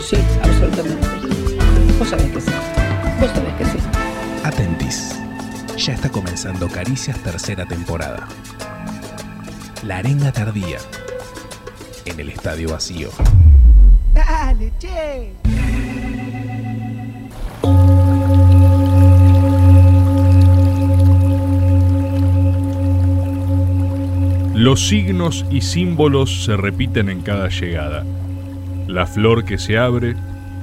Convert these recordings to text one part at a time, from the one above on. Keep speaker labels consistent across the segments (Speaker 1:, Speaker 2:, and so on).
Speaker 1: Sí, absolutamente. Vos sabés que sí. Vos sabés que sí.
Speaker 2: Atentis. Ya está comenzando Caricias tercera temporada. La arenga tardía. En el estadio vacío.
Speaker 3: Dale, che.
Speaker 4: Los signos y símbolos se repiten en cada llegada. La flor que se abre,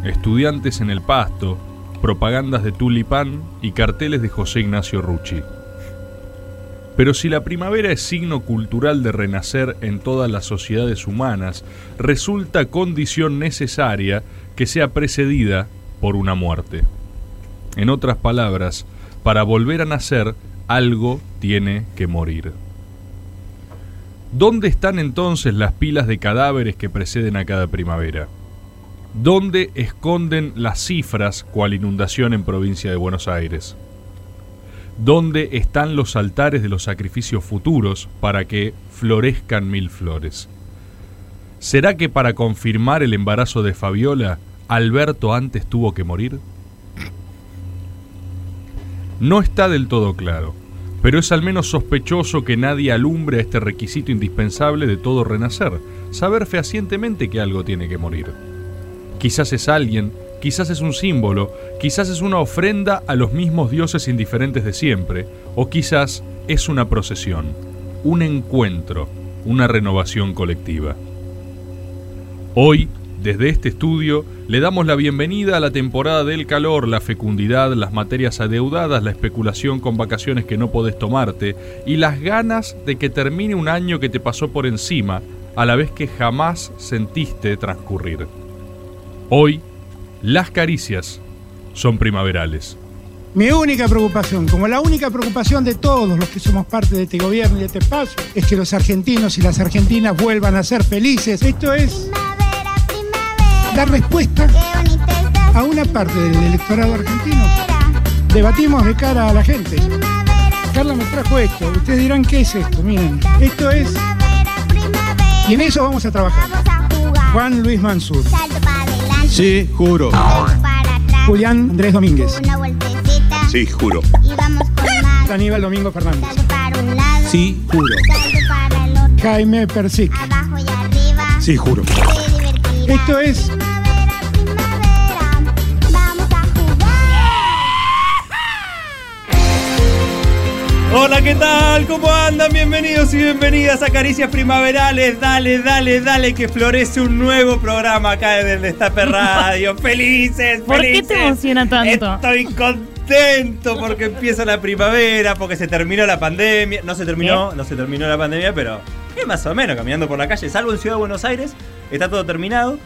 Speaker 4: estudiantes en el pasto, propagandas de tulipán y carteles de José Ignacio Rucci. Pero si la primavera es signo cultural de renacer en todas las sociedades humanas, resulta condición necesaria que sea precedida por una muerte. En otras palabras, para volver a nacer, algo tiene que morir. ¿Dónde están entonces las pilas de cadáveres que preceden a cada primavera? ¿Dónde esconden las cifras cual inundación en provincia de Buenos Aires? ¿Dónde están los altares de los sacrificios futuros para que florezcan mil flores? ¿Será que para confirmar el embarazo de Fabiola, Alberto antes tuvo que morir? No está del todo claro, pero es al menos sospechoso que nadie alumbre a este requisito indispensable de todo renacer, saber fehacientemente que algo tiene que morir. Quizás es alguien, quizás es un símbolo, quizás es una ofrenda a los mismos dioses indiferentes de siempre, o quizás es una procesión, un encuentro, una renovación colectiva. Hoy, desde este estudio, le damos la bienvenida a la temporada del calor, la fecundidad, las materias adeudadas, la especulación con vacaciones que no podés tomarte y las ganas de que termine un año que te pasó por encima, a la vez que jamás sentiste transcurrir. Hoy, las caricias son primaverales.
Speaker 3: Mi única preocupación, como la única preocupación de todos los que somos parte de este gobierno y de este espacio, es que los argentinos y las argentinas vuelvan a ser felices. Esto es
Speaker 5: Primavera, primavera,
Speaker 3: dar respuesta
Speaker 5: qué bonita estás.
Speaker 3: a una parte del electorado argentino.
Speaker 5: Primavera,
Speaker 3: Debatimos de cara a la gente.
Speaker 5: primavera,
Speaker 3: Carla me trajo esto. Ustedes dirán, ¿qué es esto? Miren, esto es...
Speaker 5: primavera, primavera,
Speaker 3: Y en eso vamos a trabajar.
Speaker 5: vamos a jugar.
Speaker 3: Juan Luis Mansur,
Speaker 5: Salto para adelante,
Speaker 6: Sí, juro.
Speaker 5: salto para atrás,
Speaker 3: Julián Andrés Domínguez,
Speaker 5: una vueltecita
Speaker 6: Sí, juro.
Speaker 5: y vamos con más.
Speaker 3: Aníbal Domingo Fernández,
Speaker 5: Salto para un lado,
Speaker 6: Sí, juro.
Speaker 5: salto para el otro,
Speaker 3: Jaime Persic.
Speaker 5: abajo y arriba.
Speaker 6: Sí, juro.
Speaker 5: Te divertirás.
Speaker 3: Esto es-
Speaker 5: Primavera, primavera, vamos a jugar.
Speaker 7: Hola, ¿qué tal? ¿Cómo andan? Bienvenidos y bienvenidas a Caricias Primaverales. Dale, dale, dale, que florece un nuevo programa acá desde el Destape Radio. ¡Felices, felices!
Speaker 8: ¿Por qué te emociona tanto?
Speaker 7: Estoy contento porque empieza la primavera, porque se terminó la pandemia. No se
Speaker 8: ¿Eh?
Speaker 7: terminó, no se terminó la pandemia, pero es más o menos caminando por la calle, salvo en Ciudad de Buenos Aires, está todo terminado.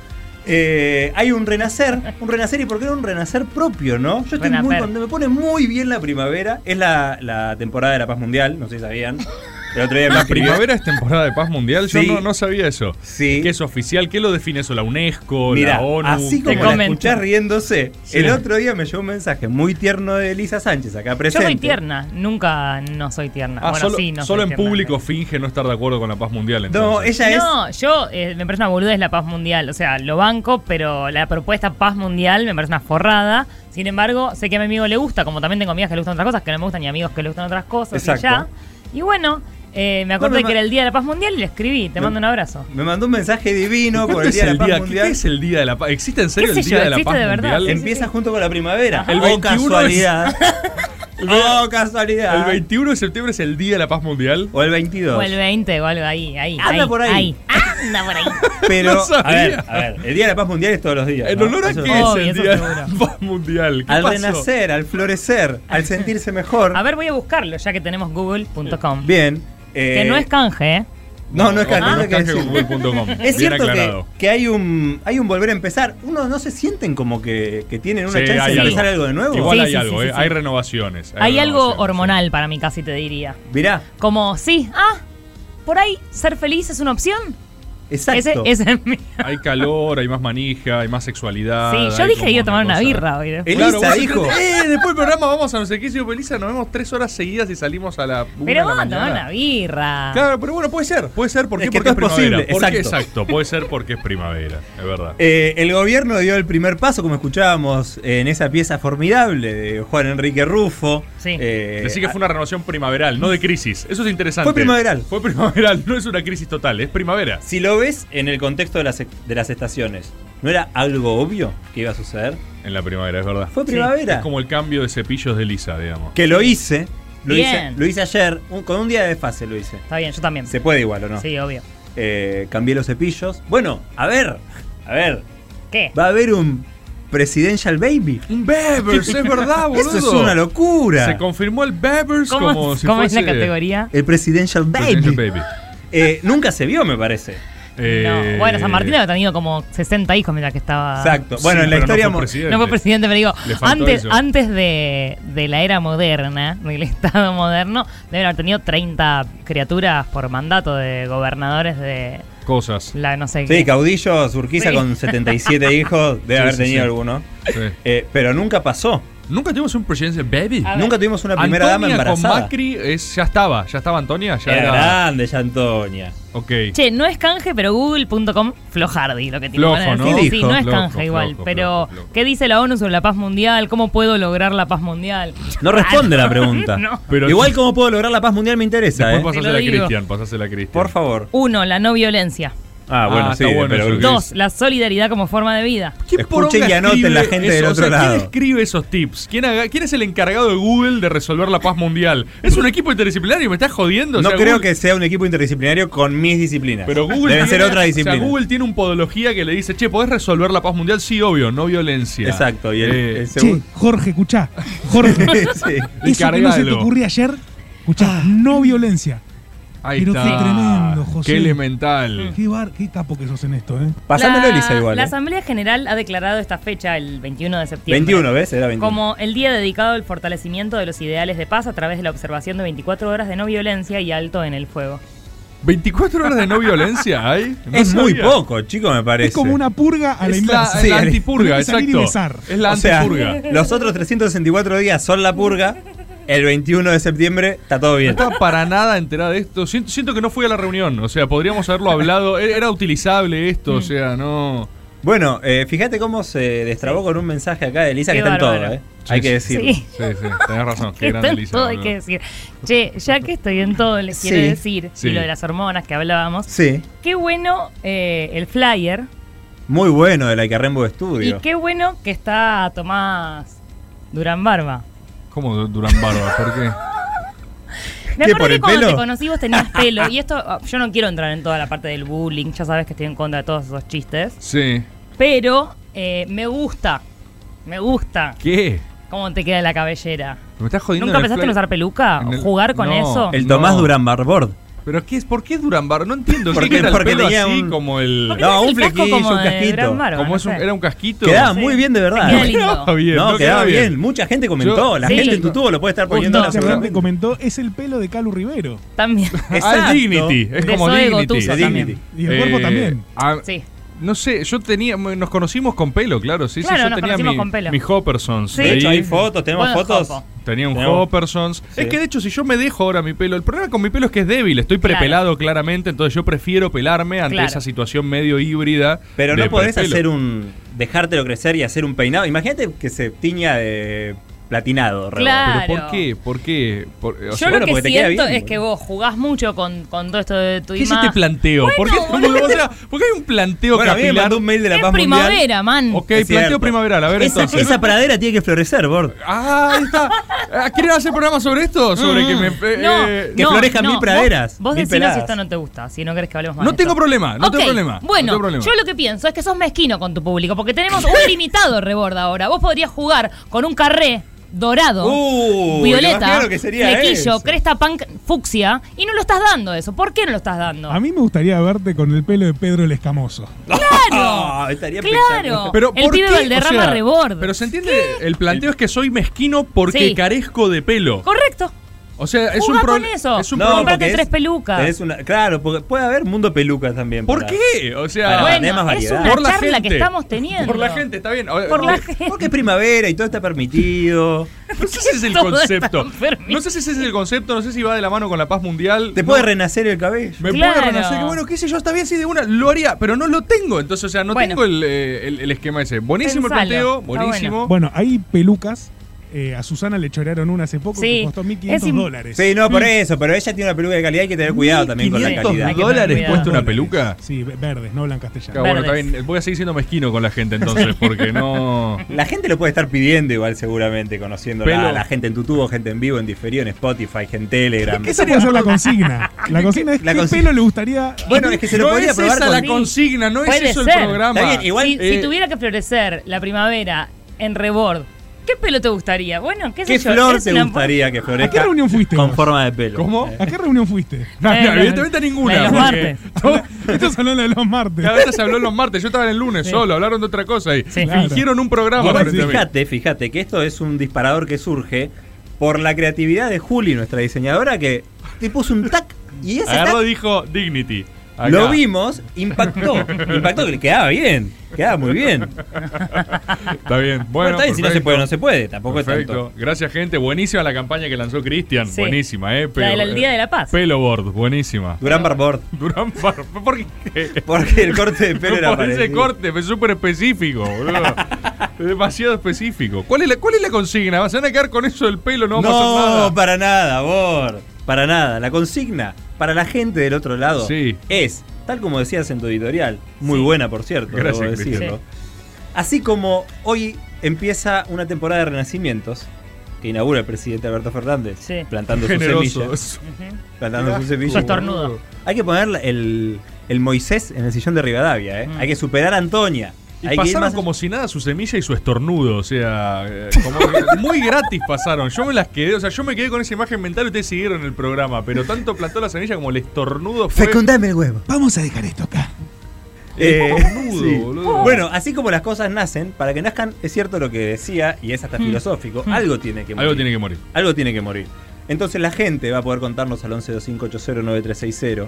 Speaker 7: Eh, hay un renacer, un renacer y por qué no un renacer propio, ¿no? Yo estoy muy
Speaker 8: Renacer.
Speaker 7: contento, me pone muy bien la primavera. Es la, la temporada de la paz mundial, no sé si sabían. El otro día me
Speaker 4: ¿La
Speaker 7: escribió-
Speaker 4: Ah, primavera es temporada de paz mundial?
Speaker 7: Sí.
Speaker 4: Yo no, no sabía eso.
Speaker 7: Sí.
Speaker 4: ¿Qué es oficial? ¿Qué lo define eso? ¿La UNESCO?
Speaker 7: Mira,
Speaker 4: ¿La ONU?
Speaker 7: así
Speaker 8: Te
Speaker 7: como la
Speaker 8: comento.
Speaker 7: escuchás riéndose,
Speaker 4: Sí.
Speaker 7: el otro día me llegó un mensaje muy tierno de Elisa Sánchez acá
Speaker 8: Yo
Speaker 7: presente.
Speaker 8: soy tierna, nunca no soy tierna.
Speaker 4: Ah,
Speaker 8: bueno,
Speaker 4: solo
Speaker 8: sí, no soy
Speaker 4: solo en
Speaker 8: tierna,
Speaker 4: público
Speaker 8: pero-
Speaker 4: finge no estar de acuerdo con la paz mundial.
Speaker 7: No,
Speaker 4: Entonces.
Speaker 7: ella es.
Speaker 8: No, yo eh, me parece una boludez la paz mundial. O sea, lo banco, pero la propuesta paz mundial me parece una forrada. Sin embargo, sé que a mi amigo le gusta, como también tengo amigas que le gustan otras cosas, que no me gustan, y amigos que le gustan otras cosas, y
Speaker 7: Exacto.
Speaker 8: ya. Y bueno, eh, me acordé
Speaker 7: No, me-
Speaker 8: que era el día de la paz mundial y le escribí. Te
Speaker 7: Me-
Speaker 8: mando un abrazo.
Speaker 7: Me mandó un mensaje divino por
Speaker 4: ¿Cuándo
Speaker 7: el
Speaker 4: es
Speaker 7: Día de
Speaker 4: el
Speaker 7: la Paz
Speaker 4: día? ¿Qué
Speaker 7: Mundial.
Speaker 4: es el Día de la Paz? ¿Existe en serio
Speaker 8: ¿Qué
Speaker 4: el
Speaker 8: sé
Speaker 4: Día
Speaker 8: yo?
Speaker 4: de la
Speaker 8: ¿Existe
Speaker 4: Paz
Speaker 8: de verdad?
Speaker 4: Mundial?
Speaker 8: Sí, sí,
Speaker 7: Empieza
Speaker 8: sí.
Speaker 7: junto con la primavera.
Speaker 4: El
Speaker 7: Oh,
Speaker 4: 21 es-
Speaker 7: casualidad. oh,
Speaker 4: El
Speaker 7: casualidad.
Speaker 4: 21 de septiembre es el Día de la Paz Mundial.
Speaker 7: O el 22.
Speaker 8: O el 20 o algo ahí, ahí.
Speaker 7: Anda
Speaker 8: ahí,
Speaker 7: por ahí.
Speaker 8: Anda por ahí.
Speaker 7: Pero,
Speaker 4: No sabía.
Speaker 7: a ver, a ver, el Día de la Paz Mundial es todos los días.
Speaker 4: ¿En
Speaker 7: ¿no?
Speaker 4: olor a
Speaker 7: Eso-
Speaker 4: qué
Speaker 8: Obvio,
Speaker 4: es el
Speaker 8: eso
Speaker 4: Día de la
Speaker 8: seguro.
Speaker 4: Paz Mundial? ¿Qué
Speaker 7: Al
Speaker 4: pasó?
Speaker 7: renacer, al florecer, al sentirse mejor.
Speaker 8: A ver, voy a buscarlo ya que tenemos google.com.
Speaker 7: Bien. eh,
Speaker 8: Que no es canje, ¿eh?
Speaker 7: No, no es canje,
Speaker 4: Ah,
Speaker 7: no hay que
Speaker 4: canje con
Speaker 7: decirlo.
Speaker 4: Google.com.
Speaker 7: Es
Speaker 4: Bien
Speaker 7: cierto que,
Speaker 4: aclarado.
Speaker 7: que hay un hay un volver a empezar. Uno no se sienten como que, que tienen una
Speaker 4: Sí,
Speaker 7: chance
Speaker 4: hay
Speaker 7: de
Speaker 4: algo.
Speaker 7: empezar algo de nuevo.
Speaker 4: Igual
Speaker 8: Sí,
Speaker 4: hay
Speaker 8: sí,
Speaker 4: algo,
Speaker 8: sí,
Speaker 4: ¿eh?
Speaker 8: sí,
Speaker 4: hay
Speaker 8: sí.
Speaker 4: renovaciones.
Speaker 8: Hay algo
Speaker 4: renovaciones,
Speaker 8: hormonal para mí, casi te diría.
Speaker 7: Mirá,
Speaker 8: Como, sí, ah, por ahí ser feliz es una opción.
Speaker 7: Exacto.
Speaker 8: Ese, ese es mi.
Speaker 4: Hay calor, hay más manija, hay más sexualidad.
Speaker 8: Sí, yo
Speaker 4: Ah, hay
Speaker 8: dije
Speaker 4: como
Speaker 8: que iba a tomar una
Speaker 4: cosa.
Speaker 8: birra hoy. después.
Speaker 7: Elisa
Speaker 4: vos
Speaker 7: dijo.
Speaker 4: dijiste, Eh, después del programa vamos a no sé qué. Y yo, Elisa, nos vemos tres horas seguidas y salimos a la. una de
Speaker 8: Pero vamos
Speaker 4: la
Speaker 8: a tomar
Speaker 4: mañana".
Speaker 8: una birra.
Speaker 4: Claro, pero bueno, puede ser. Puede ser ¿por qué?
Speaker 7: Es que
Speaker 4: porque es,
Speaker 7: todo es
Speaker 4: primavera.
Speaker 7: posible,
Speaker 4: Porque-
Speaker 7: exacto.
Speaker 4: exacto, puede ser porque es primavera. Es verdad.
Speaker 7: Eh, el gobierno dio el primer paso, como escuchábamos en esa pieza formidable de Juan Enrique Rufo.
Speaker 8: Sí.
Speaker 7: Eh,
Speaker 4: Decí que fue una renovación primaveral, no de crisis. Eso es interesante.
Speaker 7: Fue primaveral.
Speaker 4: Fue primaveral, no es una crisis total, es primavera.
Speaker 7: Si lo ves en el contexto de las, e-, de las estaciones, ¿no era algo obvio que iba a suceder?
Speaker 4: En la primavera, es verdad.
Speaker 7: Fue primavera.
Speaker 4: Es como el cambio de cepillos de Lisa, digamos.
Speaker 7: Que lo hice. Lo, hice,
Speaker 8: Bien.
Speaker 7: lo hice ayer, un- con un día de desfase lo hice.
Speaker 8: Está bien, yo también.
Speaker 7: Se puede igual o no.
Speaker 8: Sí, obvio.
Speaker 7: Eh, cambié los cepillos. Bueno, a ver, a ver.
Speaker 8: ¿Qué?
Speaker 7: Va a haber un Presidential Baby.
Speaker 4: Un Bevers, es verdad, boludo.
Speaker 7: Eso es una locura.
Speaker 4: Se confirmó el Bevers
Speaker 8: ¿Cómo,
Speaker 4: como si
Speaker 8: cómo es
Speaker 4: fuese-
Speaker 8: la categoría?
Speaker 7: El Presidential Baby.
Speaker 4: Presidential Baby.
Speaker 7: Eh, nunca se vio, me parece.
Speaker 4: Eh,
Speaker 8: No. Bueno, San Martín había tenido como 60 hijos mientras que estaba.
Speaker 7: Exacto.
Speaker 4: sí,
Speaker 7: Bueno, en la
Speaker 4: pero no
Speaker 7: historia.
Speaker 4: fue
Speaker 7: mo-
Speaker 4: presidente.
Speaker 8: No fue presidente, pero digo,
Speaker 4: Le faltó
Speaker 8: antes,
Speaker 4: eso.
Speaker 8: antes de, de la era moderna, del Estado moderno, deben haber tenido 30 criaturas por mandato de gobernadores de
Speaker 4: Cosas.
Speaker 8: la no sé
Speaker 7: sí,
Speaker 8: qué.
Speaker 7: caudillo, Urquiza
Speaker 8: Sí.
Speaker 7: con 77 hijos, debe
Speaker 4: Sí,
Speaker 7: haber
Speaker 4: sí,
Speaker 7: tenido
Speaker 4: sí.
Speaker 7: alguno.
Speaker 4: Sí.
Speaker 7: Eh, pero nunca pasó.
Speaker 4: Nunca tuvimos un Presidential Baby.
Speaker 8: A ver.
Speaker 7: Nunca tuvimos una primera dama
Speaker 4: Antonia con
Speaker 7: embarazada.
Speaker 4: Macri es- ya estaba, ya estaba Antonia, ya
Speaker 7: Era
Speaker 4: era.
Speaker 7: grande ya Antonia.
Speaker 4: Ok.
Speaker 8: Che, no es canje, pero google.com flojardi, lo que tiene
Speaker 4: Flojo,
Speaker 8: que poner.
Speaker 4: ¿no?
Speaker 8: Sí,
Speaker 7: ¿Qué
Speaker 8: sí, no es
Speaker 4: dijo?
Speaker 8: canje
Speaker 4: Flojo,
Speaker 8: igual,
Speaker 4: flojo,
Speaker 8: pero
Speaker 4: flojo, flojo.
Speaker 8: ¿qué dice la ONU sobre la paz mundial? ¿Cómo puedo lograr la paz mundial? Ah,
Speaker 7: No responde la pregunta.
Speaker 8: No.
Speaker 4: Pero-
Speaker 7: Igual cómo puedo lograr la paz mundial me interesa.
Speaker 4: Después
Speaker 7: eh.
Speaker 8: Te lo
Speaker 4: pasásela a
Speaker 8: digo.
Speaker 4: Cristian, pasásela a Cristian.
Speaker 7: Por favor.
Speaker 8: Uno, la no violencia.
Speaker 7: Ah, bueno,
Speaker 4: está
Speaker 7: sí,
Speaker 4: bueno
Speaker 7: pero-
Speaker 4: eso que
Speaker 8: Dos, la solidaridad como forma de vida.
Speaker 4: ¿Quién
Speaker 7: Escuchen
Speaker 4: poronga
Speaker 7: y anoten
Speaker 4: escribe
Speaker 7: la gente del
Speaker 4: eso? O
Speaker 7: otro
Speaker 4: sea,
Speaker 7: lado.
Speaker 4: ¿Quién escribe esos tips? ¿Quién, haga- quién es el encargado de Google de resolver la paz mundial? Es un equipo interdisciplinario, me estás jodiendo. O
Speaker 7: No
Speaker 4: sea,
Speaker 7: creo
Speaker 4: Google-
Speaker 7: que sea un equipo interdisciplinario con mis disciplinas.
Speaker 4: Pero Google
Speaker 7: Deben ser
Speaker 4: tiene-
Speaker 7: otra
Speaker 4: o
Speaker 7: disciplina.
Speaker 4: sea, Google tiene un podología que le dice, che, ¿podés resolver la paz mundial? Sí, obvio, no violencia.
Speaker 7: Exacto. Y el,
Speaker 4: Eh,
Speaker 7: el
Speaker 3: Che,
Speaker 7: segundo.
Speaker 3: Jorge, escuchá. Jorge,
Speaker 7: Sí.
Speaker 3: eso que no se te
Speaker 4: Encargalo.
Speaker 3: ocurrió ayer,
Speaker 7: Ah.
Speaker 3: escuchá, no violencia.
Speaker 4: Ahí
Speaker 3: Pero
Speaker 4: está.
Speaker 3: qué tremendo, José.
Speaker 4: Qué elemental.
Speaker 3: Qué, bar, qué capo que sos en esto, ¿eh?
Speaker 7: Pasámelo,
Speaker 8: La-
Speaker 7: Elisa, igual.
Speaker 8: La
Speaker 7: eh.
Speaker 8: Asamblea General ha declarado esta fecha, el 21 de septiembre.
Speaker 7: 21, ¿ves? Era 21.
Speaker 8: Como el día dedicado al fortalecimiento de los ideales de paz a través de la observación de 24 horas de no violencia y alto en el fuego.
Speaker 4: ¿24 horas de no violencia hay? No
Speaker 7: es muy
Speaker 4: sabía.
Speaker 7: poco, chico, me parece.
Speaker 3: Es como una purga a la
Speaker 4: Es la,
Speaker 3: inversa.
Speaker 4: es la
Speaker 7: Sí,
Speaker 4: antipurga,
Speaker 3: tenés que salir y
Speaker 4: exacto.
Speaker 3: besar.
Speaker 4: Es la
Speaker 7: O sea,
Speaker 4: antipurga.
Speaker 7: los otros 364 días son la purga. El 21 de septiembre está todo
Speaker 4: No
Speaker 7: bien.
Speaker 4: estaba para nada enterada de esto. Siento, siento que no fui a la reunión. O sea, podríamos haberlo hablado. E-, Era era utilizable
Speaker 8: Mm.
Speaker 4: esto, o sea, no.
Speaker 7: Bueno, eh, fíjate cómo se destrabó con un mensaje acá de Elisa
Speaker 8: Qué
Speaker 7: que está en todo,
Speaker 8: bárbaro.
Speaker 7: ¿eh? Hay que
Speaker 8: sí.
Speaker 7: decirlo.
Speaker 4: Sí, sí, tenés razón. Qué
Speaker 8: Está
Speaker 4: grande
Speaker 8: en
Speaker 4: Lisa,
Speaker 8: todo, hay
Speaker 4: boludo.
Speaker 8: que decir. Che, ya que estoy en todo, les
Speaker 7: Sí,
Speaker 8: quiero decir,
Speaker 4: sí.
Speaker 8: y lo de las hormonas que hablábamos,
Speaker 7: Sí.
Speaker 8: qué bueno eh, el flyer
Speaker 7: Muy bueno de la que Rainbow Studio.
Speaker 8: y qué bueno que está Tomás Durán Barba.
Speaker 4: ¿Cómo du- Durán Barba? ¿Por qué?
Speaker 8: Me
Speaker 7: ¿Qué,
Speaker 8: acuerdo
Speaker 7: por
Speaker 8: que
Speaker 7: el
Speaker 8: cuando
Speaker 7: pelo?
Speaker 8: te conocí vos tenías pelo, y esto, ah, yo no quiero entrar en toda la parte del bullying, ya sabes que estoy en contra de todos esos chistes,
Speaker 4: Sí.
Speaker 8: pero eh, me gusta, me gusta
Speaker 4: ¿Qué?
Speaker 8: cómo te queda la cabellera.
Speaker 4: Me estás jodiendo.
Speaker 8: ¿Nunca
Speaker 4: en el
Speaker 8: pensaste en
Speaker 4: fly-
Speaker 8: usar peluca?
Speaker 4: en
Speaker 8: ¿O
Speaker 4: el-
Speaker 8: jugar con
Speaker 4: no.
Speaker 8: eso?
Speaker 7: El Tomás
Speaker 4: No.
Speaker 7: Durán Barbord.
Speaker 4: ¿Pero qué es? ¿Por qué Durán Barba? No entiendo.
Speaker 7: Porque-
Speaker 4: Porque, era el
Speaker 7: porque
Speaker 4: pelo
Speaker 7: tenía
Speaker 4: así
Speaker 7: un-
Speaker 4: como el.
Speaker 8: ¿Por qué
Speaker 7: No,
Speaker 8: tenés
Speaker 7: un
Speaker 8: el casco
Speaker 7: flequillo,
Speaker 8: como
Speaker 7: un
Speaker 8: de
Speaker 7: casquito.
Speaker 8: Gran Barba?
Speaker 4: Como
Speaker 8: No
Speaker 4: es un,
Speaker 8: sé.
Speaker 4: era un casquito.
Speaker 7: Quedaba
Speaker 8: Sí.
Speaker 7: muy bien de verdad.
Speaker 8: Queda lindo.
Speaker 4: Quedaba bien,
Speaker 7: No, quedaba bien.
Speaker 4: bien.
Speaker 7: Mucha gente comentó.
Speaker 4: Yo-
Speaker 7: la
Speaker 8: Sí.
Speaker 7: gente en tu tubo lo puede estar
Speaker 8: Justo.
Speaker 7: poniendo ahora
Speaker 3: La gente
Speaker 7: seguramente.
Speaker 3: comentó, es el pelo de Calu Rivero.
Speaker 8: También.
Speaker 4: Ah,
Speaker 7: Exacto.
Speaker 4: el Dignity. Es
Speaker 8: De
Speaker 4: como
Speaker 8: Zoe
Speaker 4: Dignity.
Speaker 8: Gotuso
Speaker 7: De
Speaker 8: también.
Speaker 7: Dignity.
Speaker 3: Y el
Speaker 4: Eh,
Speaker 3: cuerpo también.
Speaker 4: ah,
Speaker 8: Sí.
Speaker 4: No sé, yo tenía. Nos conocimos con pelo, claro. Sí,
Speaker 8: Claro,
Speaker 4: sí, yo
Speaker 8: nos
Speaker 4: tenía
Speaker 8: conocimos
Speaker 4: mi,
Speaker 8: con pelo.
Speaker 4: mi Hoppersons.
Speaker 8: Sí.
Speaker 4: de
Speaker 7: De hecho,
Speaker 4: ahí.
Speaker 7: hay fotos, tenemos
Speaker 8: Bueno,
Speaker 7: fotos.
Speaker 8: Jopo.
Speaker 4: Tenía un
Speaker 7: Tenemos-
Speaker 4: Hoppersons.
Speaker 7: Sí.
Speaker 4: Es que de hecho, si yo me dejo ahora mi pelo, el problema con mi pelo es que es débil, estoy
Speaker 8: Claro.
Speaker 4: prepelado claramente, entonces yo prefiero pelarme ante
Speaker 8: Claro.
Speaker 4: esa situación medio híbrida.
Speaker 7: Pero
Speaker 4: de
Speaker 7: no podés
Speaker 4: prepelo.
Speaker 7: hacer un. dejártelo crecer y hacer un peinado. Imagínate que se tiña de platinado. re
Speaker 8: Claro.
Speaker 4: ¿Pero por qué? ¿Por qué? Por- o
Speaker 8: Yo
Speaker 4: sea,
Speaker 7: bueno,
Speaker 8: lo que
Speaker 7: porque te queda
Speaker 8: siento
Speaker 7: bien,
Speaker 8: es que
Speaker 7: boludo.
Speaker 8: vos jugás mucho con, con todo esto de tu
Speaker 4: ¿Qué es
Speaker 8: imagen.
Speaker 4: este planteo? ¿Por qué, o sea, ¿por qué hay un planteo
Speaker 7: Bueno, a mí me
Speaker 4: capilar?
Speaker 7: mandó un mail de la
Speaker 8: Es
Speaker 7: paz mundial.
Speaker 8: primavera, man.
Speaker 4: Ok,
Speaker 7: Es
Speaker 4: planteo
Speaker 7: cierto.
Speaker 4: primaveral, a ver
Speaker 7: Esa,
Speaker 4: entonces.
Speaker 7: esa pradera tiene que florecer, Bord.
Speaker 4: Ah, ahí está. Ah, ¿Quieren hacer programa sobre esto? Sobre
Speaker 9: Mm.
Speaker 4: que
Speaker 8: Mm.
Speaker 4: me. eh,
Speaker 8: No,
Speaker 4: eh,
Speaker 7: que
Speaker 8: no,
Speaker 7: florezcan
Speaker 8: no.
Speaker 7: mil praderas,
Speaker 8: Vos, vos
Speaker 7: mil
Speaker 8: decinos
Speaker 7: peladas.
Speaker 8: si esto no te gusta, si no querés que hablemos más.
Speaker 4: No
Speaker 8: de
Speaker 4: tengo
Speaker 8: esto.
Speaker 4: problema, Ah, no tengo
Speaker 8: Ok,
Speaker 4: problema, no
Speaker 8: Bueno,
Speaker 4: tengo problema.
Speaker 8: yo lo que pienso es que sos mezquino con tu público, porque tenemos un limitado reborda ahora. Vos podrías jugar con un carré dorado,
Speaker 7: Uh, lo más
Speaker 8: violeta,
Speaker 7: claro que sería
Speaker 8: flequillo,
Speaker 7: eso.
Speaker 8: cresta punk, fucsia, y no lo estás dando eso. ¿Por qué no lo estás dando?
Speaker 4: Ah.
Speaker 3: A mí me gustaría verte con el pelo de Pedro el Escamoso.
Speaker 7: Ah,
Speaker 8: ¡Claro!
Speaker 7: estaría
Speaker 8: ¡Claro!
Speaker 7: pensando.
Speaker 4: Pero
Speaker 8: el
Speaker 4: ¿por
Speaker 8: pibe
Speaker 4: qué?
Speaker 8: Valderrama
Speaker 4: O sea,
Speaker 8: reborda.
Speaker 4: Pero se entiende, el planteo es que soy mezquino porque
Speaker 8: Sí.
Speaker 4: carezco de pelo.
Speaker 8: Correcto.
Speaker 4: O sea, es un
Speaker 8: Jugá con
Speaker 4: proble-
Speaker 8: eso.
Speaker 4: Es un
Speaker 8: No,
Speaker 4: problema.
Speaker 8: Comprate
Speaker 7: porque es-
Speaker 8: tres pelucas.
Speaker 7: tenés una- claro, porque puede haber mundo pelucas también.
Speaker 4: ¿Por
Speaker 7: para-
Speaker 4: qué? O sea,
Speaker 7: Para
Speaker 8: bueno,
Speaker 7: tenés más
Speaker 8: es
Speaker 7: variedad.
Speaker 8: una
Speaker 4: Por la
Speaker 8: charla que
Speaker 4: gente.
Speaker 8: estamos teniendo.
Speaker 4: por la gente, está bien. O-
Speaker 8: Por
Speaker 4: o-
Speaker 8: la gente.
Speaker 7: Porque es primavera y todo está permitido.
Speaker 4: No sé si ese es el
Speaker 8: Todo está
Speaker 4: concepto.
Speaker 8: enfermo.
Speaker 4: No sé si ese es el concepto, no sé si va de la mano con la paz mundial.
Speaker 7: Te
Speaker 4: No.
Speaker 7: puede renacer el cabello.
Speaker 4: Me
Speaker 8: Claro.
Speaker 4: puede renacer. que Bueno, qué sé yo, está bien, sí, de una. Lo haría, pero no lo tengo. Entonces, o sea, no
Speaker 8: Bueno.
Speaker 4: tengo el, eh, el- el esquema ese. Buenísimo el
Speaker 8: Pensalo.
Speaker 4: planteo,
Speaker 8: Está
Speaker 4: buenísimo.
Speaker 6: Bueno, hay pelucas. eh, a Susana le chorearon una hace poco
Speaker 8: Sí.
Speaker 6: que costó
Speaker 8: Es
Speaker 6: 1.500
Speaker 8: im-
Speaker 4: Pues
Speaker 6: dólares.
Speaker 7: Sí, no, por eso, pero ella tiene una peluca de calidad y hay que tener cuidado también con la
Speaker 4: 500
Speaker 7: calidad.
Speaker 8: Hay que tener
Speaker 4: dólares
Speaker 8: cuidado.
Speaker 4: cuesta una
Speaker 6: Dólares.
Speaker 4: peluca?
Speaker 6: Sí, ve- verdes, no blancas
Speaker 4: Ah,
Speaker 6: castellanas.
Speaker 4: bueno, está
Speaker 8: Verdes.
Speaker 4: bien. Voy a seguir siendo mezquino con la gente entonces, porque no.
Speaker 7: La gente lo puede estar pidiendo igual seguramente, conociendo
Speaker 4: Pelo.
Speaker 7: la, la gente en tu tubo, gente en vivo, en diferido, en Spotify, en Telegram.
Speaker 6: Esa puede ser la consigna. La consigna es
Speaker 7: La
Speaker 6: qué
Speaker 7: consigna.
Speaker 6: pelo le gustaría.
Speaker 7: Bueno, es que se lo
Speaker 4: no
Speaker 7: podría
Speaker 4: es
Speaker 7: probar
Speaker 4: esa
Speaker 7: con...
Speaker 4: la consigna, no es
Speaker 8: Puede
Speaker 4: eso
Speaker 8: ser.
Speaker 4: el programa.
Speaker 7: Está bien, igual,
Speaker 8: si,
Speaker 4: eh,
Speaker 8: si tuviera que florecer la primavera en rebord, ¿qué pelo te gustaría? Bueno, qué sé
Speaker 7: ¿Qué
Speaker 8: yo.
Speaker 7: flor
Speaker 8: es
Speaker 7: te
Speaker 8: una-
Speaker 7: gustaría que
Speaker 6: ¿A qué
Speaker 7: florezca
Speaker 6: reunión fuiste?
Speaker 7: con
Speaker 6: vos?
Speaker 7: forma de pelo?
Speaker 4: ¿Cómo?
Speaker 6: ¿A qué reunión fuiste?
Speaker 4: No,
Speaker 8: Eh,
Speaker 4: no,
Speaker 8: no,
Speaker 4: evidentemente
Speaker 8: la de
Speaker 4: ninguna.
Speaker 8: los
Speaker 4: porque-
Speaker 6: Esto es hablando de los martes.
Speaker 4: Cada vez se habló en los martes, yo estaba en el lunes solo, hablaron de otra cosa y
Speaker 6: Claro.
Speaker 4: fingieron un programa.
Speaker 7: Igual,
Speaker 4: frente a mí.
Speaker 7: fíjate, fíjate que esto es un disparador que surge por la creatividad de Juli, nuestra diseñadora, que te puso un tac y ese
Speaker 4: Agarró
Speaker 7: tac
Speaker 4: y dijo Dignity. Acá.
Speaker 7: lo vimos, impactó, impactó que le quedaba bien, quedaba muy bien. Bueno,
Speaker 4: Está bien. Bueno,
Speaker 7: está bien, si no se
Speaker 4: perfecto.
Speaker 7: puede, no se puede, tampoco
Speaker 4: Perfecto.
Speaker 7: es tanto.
Speaker 4: Gracias, gente. Buenísima la campaña que lanzó Cristian.
Speaker 8: Sí.
Speaker 4: Buenísima, ¿eh?
Speaker 8: La del Día de la Paz.
Speaker 4: Pelo Board, buenísima.
Speaker 7: Durán Barbord,
Speaker 4: Durán Bar- ¿Por qué?
Speaker 7: porque el corte de pelo era
Speaker 4: Por ese
Speaker 7: parecido.
Speaker 4: corte, fue súper específico, boludo. Es Demasiado específico. ¿Cuál es, la, ¿Cuál es la consigna? ¿Se van a quedar con eso del pelo? No
Speaker 7: No,
Speaker 4: vamos a hacer nada.
Speaker 7: para nada, Bor. Para nada. La consigna para la gente del otro lado
Speaker 4: Sí.
Speaker 7: es, tal como decías en tu editorial, muy
Speaker 8: Sí.
Speaker 7: buena por cierto,
Speaker 4: Gracias,
Speaker 7: debo
Speaker 4: Cristian.
Speaker 7: decirlo. Así como hoy empieza una temporada de renacimientos que inaugura el presidente Alberto Fernández
Speaker 8: Sí.
Speaker 7: plantando sus semillas.
Speaker 4: Generosos.
Speaker 7: Plantando sus semillas.
Speaker 8: Yo estornudo.
Speaker 7: Hay que poner el, el Moisés en el sillón de Rivadavia,
Speaker 8: Mm.
Speaker 7: ¿eh? Hay que superar a Antonia.
Speaker 4: Y
Speaker 7: Hay que ir
Speaker 4: pasaron
Speaker 7: más-
Speaker 4: como si nada su semilla y su estornudo, o sea, eh, como que muy gratis pasaron. Yo me las quedé, o sea, yo me quedé con esa imagen mental y ustedes siguieron el programa, pero tanto plantó la semilla como el estornudo fue
Speaker 7: Fecundame el huevo.
Speaker 6: Vamos a dejar esto acá.
Speaker 7: Eh,
Speaker 4: Estornudo,
Speaker 7: sí.
Speaker 4: boludo.
Speaker 7: Bueno, así como las cosas nacen, para que nazcan, es cierto lo que decía, y es hasta
Speaker 8: Mm.
Speaker 7: filosófico, algo tiene que morir.
Speaker 4: algo tiene que morir.
Speaker 7: Algo tiene que morir. Entonces la gente va a poder contarnos al 1125809360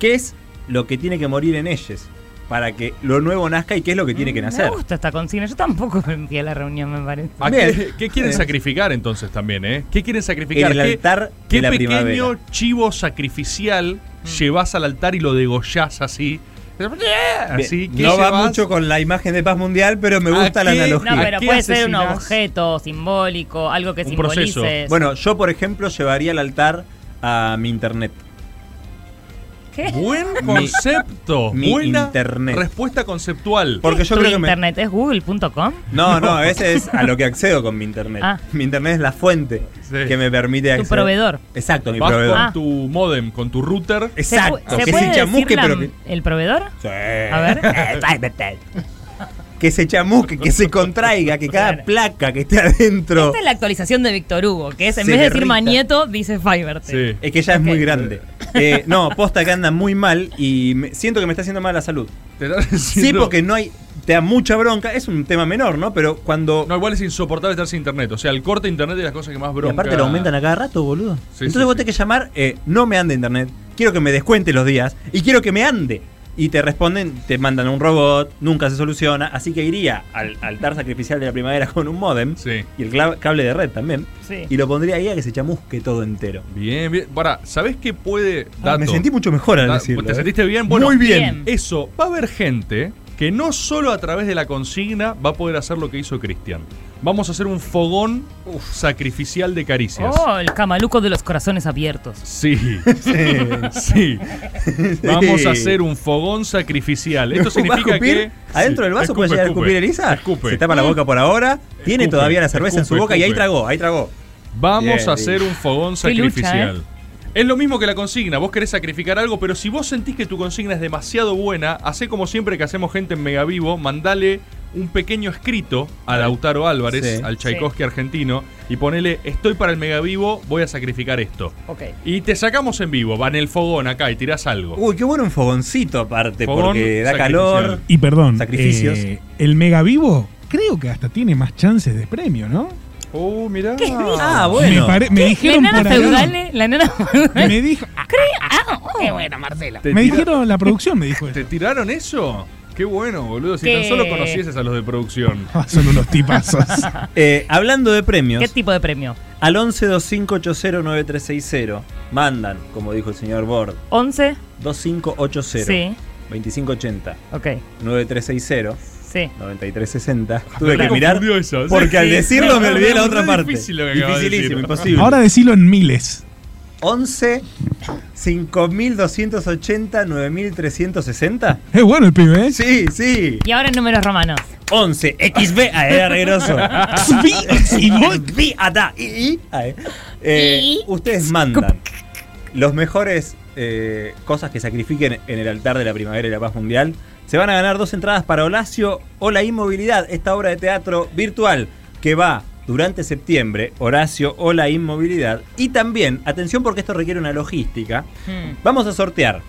Speaker 7: qué es lo que tiene que morir en ellos para que lo nuevo nazca y qué es lo que tiene que
Speaker 8: Me
Speaker 7: nacer.
Speaker 8: gusta esta consigna. Yo tampoco me fui a la reunión, me parece.
Speaker 4: ¿A
Speaker 7: Bien.
Speaker 4: qué, qué quieren sacrificar entonces también, eh? ¿Qué quieren sacrificar?
Speaker 7: En el
Speaker 4: ¿Qué-
Speaker 7: altar
Speaker 4: ¿Qué
Speaker 7: de la
Speaker 4: pequeño
Speaker 7: primavera.
Speaker 4: chivo sacrificial llevas al altar y lo degollás así? Así
Speaker 7: Bien,
Speaker 4: que
Speaker 7: no va
Speaker 4: llevas?
Speaker 7: mucho con la imagen de paz mundial, pero me gusta
Speaker 4: ¿A
Speaker 7: la
Speaker 4: qué?
Speaker 7: analogía.
Speaker 8: No, pero
Speaker 4: qué
Speaker 8: puede ser un
Speaker 4: asesinás?
Speaker 8: objeto simbólico, algo que
Speaker 4: Un
Speaker 8: simbolice.
Speaker 4: proceso.
Speaker 7: Bueno, yo por ejemplo llevaría al altar a mi internet.
Speaker 8: ¿Qué?
Speaker 4: Buen concepto,
Speaker 7: mi
Speaker 4: buena
Speaker 7: internet.
Speaker 4: respuesta conceptual.
Speaker 7: Porque yo
Speaker 8: ¿Tu
Speaker 7: creo que me-
Speaker 8: internet es google.com?
Speaker 7: No, no, a veces es a lo que accedo con mi internet.
Speaker 8: Ah.
Speaker 7: Mi internet es la fuente
Speaker 4: Sí.
Speaker 7: que me permite acceder.
Speaker 8: proveedor.
Speaker 7: Exacto, mi
Speaker 4: Vas
Speaker 7: proveedor.
Speaker 8: Ah.
Speaker 4: con tu modem, con tu router.
Speaker 8: ¿Se pu-
Speaker 7: Exacto,
Speaker 8: ¿Se
Speaker 7: que
Speaker 8: puede
Speaker 7: se chamusque,
Speaker 8: decir la-
Speaker 7: pero que.
Speaker 8: el proveedor?
Speaker 7: Sí.
Speaker 8: A ver.
Speaker 7: Que se chamusque, que se contraiga, que cada
Speaker 8: Claro.
Speaker 7: placa que esté adentro.
Speaker 8: Esta es la actualización de Víctor Hugo, que es en
Speaker 7: Se
Speaker 8: vez de
Speaker 7: le
Speaker 8: decir
Speaker 7: irrita.
Speaker 8: Mañeto, dice Fiberte.
Speaker 4: Sí.
Speaker 7: Es que ya
Speaker 8: Ok.
Speaker 7: es muy grande. Eh, no, posta que anda muy mal y me- siento que me está haciendo mal la salud.
Speaker 4: Te estás
Speaker 7: Sí,
Speaker 4: diciendo-
Speaker 7: porque no hay. Te da mucha bronca. Es un tema menor, ¿no? Pero cuando.
Speaker 4: No, igual es insoportable estar sin internet. O sea, el corte de internet es la cosa que más
Speaker 7: y
Speaker 4: bronca.
Speaker 7: aparte lo aumentan a cada rato, boludo.
Speaker 4: Sí,
Speaker 7: Entonces
Speaker 4: sí,
Speaker 7: vos
Speaker 4: sí.
Speaker 7: tenés que llamar, eh, no me ande internet, quiero que me descuente los días y quiero que me ande. Y te responden, te mandan un robot, nunca se soluciona, así que iría al altar sacrificial de la primavera con un modem
Speaker 4: Sí.
Speaker 7: y el cla- cable de red también.
Speaker 8: Sí.
Speaker 7: Y lo pondría ahí a que se chamusque todo entero.
Speaker 4: Bien, bien. Para, ¿sabés qué puede
Speaker 7: Ah,
Speaker 4: dato?
Speaker 7: me sentí mucho mejor al
Speaker 4: Da-
Speaker 7: decirlo.
Speaker 4: ¿Te
Speaker 7: eh.
Speaker 4: sentiste bien? Bueno,
Speaker 7: Muy
Speaker 8: bien. Bien.
Speaker 4: Eso, va a haber gente que no solo a través de la consigna va a poder hacer lo que hizo Cristian. Vamos a hacer un fogón sacrificial de caricias.
Speaker 8: Oh, el camaluco de los corazones abiertos.
Speaker 4: Sí, sí. Vamos a hacer un fogón sacrificial. Esto
Speaker 7: ¿Va a
Speaker 4: significa
Speaker 7: escupir?
Speaker 4: que.
Speaker 7: ¿Adentro del vaso
Speaker 4: Escupe,
Speaker 7: puede llegar
Speaker 4: escupe.
Speaker 7: a escupir Elisa?
Speaker 4: Escupe.
Speaker 7: Se tapa la boca por ahora, tiene
Speaker 4: Escupe,
Speaker 7: todavía la cerveza en su
Speaker 4: escupe,
Speaker 7: boca y ahí
Speaker 4: escupe.
Speaker 7: tragó, ahí tragó.
Speaker 4: Vamos
Speaker 7: Bien,
Speaker 4: a hacer
Speaker 7: Diego.
Speaker 4: un fogón
Speaker 8: Qué lucha, ¿eh?
Speaker 4: sacrificial. Es lo mismo que la consigna, vos querés sacrificar algo, pero si vos sentís que tu consigna es demasiado buena, hacé como siempre que hacemos gente en Megavivo, mandale un pequeño escrito a Lautaro Álvarez,
Speaker 7: Sí.
Speaker 4: al Tchaikovsky argentino, y ponele, estoy para el Megavivo, voy a sacrificar esto.
Speaker 8: Ok.
Speaker 4: Y te sacamos en vivo, va en el fogón acá y tirás algo.
Speaker 7: Uy, qué bueno un fogoncito aparte,
Speaker 4: Fogón
Speaker 7: porque da
Speaker 4: sacrificial.
Speaker 7: calor.
Speaker 6: Y perdón.
Speaker 7: Sacrificios.
Speaker 6: eh, el mega vivo creo que hasta tiene más chances de premio, ¿no?
Speaker 9: Uh, mirá.
Speaker 7: Ah,
Speaker 6: Me,
Speaker 7: bueno.
Speaker 6: pare- me
Speaker 8: La
Speaker 6: dijeron
Speaker 8: nana
Speaker 6: por ahí-
Speaker 8: feudal, la nana feudal.
Speaker 6: Me dijo. ah,
Speaker 8: Ah, oh, qué bueno, Marcelo.
Speaker 9: Te
Speaker 6: me
Speaker 9: tira-
Speaker 6: dijeron la producción, me dijo.
Speaker 4: ¿Te
Speaker 6: eso.
Speaker 4: tiraron eso? Qué bueno, boludo. Si
Speaker 8: ¿Qué?
Speaker 4: tan solo conocieses a los de producción.
Speaker 6: Son unos tipazos.
Speaker 7: Eh, hablando de
Speaker 8: ¿Qué
Speaker 7: premios,
Speaker 8: tipo de premio?
Speaker 7: al 1125809360 mandan, como dijo el señor Bord,
Speaker 8: 11.
Speaker 7: 2580
Speaker 8: Sí.
Speaker 7: 2580
Speaker 8: Ok.
Speaker 7: 9360
Speaker 8: Sí.
Speaker 7: 9360 Tuve que
Speaker 8: Claro.
Speaker 7: mirar
Speaker 4: Ah, Confundió eso, sí.
Speaker 7: porque al decirlo
Speaker 4: No,
Speaker 7: me
Speaker 4: no,
Speaker 7: olvidé
Speaker 4: no,
Speaker 7: la
Speaker 4: no,
Speaker 7: otra
Speaker 4: es
Speaker 7: parte.
Speaker 4: difícil lo que acabas de
Speaker 7: Dificilísimo,
Speaker 4: decir.
Speaker 7: imposible.
Speaker 6: Ahora decilo en miles.
Speaker 7: 11 5280 9360
Speaker 6: Es bueno el pibe, ¿eh?
Speaker 7: Sí, sí.
Speaker 8: Y ahora en números romanos.
Speaker 7: 11 XB ah, era regroso.
Speaker 6: Y voy-
Speaker 7: Vi, atá, y- y, ah, eh. Eh,
Speaker 8: Y-
Speaker 7: ustedes mandan los mejores eh, cosas que sacrifiquen en el altar de la primavera y la paz mundial. Se van a ganar dos entradas para Horacio o La Inmovilidad, esta obra de teatro virtual que va durante septiembre, Horacio o La Inmovilidad. Y también, atención porque esto requiere una logística,
Speaker 8: Hmm.
Speaker 7: vamos a sortear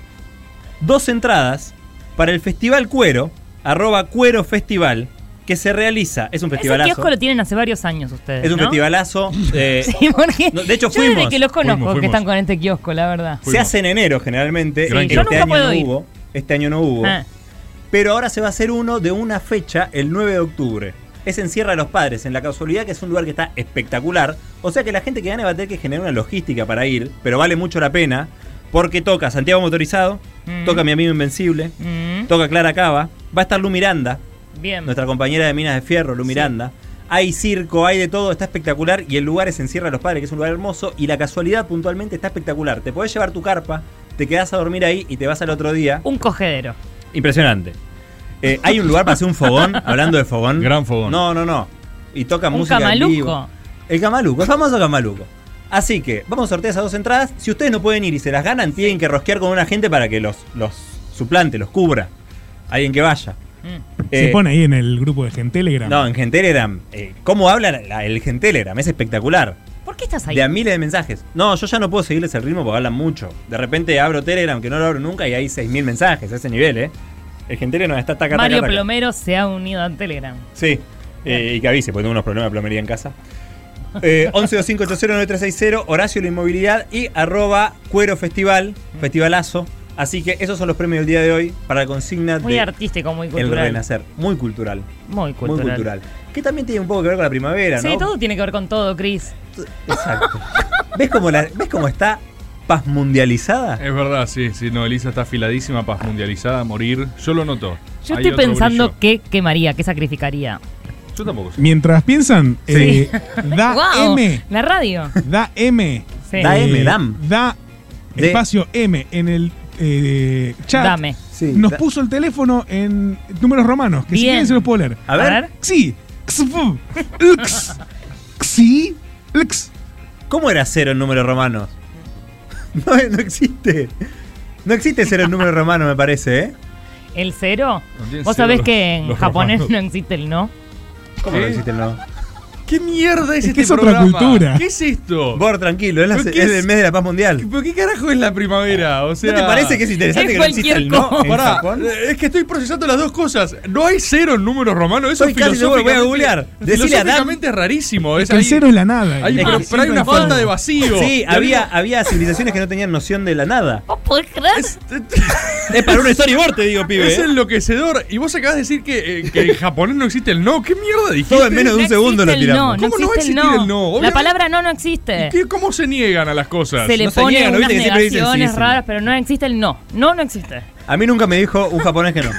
Speaker 7: dos entradas para el Festival Cuero, arroba Cuero Festival, que se realiza, es un
Speaker 8: Ese
Speaker 7: festivalazo.
Speaker 8: kiosco lo tienen hace varios años ustedes.
Speaker 7: Es un
Speaker 8: ¿no?
Speaker 7: festivalazo. eh,
Speaker 8: Sí, porque
Speaker 7: No, de hecho,
Speaker 8: yo
Speaker 7: fuimos.
Speaker 8: desde que los conozco
Speaker 4: Fuimos,
Speaker 8: que
Speaker 4: fuimos.
Speaker 8: están con este kiosco, la verdad.
Speaker 7: se hace en enero generalmente.
Speaker 4: Sí,
Speaker 7: este
Speaker 8: yo nunca
Speaker 7: año
Speaker 8: puedo
Speaker 7: no
Speaker 8: ir.
Speaker 7: hubo. Este año no hubo.
Speaker 8: Ah,
Speaker 7: Pero ahora se va a hacer uno de una fecha, el 9 de octubre. Es en Sierra de los Padres, en la casualidad que es un lugar que está espectacular. O sea que la gente que gane va a tener que generar una logística para ir, pero vale mucho la pena. Porque toca Santiago Motorizado,
Speaker 8: Mm.
Speaker 7: toca Mi Amigo Invencible,
Speaker 8: mm,
Speaker 7: toca Clara Cava, va a estar Lu Miranda,
Speaker 8: bien.
Speaker 7: nuestra compañera de Minas de Fierro, Lu Miranda. Hay circo, hay de todo, está espectacular y el lugar es en Sierra de los Padres, que es un lugar hermoso y la casualidad puntualmente está espectacular. Te podés llevar tu carpa, te quedás a dormir ahí y te vas al otro día.
Speaker 8: Un cogedero.
Speaker 7: Impresionante. Eh, hay un lugar para hacer un fogón, hablando de fogón.
Speaker 4: Gran fogón.
Speaker 7: No, no, no. Y toca
Speaker 8: Un
Speaker 7: música en vivo.
Speaker 8: camaluco.
Speaker 7: El camaluco, el famoso camaluco. Así que vamos a sortear esas dos entradas. Si ustedes no pueden ir y se las ganan, tienen que rosquear con una gente para que los, los suplante, los cubra. Alguien que vaya.
Speaker 8: Mm.
Speaker 6: Se
Speaker 7: Eh,
Speaker 6: pone ahí en el grupo de Gentelegram.
Speaker 7: no, en Gentelegram. eh, ¿Cómo habla la- la- el Gentelegram? Es espectacular.
Speaker 8: ¿Por qué estás ahí?
Speaker 7: De a miles de mensajes. No, yo ya no puedo seguirles el ritmo porque hablan mucho. De repente abro Telegram, que no lo abro nunca, y hay 6.000 mensajes a ese nivel, ¿eh? El Gentelegram está taca, taca,
Speaker 8: Mario
Speaker 7: taca.
Speaker 8: Plomero se ha unido a Telegram.
Speaker 7: Sí. eh, y que avise, porque tengo unos problemas de plomería en casa. Eh, 1125809360, Horacio La Inmovilidad y arroba Cuero Festival,
Speaker 8: Mm.
Speaker 7: Festivalazo. Así que esos son los premios del día de hoy para la consigna
Speaker 8: Muy
Speaker 7: de
Speaker 8: artístico, muy
Speaker 7: El
Speaker 8: cultural.
Speaker 7: Renacer. Muy cultural.
Speaker 8: muy cultural.
Speaker 7: Muy cultural. Que también tiene un poco que ver con la primavera,
Speaker 8: Sí,
Speaker 7: ¿no?
Speaker 8: todo tiene que ver con todo, Chris.
Speaker 7: Exacto. ¿Ves cómo, la- ¿Ves cómo está paz mundializada?
Speaker 4: Es verdad, sí, sí. No, Elisa está afiladísima, paz mundializada, a morir. Yo lo noto.
Speaker 8: Yo
Speaker 4: Hay
Speaker 8: estoy
Speaker 4: otro
Speaker 8: pensando
Speaker 4: brillo.
Speaker 8: qué quemaría, qué sacrificaría.
Speaker 4: Yo tampoco sé.
Speaker 6: Mientras piensan, eh, da
Speaker 8: ¡Guau!
Speaker 6: M.
Speaker 8: La radio.
Speaker 6: Da M.
Speaker 8: Sí.
Speaker 7: Da
Speaker 6: eh,
Speaker 7: M, dam.
Speaker 6: Da
Speaker 7: De-
Speaker 6: espacio M en el eh, chat.
Speaker 8: Dame.
Speaker 7: Sí.
Speaker 6: Nos puso el teléfono en números romanos, que si
Speaker 8: Bien.
Speaker 6: quieren se los puedo leer.
Speaker 7: A ver.
Speaker 6: Xi, xfu, ux, xi, lx.
Speaker 7: ¿Cómo era cero en números romanos? No, no existe. No existe cero en números romanos, me parece, ¿eh?
Speaker 8: ¿El cero?
Speaker 4: No tiene
Speaker 8: Vos
Speaker 4: cero
Speaker 8: sabés
Speaker 4: los-
Speaker 8: que en
Speaker 4: los
Speaker 8: japonés
Speaker 4: romanos.
Speaker 8: no existe el no.
Speaker 7: ¿Cómo no existe el no?
Speaker 4: ¿Qué mierda es,
Speaker 6: Es
Speaker 4: este
Speaker 6: que es otra
Speaker 4: programa?
Speaker 6: cultura.
Speaker 4: ¿Qué es esto?
Speaker 7: Bor, tranquilo, es, la-
Speaker 4: ¿Pero qué
Speaker 7: es
Speaker 4: es?
Speaker 7: el mes de la paz mundial.
Speaker 4: ¿Pero qué carajo es la primavera? O sea,
Speaker 7: ¿No te parece que es
Speaker 8: Es
Speaker 7: interesante que no existe el no
Speaker 8: cualquier
Speaker 7: en
Speaker 4: Pará,
Speaker 7: Japón?
Speaker 4: eh, es que estoy procesando las dos cosas. No hay cero en números romanos. Eso
Speaker 7: Estoy
Speaker 4: es
Speaker 7: casi seguro, voy a googlear.
Speaker 4: filosóficamente-
Speaker 7: Decile a Dan-
Speaker 4: filosóficamente es rarísimo. Es
Speaker 6: Que el
Speaker 4: ahí-
Speaker 6: cero es la nada.
Speaker 4: Ahí,
Speaker 6: Y-
Speaker 4: pero,
Speaker 6: y-
Speaker 4: pero hay una
Speaker 6: siempre
Speaker 4: falta de
Speaker 6: todo.
Speaker 4: vacío.
Speaker 7: Sí, había, había civilizaciones que no tenían noción de la nada.
Speaker 8: ¿Vos podés creer?
Speaker 7: Es para un storyboard, te digo, pibe. ¿eh?
Speaker 4: Es enloquecedor. Y vos acabas de decir que, eh, que en japonés no existe el no. ¿Qué mierda dijiste?
Speaker 7: Todo en menos de un
Speaker 8: No
Speaker 7: segundo
Speaker 8: existe
Speaker 7: lo
Speaker 8: el
Speaker 7: tiramos.
Speaker 8: No, no
Speaker 4: ¿Cómo no va a
Speaker 8: existe el
Speaker 4: existir
Speaker 8: no.
Speaker 4: el no?
Speaker 8: La
Speaker 4: Obviamente-
Speaker 8: palabra no no existe.
Speaker 4: ¿Qué- ¿Cómo se niegan a las cosas?
Speaker 8: Se le
Speaker 7: No se
Speaker 8: pone
Speaker 7: niegan, ¿no?
Speaker 8: unas
Speaker 7: Viste que siempre dicen sí,
Speaker 8: negaciones
Speaker 7: sí.
Speaker 8: raras, pero no existe el no. No, no existe.
Speaker 7: A mí nunca me dijo un japonés que no.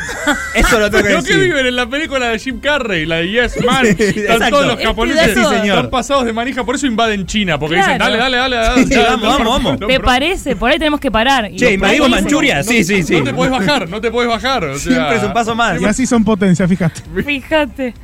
Speaker 7: Eso lo tengo que
Speaker 4: Pero que
Speaker 7: decir.
Speaker 4: viven en la película de Jim Carrey, la de Yes Man. Están
Speaker 7: exacto.
Speaker 4: todos los
Speaker 7: Este
Speaker 4: japoneses
Speaker 8: dato- Sí,
Speaker 7: señor.
Speaker 4: están pasados de manija, por eso invaden China. Porque dicen,
Speaker 8: Claro.
Speaker 4: dale, dale, dale. dale,
Speaker 7: Sí,
Speaker 4: dale,
Speaker 7: vamos,
Speaker 4: no,
Speaker 7: vamos,
Speaker 4: no,
Speaker 7: vamos.
Speaker 4: no,
Speaker 8: ¿Te
Speaker 4: no,
Speaker 8: parece? Por ahí tenemos que parar. Y
Speaker 7: Che,
Speaker 8: los
Speaker 7: invadimos
Speaker 8: países-
Speaker 7: Manchuria. Sí, sí, sí.
Speaker 4: No te podés bajar, no te podés bajar. o sea,
Speaker 7: Siempre es un paso más.
Speaker 6: Y así son potencias, fíjate.
Speaker 8: Fíjate.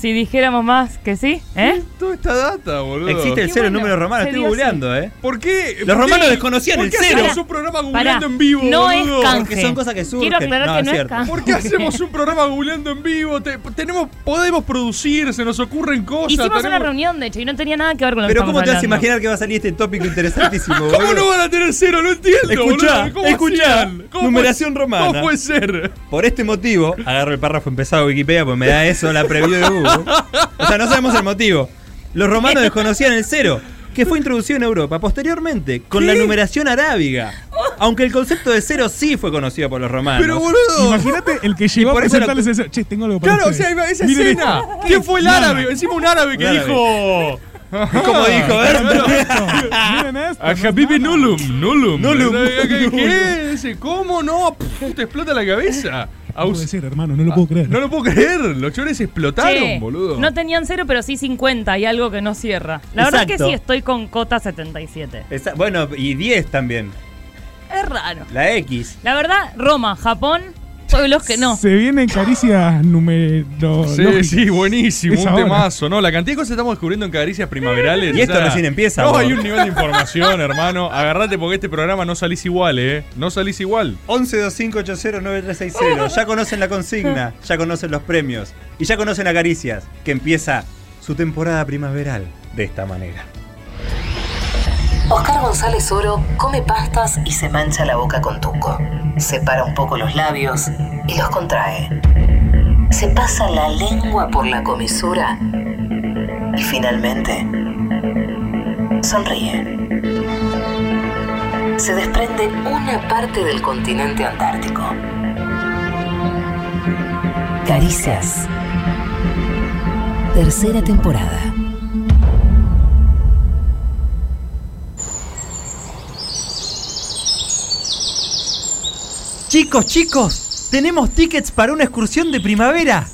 Speaker 8: Si dijéramos más que sí, ¿eh?
Speaker 4: Toda esta data, boludo.
Speaker 7: Existe el
Speaker 8: Y
Speaker 7: cero en
Speaker 8: bueno,
Speaker 7: números romanos,
Speaker 8: se
Speaker 7: estoy
Speaker 8: dio
Speaker 7: googleando, ¿eh?
Speaker 4: ¿Por qué?
Speaker 7: Los
Speaker 4: ¿Por
Speaker 7: romanos
Speaker 4: qué-
Speaker 7: desconocían
Speaker 4: ¿por
Speaker 7: el
Speaker 4: qué
Speaker 7: cero?
Speaker 4: hacemos un programa
Speaker 8: Pará.
Speaker 4: googleando en vivo,
Speaker 8: no
Speaker 4: boludo?
Speaker 8: es canje.
Speaker 7: Porque son cosas que surgen.
Speaker 8: Quiero aclarar
Speaker 7: No,
Speaker 8: que
Speaker 7: es
Speaker 8: no es
Speaker 7: cierto.
Speaker 8: canje.
Speaker 4: ¿Por qué hacemos un programa googleando en vivo? Te- tenemos, podemos producir, se nos ocurren cosas.
Speaker 8: Hicimos una
Speaker 4: tenemos-
Speaker 8: reunión, de hecho, y no tenía nada que ver con lo
Speaker 7: Pero
Speaker 8: que
Speaker 7: ¿cómo
Speaker 8: estamos
Speaker 7: te vas
Speaker 8: hablando.
Speaker 7: a imaginar que va a salir este tópico interesantísimo, boludo?
Speaker 4: ¿Cómo no van a tener cero? No entiendo.
Speaker 7: Escuchá,
Speaker 4: boludo. ¿Cómo
Speaker 7: escuchá.
Speaker 4: hacían? ¿Cómo
Speaker 7: Numeración
Speaker 4: puede-
Speaker 7: romana.
Speaker 4: ¿Cómo puede ser?
Speaker 7: Por este motivo, agarro el párrafo empezado de Wikipedia porque me da eso la preview de Google. O sea, no sabemos el motivo. Los romanos desconocían el cero, que fue introducido en Europa posteriormente con la numeración arábiga. Aunque el concepto de cero sí fue conocido por los romanos.
Speaker 9: Pero boludo.
Speaker 6: Imagínate el que llegó a
Speaker 7: por eso lo-
Speaker 6: presentarles eso. Che, tengo algo para
Speaker 9: Claro, o sea,
Speaker 6: ustedes.
Speaker 9: esa
Speaker 6: Miren
Speaker 9: escena.
Speaker 6: esto.
Speaker 9: ¿Quién fue el
Speaker 6: Nada.
Speaker 9: árabe? Encima un árabe que
Speaker 7: Un
Speaker 9: dijo.
Speaker 4: Ah,
Speaker 7: como dijo, ¿eh?
Speaker 6: Miren esto.
Speaker 4: A Habibi Nulum, Nulum.
Speaker 7: Nulum.
Speaker 4: ¿Qué? ¿Qué? Dice, ¿Cómo no? Pff, Te explota la cabeza.
Speaker 6: No
Speaker 4: Aus-
Speaker 6: puede ser, hermano, no lo puedo creer.
Speaker 4: No lo puedo creer. Los chores explotaron,
Speaker 8: Che,
Speaker 4: boludo.
Speaker 8: No tenían cero, pero sí 50 y algo que no cierra. La verdad que
Speaker 7: Exacto.
Speaker 8: sí estoy con cota 77.
Speaker 7: Esa- bueno, y 10 también.
Speaker 8: Es raro.
Speaker 7: La X.
Speaker 8: La verdad, Roma, Japón, pueblos que no.
Speaker 6: Se vienen caricias número.
Speaker 8: Oh,
Speaker 4: Sí, sí, buenísimo,
Speaker 6: Es
Speaker 4: un
Speaker 6: ahora.
Speaker 4: temazo. No, la cantidad de cosas que estamos descubriendo en Caricias Primaverales.
Speaker 7: Y esto
Speaker 4: o sea,
Speaker 7: recién empieza,
Speaker 4: No,
Speaker 7: vos.
Speaker 4: hay un nivel de información, hermano. Agarrate porque este programa no salís igual, ¿eh? No salís igual.
Speaker 7: 1125809360. Ya conocen la consigna, ya conocen los premios y ya conocen a Caricias, que empieza su temporada primaveral de esta manera.
Speaker 10: Oscar González Oro come pastas y se mancha la boca con tuco. Separa un poco los labios y los contrae. Se pasa la lengua por la comisura y finalmente sonríe. Se desprende una parte del continente antártico. Caricias. Tercera temporada.
Speaker 7: Chicos, chicos, tenemos tickets para una excursión de primavera.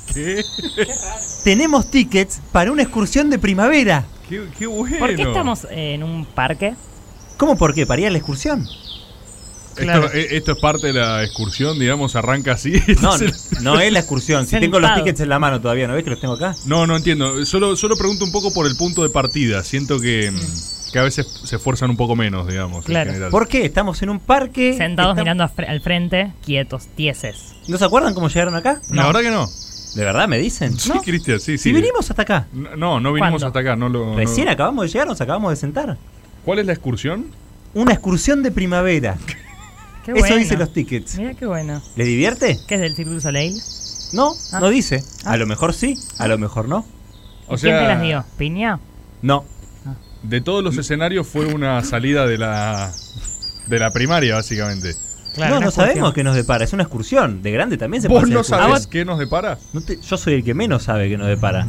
Speaker 7: Tenemos tickets para una excursión de primavera.
Speaker 4: Qué, qué bueno.
Speaker 8: ¿Por qué estamos eh, en un parque?
Speaker 7: ¿Cómo por qué? ¿Para ir a la excursión?
Speaker 4: Esto,
Speaker 8: Claro.
Speaker 4: eh, esto es parte de la excursión, digamos, arranca así.
Speaker 7: No, no es la excursión. Si tengo los
Speaker 8: Sentado.
Speaker 7: tickets en la mano todavía, ¿no ves que los tengo acá?
Speaker 4: No, no entiendo. Solo, solo pregunto un poco por el punto de partida. Siento que, mm, que a veces se esfuerzan un poco menos, digamos.
Speaker 8: Claro.
Speaker 4: En general.
Speaker 7: ¿Por qué? Estamos en un parque.
Speaker 8: Sentados
Speaker 7: estamos-
Speaker 8: mirando a fre- al frente, quietos, tieses.
Speaker 7: ¿No se acuerdan cómo llegaron acá?
Speaker 4: La verdad que no.
Speaker 7: ¿De verdad me dicen?
Speaker 4: Sí,
Speaker 7: ¿No?
Speaker 4: Cristian, sí, sí.
Speaker 7: Si vinimos hasta acá.
Speaker 4: No, no vinimos
Speaker 8: ¿Cuándo?
Speaker 4: hasta acá. No lo, no-
Speaker 7: Recién acabamos de llegar, nos acabamos de sentar.
Speaker 4: ¿Cuál es la excursión?
Speaker 7: Una excursión de primavera.
Speaker 8: Qué
Speaker 7: Eso
Speaker 8: bueno.
Speaker 7: dicen los tickets.
Speaker 8: Mira qué bueno.
Speaker 7: ¿Les divierte?
Speaker 8: ¿Qué es del Cirque du Soleil?
Speaker 7: No,
Speaker 8: Ah.
Speaker 7: no dice. A lo mejor sí, a lo mejor no.
Speaker 8: ¿Quién te
Speaker 4: O sea,
Speaker 8: las dio? ¿Piña?
Speaker 7: No.
Speaker 4: de todos los escenarios fue una salida de la de la primaria, básicamente.
Speaker 7: no,
Speaker 8: una
Speaker 7: no sabemos
Speaker 8: excursión.
Speaker 7: qué nos depara. Es una excursión. De grande también se puede
Speaker 4: ¿Vos
Speaker 7: hacer
Speaker 4: no
Speaker 7: excursión.
Speaker 4: sabés qué nos depara?
Speaker 7: No te- yo soy el que menos sabe que nos depara.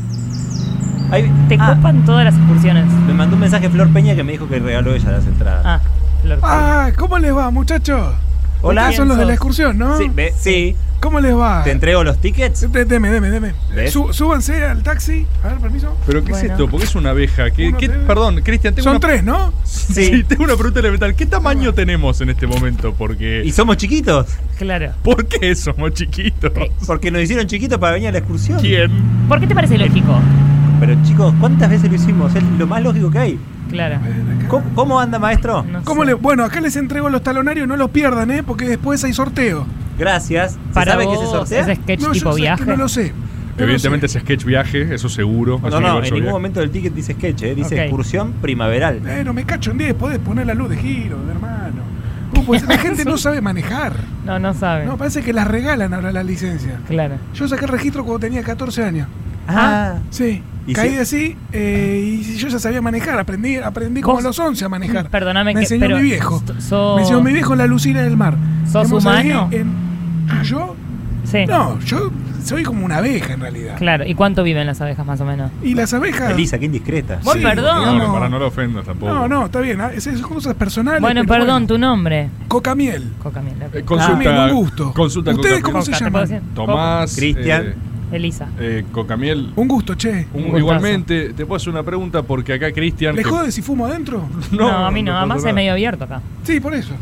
Speaker 7: Ahí-
Speaker 8: Te
Speaker 7: Ah,
Speaker 8: copan todas las excursiones.
Speaker 7: me mandó un mensaje Flor Peña que me dijo que regaló ella las entradas.
Speaker 8: Ah, Flor.
Speaker 6: Ah, ¿cómo les va, muchachos?
Speaker 7: Hola.
Speaker 6: Ustedes son los de la excursión, ¿no?
Speaker 7: Sí, ve- sí.
Speaker 6: ¿Cómo les va?
Speaker 7: ¿Te entrego los tickets?
Speaker 6: De- Deme, deme, deme.
Speaker 7: ¿Ves?
Speaker 6: Sú- súbanse al taxi. A ver, permiso.
Speaker 4: ¿Pero qué es
Speaker 8: Bueno.
Speaker 4: esto? Porque es una abeja. ¿Qué,
Speaker 6: Uno
Speaker 4: qué-
Speaker 6: debe-
Speaker 4: Perdón, Cristian, tengo,
Speaker 6: Son
Speaker 4: una...
Speaker 6: tres, ¿no?
Speaker 4: Sí. tengo una pregunta elemental. ¿Qué tamaño tenemos en este momento? Porque...
Speaker 7: ¿Y somos chiquitos?
Speaker 8: Claro.
Speaker 4: ¿Por qué somos chiquitos?
Speaker 7: Eh, Porque nos hicieron chiquitos para venir a la excursión.
Speaker 4: ¿Quién?
Speaker 8: ¿Por qué te parece lógico?
Speaker 7: Pero chicos, ¿cuántas veces lo hicimos? Es lo más lógico que hay.
Speaker 8: Claro.
Speaker 7: ¿Cómo, cómo anda, maestro?
Speaker 8: No
Speaker 6: ¿Cómo
Speaker 8: sé.
Speaker 6: le- bueno, acá les entrego los talonarios, no los pierdan, ¿eh? Porque después hay sorteo.
Speaker 7: Gracias. ¿Se
Speaker 8: Para
Speaker 7: sabe
Speaker 8: vos,
Speaker 7: que se sortea?
Speaker 8: ¿Es sketch
Speaker 6: no,
Speaker 8: tipo
Speaker 6: yo sé que
Speaker 8: viaje?
Speaker 6: no lo sé. No
Speaker 4: Evidentemente
Speaker 6: lo
Speaker 4: es sketch viaje, eso seguro.
Speaker 7: No,
Speaker 4: Así
Speaker 7: no,
Speaker 4: que
Speaker 7: en
Speaker 4: eso
Speaker 7: ningún
Speaker 4: bien.
Speaker 7: momento del ticket dice sketch, eh, dice
Speaker 8: Ok.
Speaker 7: excursión primaveral.
Speaker 6: sé. Eh, no me cacho en 10, podés poner la luz de giro, hermano. Uh, pues la gente no sabe manejar.
Speaker 8: No, no sabe.
Speaker 6: No, parece que las regalan ahora las licencias.
Speaker 8: Claro.
Speaker 6: Yo saqué el registro cuando tenía 14 años.
Speaker 7: Ah,
Speaker 6: Sí.
Speaker 7: ¿Y
Speaker 6: Caí
Speaker 7: si-
Speaker 6: de así eh, y yo ya sabía manejar. Aprendí, aprendí como a
Speaker 8: ¿Vos?
Speaker 6: los 11 a manejar.
Speaker 8: Perdóname
Speaker 6: Me
Speaker 8: que-
Speaker 6: enseñó
Speaker 8: pero
Speaker 6: mi viejo.
Speaker 8: so- so-
Speaker 6: Me enseñó mi viejo en la lucina del mar.
Speaker 8: ¿Sos
Speaker 6: Hemos
Speaker 8: humano?
Speaker 6: ahí en- ¿Yo?
Speaker 8: Sí.
Speaker 6: No, yo soy como una abeja en realidad.
Speaker 8: Claro. ¿Y cuánto viven las abejas más o menos?
Speaker 6: Y las abejas.
Speaker 7: Elisa, qué indiscreta.
Speaker 8: Vos,
Speaker 6: Sí,
Speaker 8: perdón.
Speaker 4: No,
Speaker 6: digamos-
Speaker 4: para no lo ofendas
Speaker 8: Oh.
Speaker 4: tampoco.
Speaker 6: No, no, está bien. ah, Esas son cosas personales.
Speaker 8: Bueno,
Speaker 6: pero
Speaker 8: perdón, tu nombre.
Speaker 6: Coca miel.
Speaker 8: Coca Miel, ok.
Speaker 4: Eh, consulta,
Speaker 6: Ah, un gusto.
Speaker 4: consulta con
Speaker 6: ¿Ustedes
Speaker 4: Coca-
Speaker 6: cómo se
Speaker 8: Coca, ¿te
Speaker 6: llaman?
Speaker 8: puedo decir?
Speaker 4: Tomás,
Speaker 7: Cristian.
Speaker 4: eh,
Speaker 8: Elisa.
Speaker 4: eh, Cocamiel.
Speaker 6: Un gusto, che.
Speaker 4: Un-
Speaker 8: gustazo.
Speaker 4: igualmente, te puedo hacer una pregunta porque acá Cristian.
Speaker 6: ¿Le
Speaker 4: que-
Speaker 6: jode si fumo adentro?
Speaker 8: No, a mí no, además
Speaker 4: pasa
Speaker 8: es
Speaker 4: nada.
Speaker 8: medio abierto acá.
Speaker 6: Sí, por eso.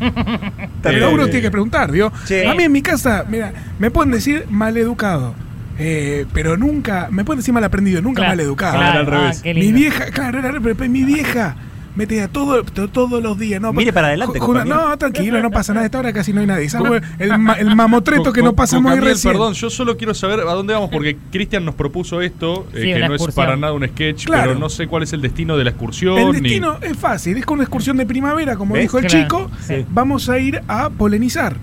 Speaker 4: Eh,
Speaker 6: Pero uno tiene que preguntar, ¿vio?
Speaker 7: Sí.
Speaker 6: A mí en mi casa, mira, me pueden decir maleducado. Eh, pero nunca, me pueden decir mal aprendido, nunca
Speaker 8: Claro,
Speaker 6: maleducado.
Speaker 8: claro,
Speaker 4: Era al revés.
Speaker 8: ah, qué
Speaker 6: Mi
Speaker 8: lindo.
Speaker 6: vieja, claro, era- pero- pero mi vieja me tenía todo, to- todos los días. No,
Speaker 7: Mire
Speaker 6: Pa-
Speaker 7: para adelante,
Speaker 6: Ju-
Speaker 7: compañero.
Speaker 6: No, tranquilo, no pasa nada. A esta hora casi no hay nadie. Salvo el, ma- el mamotreto que
Speaker 4: Co-
Speaker 6: no pasamos ahí
Speaker 4: Cocamiel,
Speaker 6: recién.
Speaker 4: Perdón, yo solo quiero saber a dónde vamos porque Cristian nos propuso esto, eh,
Speaker 8: Sí,
Speaker 4: que no
Speaker 8: una
Speaker 4: es
Speaker 8: excursión.
Speaker 4: para nada un sketch,
Speaker 6: Claro.
Speaker 4: pero no sé cuál es el destino de la excursión.
Speaker 6: El
Speaker 4: ni-
Speaker 6: destino es fácil, es con una excursión de primavera, como
Speaker 7: ¿Ves?
Speaker 6: dijo el
Speaker 8: Claro,
Speaker 6: chico.
Speaker 8: sí.
Speaker 6: Vamos a ir a polinizar.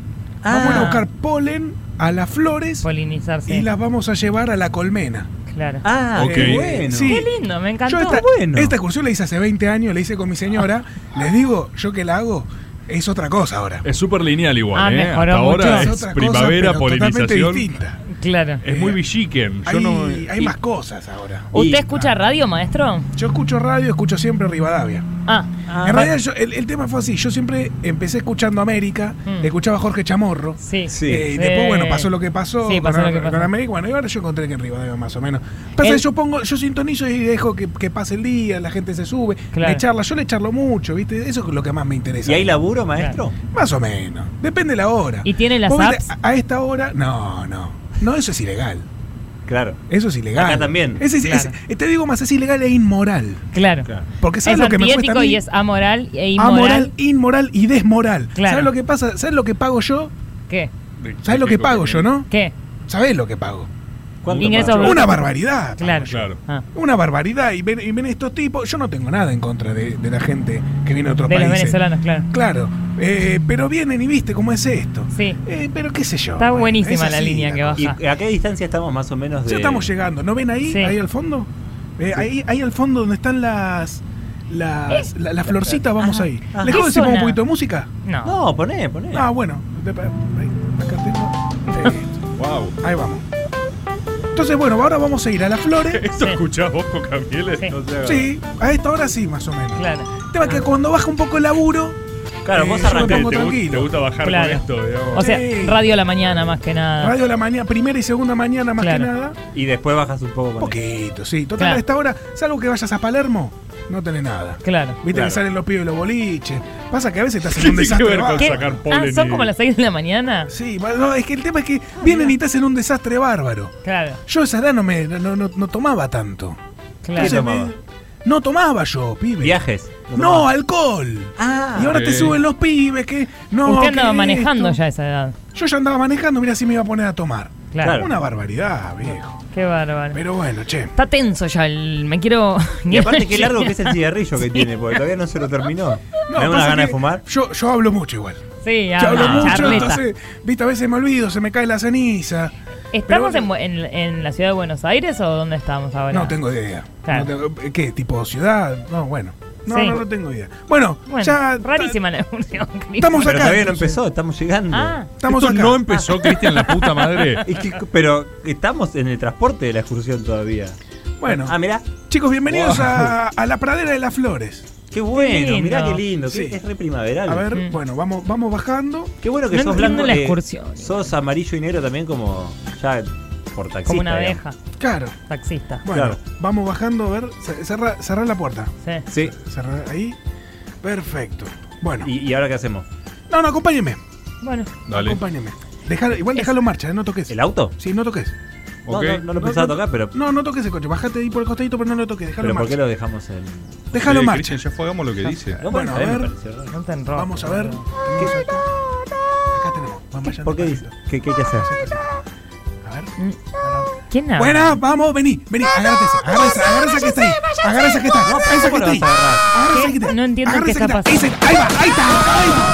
Speaker 7: Ah.
Speaker 6: Vamos a buscar polen a las flores
Speaker 8: Polinizarse.
Speaker 6: y las vamos a llevar a la colmena.
Speaker 8: claro.
Speaker 7: Ah,
Speaker 4: Ok.
Speaker 7: qué bueno.
Speaker 6: Sí.
Speaker 8: Qué lindo, me encantó.
Speaker 6: Yo esta,
Speaker 7: bueno.
Speaker 6: esta excursión la hice hace 20 años, la hice con mi señora. Les digo, yo que la hago, es otra cosa ahora.
Speaker 4: Es súper lineal igual,
Speaker 8: Ah,
Speaker 4: ¿eh?
Speaker 8: mejoró
Speaker 4: Hasta ahora
Speaker 8: mucho.
Speaker 4: es, primavera,
Speaker 6: pero totalmente
Speaker 4: polinización.
Speaker 6: distinta.
Speaker 8: Claro.
Speaker 4: Es muy villiquen. Yo
Speaker 6: Hay,
Speaker 4: no.
Speaker 6: hay
Speaker 4: y-
Speaker 6: más cosas ahora.
Speaker 8: ¿Usted
Speaker 7: Y-
Speaker 8: escucha radio, maestro?
Speaker 6: Yo escucho radio, escucho siempre Rivadavia.
Speaker 8: Ah,
Speaker 7: Ah,
Speaker 6: en realidad, yo- el, el tema fue así. Yo siempre empecé escuchando América,
Speaker 8: Mm.
Speaker 6: escuchaba a Jorge Chamorro.
Speaker 8: sí.
Speaker 7: Sí.
Speaker 6: Eh, y
Speaker 8: Sí.
Speaker 6: después, bueno, pasó lo que pasó,
Speaker 8: Sí, pasó
Speaker 6: con,
Speaker 8: lo que
Speaker 6: con
Speaker 8: pasó.
Speaker 6: América. Bueno, y ahora yo encontré que en Rivadavia más o menos. Pasa
Speaker 8: El-
Speaker 6: que yo pongo, yo sintonizo y dejo que, que pase el día, la gente se sube,
Speaker 8: Claro.
Speaker 6: me charla, yo le charlo mucho, ¿viste? Eso es lo que más me interesa.
Speaker 7: ¿Y hay laburo, maestro?
Speaker 6: Más o menos. Depende de la hora.
Speaker 8: ¿Y tiene las
Speaker 6: Vos viste,
Speaker 8: apps?
Speaker 6: A, a esta hora, no, no. No, eso es ilegal.
Speaker 7: Claro.
Speaker 6: Eso es ilegal.
Speaker 7: Acá también.
Speaker 6: Es- es-
Speaker 8: Claro.
Speaker 6: es- te digo más, es ilegal e inmoral.
Speaker 8: Claro.
Speaker 7: Claro.
Speaker 6: Porque
Speaker 8: Es
Speaker 6: sabes lo que me cuesta
Speaker 8: antiético
Speaker 6: a mí?
Speaker 8: y es amoral e inmoral.
Speaker 6: Amoral, inmoral y desmoral.
Speaker 8: Claro.
Speaker 6: ¿Sabes lo que pasa? ¿Sabes lo que pago yo?
Speaker 8: ¿Qué?
Speaker 6: ¿Sabes lo que pago yo, no?
Speaker 8: ¿Qué?
Speaker 6: ¿Sabes lo que pago?
Speaker 7: ¿Cuánto
Speaker 8: Ingreso
Speaker 7: pasa?
Speaker 8: bruto.
Speaker 6: Una barbaridad. pago
Speaker 8: Claro.
Speaker 6: yo.
Speaker 4: Claro.
Speaker 8: Ah.
Speaker 6: Una barbaridad. Y ven, y ven estos tipos. Yo no tengo nada en contra de, de la gente que viene de otros
Speaker 8: De los
Speaker 6: países.
Speaker 8: venezolanos, claro.
Speaker 6: Claro. Eh, pero vienen y viste cómo es esto.
Speaker 8: Sí.
Speaker 6: Eh, pero qué sé yo.
Speaker 8: Está
Speaker 6: bueno,
Speaker 8: buenísima
Speaker 6: es
Speaker 8: la
Speaker 6: así
Speaker 8: línea que
Speaker 6: cosa.
Speaker 8: baja.
Speaker 7: ¿Y a qué distancia estamos más o menos de.?
Speaker 6: Ya estamos llegando. ¿No ven ahí?
Speaker 8: Sí.
Speaker 6: Ahí al fondo. Eh, ahí, ahí al fondo donde están las. Las, la- las florcitas, vamos
Speaker 8: Ajá.
Speaker 6: ahí.
Speaker 7: Ajá.
Speaker 6: ¿Les
Speaker 8: ¿Qué
Speaker 6: puedo decir un
Speaker 8: zona?
Speaker 6: poquito de música?
Speaker 8: No.
Speaker 7: No, poné, poné.
Speaker 6: Ah, bueno. de- ahí, Acá tengo. Eh,
Speaker 4: ¡Wow!
Speaker 6: ahí vamos. Entonces, bueno, ahora vamos a ir a las flores.
Speaker 4: ¿Esto
Speaker 8: Sí.
Speaker 4: escuchás vos, Cocamieles?
Speaker 8: Sí.
Speaker 6: Sí, a esta hora sí, más o menos.
Speaker 8: Claro.
Speaker 6: El tema es que cuando baja un poco el laburo.
Speaker 7: claro,
Speaker 6: eh,
Speaker 7: vos
Speaker 6: yo me
Speaker 7: arrancaste.
Speaker 6: pongo
Speaker 4: Ah. te, gu-
Speaker 6: tranquilo.
Speaker 4: te gusta bajar
Speaker 8: Claro.
Speaker 4: con esto, digamos.
Speaker 8: O sea,
Speaker 6: Sí.
Speaker 8: radio a la mañana más que nada.
Speaker 6: Radio de la mañana, primera y segunda mañana más
Speaker 8: Claro.
Speaker 6: que nada.
Speaker 7: Y después bajas un poco
Speaker 6: Un
Speaker 7: con
Speaker 6: poquito, sí. Total,
Speaker 8: Claro.
Speaker 6: a esta hora, salvo que vayas a Palermo, no tenés nada.
Speaker 8: Claro.
Speaker 6: Viste
Speaker 4: Claro.
Speaker 6: que salen los pibes y los boliches. Pasa que a veces estás en
Speaker 4: Tiene
Speaker 6: un
Speaker 4: que
Speaker 6: desastre.
Speaker 4: ver con
Speaker 6: bárbaro.
Speaker 4: sacar
Speaker 8: Ah,
Speaker 4: polen.
Speaker 8: son
Speaker 4: y-
Speaker 8: como las 6 de la mañana.
Speaker 6: Sí, bueno, no, es que el tema es que vienen y te hacen un desastre bárbaro.
Speaker 8: Ah, Claro,
Speaker 6: Yo esa edad no, me, no, no- no tomaba tanto.
Speaker 8: claro.
Speaker 7: ¿Qué
Speaker 6: Entonces
Speaker 7: tomaba?
Speaker 6: me- no tomaba yo, pibe.
Speaker 7: Viajes.
Speaker 6: No, alcohol.
Speaker 7: Ah.
Speaker 6: y ahora te
Speaker 4: ok.
Speaker 6: suben los pibes que. No,
Speaker 8: Usted
Speaker 6: que
Speaker 8: andaba
Speaker 6: esto.
Speaker 8: manejando ya a esa edad.
Speaker 6: Yo ya andaba manejando, mira si me iba a poner a tomar.
Speaker 8: Claro.
Speaker 7: Claro.
Speaker 6: Una barbaridad, viejo.
Speaker 8: Qué bárbaro.
Speaker 6: Pero bueno, che.
Speaker 8: Está tenso ya el. Me quiero.
Speaker 7: Y aparte, qué largo que es el cigarrillo que tiene, porque todavía no se lo terminó.
Speaker 6: No,
Speaker 7: ¿Me da una
Speaker 6: pasa
Speaker 7: gana
Speaker 6: que
Speaker 7: de fumar?
Speaker 6: Yo, yo hablo mucho igual.
Speaker 8: Sí,
Speaker 6: yo hablo
Speaker 8: habla,
Speaker 6: mucho,
Speaker 8: charleta.
Speaker 6: entonces, viste, a veces me olvido, se me cae la ceniza.
Speaker 8: ¿Estamos
Speaker 6: Pero
Speaker 8: en, Bu- en- en la ciudad de Buenos Aires o dónde estamos ahora?
Speaker 6: No tengo idea.
Speaker 8: Claro.
Speaker 6: No tengo- ¿Qué? ¿Tipo ciudad? No, bueno. No,
Speaker 8: Sí.
Speaker 6: no, no tengo idea. Bueno,
Speaker 8: Bueno,
Speaker 6: ya.
Speaker 8: rarísima la evolución.
Speaker 6: Estamos
Speaker 7: Pero
Speaker 6: acá.
Speaker 7: todavía no
Speaker 6: entonces.
Speaker 7: empezó, estamos llegando.
Speaker 8: Ah,
Speaker 6: Estamos
Speaker 4: Esto
Speaker 6: acá.
Speaker 4: no empezó, Cristian, la puta madre.
Speaker 7: Es que- pero estamos en el transporte de la excursión todavía.
Speaker 6: Bueno,
Speaker 7: Ah, mirá.
Speaker 6: chicos, bienvenidos
Speaker 7: Wow.
Speaker 6: a, a la pradera de las flores.
Speaker 7: Qué bueno,
Speaker 8: lindo.
Speaker 7: mirá qué lindo.
Speaker 6: Sí.
Speaker 7: Es re primaveral.
Speaker 6: A ver,
Speaker 8: Mm.
Speaker 6: bueno, vamos, vamos bajando.
Speaker 7: Qué bueno que
Speaker 8: No
Speaker 7: sos
Speaker 8: entiendo
Speaker 7: blanco.
Speaker 8: la
Speaker 7: eh,
Speaker 8: excursión.
Speaker 7: sos amarillo y negro también como ya por taxista.
Speaker 8: como una
Speaker 7: digamos.
Speaker 8: abeja,
Speaker 6: Claro.
Speaker 8: taxista.
Speaker 6: Bueno,
Speaker 7: Claro.
Speaker 6: vamos bajando, a ver. Cerrar la puerta.
Speaker 8: Sí.
Speaker 7: Sí.
Speaker 6: Cerrar ahí. Perfecto. Bueno.
Speaker 7: ¿Y, y ahora qué hacemos?
Speaker 6: No, no, acompáñenme.
Speaker 8: Bueno,
Speaker 4: Dale.
Speaker 6: Acompáñenme. Dejalo- igual déjalo en marcha, eh, no toques.
Speaker 7: ¿El auto?
Speaker 6: Sí, no toques.
Speaker 7: No,
Speaker 4: Ok.
Speaker 7: no, no lo pensaba tocar, pero,
Speaker 6: No, no toques el coche. Bajate ahí por el costadito, pero no lo toques. Déjalo
Speaker 7: pero
Speaker 6: en
Speaker 7: ¿por qué
Speaker 6: marcha.
Speaker 7: lo dejamos en.?
Speaker 6: Déjalo en
Speaker 4: Eh,
Speaker 6: marcha.
Speaker 4: Cristian, ya fue, hagamos lo que dice.
Speaker 7: No,
Speaker 6: Bueno, a
Speaker 7: me
Speaker 6: ver.
Speaker 7: pareció raro.
Speaker 8: no te enrosques.
Speaker 6: Vamos a ver. Tenemos acá. Acá tenemos. Vamos allá.
Speaker 7: ¿Por qué dice? ¿Qué, qué hay que hacer?
Speaker 6: A ver.
Speaker 8: Mm. ¿Quién habla?
Speaker 6: Buena, vamos, vení, vení, agárrate esa, agárrate esa, agárrate esa que está ahí, agárrate esa que está, agárrate esa que
Speaker 7: ¿Cómo lo
Speaker 6: está ahí,
Speaker 7: vas a agarrar?
Speaker 6: agárrate esa que está ahí.
Speaker 8: No entiendo
Speaker 6: Agárrate
Speaker 8: qué
Speaker 6: esa que
Speaker 8: está
Speaker 6: ahí, se- ahí va, ahí está, ahí va,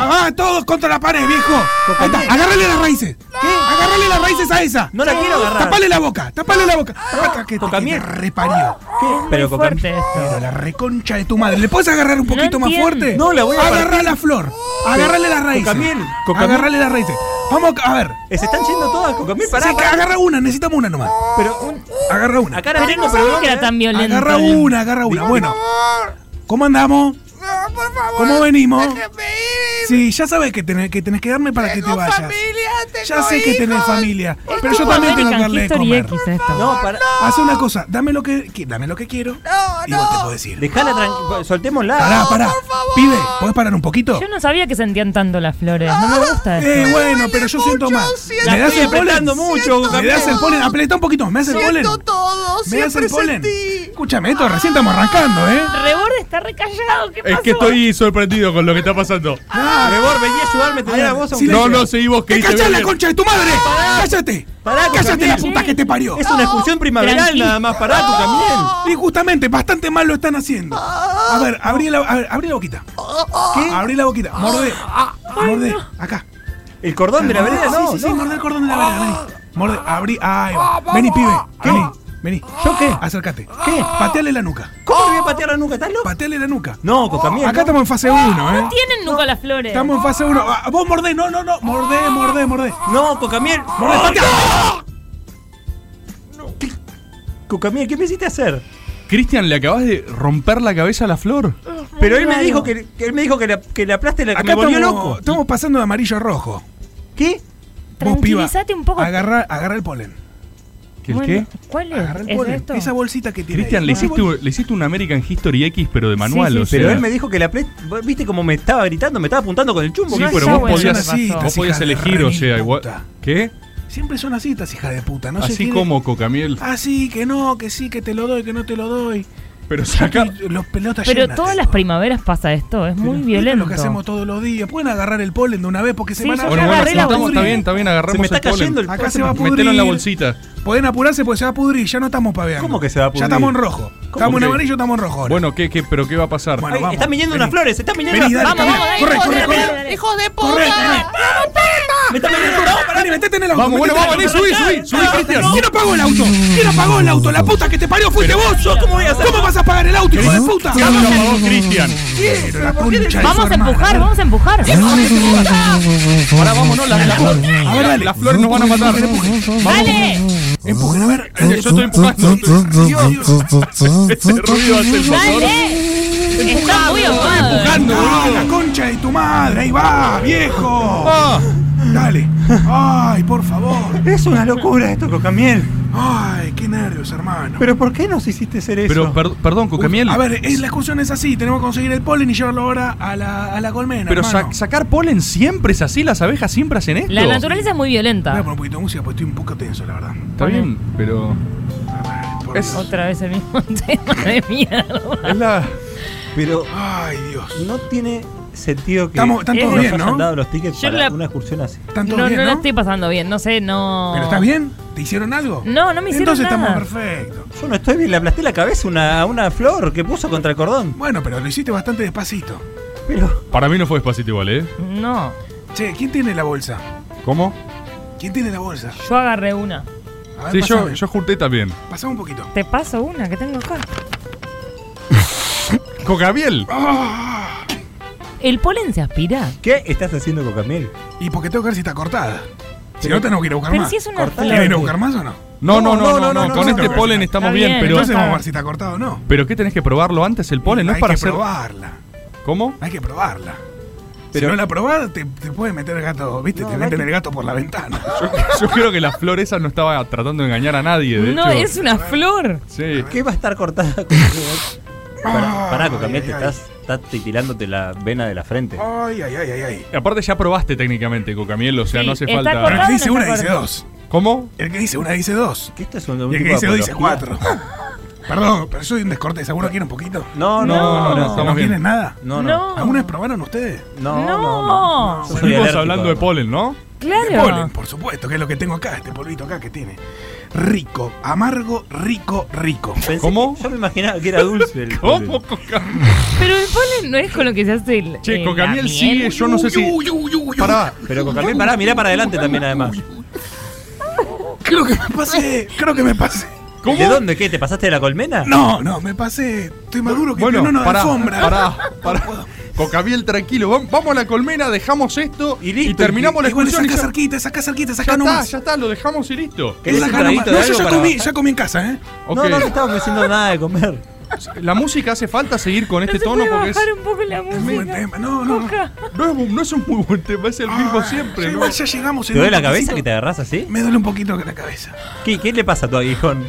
Speaker 6: Ah, va, todos contra la pared, viejo, ahí está, agárrale las raíces, agárrale las raíces a esa,
Speaker 7: No la quiero agarrar.
Speaker 6: tapale la boca, tapale la
Speaker 8: Ah,
Speaker 6: boca, Acá que te- que te
Speaker 7: Cocamiel.
Speaker 6: reparió.
Speaker 7: ¿Qué? Pero
Speaker 8: Muy
Speaker 7: con cam-
Speaker 8: fuerte
Speaker 6: Pero
Speaker 8: esto.
Speaker 6: la reconcha de tu madre. ¿Le puedes agarrar un poquito más
Speaker 8: entiendo.
Speaker 6: fuerte?
Speaker 7: No, la voy a
Speaker 6: Agarrar
Speaker 7: partir.
Speaker 6: la flor. Agarrarle las raíces.
Speaker 7: Cocamiel, cocamiel.
Speaker 6: Agarrarle las raíces. Vamos a ver.
Speaker 7: Eh, Se están yendo todas con Camil, pará.
Speaker 6: Sí, que
Speaker 7: pará.
Speaker 6: agarra una, necesitamos una nomás.
Speaker 7: Pero un-
Speaker 6: Agarra una.
Speaker 7: acá la
Speaker 8: Pero
Speaker 7: tengo, ¿eh?
Speaker 8: no
Speaker 7: pero.
Speaker 8: sabía que era tan violento.
Speaker 6: Agarra
Speaker 8: el-
Speaker 6: una, agarra una. Bueno. ¿Cómo andamos?
Speaker 5: No, por favor.
Speaker 6: ¿Cómo venimos?
Speaker 5: déjame ir.
Speaker 6: Sí, ya sabes que tenés que, tenés que darme para que te vayas.
Speaker 5: Familia,
Speaker 6: ya sé que tenés familia. Pero yo
Speaker 8: Como
Speaker 6: también tengo que
Speaker 8: American
Speaker 6: darle de
Speaker 8: History
Speaker 6: comer.
Speaker 8: X esto.
Speaker 7: No, pará.
Speaker 6: Haz una cosa, dame lo que, qui- dame lo que quiero. y vos te podés ir.
Speaker 7: Dejala tranquila. Soltémosla.
Speaker 6: Pará, pará. Pibe, ¿podés parar un poquito?
Speaker 8: Yo no sabía que sentían tanto las flores. No me gusta esto.
Speaker 6: Eh, bueno, pero yo siento más.
Speaker 7: La
Speaker 6: ¿Me das
Speaker 7: estoy
Speaker 6: el polen?
Speaker 7: apretando mucho,
Speaker 6: ¿Me das el
Speaker 7: Gabriel.
Speaker 6: polen? Apretá un poquito. ¿Me das el polen?
Speaker 5: todo.
Speaker 6: ¿Me das el polen? Escúchame, esto recién estamos arrancando, ¿eh?
Speaker 8: Reborde está recallado. ¿Qué pasó?
Speaker 4: Es que estoy sorprendido con lo que está pasando.
Speaker 7: Rebor, vení a ayudarme, tenía la voz a un
Speaker 6: silencio.
Speaker 4: No, no, seguí vos, que
Speaker 6: ¡Que
Speaker 4: dice
Speaker 6: callás la
Speaker 4: bien.
Speaker 6: concha de tu madre! ¡Cállate!
Speaker 7: Pará,
Speaker 6: ¡Cállate
Speaker 7: Gabriel.
Speaker 6: la puta que te parió!
Speaker 7: Es una excursión primaveral
Speaker 8: Tranquilo.
Speaker 7: nada más, pará tú también.
Speaker 6: Y justamente, bastante mal lo están haciendo. A ver, abrí la, a ver, abrí la boquita. ¿Qué? Ah, Abrí la boquita. Mordé. Mordé. Acá.
Speaker 7: El cordón de la vereda,
Speaker 6: Ah, Sí,
Speaker 7: no.
Speaker 6: sí, sí,
Speaker 7: no. Ah,
Speaker 6: mordé el cordón de la vereda. Vení. Mordé. Abrí. Ahí va. Vení, pibe. Vení. Vení.
Speaker 7: ¿Yo Ah. qué? Ah.
Speaker 6: Acércate. ¿Qué? Pateale la nuca.
Speaker 7: ¿Cómo le voy a patear la nuca? ¿Estás loco?
Speaker 6: Pateale la nuca.
Speaker 7: No, coca miel,
Speaker 6: Acá
Speaker 7: ¿no?
Speaker 6: estamos en fase 1, ¿eh?
Speaker 8: Tienen nunca las flores.
Speaker 6: Estamos en fase 1. Vos mordés, no, no, no. Mordé, mordé, mordé.
Speaker 7: No, Cocamiel.
Speaker 6: Mordé, patea.
Speaker 7: Cocamiel, ¿qué me hiciste hacer?
Speaker 4: Cristian, le acabas de romper la cabeza a la flor.
Speaker 7: Pero él me dijo que, que él me dijo que le, que le aplaste la que
Speaker 6: Acá
Speaker 7: me volvió
Speaker 6: estamos,
Speaker 7: loco.
Speaker 6: estamos pasando de amarillo a rojo.
Speaker 7: ¿Qué?
Speaker 6: Vos, piba.
Speaker 8: Tranquilízate un poco.
Speaker 6: Agarra, agarra el polen.
Speaker 4: ¿Qué, el
Speaker 8: Bueno,
Speaker 4: qué?
Speaker 8: ¿Cuál es?
Speaker 6: Agarra el
Speaker 8: ¿Es
Speaker 6: polen.
Speaker 8: esto?
Speaker 6: Esa bolsita que tiene.
Speaker 4: Cristian,
Speaker 6: ahí.
Speaker 4: le
Speaker 6: Esa
Speaker 4: hiciste,
Speaker 6: bol-
Speaker 4: un- le hiciste un American History X, pero de manual,
Speaker 8: sí,
Speaker 4: o
Speaker 8: sí.
Speaker 4: sea.
Speaker 7: Pero él me dijo que le aplaste. ¿Viste cómo me estaba gritando? Me estaba apuntando con el chumbo.
Speaker 4: Sí,
Speaker 7: ¿no?
Speaker 4: pero
Speaker 8: ya,
Speaker 4: vos
Speaker 8: bueno,
Speaker 4: podías,
Speaker 8: ya me pasó.
Speaker 4: vos podías
Speaker 6: Hijas de
Speaker 4: elegir, o sea,
Speaker 6: remil
Speaker 4: igual.
Speaker 6: puta.
Speaker 4: ¿Qué?
Speaker 6: Siempre son así estas hijas de puta, no sé
Speaker 4: Así
Speaker 6: qué-
Speaker 4: como Cocamiel.
Speaker 6: Ah, sí, que no, que sí, que te lo doy, que no te lo doy.
Speaker 4: Pero saca.
Speaker 6: Y Los pelotas
Speaker 8: Pero
Speaker 6: llenas
Speaker 8: todas
Speaker 6: tengo.
Speaker 8: las primaveras pasa esto, es muy
Speaker 6: Pero
Speaker 8: violento.
Speaker 6: Lo que hacemos todos los días. Pueden agarrar el polen de una vez porque se
Speaker 8: Sí,
Speaker 6: van a
Speaker 8: yo
Speaker 4: Bueno,
Speaker 8: ya
Speaker 4: bueno,
Speaker 8: agarré
Speaker 4: sí,
Speaker 8: la
Speaker 4: estamos-
Speaker 8: bolsa.
Speaker 4: está bien, está bien, agarramos
Speaker 7: Se me está
Speaker 4: el polen.
Speaker 7: cayendo el
Speaker 6: Acá se va a pudrir.
Speaker 4: Metelo en la bolsita.
Speaker 6: Pueden apurarse porque se va a pudrir. Ya no estamos paveando.
Speaker 7: ¿Cómo que se va a pudrir?
Speaker 6: Ya estamos en rojo. Estamos en
Speaker 4: que?
Speaker 6: amarillo, estamos en rojo. ahora.
Speaker 4: Bueno, ¿qué, qué, pero ¿qué va a pasar?
Speaker 6: Bueno,
Speaker 7: Ay,
Speaker 6: vamos,
Speaker 7: están viniendo
Speaker 6: vení.
Speaker 7: unas flores, están viniendo
Speaker 6: Vení,
Speaker 7: unas
Speaker 6: dale,
Speaker 7: flores.
Speaker 8: Vamos,
Speaker 6: camina.
Speaker 8: vamos,
Speaker 6: corre,
Speaker 8: vamos,
Speaker 6: corre,
Speaker 8: dale,
Speaker 6: corre.
Speaker 8: dale, dale.
Speaker 5: ¡Hijos de
Speaker 6: Corre,
Speaker 5: puta!
Speaker 7: Me están viniendo
Speaker 6: Vamos, vení, metete en el auto.
Speaker 4: Vamos, bueno,
Speaker 6: metete
Speaker 4: vamos,
Speaker 6: en el
Speaker 4: vení,
Speaker 6: auto.
Speaker 4: subí, subí, subí,
Speaker 6: Ah,
Speaker 4: Cristian.
Speaker 6: ¿Quién apagó el auto? ¿Quién apagó el auto? La puta que te parió fuiste vos. ¿Cómo voy a hacer? ¿Cómo vas a pagar el auto, hijo de puta?
Speaker 4: Vamos, Cristian.
Speaker 6: Pero la concha de su
Speaker 8: Vamos a
Speaker 6: hermana.
Speaker 8: empujar, vamos a empujar.
Speaker 4: Ahora vámonos, las la,
Speaker 6: A ver, dale.
Speaker 4: las flores nos van a matar.
Speaker 8: Dale,
Speaker 6: Empujen, Eh, a ver.
Speaker 4: Yo estoy empujando. Este ruido hace el motor.
Speaker 8: dale. Está muy ahogado. eh.
Speaker 4: Empujando,
Speaker 6: Ah,
Speaker 4: boludo.
Speaker 6: la concha de tu madre. Ahí va, viejo.
Speaker 4: Ah,
Speaker 6: Dale. Ay, por favor.
Speaker 7: Es una locura esto, Cocamiel.
Speaker 6: Ay, qué nervios, hermano.
Speaker 7: Pero ¿por qué nos hiciste hacer eso?
Speaker 4: Pero per- perdón, Cocamiel.
Speaker 6: A ver, es- la excursión es así. Tenemos que conseguir el polen y llevarlo ahora a la, a la colmena.
Speaker 4: Pero
Speaker 6: hermano.
Speaker 4: sa- sacar polen siempre es así, las abejas siempre hacen esto.
Speaker 8: La naturaleza es muy
Speaker 6: Voy a
Speaker 8: violenta.
Speaker 6: poner un poquito de música porque estoy un poco tenso, la verdad.
Speaker 4: Está bien, pero.
Speaker 6: Ay, por
Speaker 4: Es-
Speaker 6: Dios.
Speaker 8: Otra vez el mismo tema de mierda.
Speaker 4: Es la.
Speaker 7: Pero
Speaker 6: Ay, Dios.
Speaker 7: no tiene sentido que
Speaker 6: Estamos, están
Speaker 8: Es
Speaker 6: todos
Speaker 8: de-
Speaker 7: nos
Speaker 6: bien,
Speaker 7: hayan
Speaker 6: ¿no?
Speaker 7: dado los tickets
Speaker 8: Yo
Speaker 7: para
Speaker 8: la-
Speaker 7: una excursión así.
Speaker 6: Están
Speaker 8: No,
Speaker 6: todos
Speaker 8: no
Speaker 6: bien,
Speaker 8: la
Speaker 6: ¿no?
Speaker 8: estoy pasando bien, no sé, no.
Speaker 6: ¿Pero estás bien? ¿Te hicieron algo?
Speaker 8: No, no me hicieron
Speaker 6: Entonces
Speaker 8: nada.
Speaker 6: estamos perfectos.
Speaker 7: Mm. Yo no estoy bien, le aplasté la cabeza una- a una flor que puso contra el cordón.
Speaker 6: Bueno, pero lo hiciste bastante despacito.
Speaker 7: Pero
Speaker 4: Para mí no fue despacito igual, ¿eh?
Speaker 8: No,
Speaker 6: Che, ¿quién tiene la bolsa?
Speaker 4: ¿Cómo?
Speaker 6: ¿Quién tiene la bolsa?
Speaker 8: yo agarré una.
Speaker 6: A ver,
Speaker 4: Sí, yo,
Speaker 6: pasame.
Speaker 4: yo junté también.
Speaker 6: Pasame un poquito.
Speaker 8: Te paso una que tengo acá.
Speaker 4: Cocamiel.
Speaker 6: Ah.
Speaker 8: ¿El polen se aspira?
Speaker 7: ¿qué estás haciendo, Cocamiel?
Speaker 6: Y porque tengo que ver si está cortada. Si
Speaker 7: Pero-
Speaker 6: no, tenemos que ir a buscar
Speaker 8: Pero
Speaker 6: más.
Speaker 8: si es una
Speaker 7: cortala.
Speaker 6: ¿Quieren ir a
Speaker 8: flor.
Speaker 6: buscar más o no?
Speaker 4: No, no, no, no, no,
Speaker 7: no,
Speaker 4: Con
Speaker 7: no,
Speaker 4: este
Speaker 6: no.
Speaker 4: polen
Speaker 6: Está
Speaker 4: estamos bien,
Speaker 8: bien,
Speaker 4: pero.
Speaker 6: Entonces
Speaker 8: está.
Speaker 6: vamos a ver si está cortada o no.
Speaker 4: ¿Pero qué tenés que probarlo antes el polen? No es
Speaker 6: Hay
Speaker 4: para
Speaker 6: que
Speaker 4: hacer.
Speaker 6: probarla.
Speaker 4: ¿Cómo?
Speaker 6: Hay que probarla.
Speaker 7: Pero-
Speaker 6: si no la probás, te, te puede meter el gato, ¿viste? te meten el gato por la ventana.
Speaker 4: Yo, yo creo que la flor esa no estaba tratando de engañar a nadie, de
Speaker 8: No,
Speaker 4: hecho.
Speaker 8: es una flor.
Speaker 4: Sí.
Speaker 7: ¿Qué va a estar cortada? Pará, pará, Cocamiel, te estás, estás titilándote la vena de la frente.
Speaker 6: Ay, ay, ay, ay, ay.
Speaker 4: Y Aparte ya probaste técnicamente, Cocamiel, o sea,
Speaker 8: Sí,
Speaker 4: no hace
Speaker 8: está
Speaker 4: falta...
Speaker 6: Pero el
Speaker 8: Cortada
Speaker 6: que
Speaker 8: no
Speaker 6: dice
Speaker 8: está
Speaker 6: una dice
Speaker 8: cortada.
Speaker 6: dos.
Speaker 4: ¿Cómo?
Speaker 6: El que dice una dice dos.
Speaker 7: ¿Qué esto es un, un
Speaker 6: Y
Speaker 7: tipo
Speaker 6: el que
Speaker 7: de
Speaker 6: dice dos dice
Speaker 7: apología?
Speaker 6: cuatro. Perdón, pero soy un descortés. ¿Alguno quiere un poquito?
Speaker 7: No, no,
Speaker 4: No, no,
Speaker 7: no, no.
Speaker 4: estamos
Speaker 6: ¿No
Speaker 4: bien.
Speaker 6: quieren nada?
Speaker 7: No, no.
Speaker 6: ¿Alguna vez probaron ustedes?
Speaker 7: No, no, no.
Speaker 8: No,
Speaker 7: Yo soy
Speaker 4: Estuvimos
Speaker 7: alérgico,
Speaker 4: hablando de
Speaker 7: además.
Speaker 4: polen, ¿no?
Speaker 6: De
Speaker 8: claro.
Speaker 6: polen, por supuesto, que es lo que tengo acá, este polvito acá que tiene. Rico, amargo, rico, rico.
Speaker 7: Pensé
Speaker 4: ¿Cómo?
Speaker 7: que- yo me imaginaba que era dulce. el
Speaker 4: ¿Cómo,
Speaker 7: polen.
Speaker 4: Cocamiel?
Speaker 8: Pero el polen no es con lo que se hace el.
Speaker 4: Che,
Speaker 8: eh,
Speaker 4: Cocamiel
Speaker 8: la
Speaker 4: sigue,
Speaker 8: miel.
Speaker 4: yo no sé si...
Speaker 6: Uy, uy, uy, uy.
Speaker 4: Pará.
Speaker 7: Pero Cocamiel, pará, mirá para adelante también, además.
Speaker 6: Creo que me pasé, creo que me pasé.
Speaker 4: ¿Cómo?
Speaker 7: ¿De dónde? ¿Qué? ¿Te pasaste de la colmena?
Speaker 6: No, no, me pasé. Estoy más duro que
Speaker 4: Bueno,
Speaker 6: el no,
Speaker 4: pará,
Speaker 6: alfombra.
Speaker 4: pará, pará. Cocamiel, tranquilo. vam- Vamos a la colmena, dejamos esto
Speaker 7: Y listo,
Speaker 4: terminamos la
Speaker 6: Igual
Speaker 4: excursión y
Speaker 6: saca
Speaker 4: ya,
Speaker 6: cerquita, saca cerquita,
Speaker 4: ya
Speaker 6: saca
Speaker 4: está,
Speaker 6: nomás.
Speaker 4: ya está, lo dejamos y listo.
Speaker 7: ¿Querés un
Speaker 6: Saca
Speaker 7: traguito
Speaker 6: nomás.
Speaker 7: de
Speaker 6: No,
Speaker 7: algo
Speaker 6: yo ya
Speaker 7: para-
Speaker 6: comí, ya comí en casa, ¿eh?
Speaker 4: Ok,
Speaker 7: No, no, no estábamos haciendo nada de comer.
Speaker 4: la música hace falta seguir con
Speaker 8: No
Speaker 4: este
Speaker 8: se
Speaker 4: tono
Speaker 8: puede
Speaker 4: porque es,
Speaker 8: bajar un poco la
Speaker 6: muy buen
Speaker 8: música.
Speaker 6: tema. No, no.
Speaker 8: Coca.
Speaker 4: no, es, un- no es un muy buen tema, es el mismo
Speaker 6: Ah, ya
Speaker 4: siempre. ¿no?
Speaker 6: Igual ya llegamos.
Speaker 7: ¿Te duele la cabeza que te agarras así?
Speaker 6: Me duele un poquito la cabeza.
Speaker 7: ¿Qué, qué le pasa a tu aguijón?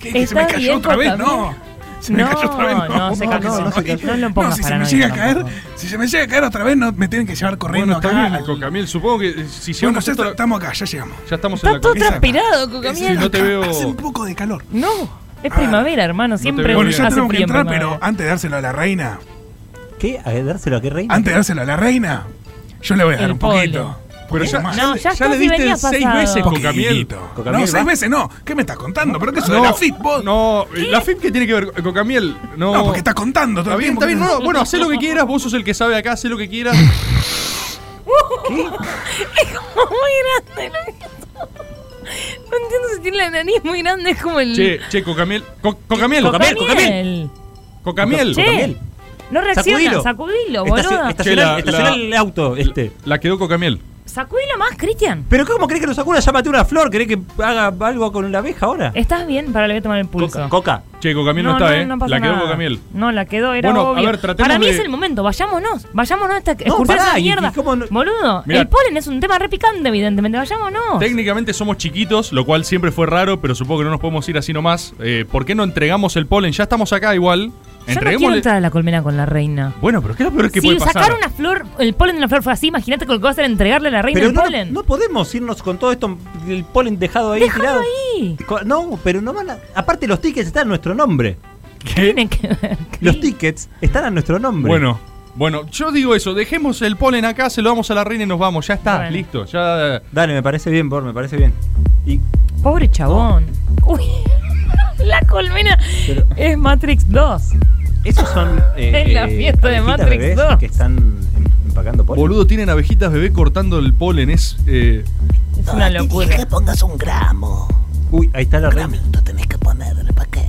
Speaker 6: ¿Qué? que se
Speaker 8: Está
Speaker 6: me cayó
Speaker 8: bien,
Speaker 6: otra vez,
Speaker 8: Coca,
Speaker 6: no. Se me
Speaker 8: No,
Speaker 6: cayó otra vez, no.
Speaker 8: no, se cayó,
Speaker 6: No,
Speaker 8: no, se cayó. No lo pongas
Speaker 6: si se me
Speaker 8: paranoico
Speaker 6: llega a caer,
Speaker 8: tampoco.
Speaker 6: si se me llega a caer otra vez, no me tienen que llevar corriendo
Speaker 4: Bueno, está
Speaker 6: acá.
Speaker 4: bien,
Speaker 6: al-
Speaker 4: Cocamiel. Supongo que eh, si
Speaker 6: Bueno,
Speaker 4: llegamos
Speaker 6: ya
Speaker 4: a
Speaker 6: está-
Speaker 4: esta-
Speaker 6: estamos acá, ya llegamos.
Speaker 4: ya estamos en
Speaker 8: Está
Speaker 4: la
Speaker 8: todo
Speaker 4: colmena.
Speaker 8: transpirado, Cocamiel.
Speaker 4: no te
Speaker 6: Acá
Speaker 4: veo-
Speaker 6: Hace un poco de calor.
Speaker 8: No,
Speaker 6: Ah.
Speaker 8: es primavera, hermano. Siempre
Speaker 4: veo
Speaker 6: Bueno,
Speaker 4: bien.
Speaker 6: ya
Speaker 8: hace
Speaker 6: tenemos que
Speaker 8: frío en
Speaker 6: entrar,
Speaker 8: primavera.
Speaker 6: pero antes de dárselo a la reina,
Speaker 7: ¿Qué? ¿A dárselo a qué reina?
Speaker 6: antes de dárselo a la reina, yo le voy a dar
Speaker 8: El
Speaker 6: un poquito.
Speaker 4: Pero ya,
Speaker 6: más.
Speaker 8: No, ya
Speaker 4: ya le
Speaker 8: casi
Speaker 4: diste
Speaker 8: venía
Speaker 4: seis
Speaker 8: pasado.
Speaker 4: veces Cocamiel.
Speaker 6: Poquito.
Speaker 7: Cocamiel,
Speaker 6: no, seis
Speaker 7: va.
Speaker 6: veces no. ¿Qué me estás contando? ¿Pero qué eso de la FIT, vos? No,
Speaker 4: No, eh, la FIP que tiene que ver con Cocamiel. No,
Speaker 6: porque estás contando todo
Speaker 4: Está
Speaker 6: el
Speaker 4: bien,
Speaker 6: tiempo
Speaker 4: está
Speaker 6: que-
Speaker 4: bien. No, no, bueno, hacé lo que quieras. Vos sos el que sabe acá, hacé lo que quieras.
Speaker 8: Es como muy grande. lo que- No entiendo si tiene la nariz muy grande, es como el.
Speaker 4: Che, che, cocamiel. Co- cocamiel.
Speaker 8: Cocamiel,
Speaker 4: Cocamiel.
Speaker 8: Che, no reacciona,
Speaker 7: Sacudilo.
Speaker 8: sacudilo,
Speaker 7: Estaci-
Speaker 8: boludo.
Speaker 7: Estaciona
Speaker 4: Che, la-
Speaker 7: estaciona
Speaker 4: la-
Speaker 7: el auto este.
Speaker 4: La quedó cocamiel.
Speaker 8: Sacudilo más, Cristian.
Speaker 7: ¿Pero cómo crees que lo sacuda? Ya maté una flor. ¿Querés que haga algo con la abeja ahora?
Speaker 8: ¿Estás bien? Para, le voy a tomar el pulso.
Speaker 7: Coca, coca.
Speaker 4: Che, cocamiel no, está, ¿eh? la quedó cocamiel.
Speaker 8: No, la quedó, era
Speaker 4: Bueno, a
Speaker 8: obvio.
Speaker 4: ver, tratemos
Speaker 8: Para mí
Speaker 4: de-
Speaker 8: es el momento, vayámonos. Vayámonos a esta excursión
Speaker 7: pará,
Speaker 8: de
Speaker 7: y-
Speaker 8: mierda.
Speaker 7: y cómo no-
Speaker 8: Boludo,
Speaker 4: Mirá.
Speaker 8: el polen es un tema repicante, evidentemente. Vayámonos.
Speaker 4: Técnicamente somos chiquitos, lo cual siempre fue raro, pero supongo que no nos podemos ir así nomás. Eh, ¿Por qué no entregamos el polen? Ya estamos acá igual.
Speaker 8: Yo no quiero
Speaker 4: Entreguémosle-
Speaker 8: entrar a la colmena con la reina.
Speaker 4: Bueno, pero ¿qué es lo peor que
Speaker 8: Sí,
Speaker 4: puede pasar?
Speaker 8: sacar una flor, el polen de una flor fue así, imagínate que lo que va a hacer entregarle a la reina
Speaker 7: Pero
Speaker 8: el
Speaker 7: no,
Speaker 8: polen.
Speaker 7: no podemos irnos con todo esto, el polen dejado ahí
Speaker 8: Déjalo
Speaker 7: tirado.
Speaker 8: ahí.
Speaker 7: Co- No, pero no van a. Aparte, los tickets están a nuestro nombre.
Speaker 8: Tienen que ver.
Speaker 7: Los tickets están a nuestro nombre.
Speaker 4: Bueno, bueno, yo digo eso, dejemos el polen acá, se lo damos a la reina y nos vamos, ya está,
Speaker 8: Bueno.
Speaker 4: listo, ya
Speaker 7: Dale, me parece bien, Bor, me parece bien. Y
Speaker 8: Pobre chabón. Uy. La colmena
Speaker 7: Pero-
Speaker 8: es Matrix 2.
Speaker 7: esos son. eh,
Speaker 8: Es la fiesta de
Speaker 7: abejitas
Speaker 8: Matrix
Speaker 7: bebés
Speaker 8: 2.
Speaker 7: Que están em- empacando polen.
Speaker 4: boludo tienen abejitas bebé cortando el polen, es eh,
Speaker 10: Ah,
Speaker 8: Es una locura.
Speaker 10: pongas un gramo.
Speaker 7: Uy, ahí está la reina.
Speaker 10: Lo tenés que poner en el paquete.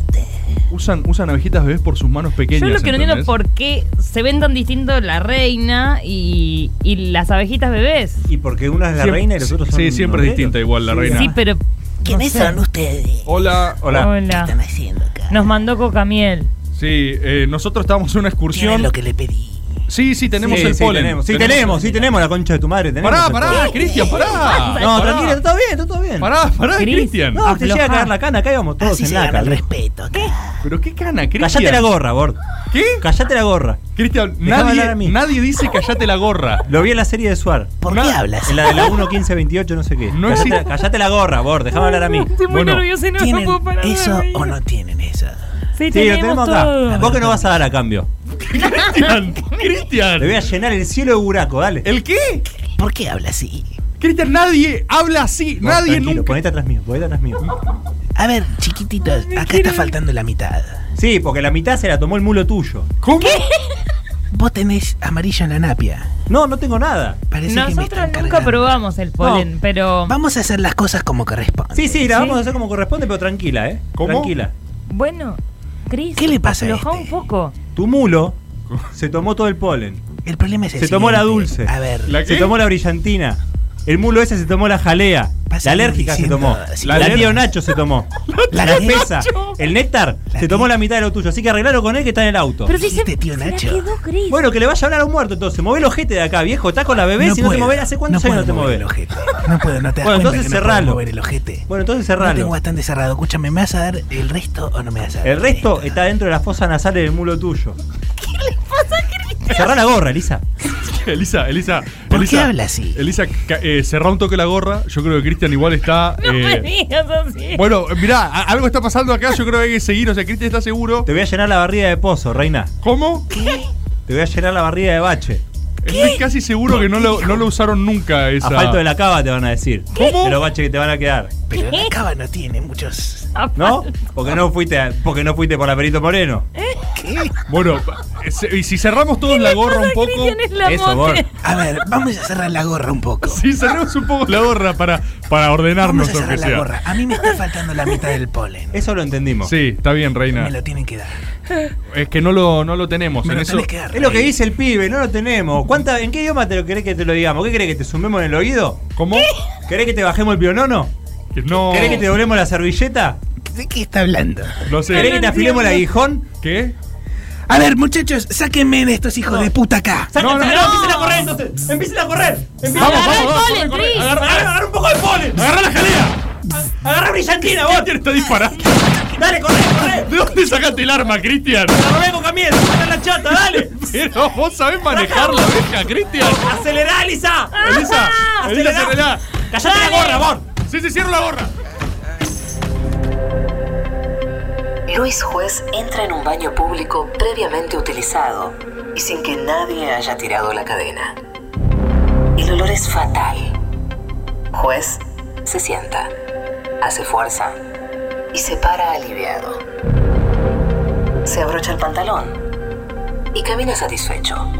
Speaker 4: usan usan abejitas bebés por sus manos pequeñas.
Speaker 8: Yo lo que no entiendo
Speaker 4: ¿entendés?
Speaker 8: es por qué se ven tan distintos la reina y, y las abejitas bebés.
Speaker 7: Y porque una es la
Speaker 4: Siem-
Speaker 7: reina y los otros son.
Speaker 4: Sí, siempre es
Speaker 7: obreros.
Speaker 4: distinta igual la
Speaker 7: Sí,
Speaker 4: reina.
Speaker 8: Sí, pero.
Speaker 10: ¿Quiénes son ustedes?
Speaker 4: Hola,
Speaker 7: Ah, Hola.
Speaker 8: Hola.
Speaker 10: haciendo acá?
Speaker 8: Nos mandó Cocamiel.
Speaker 4: Sí, eh, nosotros estábamos en una excursión.
Speaker 10: que le pedí.
Speaker 4: Sí, sí, tenemos
Speaker 7: Sí,
Speaker 4: el
Speaker 7: sí,
Speaker 4: polen.
Speaker 7: Tenemos. Sí, tenemos, sí, tenemos la concha de tu madre. Tenemos
Speaker 4: Pará,
Speaker 7: el
Speaker 4: pará,
Speaker 7: polen.
Speaker 4: Cristian, pará.
Speaker 7: No,
Speaker 4: Pará.
Speaker 7: tranquilo, está todo bien, está todo bien.
Speaker 4: Pará, pará,
Speaker 8: Cris. Ah,
Speaker 4: Cristian.
Speaker 7: No, te llega a
Speaker 8: Aflojá.
Speaker 7: caer la cana, acá íbamos todos
Speaker 10: Así
Speaker 7: en
Speaker 10: se
Speaker 7: la
Speaker 10: gana el
Speaker 7: cana.
Speaker 10: respeto acá.
Speaker 4: Pero qué cana, Cristian.
Speaker 7: Callate la gorra, Bord.
Speaker 4: ¿Qué?
Speaker 7: Callate la gorra.
Speaker 4: Cristian,
Speaker 7: Dejá hablar
Speaker 4: nadie,
Speaker 7: a mí.
Speaker 4: nadie dice callate la gorra.
Speaker 7: Lo vi en la serie de Suar.
Speaker 10: ¿Por
Speaker 4: No,
Speaker 10: qué hablas?
Speaker 7: En la de la 1, 15, 28, no sé qué.
Speaker 4: No
Speaker 7: callate,
Speaker 4: existe-
Speaker 7: callate la gorra, Bord, déjame hablar a mí.
Speaker 8: Estoy muy
Speaker 4: Bueno,
Speaker 8: nerviosa y no, no
Speaker 10: ¿Tienen
Speaker 8: puedo parar. de
Speaker 10: eso
Speaker 8: reír.
Speaker 10: o no tienen eso?
Speaker 8: Sí,
Speaker 7: Sí, lo
Speaker 8: tenemos,
Speaker 7: tenemos
Speaker 8: todo.
Speaker 7: acá. Vos que no vas a dar a cambio.
Speaker 4: Cristian,
Speaker 7: Le voy
Speaker 4: Cristian.
Speaker 7: a llenar el cielo de buraco, dale.
Speaker 4: ¿El qué?
Speaker 10: ¿Por qué hablas así?
Speaker 4: Cristian, nadie habla así.
Speaker 7: Bord,
Speaker 4: nadie
Speaker 7: tranquilo,
Speaker 4: nunca.
Speaker 7: Ponete atrás mío, ponete atrás mío.
Speaker 10: A ver, chiquititos, acá está faltando la mitad.
Speaker 7: Sí, porque la mitad se la tomó el mulo tuyo.
Speaker 4: ¿Cómo?
Speaker 10: Vos tenés amarillo en la napia.
Speaker 7: No, no tengo nada.
Speaker 10: Parece que me
Speaker 8: Nosotros
Speaker 10: están
Speaker 8: nunca
Speaker 10: cargando.
Speaker 8: probamos el polen, pero.
Speaker 10: Vamos a hacer las cosas como corresponde.
Speaker 7: Sí, sí, la
Speaker 8: Sí.
Speaker 7: vamos a hacer como corresponde, pero tranquila, ¿eh?
Speaker 4: ¿Cómo?
Speaker 7: Tranquila.
Speaker 8: Bueno, Cris,
Speaker 10: ¿Qué le pasa a
Speaker 8: aflojá
Speaker 10: este?
Speaker 8: un poco.
Speaker 7: Tu mulo se tomó todo el polen.
Speaker 10: El problema es el
Speaker 7: Se tomó la
Speaker 10: siguiente.
Speaker 7: dulce.
Speaker 10: A ver,
Speaker 4: La-
Speaker 7: Se
Speaker 4: qué?
Speaker 7: tomó la brillantina. El mulo ese se tomó la jalea.
Speaker 10: Pasa
Speaker 7: La alérgica se
Speaker 10: diciendo
Speaker 7: tomó.
Speaker 10: así.
Speaker 7: La,
Speaker 10: La
Speaker 7: tío
Speaker 10: aler-
Speaker 7: Nacho se tomó. La,
Speaker 10: La tío
Speaker 7: espesa. El néctar
Speaker 10: La
Speaker 7: se tomó
Speaker 10: tío-
Speaker 7: la mitad de lo tuyo. Así que arreglalo con él que está en el auto.
Speaker 8: Pero si se,
Speaker 10: Dijiste, tío
Speaker 8: se la
Speaker 10: Nacho.
Speaker 8: quedó Cris.
Speaker 7: Bueno, que le vaya a hablar a un muerto entonces. Move el ojete de acá, viejo. Estás con la bebé. si no te
Speaker 10: puedo,
Speaker 7: movés, ¿hace cuántos
Speaker 10: no
Speaker 7: años no te
Speaker 10: puedo mover
Speaker 7: movés?
Speaker 10: el ojete. No puedo, no te das
Speaker 7: Bueno,
Speaker 10: cuenta
Speaker 7: entonces
Speaker 10: que no puedo
Speaker 7: cerralo.
Speaker 10: mover el ojete.
Speaker 7: Bueno, entonces
Speaker 10: No tengo
Speaker 7: cerralo.
Speaker 10: bastante cerrado. Escúchame, ¿me vas a dar el resto o no me vas a dar?
Speaker 7: El resto está dentro de la fosa nasal del mulo tuyo. Cerrá la gorra, Elisa.
Speaker 4: Elisa, Elisa.
Speaker 10: ¿Por
Speaker 4: Elisa,
Speaker 10: qué habla así?
Speaker 4: Elisa, ca- eh, cerrá un toque la gorra. Yo creo que Cristian igual está.
Speaker 8: No me
Speaker 4: eh,
Speaker 8: digas así.
Speaker 4: bueno,
Speaker 6: eh,
Speaker 4: mirá, a- algo está pasando acá. Yo creo que hay que seguir. O sea, Cristian está seguro.
Speaker 7: Te voy a llenar la barriga de pozo, reina.
Speaker 4: ¿Cómo?
Speaker 7: Te voy a llenar la barriga de bache.
Speaker 4: Estoy casi seguro que no lo, no lo usaron nunca esa.
Speaker 7: A falto de la cava te van a decir.
Speaker 4: ¿Cómo?
Speaker 7: De los baches que te van a quedar.
Speaker 10: Pero la cava no tiene muchos.
Speaker 8: Ah,
Speaker 7: ¿No? Porque no fuiste, a- porque no fuiste por la Perito Moreno.
Speaker 4: Bueno, eh, se- y si cerramos todos la gorra un poco.
Speaker 8: Cristian es la
Speaker 7: Eso,
Speaker 8: mote.
Speaker 7: Bor.
Speaker 10: A ver, vamos a cerrar la gorra un poco.
Speaker 4: Si cerramos un poco la gorra para, para
Speaker 10: Vamos
Speaker 4: ordenarnos
Speaker 10: a
Speaker 4: o que
Speaker 10: cerrar la
Speaker 4: sea.
Speaker 10: gorra. A mí me está faltando la mitad del polen.
Speaker 7: Eso lo entendimos.
Speaker 4: Sí, está bien,
Speaker 10: Me
Speaker 4: Reina.
Speaker 10: lo tienen que dar.
Speaker 4: Es que no lo, no lo tenemos.
Speaker 10: Me
Speaker 4: en
Speaker 10: lo
Speaker 4: eso.
Speaker 10: tenés que dar.
Speaker 7: Es lo que
Speaker 10: Rey.
Speaker 7: dice el pibe, no lo tenemos. ¿Cuánta, ¿En qué idioma te lo querés que te lo digamos? ¿Qué querés que te sumemos en el oído?
Speaker 4: ¿Cómo?
Speaker 7: ¿Querés que te bajemos el pionono?
Speaker 4: Que no.
Speaker 7: ¿Querés que te doblemos la servilleta?
Speaker 10: ¿De qué está hablando?
Speaker 4: No sé.
Speaker 7: ¿Querés que te afilemos el aguijón?
Speaker 4: ¿Qué?
Speaker 10: A ver, muchachos, sáquenme de estos hijos de puta acá.
Speaker 7: Saca-
Speaker 4: No, no,
Speaker 7: saca-
Speaker 4: no.
Speaker 7: empiecen a correr entonces. Empiecen a correr. Empiecen
Speaker 4: Vamos,
Speaker 7: a
Speaker 8: Agarrá el
Speaker 4: vamos, vamos,
Speaker 8: polen,
Speaker 4: corre, corre.
Speaker 8: Cris.
Speaker 4: Agarra,
Speaker 7: Agarra, agarra un poco de polen.
Speaker 4: agarra la jalea.
Speaker 7: Agarra brillantina, vos.
Speaker 4: Cristian está disparando.
Speaker 7: Dale, corre, corre.
Speaker 4: ¿De dónde sacaste el arma, Cristian?
Speaker 7: La robé con Camiel. Saca la chata, dale.
Speaker 4: Pero vos sabés manejar la abeja, Cristian.
Speaker 7: Acelerá, Elisa.
Speaker 4: Elisa, Elisa,
Speaker 7: Acelerá.
Speaker 4: cerrala.
Speaker 7: Callate la gorra, vos.
Speaker 4: Sí, sí, cierro la gorra.
Speaker 10: Luis Juez entra en un baño público previamente utilizado y sin que nadie haya tirado la cadena. El olor es fatal. Juez se sienta, hace fuerza y se para aliviado. Se abrocha el pantalón y camina satisfecho.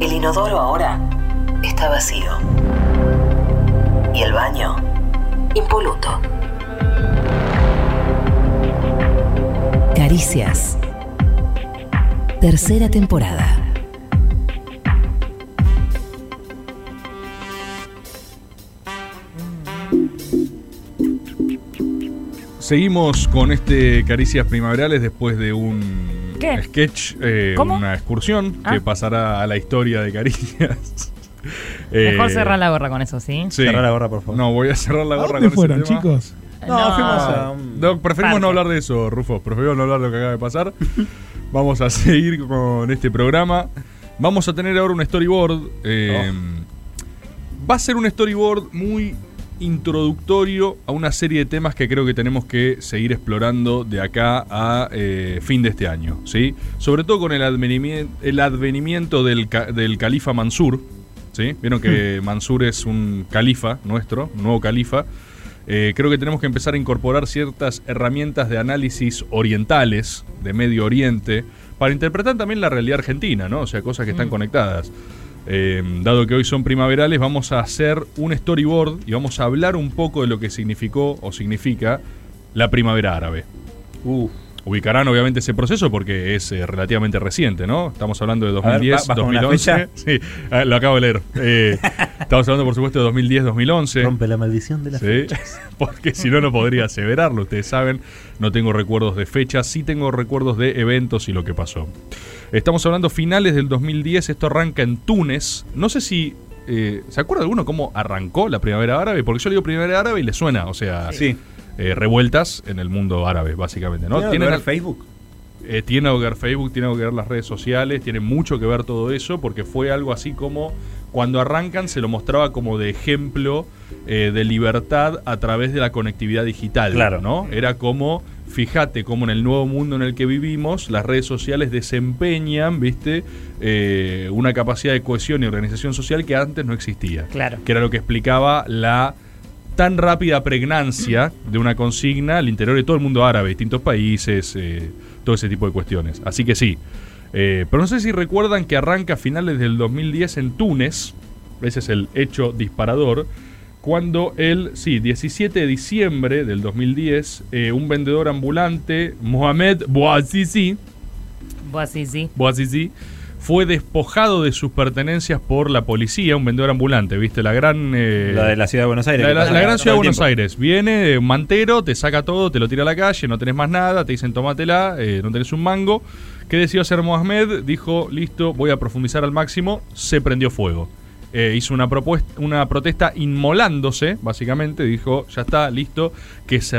Speaker 10: El inodoro ahora está vacío y el baño impoluto. Caricias. Tercera temporada.
Speaker 4: Seguimos con este Caricias Primaverales después de un
Speaker 8: ¿Qué?
Speaker 4: sketch, eh,
Speaker 8: ¿Cómo?
Speaker 4: una excursión
Speaker 8: Ah.
Speaker 4: que pasará a la historia de Caricias. Eh,
Speaker 8: Mejor cerrar la gorra con eso, ¿sí?
Speaker 4: sí.
Speaker 7: Cerrar la gorra, por favor.
Speaker 4: No, voy a cerrar la
Speaker 6: ¿A
Speaker 4: gorra con
Speaker 6: dónde
Speaker 4: ese
Speaker 6: fueron,
Speaker 4: tema.
Speaker 6: chicos?
Speaker 7: No, fuimos a un-
Speaker 4: No, preferimos
Speaker 8: Ah, Parte.
Speaker 4: no hablar de eso, Rufo. Preferimos no hablar de lo que acaba de pasar. Vamos a seguir con este programa. Vamos a tener ahora un storyboard.
Speaker 7: Oh.
Speaker 4: eh, Va a ser un storyboard muy introductorio a una serie de temas que creo que tenemos que seguir explorando de acá a eh, fin de este año. ¿sí? Sobre todo con el, advenimien- el advenimiento del, ca- del califa Mansur. ¿sí? Vieron que Mansur es un califa nuestro, un nuevo califa. Eh, creo que tenemos que empezar a incorporar ciertas herramientas de análisis orientales, de Medio Oriente, para interpretar también la realidad argentina, ¿no? O sea, cosas que están
Speaker 7: Mm.
Speaker 4: conectadas. Eh, dado que hoy son primaverales, vamos a hacer un storyboard y vamos a hablar un poco de lo que significó o significa la primavera árabe.
Speaker 7: Uh.
Speaker 4: Ubicarán obviamente ese proceso porque es eh, relativamente reciente, ¿no? Estamos hablando de
Speaker 7: ver,
Speaker 4: 2010,
Speaker 7: ba- bajo una
Speaker 4: 2011. Sí, ah, lo acabo de leer. Eh, estamos hablando, por supuesto, de 2010, 2011.
Speaker 7: Rompe la maldición de la
Speaker 4: Sí, porque si no, no podría aseverarlo. Ustedes saben, no tengo recuerdos de fechas, sí tengo recuerdos de eventos y lo que pasó. Estamos hablando finales del 2010, esto arranca en Túnez. No sé si. eh, ¿Se acuerda alguno cómo arrancó la primavera árabe? Porque yo le digo primavera árabe y le suena, o sea,
Speaker 7: Sí.
Speaker 4: eh, revueltas en el mundo árabe, básicamente. ¿no?
Speaker 7: ¿Tiene
Speaker 4: Tienen-
Speaker 7: que ver Facebook?
Speaker 4: eh, tiene que ver Facebook, tiene que ver las redes sociales, tiene mucho que ver todo eso, porque fue algo así como cuando arrancan se lo mostraba como de ejemplo eh, de libertad a través de la conectividad digital.
Speaker 7: Claro.
Speaker 4: ¿no? Era como, fíjate, como en el nuevo mundo en el que vivimos, las redes sociales desempeñan, viste, Eh, una capacidad de cohesión y organización social que antes no existía.
Speaker 8: Claro.
Speaker 4: Que era lo que explicaba la tan rápida pregnancia de una consigna al interior de todo el mundo árabe, distintos países, eh, todo ese tipo de cuestiones. Así que sí. Eh, pero no sé si recuerdan que arranca a finales del 2010 en Túnez, ese es el hecho disparador, cuando el, sí, 17 de diciembre del 2010, eh, un vendedor ambulante, Mohamed Bouazizi,
Speaker 8: Vos sí, sí.
Speaker 4: Bouazizi fue despojado de sus pertenencias por la policía, un vendedor ambulante, ¿viste? La gran... eh,
Speaker 7: La de la ciudad de Buenos Aires.
Speaker 4: la,
Speaker 7: que
Speaker 4: la-
Speaker 7: pasa
Speaker 4: la gran
Speaker 7: todo
Speaker 4: ciudad de
Speaker 7: el
Speaker 4: Buenos
Speaker 7: tiempo.
Speaker 4: Aires. Viene eh, un mantero, te saca todo, te lo tira a la calle, no tenés más nada, te dicen tómatela, eh, no tenés un mango. ¿Qué decidió hacer Mohamed? Dijo, listo, voy a profundizar al máximo, se prendió fuego. Eh, hizo una, propuesta, una protesta inmolándose, básicamente, dijo, ya está, listo, que se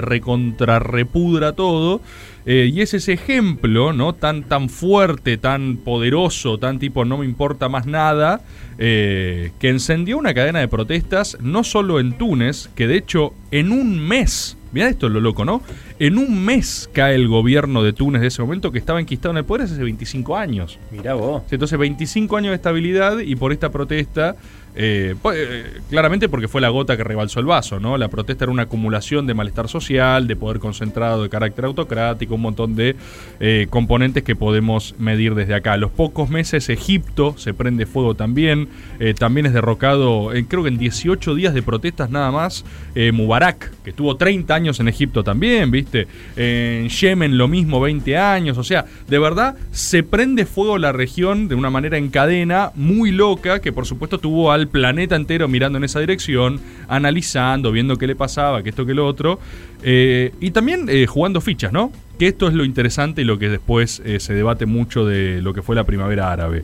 Speaker 4: recontrarrepudra todo. Eh, y es ese ejemplo, ¿no? Tan, tan fuerte, tan poderoso, tan tipo no me importa más nada, eh, que encendió una cadena de protestas, no solo en Túnez, que de hecho en un mes, mirá esto lo loco, ¿no? En un mes cae el gobierno de Túnez de ese momento que estaba enquistado en el poder hace 25 años.
Speaker 7: Mirá vos.
Speaker 4: Sí, Entonces, 25 años de estabilidad y por esta protesta, eh, po- eh, claramente porque fue la gota que rebalsó el vaso, ¿no? La protesta era una acumulación de malestar social, de poder concentrado, de carácter autocrático, un montón de eh, componentes que podemos medir desde acá. A los pocos meses, Egipto se prende fuego también, eh, también es derrocado, eh, creo que en 18 días de protestas nada más, eh, Mubarak, que estuvo 30 años en Egipto también, ¿viste? En Yemen lo mismo, 20 años, o sea, de verdad se prende fuego la región de una manera en cadena muy loca, que por supuesto tuvo al planeta entero mirando en esa dirección, analizando, viendo qué le pasaba, que esto, que lo otro, eh, y también eh, jugando fichas, ¿no? Que esto es lo interesante y lo que después eh, se debate mucho de lo que fue la primavera árabe.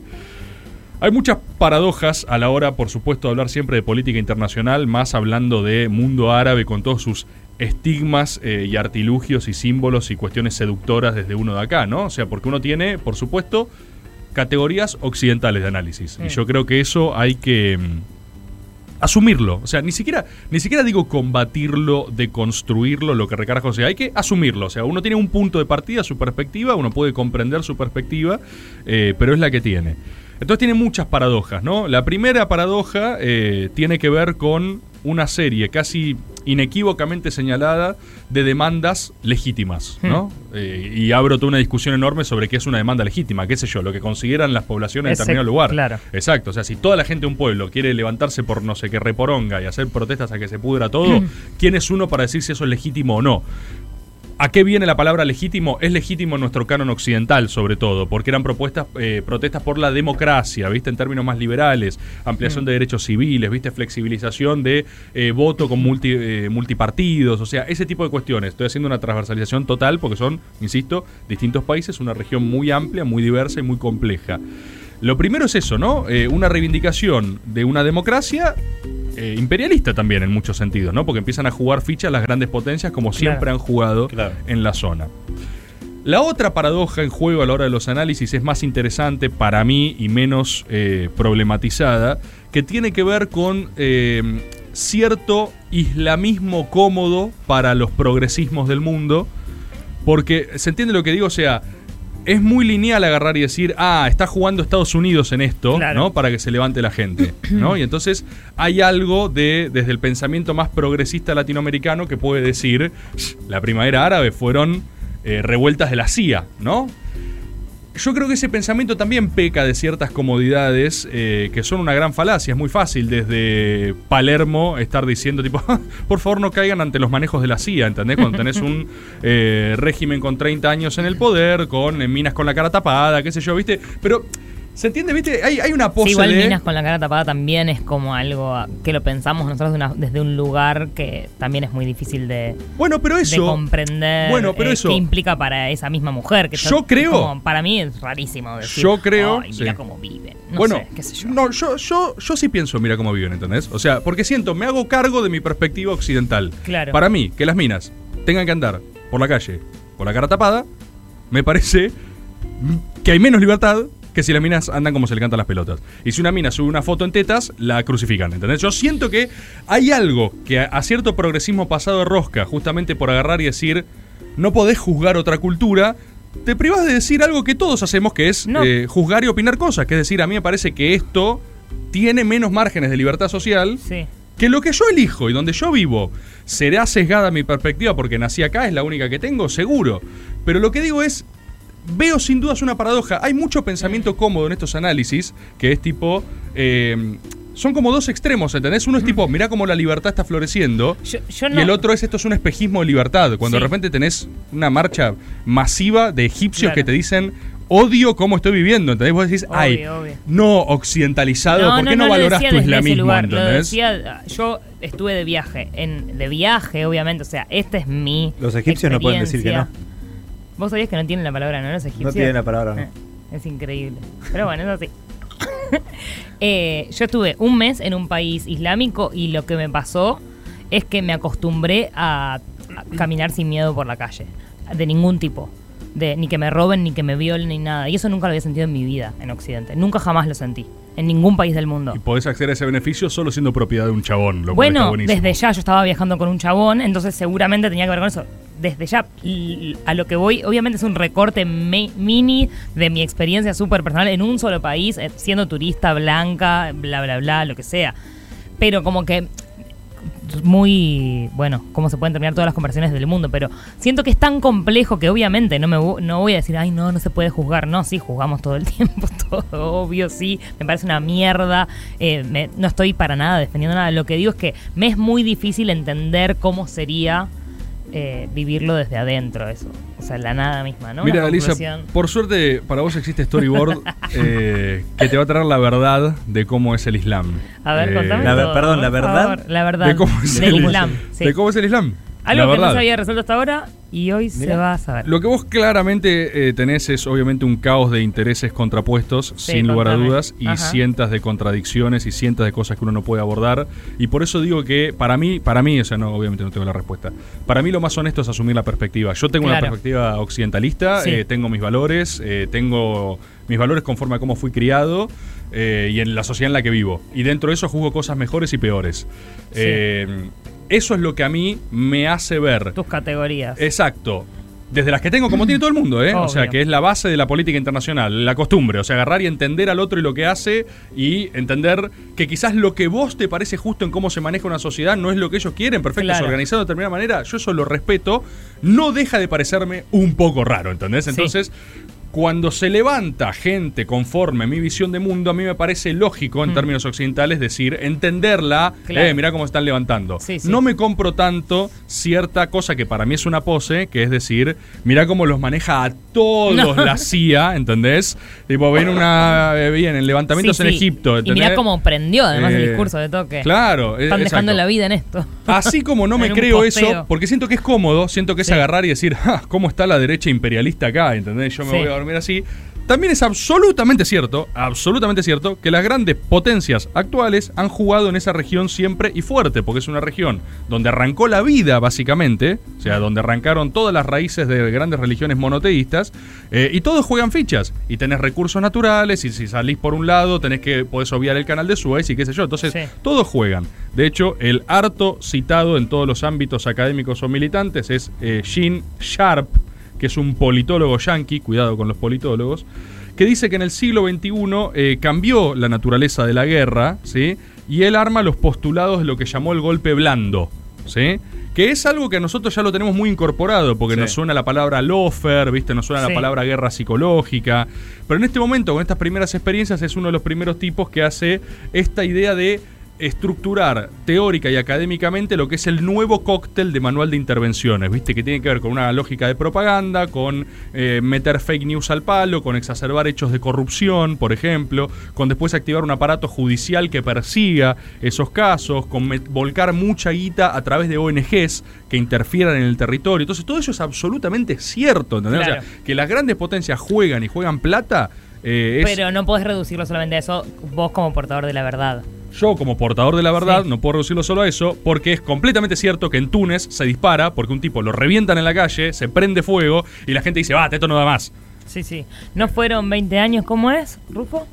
Speaker 4: Hay muchas paradojas a la hora, por supuesto, de hablar siempre de política internacional, más hablando de mundo árabe con todos sus estigmas eh, y artilugios y símbolos y cuestiones seductoras desde uno de acá, ¿no? O sea, porque uno tiene, por supuesto, categorías occidentales de análisis. Y yo creo que eso hay que mm, asumirlo. O sea, ni siquiera, ni siquiera digo combatirlo, deconstruirlo, lo que recarga José. Hay que asumirlo. O sea, uno tiene un punto de partida, su perspectiva, uno puede comprender su perspectiva, eh, pero es la que tiene. Entonces tiene muchas paradojas, ¿no? La primera paradoja eh, tiene que ver con una serie casi inequívocamente señalada de demandas legítimas, ¿no? Eh, y abro toda una discusión enorme sobre qué es una demanda legítima, qué sé yo, lo que consideran las poblaciones de
Speaker 8: Ese-
Speaker 4: determinado lugar.
Speaker 8: claro.
Speaker 4: Exacto, o sea, si toda la gente de un pueblo quiere levantarse por no sé qué reporonga y hacer protestas a que se pudra
Speaker 8: Mm.
Speaker 4: todo, ¿quién es uno para decir si eso es legítimo o no? ¿A qué viene la palabra legítimo? Es legítimo en nuestro canon occidental, sobre todo, porque eran propuestas, eh, protestas por la democracia, ¿viste? En términos más liberales, ampliación de derechos civiles, ¿viste? Flexibilización de eh, voto con multi- eh, multipartidos, o sea, ese tipo de cuestiones. Estoy haciendo una transversalización total porque son, insisto, distintos países, una región muy amplia, muy diversa y muy compleja. Lo primero es eso, ¿no? Eh, una reivindicación de una democracia eh, imperialista también en muchos sentidos, ¿no? Porque empiezan a jugar fichas las grandes potencias como siempre han jugado
Speaker 7: Claro.
Speaker 4: en la zona. La otra paradoja en juego a la hora de los análisis es más interesante para mí y menos eh, problematizada, que tiene que ver con eh, cierto islamismo cómodo para los progresismos del mundo, porque se entiende lo que digo, o sea, es muy lineal agarrar y decir, ah, está jugando Estados Unidos en esto,
Speaker 8: Claro.
Speaker 4: ¿no? Para que se levante la gente, ¿no? Y entonces hay algo de, desde el pensamiento más progresista latinoamericano que puede decir, la primavera árabe fueron eh, revueltas de la CIA, ¿no? Yo creo que ese pensamiento también peca de ciertas comodidades eh, que son una gran falacia. Es muy fácil desde Palermo estar diciendo, tipo, por favor no caigan ante los manejos de la CIA, ¿entendés? Cuando tenés un eh, régimen con 30 años en el poder, con eh, minas con la cara tapada, qué sé yo, ¿viste? Pero, ¿se entiende? ¿Viste? Hay, hay una pose
Speaker 8: Sí, igual
Speaker 4: de...
Speaker 8: Minas con la cara tapada también es como algo a- que lo pensamos nosotros de una- desde un lugar que también es muy difícil de,
Speaker 4: Bueno, pero
Speaker 8: de
Speaker 4: eso...
Speaker 8: comprender
Speaker 4: Bueno, pero
Speaker 8: eh,
Speaker 4: eso-
Speaker 8: qué implica para esa misma mujer. Que
Speaker 4: Yo
Speaker 8: es
Speaker 4: creo-
Speaker 8: como- para mí es rarísimo decir.
Speaker 4: Yo creo,
Speaker 8: Ay, mira
Speaker 4: sí.
Speaker 8: cómo viven. No
Speaker 4: bueno,
Speaker 8: sé, qué sé yo.
Speaker 4: no, yo, yo, yo sí pienso, mira cómo viven, ¿entendés? O sea, porque siento, me hago cargo de mi perspectiva occidental.
Speaker 8: Claro.
Speaker 4: Para mí, que las minas tengan que andar por la calle con la cara tapada, me parece que hay menos libertad que si las minas andan como se le cantan las pelotas. Y si una mina sube una foto en tetas, la crucifican, ¿entendés? Yo siento que hay algo que a, a cierto progresismo pasado de rosca, justamente por agarrar y decir, no podés juzgar otra cultura, te privás de decir algo que todos hacemos, que es
Speaker 8: No.
Speaker 4: eh, juzgar y opinar cosas. Que es decir, a mí me parece que esto tiene menos márgenes de libertad social
Speaker 8: Sí.
Speaker 4: que lo que yo elijo y donde yo vivo será sesgada mi perspectiva porque nací acá, es la única que tengo, seguro. Pero lo que digo es, veo sin dudas una paradoja. Hay mucho pensamiento cómodo en estos análisis, que es tipo... eh, son como dos extremos, ¿entendés? Uno es tipo, mirá cómo la libertad está floreciendo.
Speaker 8: Yo- yo
Speaker 4: Y
Speaker 8: no-
Speaker 4: el otro es, esto es un espejismo de libertad. Cuando
Speaker 8: Sí.
Speaker 4: de repente tenés una marcha masiva de egipcios
Speaker 8: Claro.
Speaker 4: que te dicen, odio cómo estoy viviendo, ¿entendés? Vos decís,
Speaker 8: Obvio,
Speaker 4: ay,
Speaker 8: obvio.
Speaker 4: no occidentalizado, ¿por qué no,
Speaker 8: lo
Speaker 4: valorás
Speaker 8: decía
Speaker 4: tu
Speaker 8: desde ese
Speaker 4: islamismo?
Speaker 8: lugar, lo
Speaker 4: ¿entendés?
Speaker 8: decía, ah, yo estuve de viaje, en, de viaje, obviamente, o sea, este es mi.
Speaker 9: Los egipcios no pueden decir que no.
Speaker 8: experiencia. Vos sabías que no tienen la palabra, ¿no? Los egipcios.
Speaker 9: tienen la palabra, no.
Speaker 8: Eh, Es increíble. Pero bueno, es así. Eh, yo estuve un mes en un país islámico y lo que me pasó es que me acostumbré a, a caminar sin miedo por la calle, de ningún tipo. De, ni que me roben, ni que me violen, ni nada. Y eso nunca lo había sentido en mi vida en Occidente. Nunca jamás lo sentí. En ningún país del mundo.
Speaker 4: Y podés acceder a ese beneficio solo siendo propiedad de un chabón, lo cual está
Speaker 8: Bueno,
Speaker 4: buenísimo.
Speaker 8: desde ya yo estaba viajando con un chabón, entonces seguramente tenía que ver con eso. Desde ya, l- a lo que voy, obviamente es un recorte me- mini de mi experiencia súper personal en un solo país, eh, siendo turista, blanca, bla, bla, bla, lo que sea. Pero como que muy bueno cómo se pueden terminar todas las conversaciones del mundo, pero siento que es tan complejo que obviamente no me vo- no voy a decir, ay no, no se puede juzgar, no, sí, juzgamos todo el tiempo, todo obvio, sí, me parece una mierda, eh, me- no estoy para nada defendiendo nada, lo que digo es que me es muy difícil entender cómo sería eh, vivirlo desde adentro, eso, o sea, la nada misma, ¿no?
Speaker 4: Mira,
Speaker 8: Una
Speaker 4: Alisa,
Speaker 8: conclusión.
Speaker 4: por suerte para vos existe Storyboard eh, que te va a traer la verdad de cómo es el Islam.
Speaker 8: a ver,
Speaker 4: Eh,
Speaker 8: contame.
Speaker 7: la ver-
Speaker 8: todo,
Speaker 7: perdón,
Speaker 8: por
Speaker 7: la verdad
Speaker 8: favor, la verdad.
Speaker 4: De cómo es
Speaker 8: del
Speaker 4: el
Speaker 8: Islam. sí.
Speaker 4: de cómo es el Islam.
Speaker 8: Algo
Speaker 4: la
Speaker 8: que no
Speaker 4: verdad.
Speaker 8: se había resuelto hasta ahora y hoy se
Speaker 9: Mirá.
Speaker 8: va a saber.
Speaker 4: Lo que vos claramente eh, tenés es obviamente un caos de intereses contrapuestos,
Speaker 8: Sí,
Speaker 4: sin lugar
Speaker 8: contame.
Speaker 4: a dudas, y
Speaker 8: Ajá.
Speaker 4: cientas de contradicciones y cientas de cosas que uno no puede abordar. Y por eso digo que para mí, para mí, o sea, no, obviamente no tengo la respuesta. Para mí lo más honesto es asumir la perspectiva. Yo tengo una
Speaker 8: Claro.
Speaker 4: perspectiva occidentalista,
Speaker 8: Sí.
Speaker 4: eh, tengo mis valores, eh, tengo mis valores conforme a cómo fui criado. eh, y en la sociedad en la que vivo. Y dentro de eso juzgo cosas mejores y peores. Eh, eso es lo que a mí me hace ver
Speaker 8: Tus categorías.
Speaker 4: Exacto. Desde las que tengo, como tiene todo el mundo, ¿eh? O sea,
Speaker 8: Obvio.
Speaker 4: que es la base de la política internacional, la costumbre. O sea, agarrar y entender al otro y lo que hace y entender que quizás lo que vos te parece justo en cómo se maneja una sociedad no es lo que ellos quieren. Perfecto,
Speaker 8: Claro.
Speaker 4: se organizaron de determinada manera, yo eso lo respeto. No deja de parecerme un poco raro, ¿entendés?
Speaker 8: Sí.
Speaker 4: Entonces, cuando se levanta gente conforme a mi visión de mundo, a mí me parece lógico en términos occidentales decir, entenderla,
Speaker 8: Mm. Claro.
Speaker 4: eh, mirá cómo están levantando.
Speaker 8: Sí, sí.
Speaker 4: No me compro tanto cierta cosa que para mí es una pose, que es decir, mirá cómo los maneja a todos
Speaker 8: No.
Speaker 4: la CIA, ¿entendés? Tipo, ven una, eh, vienen levantamientos
Speaker 8: Sí,
Speaker 4: en
Speaker 8: sí.
Speaker 4: Egipto,
Speaker 8: Y
Speaker 4: ¿entendés?
Speaker 8: mirá cómo prendió además
Speaker 4: Eh,
Speaker 8: el discurso de toque.
Speaker 4: Claro, eh,
Speaker 8: Están dejando
Speaker 4: exacto.
Speaker 8: la vida en esto.
Speaker 4: Así como no me
Speaker 8: En un
Speaker 4: creo eso,
Speaker 8: posteo.
Speaker 4: porque siento que es cómodo, siento que es
Speaker 8: Sí.
Speaker 4: agarrar y decir, "Ja, ¿cómo está la derecha imperialista acá? ¿Entendés? Yo me
Speaker 8: Sí.
Speaker 4: voy a dormir así. También es absolutamente cierto, absolutamente cierto, que las grandes potencias actuales han jugado en esa región siempre y fuerte, porque es una región donde arrancó la vida, básicamente, o sea, donde arrancaron todas las raíces de grandes religiones monoteístas, eh, y todos juegan fichas, y tenés recursos naturales, y si salís por un lado, tenés que, podés obviar el canal de Suez y qué sé yo. Entonces,
Speaker 8: Sí.
Speaker 4: todos juegan. De hecho, el harto citado en todos los ámbitos académicos o militantes es eh, Gene Sharp, que es un politólogo yanqui, cuidado con los politólogos, que dice que en el siglo XXI eh, cambió la naturaleza de la guerra, ¿sí? Y él arma los postulados de lo que llamó el golpe blando, ¿sí? Que es algo que nosotros ya lo tenemos muy incorporado, porque
Speaker 7: Sí.
Speaker 4: nos suena la palabra lofer, ¿viste? Nos suena
Speaker 8: Sí.
Speaker 4: la palabra guerra psicológica. Pero en este momento, con estas primeras experiencias, es uno de los primeros tipos que hace esta idea de estructurar teórica y académicamente lo que es el nuevo cóctel de manual de intervenciones, ¿viste? Que tiene que ver con una lógica de propaganda, con eh, meter fake news al palo, con exacerbar hechos de corrupción, por ejemplo, con después activar un aparato judicial que persiga esos casos, con met- volcar mucha guita a través de ONGs que interfieran en el territorio. Entonces, todo eso es absolutamente cierto, ¿entendés? O sea,
Speaker 8: Claro.
Speaker 4: que las grandes potencias juegan y juegan plata, eh, es
Speaker 8: Pero no podés reducirlo solamente a eso, vos como portador de la verdad.
Speaker 4: yo como portador de la verdad
Speaker 8: Sí.
Speaker 4: no puedo reducirlo solo a eso, porque es completamente cierto que en Túnez se dispara porque un tipo lo revientan en la calle, se prende fuego y la gente dice, basta, esto no da más.
Speaker 8: Sí, sí. ¿No fueron 20 años? ¿Cómo es, Rufo?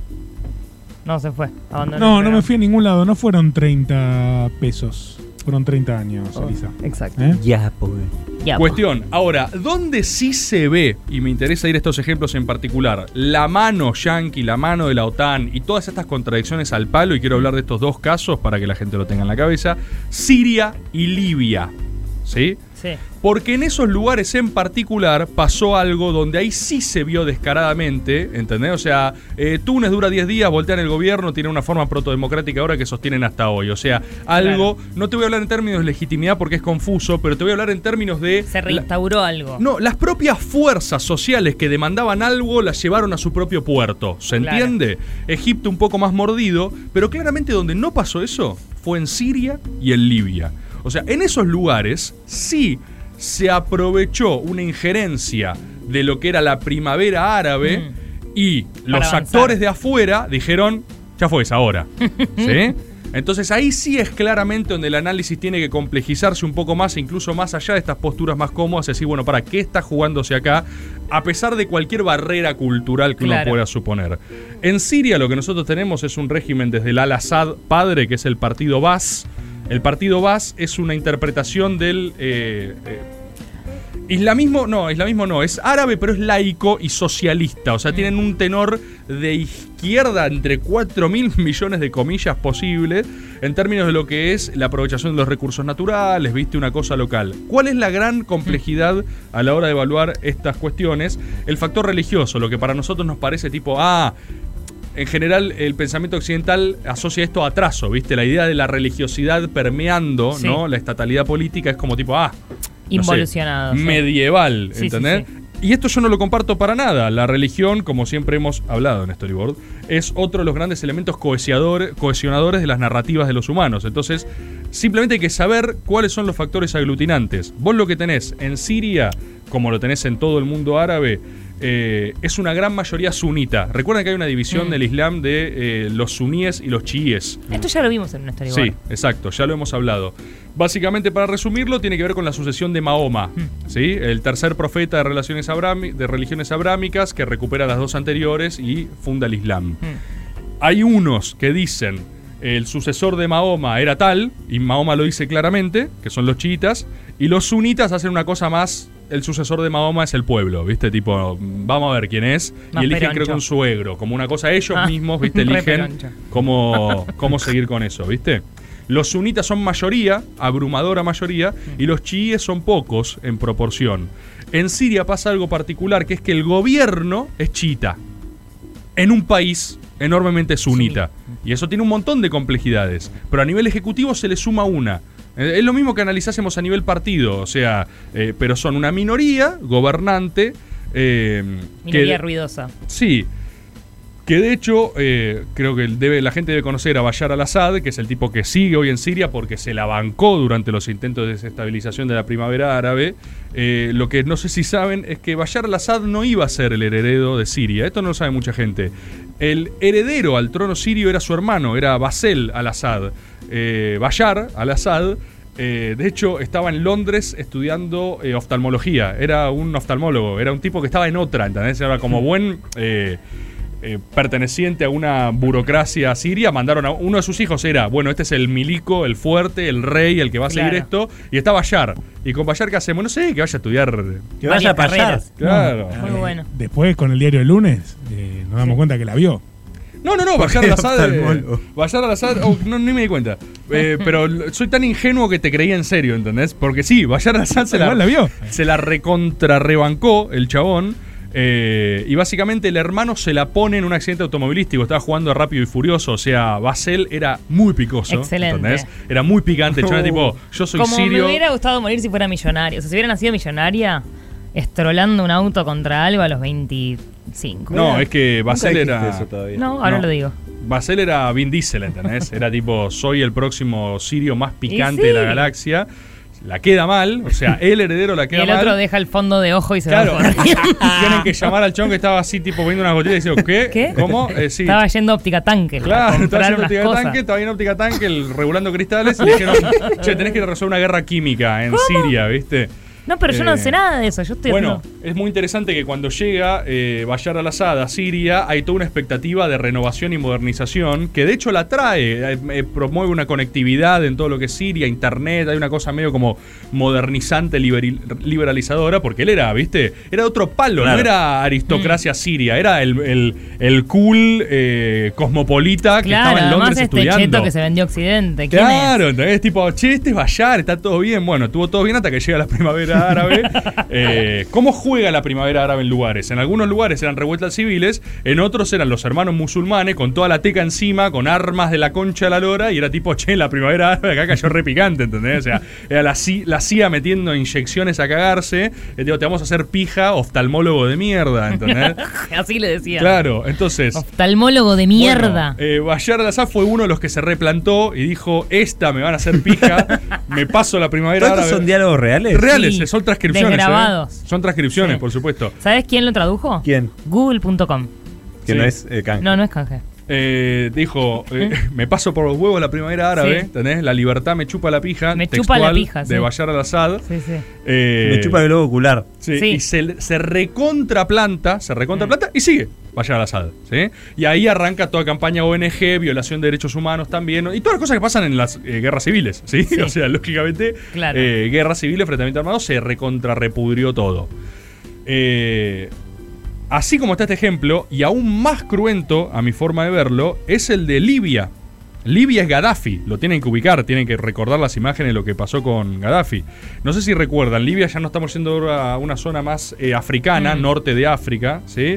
Speaker 8: No, se fue. Abandonó
Speaker 6: No,
Speaker 8: el
Speaker 6: no me
Speaker 8: programa.
Speaker 6: fui a ningún lado. No fueron 30 pesos. Fueron 30 años,
Speaker 10: Oh,
Speaker 6: Elisa.
Speaker 1: Exacto.
Speaker 6: ¿Eh?
Speaker 7: Ya, pobre.
Speaker 8: Ya,
Speaker 4: Cuestión, ahora, ¿dónde sí se ve, y me interesa ir a estos ejemplos en particular, la mano yanqui, la mano de la OTAN y todas estas contradicciones al palo, y quiero hablar de estos dos casos para que la gente lo tenga en la cabeza, Siria y Libia, ¿sí?
Speaker 8: Sí.
Speaker 4: Porque en esos lugares en particular pasó algo donde ahí sí se vio descaradamente, ¿entendés? O sea, eh, Túnez dura 10 días, voltean el gobierno, tiene una forma protodemocrática ahora que sostienen hasta hoy. O sea, algo, no te voy a hablar en términos de legitimidad porque es confuso, pero te voy a hablar en términos de...
Speaker 8: Se
Speaker 4: la-
Speaker 8: reinstauró algo.
Speaker 4: no, las propias fuerzas sociales que demandaban algo las llevaron a su propio puerto. ¿Se
Speaker 8: Claro.
Speaker 4: entiende? Egipto un poco más mordido, pero claramente donde no pasó eso fue en Siria y en Libia. O sea, en esos lugares sí se aprovechó una injerencia de lo que era la primavera árabe y los
Speaker 8: Mm. avanzar.
Speaker 4: actores de afuera dijeron, ya fue esa hora. ¿Sí? Entonces ahí sí es claramente donde el análisis tiene que complejizarse un poco más, incluso más allá de estas posturas más cómodas, y decir, bueno, ¿para qué está jugándose acá? A pesar de cualquier barrera cultural que uno
Speaker 8: Claro.
Speaker 4: pueda suponer. En Siria lo que nosotros tenemos es un régimen desde el Al-Assad padre, que es el partido Baas. El partido Baas es una interpretación del... eh, eh, Islamismo, no, islamismo no, es árabe pero es laico y socialista, o sea, tienen un tenor de izquierda entre 4 mil millones de comillas posibles en términos de lo que es la aprovechación de los recursos naturales, viste, una cosa local. ¿Cuál es la gran complejidad a la hora de evaluar estas cuestiones? El factor religioso, lo que para nosotros nos parece tipo, ah, en general, el pensamiento occidental asocia esto a atraso, ¿viste? La idea de la religiosidad permeando,
Speaker 8: Sí.
Speaker 4: ¿no? La estatalidad política es como tipo, ah, no sé,
Speaker 8: Involucionado, sí.
Speaker 4: medieval,
Speaker 8: Sí, sí,
Speaker 4: ¿entendés?
Speaker 8: sí.
Speaker 4: Y esto yo no lo comparto para nada. La religión, como siempre hemos hablado en Storyboard, es otro de los grandes elementos cohesiador- cohesionadores de las narrativas de los humanos. Entonces, simplemente hay que saber cuáles son los factores aglutinantes. Vos lo que tenés en Siria, como lo tenés en todo el mundo árabe, eh, es una gran mayoría sunita. Recuerden que hay una
Speaker 8: Mm.
Speaker 4: división del Islam de eh, los suníes y los chiíes.
Speaker 8: Esto ya lo vimos en una historia.
Speaker 4: Sí, exacto, ya lo hemos hablado. Básicamente, para resumirlo, tiene que ver con la sucesión de Mahoma, ¿sí? El tercer profeta de, relaciones abrami- de religiones abrámicas que recupera las dos anteriores y funda el Islam.
Speaker 8: Mm,
Speaker 4: Hay unos que dicen el sucesor de Mahoma era tal, y Mahoma lo dice claramente, que son los chiitas, y los sunitas hacen una cosa más el sucesor de Mahoma es el pueblo, ¿viste? Tipo, vamos a ver quién es.
Speaker 8: Más
Speaker 4: y eligen,
Speaker 8: peroncho.
Speaker 4: creo que un suegro, como una cosa. Ellos
Speaker 8: Ah,
Speaker 4: mismos, ¿viste?
Speaker 8: re
Speaker 4: Eligen
Speaker 8: peroncho.
Speaker 4: cómo, cómo seguir con eso, ¿viste? Los sunitas son mayoría, abrumadora mayoría, y los chiíes son pocos en proporción. En Siria pasa algo particular, que es que el gobierno es chiita en un país enormemente sunita. Y eso tiene un montón de complejidades. Pero a nivel ejecutivo se le suma una. Eh, Es lo mismo que analizásemos a nivel partido. O sea, eh, pero son una minoría gobernante. eh,
Speaker 8: Minoría
Speaker 4: que,
Speaker 8: ruidosa.
Speaker 4: Sí. Que de hecho, eh, creo que el debe, la gente debe conocer a Bashar al-Assad, que es el tipo que sigue hoy en Siria porque se la bancó durante los intentos de desestabilización de la primavera árabe. Eh, lo que no sé si saben es que Bashar al-Assad no iba a ser el heredero de Siria. Esto no lo sabe mucha gente. El heredero al trono sirio era su hermano, era Basel al-Assad. Eh, Bashar al-Assad. eh, de hecho, estaba en Londres estudiando eh, oftalmología. Era un oftalmólogo, era un tipo que estaba en otra, ¿entendés? Era como buen eh, eh, perteneciente a una burocracia siria, mandaron a uno de sus hijos, era, bueno, este es el milico, el fuerte, el rey, el que va a seguir
Speaker 8: Claro.
Speaker 4: esto, y está Bayar. ¿Y con Bayar qué hacemos? No sé, que vaya a estudiar.
Speaker 7: Que
Speaker 8: Varias
Speaker 7: vaya para allá.
Speaker 8: carreras.
Speaker 4: Claro.
Speaker 8: Muy bueno.
Speaker 6: Después, con el diario del lunes, eh, nos damos cuenta que la vio.
Speaker 4: No, no, no, Bayar
Speaker 7: qué
Speaker 4: al-Assad. eh,
Speaker 7: oftalmólogo?
Speaker 4: Bashar al-Assad, oh, no, ni me di cuenta. Eh, pero l- soy tan ingenuo que te creía en serio, ¿entendés? Porque sí, Bayar al-Assad se la,
Speaker 6: Igual la vio.
Speaker 4: se la recontra rebancó el chabón. eh, y básicamente el hermano se la pone en un accidente automovilístico. Estaba jugando a rápido y furioso. O sea, Basel era muy picoso.
Speaker 8: Excelente.
Speaker 4: Era muy picante. El chabón era tipo, yo soy
Speaker 8: Como
Speaker 4: sirio.
Speaker 8: me hubiera gustado morir si fuera millonario. O sea, si hubiera nacido millonaria, estrolando un auto contra algo a los 25.
Speaker 4: No, es que
Speaker 7: Nunca
Speaker 4: Basel
Speaker 7: dijiste
Speaker 4: era.
Speaker 7: eso todavía.
Speaker 8: No, ahora
Speaker 4: no.
Speaker 8: lo digo.
Speaker 4: Basel era Vin Diesel, ¿entendés? Era tipo, soy el próximo sirio más picante
Speaker 8: Y
Speaker 4: de
Speaker 8: sí.
Speaker 4: la galaxia. La queda mal, o sea, el heredero la
Speaker 8: Y
Speaker 4: queda
Speaker 8: el
Speaker 4: mal.
Speaker 8: otro deja el fondo de ojo y se
Speaker 4: Claro.
Speaker 8: va corriendo.
Speaker 4: Tienen que llamar al chon que estaba así, tipo, viendo unas botellas y diciendo, ¿qué?
Speaker 8: ¿Qué?
Speaker 4: ¿Cómo? Eh, sí.
Speaker 8: Estaba yendo a óptica tanque.
Speaker 4: Claro,
Speaker 8: a comprar
Speaker 4: estaba haciendo
Speaker 8: unas
Speaker 4: óptica
Speaker 8: cosas.
Speaker 4: tanque, estaba en óptica tanque, el, regulando cristales, y le dijeron, che, tenés que resolver una guerra química en Siria, ¿viste?
Speaker 8: No, pero yo
Speaker 4: Eh,
Speaker 8: no sé nada de eso. Yo estoy
Speaker 4: Bueno,
Speaker 8: haciendo-
Speaker 4: es muy interesante que cuando llega eh, Bashar al-Assad a Siria, hay toda una expectativa de renovación y modernización, que de hecho la trae, eh, eh, promueve una conectividad en todo lo que es Siria, internet, hay una cosa medio como modernizante, liberi- liberalizadora, porque él era, ¿viste? Era otro palo,
Speaker 7: Claro.
Speaker 4: no era
Speaker 8: Mm.
Speaker 4: aristocracia siria, era el, el- el cool eh, cosmopolita que
Speaker 8: Claro,
Speaker 4: estaba en
Speaker 8: además
Speaker 4: Londres
Speaker 8: este
Speaker 4: estudiando.
Speaker 8: cheto que se vendió a Occidente. ¿Quién es?
Speaker 4: Claro, entonces tipo, che, este es Bayar, está todo bien. Bueno, estuvo todo bien hasta que llega la primavera árabe. Eh, ¿Cómo juega la primavera árabe en lugares? En algunos lugares eran revueltas civiles, en otros eran los hermanos musulmanes con toda la teca encima, con armas de la concha de la lora, y era tipo, che, la primavera árabe acá cayó repicante, ¿entendés? O sea, era la, ci- la CIA metiendo inyecciones a cagarse. Eh, digo, te vamos a hacer pija, oftalmólogo de mierda, ¿entendés?
Speaker 8: Así le decía.
Speaker 4: claro, entonces.
Speaker 8: Oftalmólogo de mierda.
Speaker 4: Bueno, eh, Bayar al-Assad fue uno de los que se replantó y dijo: Esta me van a hacer pija, me paso la primavera.
Speaker 7: ¿Cuántos
Speaker 4: árabe".
Speaker 7: son diálogos reales?
Speaker 4: Reales,
Speaker 8: Sí,
Speaker 4: son transcripciones. ¿eh?
Speaker 8: desgrabados.
Speaker 4: Son transcripciones,
Speaker 8: Sí.
Speaker 4: por supuesto.
Speaker 8: ¿Sabes quién lo tradujo?
Speaker 7: ¿Quién?
Speaker 8: Google.com.
Speaker 7: Que
Speaker 4: Sí.
Speaker 7: no es eh, Kang.
Speaker 8: No, no es canje.
Speaker 4: Eh, dijo: eh, Me paso por los huevos la primavera árabe.
Speaker 8: Sí.
Speaker 4: ¿entendés? La libertad me chupa la pija.
Speaker 8: Me chupa la
Speaker 4: textual
Speaker 8: pija, sí.
Speaker 4: De Bayar al-Assad.
Speaker 8: Sí, sí.
Speaker 4: Eh,
Speaker 7: Me chupa el globo ocular.
Speaker 4: Sí,
Speaker 8: Sí.
Speaker 4: Y se, se recontraplanta, se recontraplanta y sigue. Vaya al asado. ¿sí? Y ahí arranca toda campaña ONG, violación de derechos humanos también, ¿no? y todas las cosas que pasan en las eh, guerras civiles. ¿sí?
Speaker 8: Sí.
Speaker 4: O sea, lógicamente,
Speaker 8: Claro.
Speaker 4: eh, guerras civiles, enfrentamiento armado, se recontrarrepudrió todo. Eh, así como está este ejemplo, y aún más cruento, a mi forma de verlo, es el de Libia. Libia es Gaddafi, lo tienen que ubicar, tienen que recordar las imágenes de lo que pasó con Gaddafi. No sé si recuerdan, Libia ya no estamos yendo ahora a una zona más eh, africana,
Speaker 8: Mm.
Speaker 4: norte de África, ¿sí?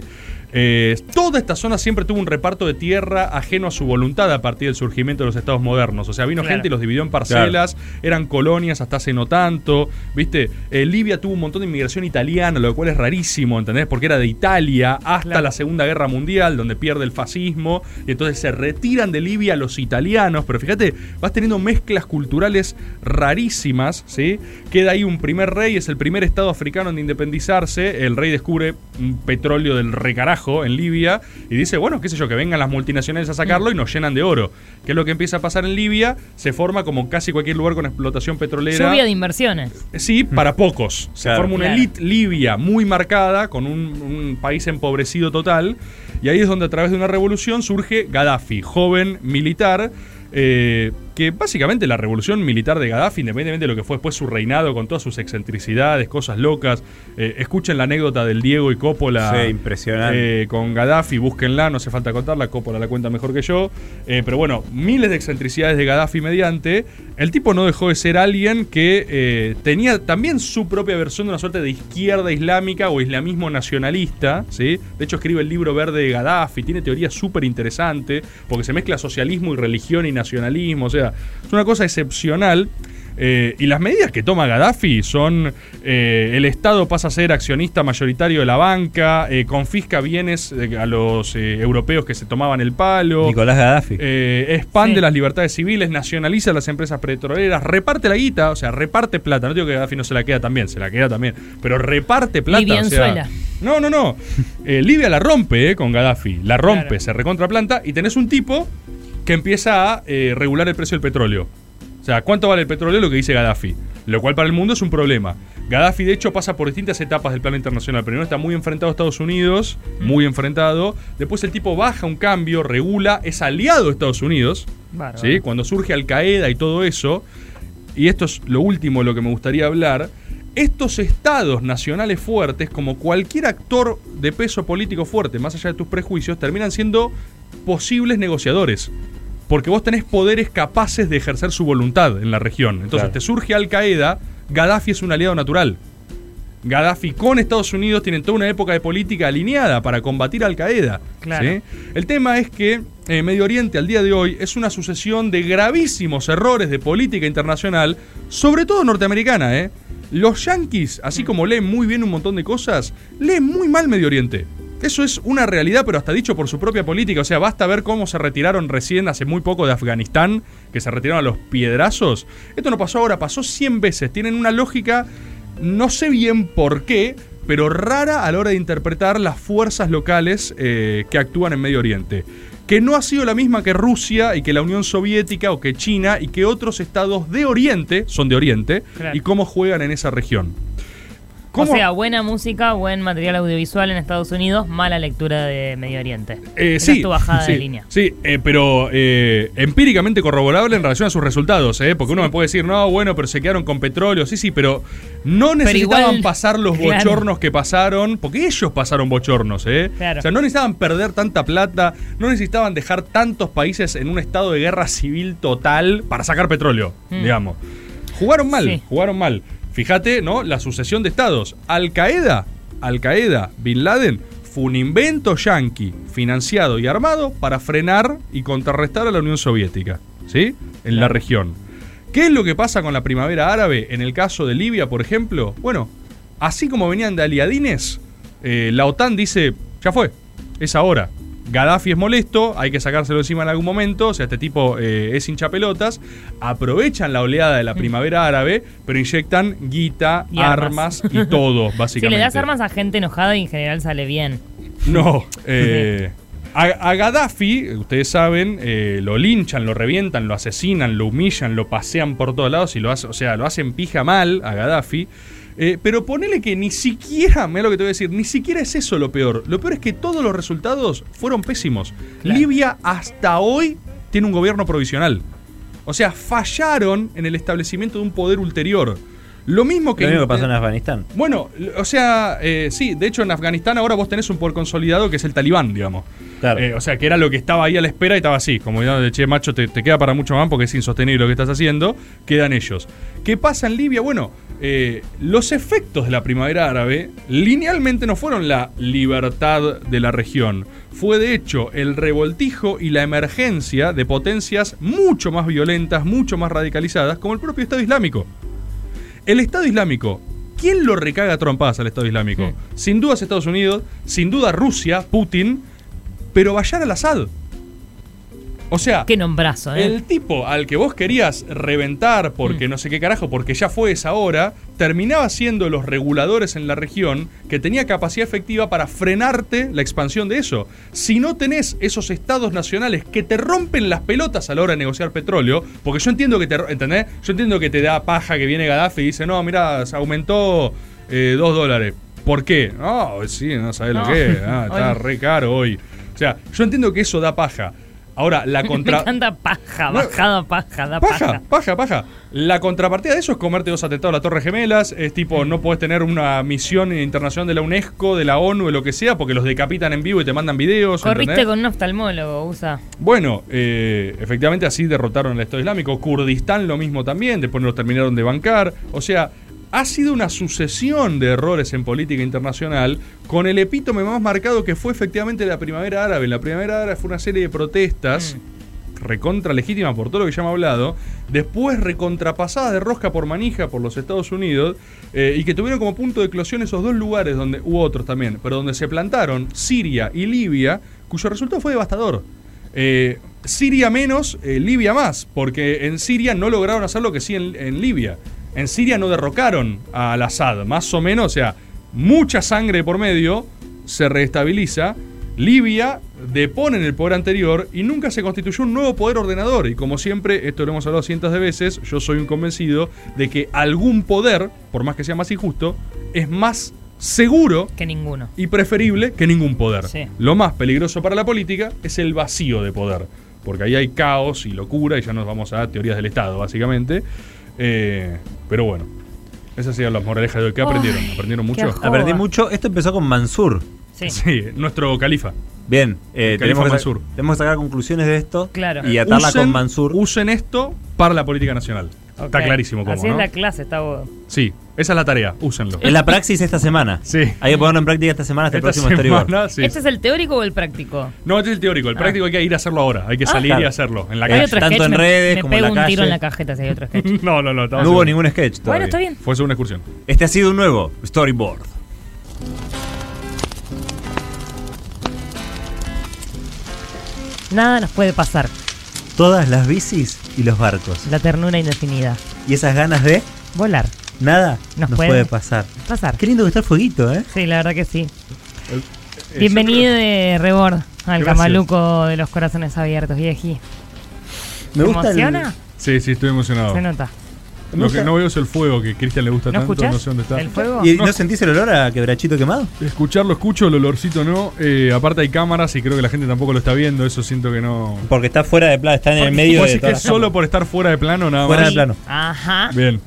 Speaker 4: Eh, toda esta zona siempre tuvo un reparto de tierra ajeno a su voluntad a partir del surgimiento de los estados modernos. O sea, vino
Speaker 8: Claro.
Speaker 4: gente y los dividió en parcelas, eran colonias hasta hace no tanto, ¿viste? Eh, Libia tuvo un montón de inmigración italiana, lo cual es rarísimo, ¿entendés? Porque era de Italia hasta
Speaker 8: Claro.
Speaker 4: la Segunda Guerra Mundial, donde pierde el fascismo, y entonces se retiran de Libia los italianos, pero fíjate, vas teniendo mezclas culturales rarísimas, ¿sí? Queda ahí un primer rey, es el primer estado africano en independizarse, el rey descubre un petróleo del recarajo en Libia y dice, bueno, qué sé yo, que vengan las multinacionales a sacarlo y nos llenan de oro. ¿Qué es lo que empieza a pasar en Libia? Se forma como casi cualquier lugar con explotación petrolera.
Speaker 8: Lluvia de inversiones.
Speaker 4: Sí, para pocos. Se
Speaker 7: Claro.
Speaker 4: forma una
Speaker 8: Claro.
Speaker 4: elite libia muy marcada, con un, un país empobrecido total. Y ahí es donde a través de una revolución surge Gaddafi, joven militar. eh, que básicamente la revolución militar de Gaddafi, independientemente de lo que fue después su reinado, con todas sus excentricidades, cosas locas, eh, escuchen la anécdota del Diego y Coppola
Speaker 7: Sí, impresionante.
Speaker 4: eh, con Gaddafi, búsquenla, no hace falta contarla, Coppola la cuenta mejor que yo, Eh, pero bueno, miles de excentricidades de Gaddafi mediante, el tipo no dejó de ser alguien que eh, tenía también su propia versión de una suerte de izquierda islámica o islamismo nacionalista, ¿sí? de hecho escribe el libro verde de Gaddafi, tiene teoría súper interesante, porque se mezcla socialismo y religión y nacionalismo, o sea, es una cosa excepcional. Eh, y las medidas que toma Gaddafi son eh, el Estado pasa a ser accionista mayoritario de la banca, eh, confisca bienes eh, a los eh, europeos que se tomaban el palo,
Speaker 7: Nicolás Gaddafi.
Speaker 4: eh, expande
Speaker 8: Sí.
Speaker 4: las libertades civiles, nacionaliza las empresas petroleras, reparte la guita, o sea, reparte plata. No digo que Gaddafi no se la queda también, se la queda también, pero reparte plata.
Speaker 8: Libia
Speaker 4: o
Speaker 8: en
Speaker 4: sea,
Speaker 8: suela.
Speaker 4: no, no, no. Eh, Libia la rompe eh, con Gaddafi, la rompe,
Speaker 8: Claro.
Speaker 4: se recontraplanta y tenés un tipo que empieza a eh, regular el precio del petróleo. O sea, ¿cuánto vale el petróleo? Lo que dice Gaddafi. Lo cual para el mundo es un problema. Gaddafi, de hecho, pasa por distintas etapas del plano internacional. Primero está muy enfrentado a Estados Unidos, muy enfrentado. Después el tipo baja un cambio, regula, es aliado de Estados Unidos.
Speaker 8: Bárbaro.
Speaker 4: ¿sí? Cuando surge Al Qaeda y todo eso, y esto es lo último de lo que me gustaría hablar, estos estados nacionales fuertes, como cualquier actor de peso político fuerte, más allá de tus prejuicios, terminan siendo posibles negociadores. Porque vos tenés poderes capaces de ejercer su voluntad en la región. Entonces
Speaker 7: Claro.
Speaker 4: te surge Al Qaeda, Gaddafi es un aliado natural. Gaddafi con Estados Unidos tienen toda una época de política alineada para combatir a Al Qaeda.
Speaker 8: Claro.
Speaker 4: ¿sí? El tema es que eh, Medio Oriente al día de hoy es una sucesión de gravísimos errores de política internacional, sobre todo norteamericana. ¿eh? Los yanquis, así como leen muy bien un montón de cosas, leen muy mal Medio Oriente. Eso es una realidad, pero hasta dicho por su propia política. O sea, basta ver cómo se retiraron recién hace muy poco de Afganistán, que se retiraron a los piedrazos. Esto no pasó ahora, pasó 100 veces. Tienen una lógica no sé bien por qué, pero rara a la hora de interpretar las fuerzas locales eh, que actúan en Medio Oriente. Que no ha sido la misma que Rusia y que la Unión Soviética o que China y que otros estados de Oriente son de Oriente
Speaker 8: Claro.
Speaker 4: y cómo juegan en esa región. ¿Cómo?
Speaker 8: O sea, buena música, buen material audiovisual en Estados Unidos, mala lectura de Medio Oriente.
Speaker 4: Eh,
Speaker 8: Esa
Speaker 4: sí,
Speaker 8: es tu bajada
Speaker 4: sí,
Speaker 8: de línea.
Speaker 4: Sí, eh, pero eh, empíricamente corroborable en relación a sus resultados, ¿eh? porque uno me puede decir, no, bueno, pero se quedaron con petróleo, sí, sí, pero no necesitaban
Speaker 8: igual-
Speaker 4: pasar los
Speaker 8: claro.
Speaker 4: bochornos que pasaron, porque ellos pasaron bochornos, ¿eh?
Speaker 8: Claro.
Speaker 4: O sea, no necesitaban perder tanta plata, no necesitaban dejar tantos países en un estado de guerra civil total para sacar petróleo,
Speaker 8: Mm.
Speaker 4: digamos. Jugaron mal,
Speaker 8: Sí.
Speaker 4: jugaron mal. Fíjate, ¿no? La sucesión de estados. Al Qaeda, Al Qaeda, Bin Laden, fue un invento yanqui financiado y armado para frenar y contrarrestar a la Unión Soviética, ¿sí? En la región. ¿Qué es lo que pasa con la primavera árabe en el caso de Libia, por ejemplo? Bueno, así como venían de aliadines, eh, la OTAN dice, ya fue, es ahora. Gaddafi es molesto, hay que sacárselo encima en algún momento, o sea, este tipo eh, es hincha pelotas, aprovechan la oleada de la primavera árabe, pero inyectan guita,
Speaker 8: Y
Speaker 4: armas.
Speaker 8: armas.
Speaker 4: y todo, básicamente.
Speaker 8: Si le das armas a gente enojada y en general sale bien.
Speaker 4: No. eh, a, a Gaddafi, ustedes saben, eh, lo linchan, lo revientan, lo asesinan, lo humillan, lo pasean por todos lados y lo hace- o sea, lo hacen pija mal a Gaddafi. Eh, pero ponele que ni siquiera, mira lo que te voy a decir, ni siquiera es eso lo peor. Lo peor es que todos los resultados fueron pésimos. Libia hasta hoy tiene un gobierno provisional. O sea, fallaron en el establecimiento de un poder ulterior. Lo mismo que...
Speaker 7: Lo mismo que pasó en Afganistán.
Speaker 4: Bueno, l- o sea, eh, sí, de hecho en Afganistán ahora vos tenés un poder consolidado que es el talibán, digamos.
Speaker 7: Claro.
Speaker 4: Eh, o sea, que era lo que estaba ahí a la espera y estaba así, como de che, macho, te, te queda para mucho más porque es insostenible lo que estás haciendo, quedan ellos. ¿Qué pasa en Libia? Bueno, eh, los efectos de la primavera árabe linealmente no fueron la libertad de la región, fue de hecho el revoltijo y la emergencia de potencias mucho más violentas, mucho más radicalizadas, como el propio Estado Islámico. El Estado Islámico. ¿Quién lo recaga a trompadas al Estado Islámico? Sin duda es Estados Unidos, sin duda Rusia, Putin, pero Bayar al-Assad. O sea,
Speaker 8: Qué nombrazo, ¿eh? Mm.
Speaker 4: el tipo al que vos querías reventar porque no sé qué carajo, porque ya fue esa hora, terminaba siendo los reguladores en la región que tenía capacidad efectiva para frenarte la expansión de eso. Si no tenés esos estados nacionales que te rompen las pelotas a la hora de negociar petróleo, porque yo entiendo que te, ¿entendés? Yo entiendo que te da paja que viene Gaddafi y dice, no, mira, aumentó eh, dos dólares. ¿Por qué? No, sí, no sabés lo
Speaker 8: No.
Speaker 4: que es. Ah, está
Speaker 8: Hoy-
Speaker 4: re caro hoy. O sea, yo entiendo que eso da paja. Ahora, la
Speaker 8: Me
Speaker 4: contra.
Speaker 8: encanta paja, bajada, paja, da paja.
Speaker 4: Paja, paja, paja. La contrapartida de eso es comerte dos atentados a la Torre Gemelas. Es tipo, no podés tener una misión internacional de la UNESCO, de la ONU, de lo que sea, porque los decapitan en vivo y te mandan videos.
Speaker 8: Corriste
Speaker 4: ¿entendés?
Speaker 8: con un oftalmólogo, usa.
Speaker 4: Bueno, eh, efectivamente así derrotaron al Estado Islámico. Kurdistán lo mismo también, después no los terminaron de bancar. O sea, ha sido una sucesión de errores en política internacional con el epítome más marcado que fue efectivamente la primavera árabe. La primavera árabe fue una serie de protestas. recontra legítimas por todo lo que ya hemos hablado, después recontrapasadas de rosca por manija por los Estados Unidos, eh, y que tuvieron como punto de eclosión esos dos lugares donde hubo otros también, pero donde se plantaron Siria y Libia, cuyo resultado fue devastador. Eh, Siria menos, eh, Libia más, porque en Siria no lograron hacer lo que sí en, en Libia. En Siria no derrocaron al Assad, más o menos, o sea, mucha sangre por medio, se reestabiliza. Libia depone en el poder anterior y nunca se constituyó un nuevo poder ordenador. Y como siempre, esto lo hemos hablado cientos de veces, yo soy un convencido de que algún poder, por más que sea más injusto, es más seguro
Speaker 8: Que ninguno.
Speaker 4: y preferible que ningún poder.
Speaker 8: Sí.
Speaker 4: Lo más peligroso para la política es el vacío de poder, porque ahí hay caos y locura y ya nos vamos a teorías del Estado, básicamente. Eh, pero bueno, esas serían las moralejas de hoy. ¿Qué aprendieron?
Speaker 8: Ay,
Speaker 4: ¿Aprendieron
Speaker 8: qué
Speaker 4: mucho?
Speaker 8: asco.
Speaker 7: Aprendí mucho. Esto empezó con Mansur.
Speaker 8: Sí.
Speaker 4: Sí, nuestro califa.
Speaker 7: Bien, eh,
Speaker 4: Califa
Speaker 7: tenemos, que sa-
Speaker 4: Mansur.
Speaker 7: tenemos que sacar conclusiones de esto
Speaker 8: Claro.
Speaker 7: y atarla con
Speaker 4: Usen-
Speaker 7: Mansur.
Speaker 4: Usen esto para la política nacional. Está
Speaker 8: Ok.
Speaker 4: clarísimo cómo,
Speaker 8: Así
Speaker 4: ¿no?
Speaker 8: es la clase, está vos.
Speaker 4: Sí, esa es la tarea, úsenlo.
Speaker 7: Es la praxis esta semana.
Speaker 4: Sí.
Speaker 7: Hay que ponerlo en práctica esta semana hasta el
Speaker 4: Esta
Speaker 7: próximo storyboard.
Speaker 4: semana, sí.
Speaker 8: ¿Este es el teórico o el práctico?
Speaker 4: No, este es el teórico, el práctico hay que ir a hacerlo ahora, hay que salir y
Speaker 7: Ah. claro.
Speaker 4: hacerlo en la
Speaker 7: Hay
Speaker 8: Hay
Speaker 4: calle.
Speaker 8: otro
Speaker 7: tanto
Speaker 8: sketch,
Speaker 7: en
Speaker 8: me-
Speaker 7: redes
Speaker 8: me
Speaker 7: como en
Speaker 8: pego
Speaker 7: la
Speaker 8: un tiro
Speaker 7: calle.
Speaker 8: en la cajeta si hay otro sketch.
Speaker 4: No, no, no, estamos
Speaker 7: No hubo
Speaker 4: en-
Speaker 7: ningún sketch todavía.
Speaker 8: bueno, está bien.
Speaker 4: Fue solo una excursión.
Speaker 7: Este ha sido un nuevo storyboard.
Speaker 8: Nada nos puede pasar.
Speaker 7: Todas las bicis y los barcos.
Speaker 8: La ternura indefinida.
Speaker 7: Y esas ganas de
Speaker 8: Volar.
Speaker 7: nada
Speaker 8: Nos
Speaker 7: nos,
Speaker 8: puede-
Speaker 7: puede. pasar.
Speaker 8: Pasar.
Speaker 7: Qué lindo que está el fueguito, ¿eh?
Speaker 8: Sí, la verdad que sí. Bienvenido de rebord al
Speaker 4: eh, Gracias.
Speaker 8: camaluco de los corazones abiertos, vieji. ¿Te
Speaker 7: Me gusta el-
Speaker 8: emociona?
Speaker 4: Sí, sí, estoy emocionado.
Speaker 8: Se nota.
Speaker 4: Lo que no veo es el fuego que a Cristian le gusta
Speaker 8: ¿No
Speaker 4: tanto,
Speaker 8: escuchás?
Speaker 4: no sé dónde está.
Speaker 8: ¿El fuego?
Speaker 7: ¿Y no sentís el olor a quebrachito quemado?
Speaker 4: Escucharlo escucho, el olorcito no. Eh, aparte hay cámaras y creo que la gente tampoco lo está viendo, eso siento que no.
Speaker 7: Porque está fuera de plata, está en el medio
Speaker 4: ¿Vos
Speaker 7: de
Speaker 4: decís
Speaker 7: todas
Speaker 4: que
Speaker 7: las
Speaker 4: solo
Speaker 7: cámaras.
Speaker 4: por estar fuera de plano nada
Speaker 7: Fuera
Speaker 4: más?
Speaker 7: de plano.
Speaker 8: Ajá.
Speaker 4: Bien,
Speaker 7: Ah.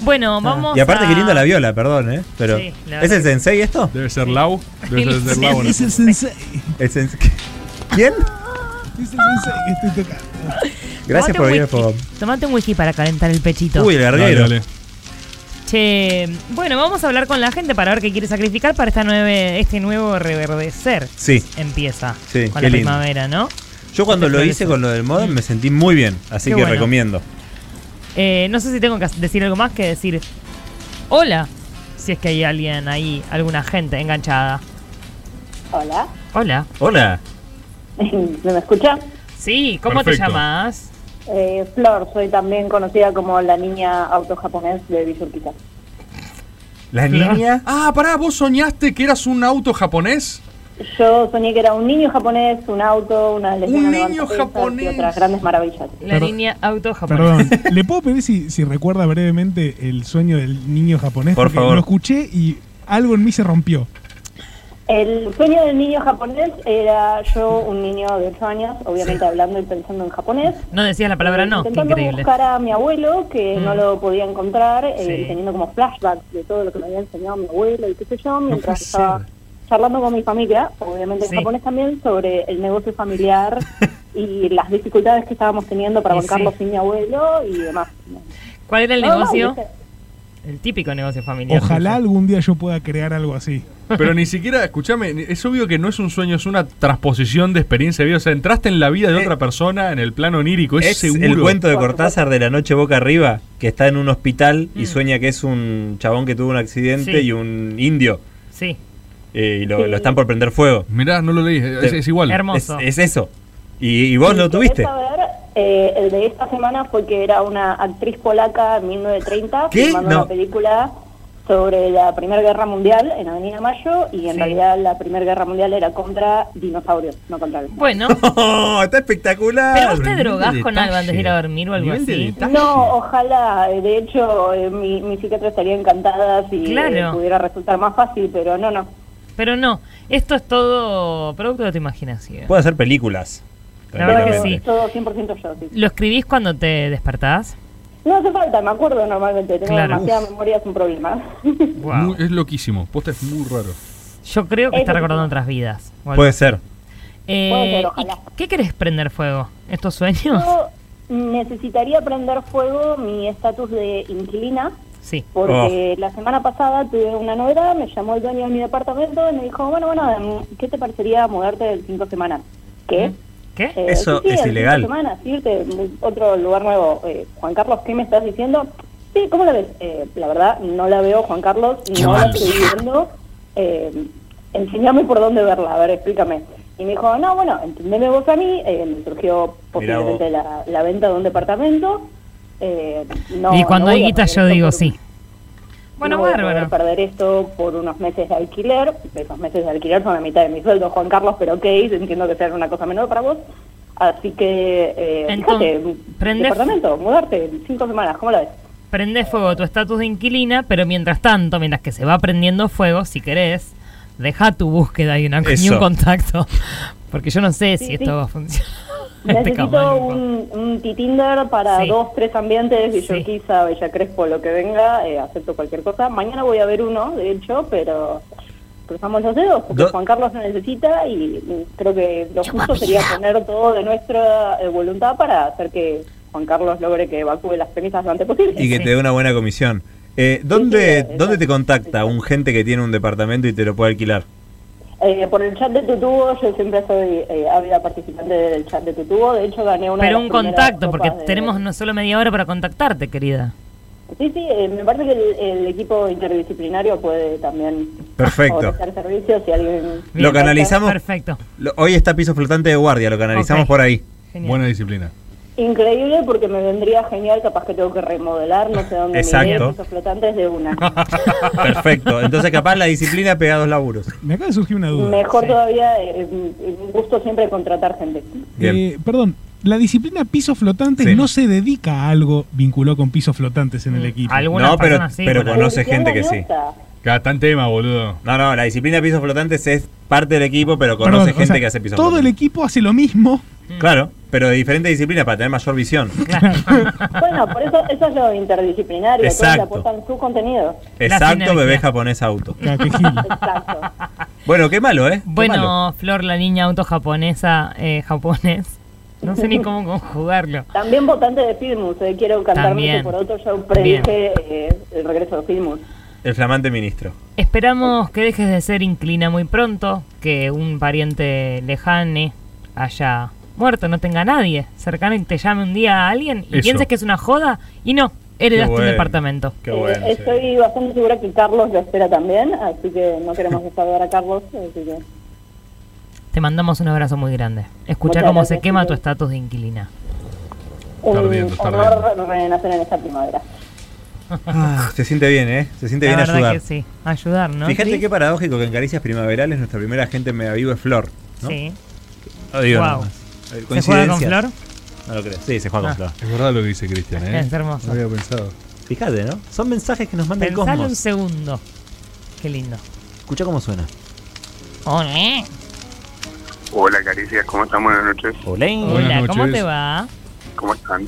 Speaker 8: Bueno, Ah, vamos
Speaker 7: Y aparte
Speaker 8: a...
Speaker 7: qué linda la viola, perdón, ¿eh? Pero
Speaker 8: Sí, la
Speaker 7: ¿Es
Speaker 8: verdad
Speaker 7: el
Speaker 8: que-
Speaker 7: sensei esto?
Speaker 4: debe ser Lau. Debe ser del Lau. ¿no?
Speaker 6: Es el sensei.
Speaker 7: El sensei- ¿Quién?
Speaker 6: Es el sensei que estoy tocando.
Speaker 8: Tomate
Speaker 7: Gracias por
Speaker 8: un
Speaker 7: venir,
Speaker 8: whisky.
Speaker 7: Fob.
Speaker 8: Tomate un whisky para calentar el pechito.
Speaker 7: Uy, el
Speaker 4: Dale,
Speaker 7: garguero.
Speaker 4: dale.
Speaker 8: Che, bueno, vamos a hablar con la gente para ver qué quiere sacrificar para esta nueve, este nuevo reverdecer.
Speaker 7: Sí.
Speaker 8: Empieza
Speaker 7: Sí,
Speaker 8: con
Speaker 7: qué
Speaker 8: la
Speaker 7: lindo.
Speaker 8: primavera, ¿no?
Speaker 7: Yo cuando lo hice con lo del modem me sentí muy bien, así
Speaker 8: Qué
Speaker 7: que
Speaker 8: bueno.
Speaker 7: recomiendo.
Speaker 8: Eh, no sé si tengo que decir algo más que decir hola, si es que hay alguien ahí, alguna gente enganchada.
Speaker 11: Hola,
Speaker 8: Hola.
Speaker 7: Hola.
Speaker 11: ¿no me escucha?
Speaker 8: Sí, ¿cómo
Speaker 4: Perfecto.
Speaker 8: te llamas?
Speaker 11: Eh, Flor, soy también conocida como la niña auto japonés de Villurquiza.
Speaker 7: La niña.
Speaker 4: Ah, pará, ¿vos soñaste que eras un auto japonés?
Speaker 11: Yo soñé que era un niño japonés, un auto, una
Speaker 4: Un
Speaker 11: lesbiana
Speaker 4: niño
Speaker 11: levantapesas
Speaker 4: japonés.
Speaker 11: y otras grandes maravillas.
Speaker 8: La
Speaker 6: Perdón.
Speaker 8: niña auto japonesa.
Speaker 6: Perdón, ¿le puedo pedir si, si recuerda brevemente el sueño del niño japonés?
Speaker 7: Por
Speaker 6: Porque
Speaker 7: favor.
Speaker 6: Lo escuché y algo en mí se rompió.
Speaker 11: El sueño del niño japonés era yo, un niño de 8 años, obviamente hablando y pensando en japonés.
Speaker 8: No decías la palabra no, qué
Speaker 11: Intentando
Speaker 8: increíble. Mm.
Speaker 11: buscar a mi abuelo, que no lo podía encontrar, eh,
Speaker 8: Sí.
Speaker 11: y teniendo como flashbacks de todo lo que me había enseñado mi abuelo y qué sé yo,
Speaker 6: puede
Speaker 11: mientras
Speaker 6: ser.
Speaker 11: estaba charlando con mi familia, obviamente en
Speaker 8: Sí.
Speaker 11: japonés también, sobre el negocio familiar y las dificultades que estábamos teniendo para
Speaker 8: Y
Speaker 11: bancarlo
Speaker 8: sí.
Speaker 11: sin mi abuelo y demás.
Speaker 8: ¿Cuál era el
Speaker 11: Nada más,
Speaker 8: negocio?
Speaker 11: ¿viste?
Speaker 8: El típico negocio familiar.
Speaker 6: Ojalá algún día yo pueda crear algo así.
Speaker 4: Pero ni siquiera, escúchame, ni- es obvio que no es un sueño, es una transposición de experiencia de vida. O sea, entraste en la vida de
Speaker 7: Eh,
Speaker 4: otra persona, en el plano onírico, es,
Speaker 7: Es
Speaker 4: Pues seguro.
Speaker 7: el cuento de Cortázar de la noche boca arriba, que está en un hospital y
Speaker 8: Mm.
Speaker 7: sueña que es un chabón que tuvo un accidente
Speaker 8: Sí.
Speaker 7: y un indio
Speaker 8: Sí,
Speaker 7: eh, y lo, lo están por prender fuego.
Speaker 4: Mirá, no lo leí, es, es igual.
Speaker 7: Es,
Speaker 8: hermoso.
Speaker 7: es eso. Y, y vos
Speaker 11: Si
Speaker 7: lo
Speaker 11: querés
Speaker 7: tuviste.
Speaker 11: saber, eh, el de esta semana fue que era una actriz polaca en 1930
Speaker 7: ¿Qué?
Speaker 11: filmando
Speaker 7: No.
Speaker 11: una película sobre la Primera Guerra Mundial en Avenida Mayo y en
Speaker 8: Sí.
Speaker 11: realidad la Primera Guerra Mundial era contra dinosaurios, no contra el...
Speaker 8: Bueno, Oh,
Speaker 7: está espectacular.
Speaker 8: pero vos te drogás
Speaker 4: de
Speaker 8: con algo antes de ir a
Speaker 4: detalle.
Speaker 8: dormir o algo
Speaker 4: Nivel de
Speaker 8: así.
Speaker 4: detalle.
Speaker 11: No, ojalá. eh, De hecho, eh, mi, mi psiquiatra estaría encantada si eh,
Speaker 8: Claro.
Speaker 11: pudiera resultar más fácil, pero no, no.
Speaker 8: Pero no, esto es todo producto de tu imaginación.
Speaker 7: Puede hacer películas.
Speaker 8: La verdad que sí.
Speaker 11: Todo 100% yo, sí.
Speaker 8: ¿Lo escribís cuando te despertás?
Speaker 11: No hace falta, me acuerdo normalmente. Tengo
Speaker 8: Claro.
Speaker 11: demasiada memoria, es un problema.
Speaker 4: Muy- es loquísimo. Posta es muy raro.
Speaker 8: Yo creo que
Speaker 11: Es
Speaker 8: está
Speaker 11: lo
Speaker 8: recordando otras vidas. o algo.
Speaker 7: Puede ser.
Speaker 8: Eh,
Speaker 11: Puede ser,
Speaker 8: ¿y ¿Qué querés prender fuego? ¿Estos sueños?
Speaker 11: Yo necesitaría prender fuego mi estatus de inquilina.
Speaker 8: Sí.
Speaker 11: Porque
Speaker 7: Oh.
Speaker 11: la semana pasada tuve una novedad, me llamó el dueño de mi departamento y me dijo, bueno, bueno, ¿qué te parecería mudarte de cinco semanas? ¿Qué? Eh,
Speaker 8: ¿Qué?
Speaker 7: Eso es ilegal.
Speaker 11: Cinco semanas, irte a otro lugar nuevo. Eh, Juan Carlos, ¿qué me estás diciendo? Sí, ¿cómo la ves? Eh, la verdad, no la veo, Juan Carlos, no la
Speaker 5: mal.
Speaker 11: estoy viendo. Eh, enséñame por dónde verla, a ver, explícame. Y me dijo, no, bueno, entendeme vos a mí, eh, me surgió
Speaker 8: Mirá vos.
Speaker 11: posiblemente la, la venta de un departamento. Eh,
Speaker 4: Oh.
Speaker 11: no,
Speaker 8: y cuando
Speaker 11: no
Speaker 8: hay
Speaker 11: voy a
Speaker 8: guita
Speaker 11: perder
Speaker 8: yo
Speaker 11: esto
Speaker 8: digo
Speaker 11: por-
Speaker 8: sí. Bueno,
Speaker 11: no voy a poder
Speaker 8: bárbaro.
Speaker 11: perder esto por unos meses de alquiler. Esos meses de alquiler son la mitad de mi sueldo, Juan Carlos, pero ok, entiendo que sea una cosa menor para vos. Así que, eh,
Speaker 8: Entonces,
Speaker 11: fíjate,
Speaker 8: prende-
Speaker 11: departamento, mudarte, en cinco semanas, ¿cómo la ves?
Speaker 8: Prende fuego tu estatus de inquilina, pero mientras tanto, mientras que se va prendiendo fuego, si querés, deja tu búsqueda y, una, y
Speaker 12: Eso.
Speaker 8: un contacto. Porque yo no sé
Speaker 11: Sí,
Speaker 8: si
Speaker 11: sí.
Speaker 8: esto va a funcionar. Este
Speaker 11: Necesito un, un T-Tinder para
Speaker 8: Sí.
Speaker 11: dos, tres ambientes, Villorquiza, Bella Crespo, lo que venga, eh, acepto cualquier cosa. Mañana voy a ver uno, de hecho, pero cruzamos los dedos porque
Speaker 7: Do-
Speaker 11: Juan Carlos lo necesita y mm, creo que lo justo sería poner todo de nuestra eh, voluntad para hacer que Juan Carlos logre que evacúe las premisas lo antes posible.
Speaker 7: Y que te dé una buena comisión. Eh, ¿dónde, ¿Dónde te contacta un gente que tiene un departamento y te lo puede alquilar?
Speaker 11: Eh, por el chat de Tutubo, yo siempre soy eh, ávida participante del chat de Tutubo, de hecho gané una de
Speaker 8: Pero
Speaker 11: las
Speaker 8: un
Speaker 11: primeras
Speaker 8: contacto,
Speaker 11: copas
Speaker 8: porque
Speaker 11: de-
Speaker 8: tenemos no solo media hora para contactarte, querida.
Speaker 11: Sí, sí, eh, me parece que el, el equipo interdisciplinario puede también
Speaker 7: Perfecto.
Speaker 11: ofrecer servicios si alguien...
Speaker 7: Lo canalizamos.
Speaker 8: Perfecto.
Speaker 7: Lo- hoy está piso flotante de guardia, lo canalizamos
Speaker 11: Ok.
Speaker 7: por ahí.
Speaker 8: Genial.
Speaker 4: Buena disciplina.
Speaker 11: Increíble porque me vendría genial, capaz que tengo que remodelar, no sé dónde
Speaker 7: Exacto.
Speaker 11: me pisos flotantes de una.
Speaker 7: Perfecto. Entonces, capaz la disciplina pega dos laburos.
Speaker 6: Me acaba de surgir una duda.
Speaker 11: Mejor todavía, eh, un gusto siempre contratar gente.
Speaker 6: Eh, perdón, la disciplina pisos flotantes
Speaker 7: Sí.
Speaker 6: no se dedica a algo vinculado con pisos flotantes
Speaker 8: Mm,
Speaker 6: en el equipo.
Speaker 7: pues, No, pero, pero conoce gente que sí.
Speaker 4: Cada tan tema, boludo.
Speaker 7: No, no, la disciplina pisos flotantes es parte del equipo, pero conoce
Speaker 6: Perdón, o
Speaker 7: gente
Speaker 6: sea,
Speaker 7: que hace pisos
Speaker 6: Todo el equipo hace lo mismo.
Speaker 7: flotantes. Claro, pero de diferentes disciplinas para tener mayor visión.
Speaker 11: bueno, por eso eso es lo interdisciplinario, todos le
Speaker 7: Exacto.
Speaker 11: aportan su contenido.
Speaker 7: Exacto, bebé japonés auto. Bueno, qué malo, ¿eh? Qué malo.
Speaker 8: Bueno, Flor, la niña auto japonesa, eh, japonés. No sé ni cómo conjugarlo.
Speaker 11: También votante de Filmus, eh, quiero cantarme
Speaker 8: También.
Speaker 11: que por otro yo predije eh, el regreso de Filmus.
Speaker 7: El flamante ministro.
Speaker 8: Esperamos que dejes de ser inclina muy pronto, que un pariente lejane haya muerto, no tenga nadie cercano y te llame un día a alguien y
Speaker 11: Eso.
Speaker 8: pienses que es una joda y no, heredaste
Speaker 7: bueno,
Speaker 8: un departamento.
Speaker 7: qué
Speaker 11: Eh, Estoy bastante segura que Carlos lo espera también, así que no queremos defraudar a Carlos. Así que
Speaker 8: Te mandamos un abrazo muy grande. Escucha
Speaker 11: Muchas
Speaker 8: cómo
Speaker 11: gracias,
Speaker 8: se quema
Speaker 11: Miguel.
Speaker 8: tu estatus de inquilina.
Speaker 11: un
Speaker 7: Tardiendo,
Speaker 11: honor renacer en esta primavera.
Speaker 7: Ah, se siente bien, ¿eh? Se siente
Speaker 8: La
Speaker 7: bien
Speaker 8: verdad
Speaker 7: ayudar.
Speaker 8: que sí, ayudar, ¿no?
Speaker 7: Fíjate
Speaker 8: Sí.
Speaker 7: qué paradójico que en Caricias Primaverales nuestra primera gente en Mega Vivo es Flor. ¿no? Eh,
Speaker 8: Sí.
Speaker 7: Lo digo
Speaker 8: Guau.
Speaker 7: nada más. A ver,
Speaker 8: ¿Se
Speaker 7: coincidencias.
Speaker 8: juega con
Speaker 7: No lo creo. Sí, se juega
Speaker 8: Ah.
Speaker 7: con Flor.
Speaker 4: Es verdad lo que dice Cristian, ¿eh?
Speaker 8: Es hermoso.
Speaker 4: No había pensado.
Speaker 7: Fíjate, ¿no? Son mensajes que nos manda el
Speaker 8: Pensalo un
Speaker 7: cosmos.
Speaker 8: segundo. Qué lindo.
Speaker 7: Escucha cómo suena.
Speaker 8: Hola.
Speaker 13: Hola, Caricias, ¿cómo están? Buenas noches.
Speaker 7: Hola.
Speaker 8: Hola, ¿cómo te va?
Speaker 13: ¿Cómo están?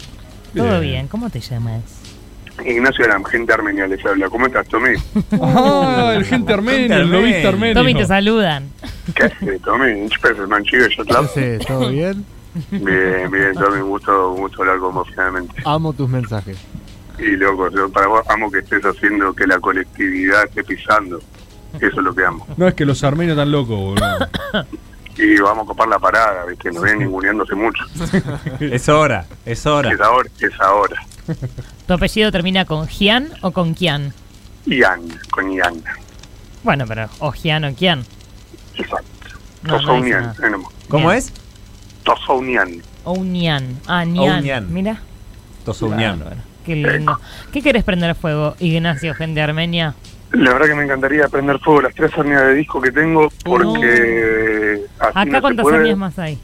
Speaker 8: Todo bien, ¿cómo te llamas?
Speaker 13: Ignacio Aram, gente armenia les habla. ¿Cómo estás, Tomé?
Speaker 4: Ah, el gente armenio, el lobista armenio.
Speaker 8: Tommy, te saludan.
Speaker 13: ¿Qué haces, Tomé? ¿Qué haces, manchigo? ¿Yo te
Speaker 14: ¿Todo bien?
Speaker 13: Bien, bien, Tomé, un gusto, un gusto hablar con vos finalmente.
Speaker 14: Amo tus mensajes.
Speaker 13: Y loco, yo para vos amo que estés haciendo que la colectividad esté pisando. Eso es lo que amo.
Speaker 4: No, es que los armenios están locos,
Speaker 8: Ah.
Speaker 4: boludo.
Speaker 13: Y vamos a copar la parada, ¿viste? Nos vienen ninguneándose mucho.
Speaker 7: Es hora, es hora.
Speaker 13: Es ahora, es ahora.
Speaker 8: ¿Tu apellido termina con Gian o con Kian?
Speaker 13: Ian, con Ian.
Speaker 8: Bueno, pero o Gian o Kian. No, no dice
Speaker 13: Tosounian.
Speaker 8: nada.
Speaker 7: ¿Cómo
Speaker 8: Bien.
Speaker 7: es?
Speaker 13: Tosounian.
Speaker 8: O un Nian. Ah, Nian.
Speaker 7: Nian.
Speaker 8: Mira,
Speaker 7: Tosouniano.
Speaker 8: qué lindo. ¿Qué querés prender fuego, Ignacio, gente de Armenia?
Speaker 13: La verdad que me encantaría prender fuego las tres hernias de disco que tengo porque así no
Speaker 8: Oh. Acá
Speaker 13: se
Speaker 8: cuántas
Speaker 13: puede.
Speaker 8: años más hay.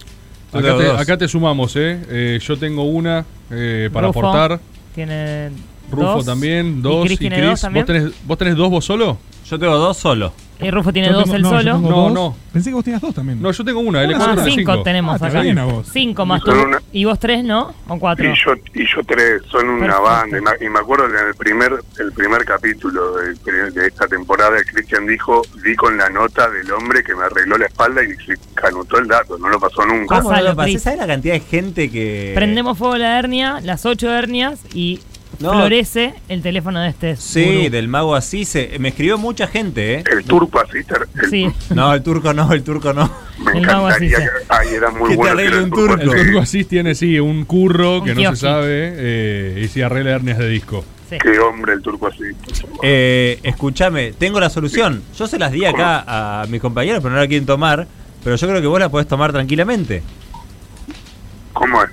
Speaker 4: Acá
Speaker 13: Los
Speaker 4: te,
Speaker 13: dos.
Speaker 4: acá te sumamos, ¿eh? Eh, Yo tengo una eh, para
Speaker 8: Rufo
Speaker 4: aportar.
Speaker 8: Tiene
Speaker 4: Rufo
Speaker 8: dos.
Speaker 4: también, dos.
Speaker 8: Cris
Speaker 4: Y
Speaker 8: tiene
Speaker 4: Cris,
Speaker 8: dos también.
Speaker 4: ¿Vos, tenés, ¿vos tenés dos vos solo?
Speaker 7: Yo tengo dos solo.
Speaker 8: Eh, Rufo tiene
Speaker 4: Yo
Speaker 8: dos
Speaker 4: tengo-
Speaker 8: él
Speaker 4: no, yo
Speaker 8: solo.
Speaker 4: tengo No, dos. no.
Speaker 6: Pensé que vos tenías dos también.
Speaker 4: No, yo tengo una,
Speaker 8: Ah,
Speaker 4: L4
Speaker 8: cinco,
Speaker 4: cinco.
Speaker 8: tenemos
Speaker 4: Ah,
Speaker 8: acá.
Speaker 4: bien a vos.
Speaker 8: Cinco más tú.
Speaker 13: Son una-
Speaker 8: Y vos tres, ¿no? O cuatro.
Speaker 13: Y yo, y yo tres, son una
Speaker 8: Perfecto.
Speaker 13: banda. Y me, y me acuerdo que en el primer, el primer capítulo del primer- de, esta temporada, Cristian dijo, di con la nota del hombre que me arregló la espalda y se canutó el dato, no lo pasó nunca.
Speaker 7: ¿Cómo no lo pasé? ¿Sabes la cantidad de gente
Speaker 13: eh,
Speaker 7: que.
Speaker 8: Prendemos fuego la hernia, las ocho hernias y
Speaker 7: No.
Speaker 8: florece el teléfono de este.
Speaker 7: Sí,
Speaker 8: gurú.
Speaker 7: del mago así se me escribió mucha gente, ¿eh?
Speaker 13: El turco así.
Speaker 8: Sí.
Speaker 7: No, el turco no, el turco no.
Speaker 13: Me
Speaker 8: El mago
Speaker 13: encantaría
Speaker 8: Asís.
Speaker 13: que... Ay, era muy
Speaker 7: Que te
Speaker 13: bueno.
Speaker 7: arregle
Speaker 13: era el
Speaker 7: un
Speaker 13: turco
Speaker 4: El
Speaker 13: así.
Speaker 4: turco así tiene, sí, un curro que no se
Speaker 7: kiosquito.
Speaker 4: sabe eh, y si arregla hernias de disco.
Speaker 13: Qué hombre el turco así.
Speaker 7: Eh, escúchame, tengo la solución. Yo se las di acá a mis compañeros, pero no la quieren tomar. Pero yo creo que vos la podés tomar tranquilamente.
Speaker 13: ¿Cómo es?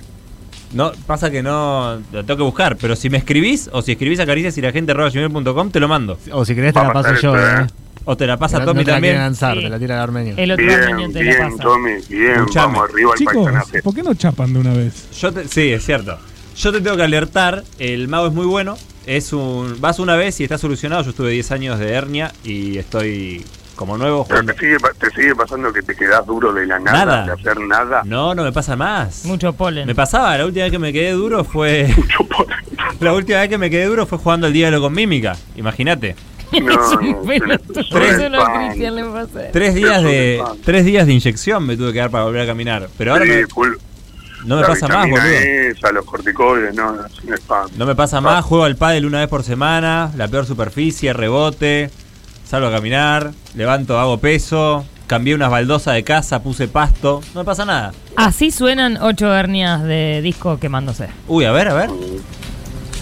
Speaker 7: No, pasa que no. Lo tengo que buscar. Pero si me escribís, o si escribís a caricias y la gente arroba gmail.com, te lo mando.
Speaker 9: O si querés te la paso yo, eh.
Speaker 7: O te la pasa
Speaker 9: No-
Speaker 7: Tommy
Speaker 9: no te la
Speaker 7: también.
Speaker 9: quieren lanzar, te la tira el armenio.
Speaker 8: El otro
Speaker 13: Bien,
Speaker 8: armenio te la
Speaker 13: bien,
Speaker 8: pasa.
Speaker 13: Tommy, bien,
Speaker 7: Escuchame.
Speaker 13: vamos arriba al
Speaker 7: Chicos,
Speaker 13: paisanaje.
Speaker 6: ¿Por qué no chapan de una vez?
Speaker 7: Yo te- sí, es cierto. Yo te tengo que alertar, el mago es muy bueno. Es un vas una vez y está solucionado. Yo estuve 10 años de hernia y estoy como nuevo.
Speaker 13: Pero te sigue, pa- te sigue pasando que te quedás duro de la nada,
Speaker 7: Nada.
Speaker 13: de hacer nada.
Speaker 7: No, no me pasa más.
Speaker 8: Mucho polen.
Speaker 7: Me pasaba, la última vez que me quedé duro fue La última vez que me quedé duro fue jugando el diálogo con mímica. Imagínate.
Speaker 8: es
Speaker 13: no,
Speaker 8: un pelotudo.
Speaker 13: tres-
Speaker 8: Eso no a Cristian le pasa.
Speaker 7: Tres días de tres días de inyección me tuve que dar para volver a caminar, pero ahora
Speaker 13: Sí,
Speaker 7: me-
Speaker 13: full.
Speaker 7: no me
Speaker 13: La
Speaker 7: pasa más,
Speaker 13: vitamina E,
Speaker 7: boludo.
Speaker 13: esa, los corticoides, no, es un spam.
Speaker 7: No me
Speaker 12: Ah.
Speaker 7: pasa más, juego al pádel una vez por semana, la peor superficie, rebote, salgo a caminar, levanto, hago peso, cambié unas baldosas de casa, puse pasto, no me pasa nada.
Speaker 8: Así suenan ocho hernias de disco quemándose.
Speaker 7: Uy, a ver, a ver.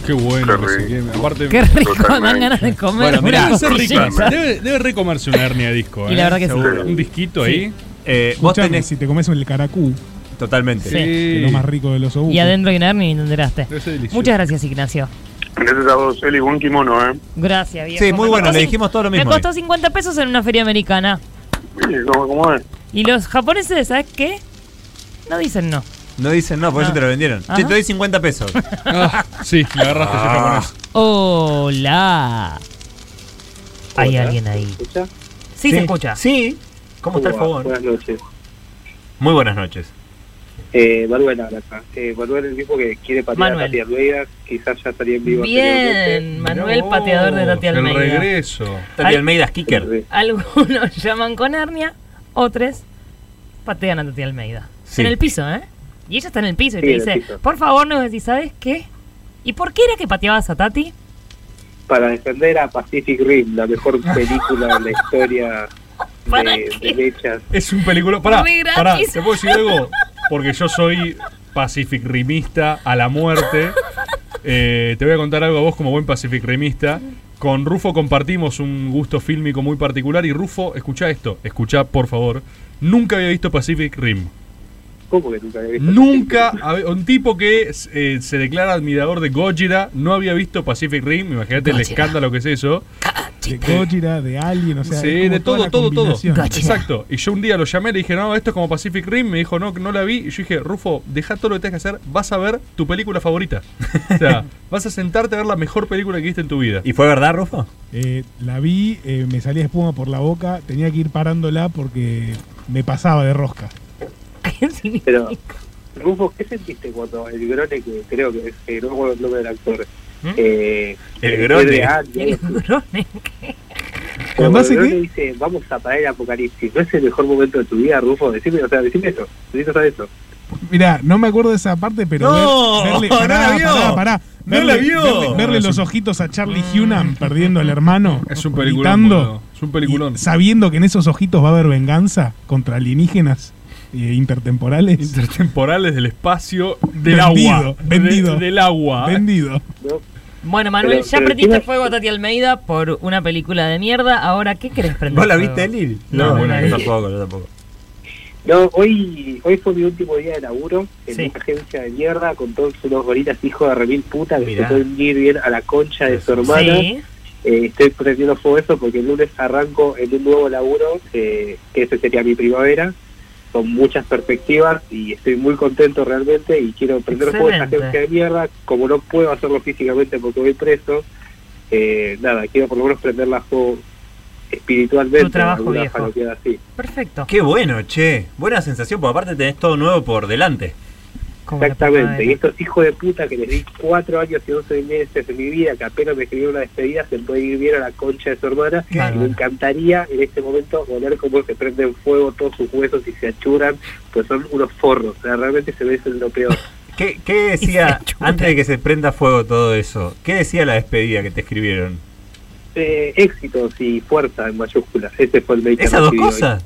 Speaker 4: Qué bueno que se queme. Aparte,
Speaker 8: Qué rico, dan ganas de comer.
Speaker 4: Bueno, mirá,
Speaker 8: una
Speaker 4: debe ser
Speaker 8: costillita.
Speaker 4: rico. Debe, debe recomerse una hernia de disco.
Speaker 8: Y la
Speaker 4: eh,
Speaker 8: verdad que sí.
Speaker 4: seguro. Un disquito
Speaker 8: Sí.
Speaker 4: ahí.
Speaker 7: Eh,
Speaker 6: Vos tenés... si te comes el caracú,
Speaker 7: Totalmente.
Speaker 8: Sí.
Speaker 6: que es lo más rico de los obucos.
Speaker 8: Y adentro hay una hernia y no enteraste.
Speaker 13: Debe ser delicioso.
Speaker 8: Muchas gracias, Ignacio.
Speaker 13: Gracias a vos, Eli, buen kimono, ¿eh?
Speaker 8: Gracias, viejo.
Speaker 7: Sí, muy
Speaker 8: Me
Speaker 7: bueno,
Speaker 8: costó
Speaker 7: le
Speaker 8: cin-
Speaker 7: dijimos todo lo mismo
Speaker 8: Me costó 50 pesos en una feria americana.
Speaker 13: Sí, ¿Cómo, cómo es?
Speaker 8: Y los japoneses, ¿sabes qué? No dicen no.
Speaker 7: No dicen no, por eso
Speaker 8: Ah.
Speaker 7: te lo vendieron. Che,
Speaker 8: Ajá.
Speaker 7: te doy 50 pesos.
Speaker 4: sí, la agarraste
Speaker 7: Ah.
Speaker 4: japonés.
Speaker 8: Hola. Hay alguien ahí. Sí, se escucha.
Speaker 7: Sí. ¿Cómo está el fogón?
Speaker 12: Buenas noches.
Speaker 7: Muy buenas noches.
Speaker 12: Eh, Manuel habla acá. Eh, Manuel es el tipo que quiere patear
Speaker 8: Manuel.
Speaker 12: a Tati Almeida. Quizás ya estaría en vivo.
Speaker 8: Bien, Manuel, pateador de Tati Almeida.
Speaker 7: Tati Almeida
Speaker 12: Eh,
Speaker 7: Kicker.
Speaker 8: Algunos llaman con hernia, otros patean a Tati Almeida.
Speaker 7: Sí.
Speaker 8: En el piso, ¿eh? Y ella está en el piso y
Speaker 12: Sí,
Speaker 8: te
Speaker 12: en el
Speaker 8: dice,
Speaker 12: piso.
Speaker 8: por favor, no decís, ¿sabes qué? ¿Y por qué era que pateabas a Tati?
Speaker 12: Para defender a Pacific Rim, la mejor película de la historia
Speaker 8: ¿Para
Speaker 12: de, de mechas.
Speaker 4: Es un película. Pará,
Speaker 8: Muy gratis.
Speaker 4: pará, ¿te puedo decir algo? Porque yo soy Pacific Rimista a la muerte. Eh, te voy a contar algo a vos como buen Pacific Rimista. Con Rufo compartimos un gusto fílmico muy particular y Rufo, escucha esto, escucha por favor. Nunca había visto Pacific Rim.
Speaker 12: ¿Cómo que nunca había visto?
Speaker 4: Nunca, hab- un tipo que es, eh, se declara admirador de Gojira no había visto Pacific Rim, imagínate el
Speaker 6: Gojira.
Speaker 4: escándalo que es eso.
Speaker 6: De Gojira, de Alien, o sea.
Speaker 4: Sí,
Speaker 6: es como
Speaker 4: de
Speaker 6: toda
Speaker 4: todo,
Speaker 6: la
Speaker 4: todo, todo.
Speaker 6: combinación.
Speaker 4: Exacto. Y yo un día lo llamé, le dije, no, esto es como Pacific Rim. Me dijo, no, no la vi. Y yo dije, Rufo, deja todo lo que tengas que hacer. Vas a ver tu película favorita. o sea, vas a sentarte a ver la mejor película que viste en tu vida.
Speaker 7: ¿Y fue verdad, Rufo?
Speaker 6: Eh, la vi, eh, me salía espuma por la boca, tenía que ir parándola porque me pasaba de rosca.
Speaker 12: Pero, Rufo, ¿qué sentiste cuando el grone, que creo que es, eh, no me acuerdo el nombre del actor, eh,
Speaker 7: El
Speaker 12: que
Speaker 7: Grone.
Speaker 12: pierde a alguien,
Speaker 8: ¿Mm? El grone.
Speaker 12: Cuando
Speaker 6: Además,
Speaker 12: el
Speaker 6: ¿qué?
Speaker 12: Grone dice, vamos a parar el apocalipsis, ¿no es el mejor momento de tu vida, Rufo? Decime, o sea, decime eso, necesito saber eso.
Speaker 6: Mirá, no me acuerdo de esa parte, pero.
Speaker 12: No, no la vio.
Speaker 6: pará, pará.
Speaker 12: No la vio.
Speaker 6: Verle, verle los ojitos a Charlie Hunnam perdiendo al hermano.
Speaker 4: Es un peliculón,
Speaker 6: gritando,
Speaker 4: boludo. Es un peliculón.
Speaker 6: y sabiendo que en esos ojitos va a haber venganza contra alienígenas eh, intertemporales.
Speaker 4: Intertemporales del espacio, del
Speaker 6: Vendido,
Speaker 4: agua.
Speaker 6: vendido.
Speaker 4: De- del agua. ¿eh?
Speaker 6: Vendido.
Speaker 8: Bueno, Manuel,
Speaker 4: Pero-
Speaker 8: ya
Speaker 4: pero
Speaker 8: prendiste
Speaker 4: encima-
Speaker 8: fuego a Tati Almeida por una película de mierda. Ahora, ¿qué querés prender?
Speaker 7: ¿Vos la
Speaker 8: fuego?
Speaker 7: viste, Lil?
Speaker 8: No, no la
Speaker 7: yo
Speaker 8: vi.
Speaker 7: tampoco, yo tampoco.
Speaker 12: No, hoy, hoy fue mi último día de laburo en una agencia de mierda con todos unos gorilas hijos de remil puta que
Speaker 7: Mirá.
Speaker 12: se pueden ir bien a la concha de su hermana.
Speaker 8: Sí.
Speaker 12: Eh, estoy prendiendo fuego eso porque el lunes arranco en un nuevo laburo, eh, que ese sería mi primavera, con muchas perspectivas y estoy muy contento realmente y quiero prender fuego esta
Speaker 8: Excelente.
Speaker 12: agencia de mierda. Como no puedo hacerlo físicamente porque voy preso, eh, nada, quiero por lo menos prender la fuego espiritualmente.
Speaker 7: Tu trabajo,
Speaker 12: alguna
Speaker 7: viejo.
Speaker 12: falopeada así.
Speaker 8: Perfecto.
Speaker 7: Qué bueno, che. Buena sensación, porque aparte tenés todo nuevo por delante.
Speaker 12: Exactamente, y estos hijos de puta que les di 4 años y 11 meses de mi vida, que apenas me escribieron una despedida, se puede ir bien a la concha de su hermana.
Speaker 8: Qué bárbaro.
Speaker 12: Me encantaría en este momento oler cómo se prenden fuego todos sus huesos y se achuran, pues son unos forros, o sea, realmente se merecen lo peor.
Speaker 7: ¿Qué, qué decía, antes de que se prenda fuego todo eso, qué decía la despedida que te escribieron?
Speaker 12: Eh, éxitos y fuerza en mayúsculas, ese fue el mail que
Speaker 7: ¿Esas dos
Speaker 12: recibí hoy.
Speaker 7: cosas?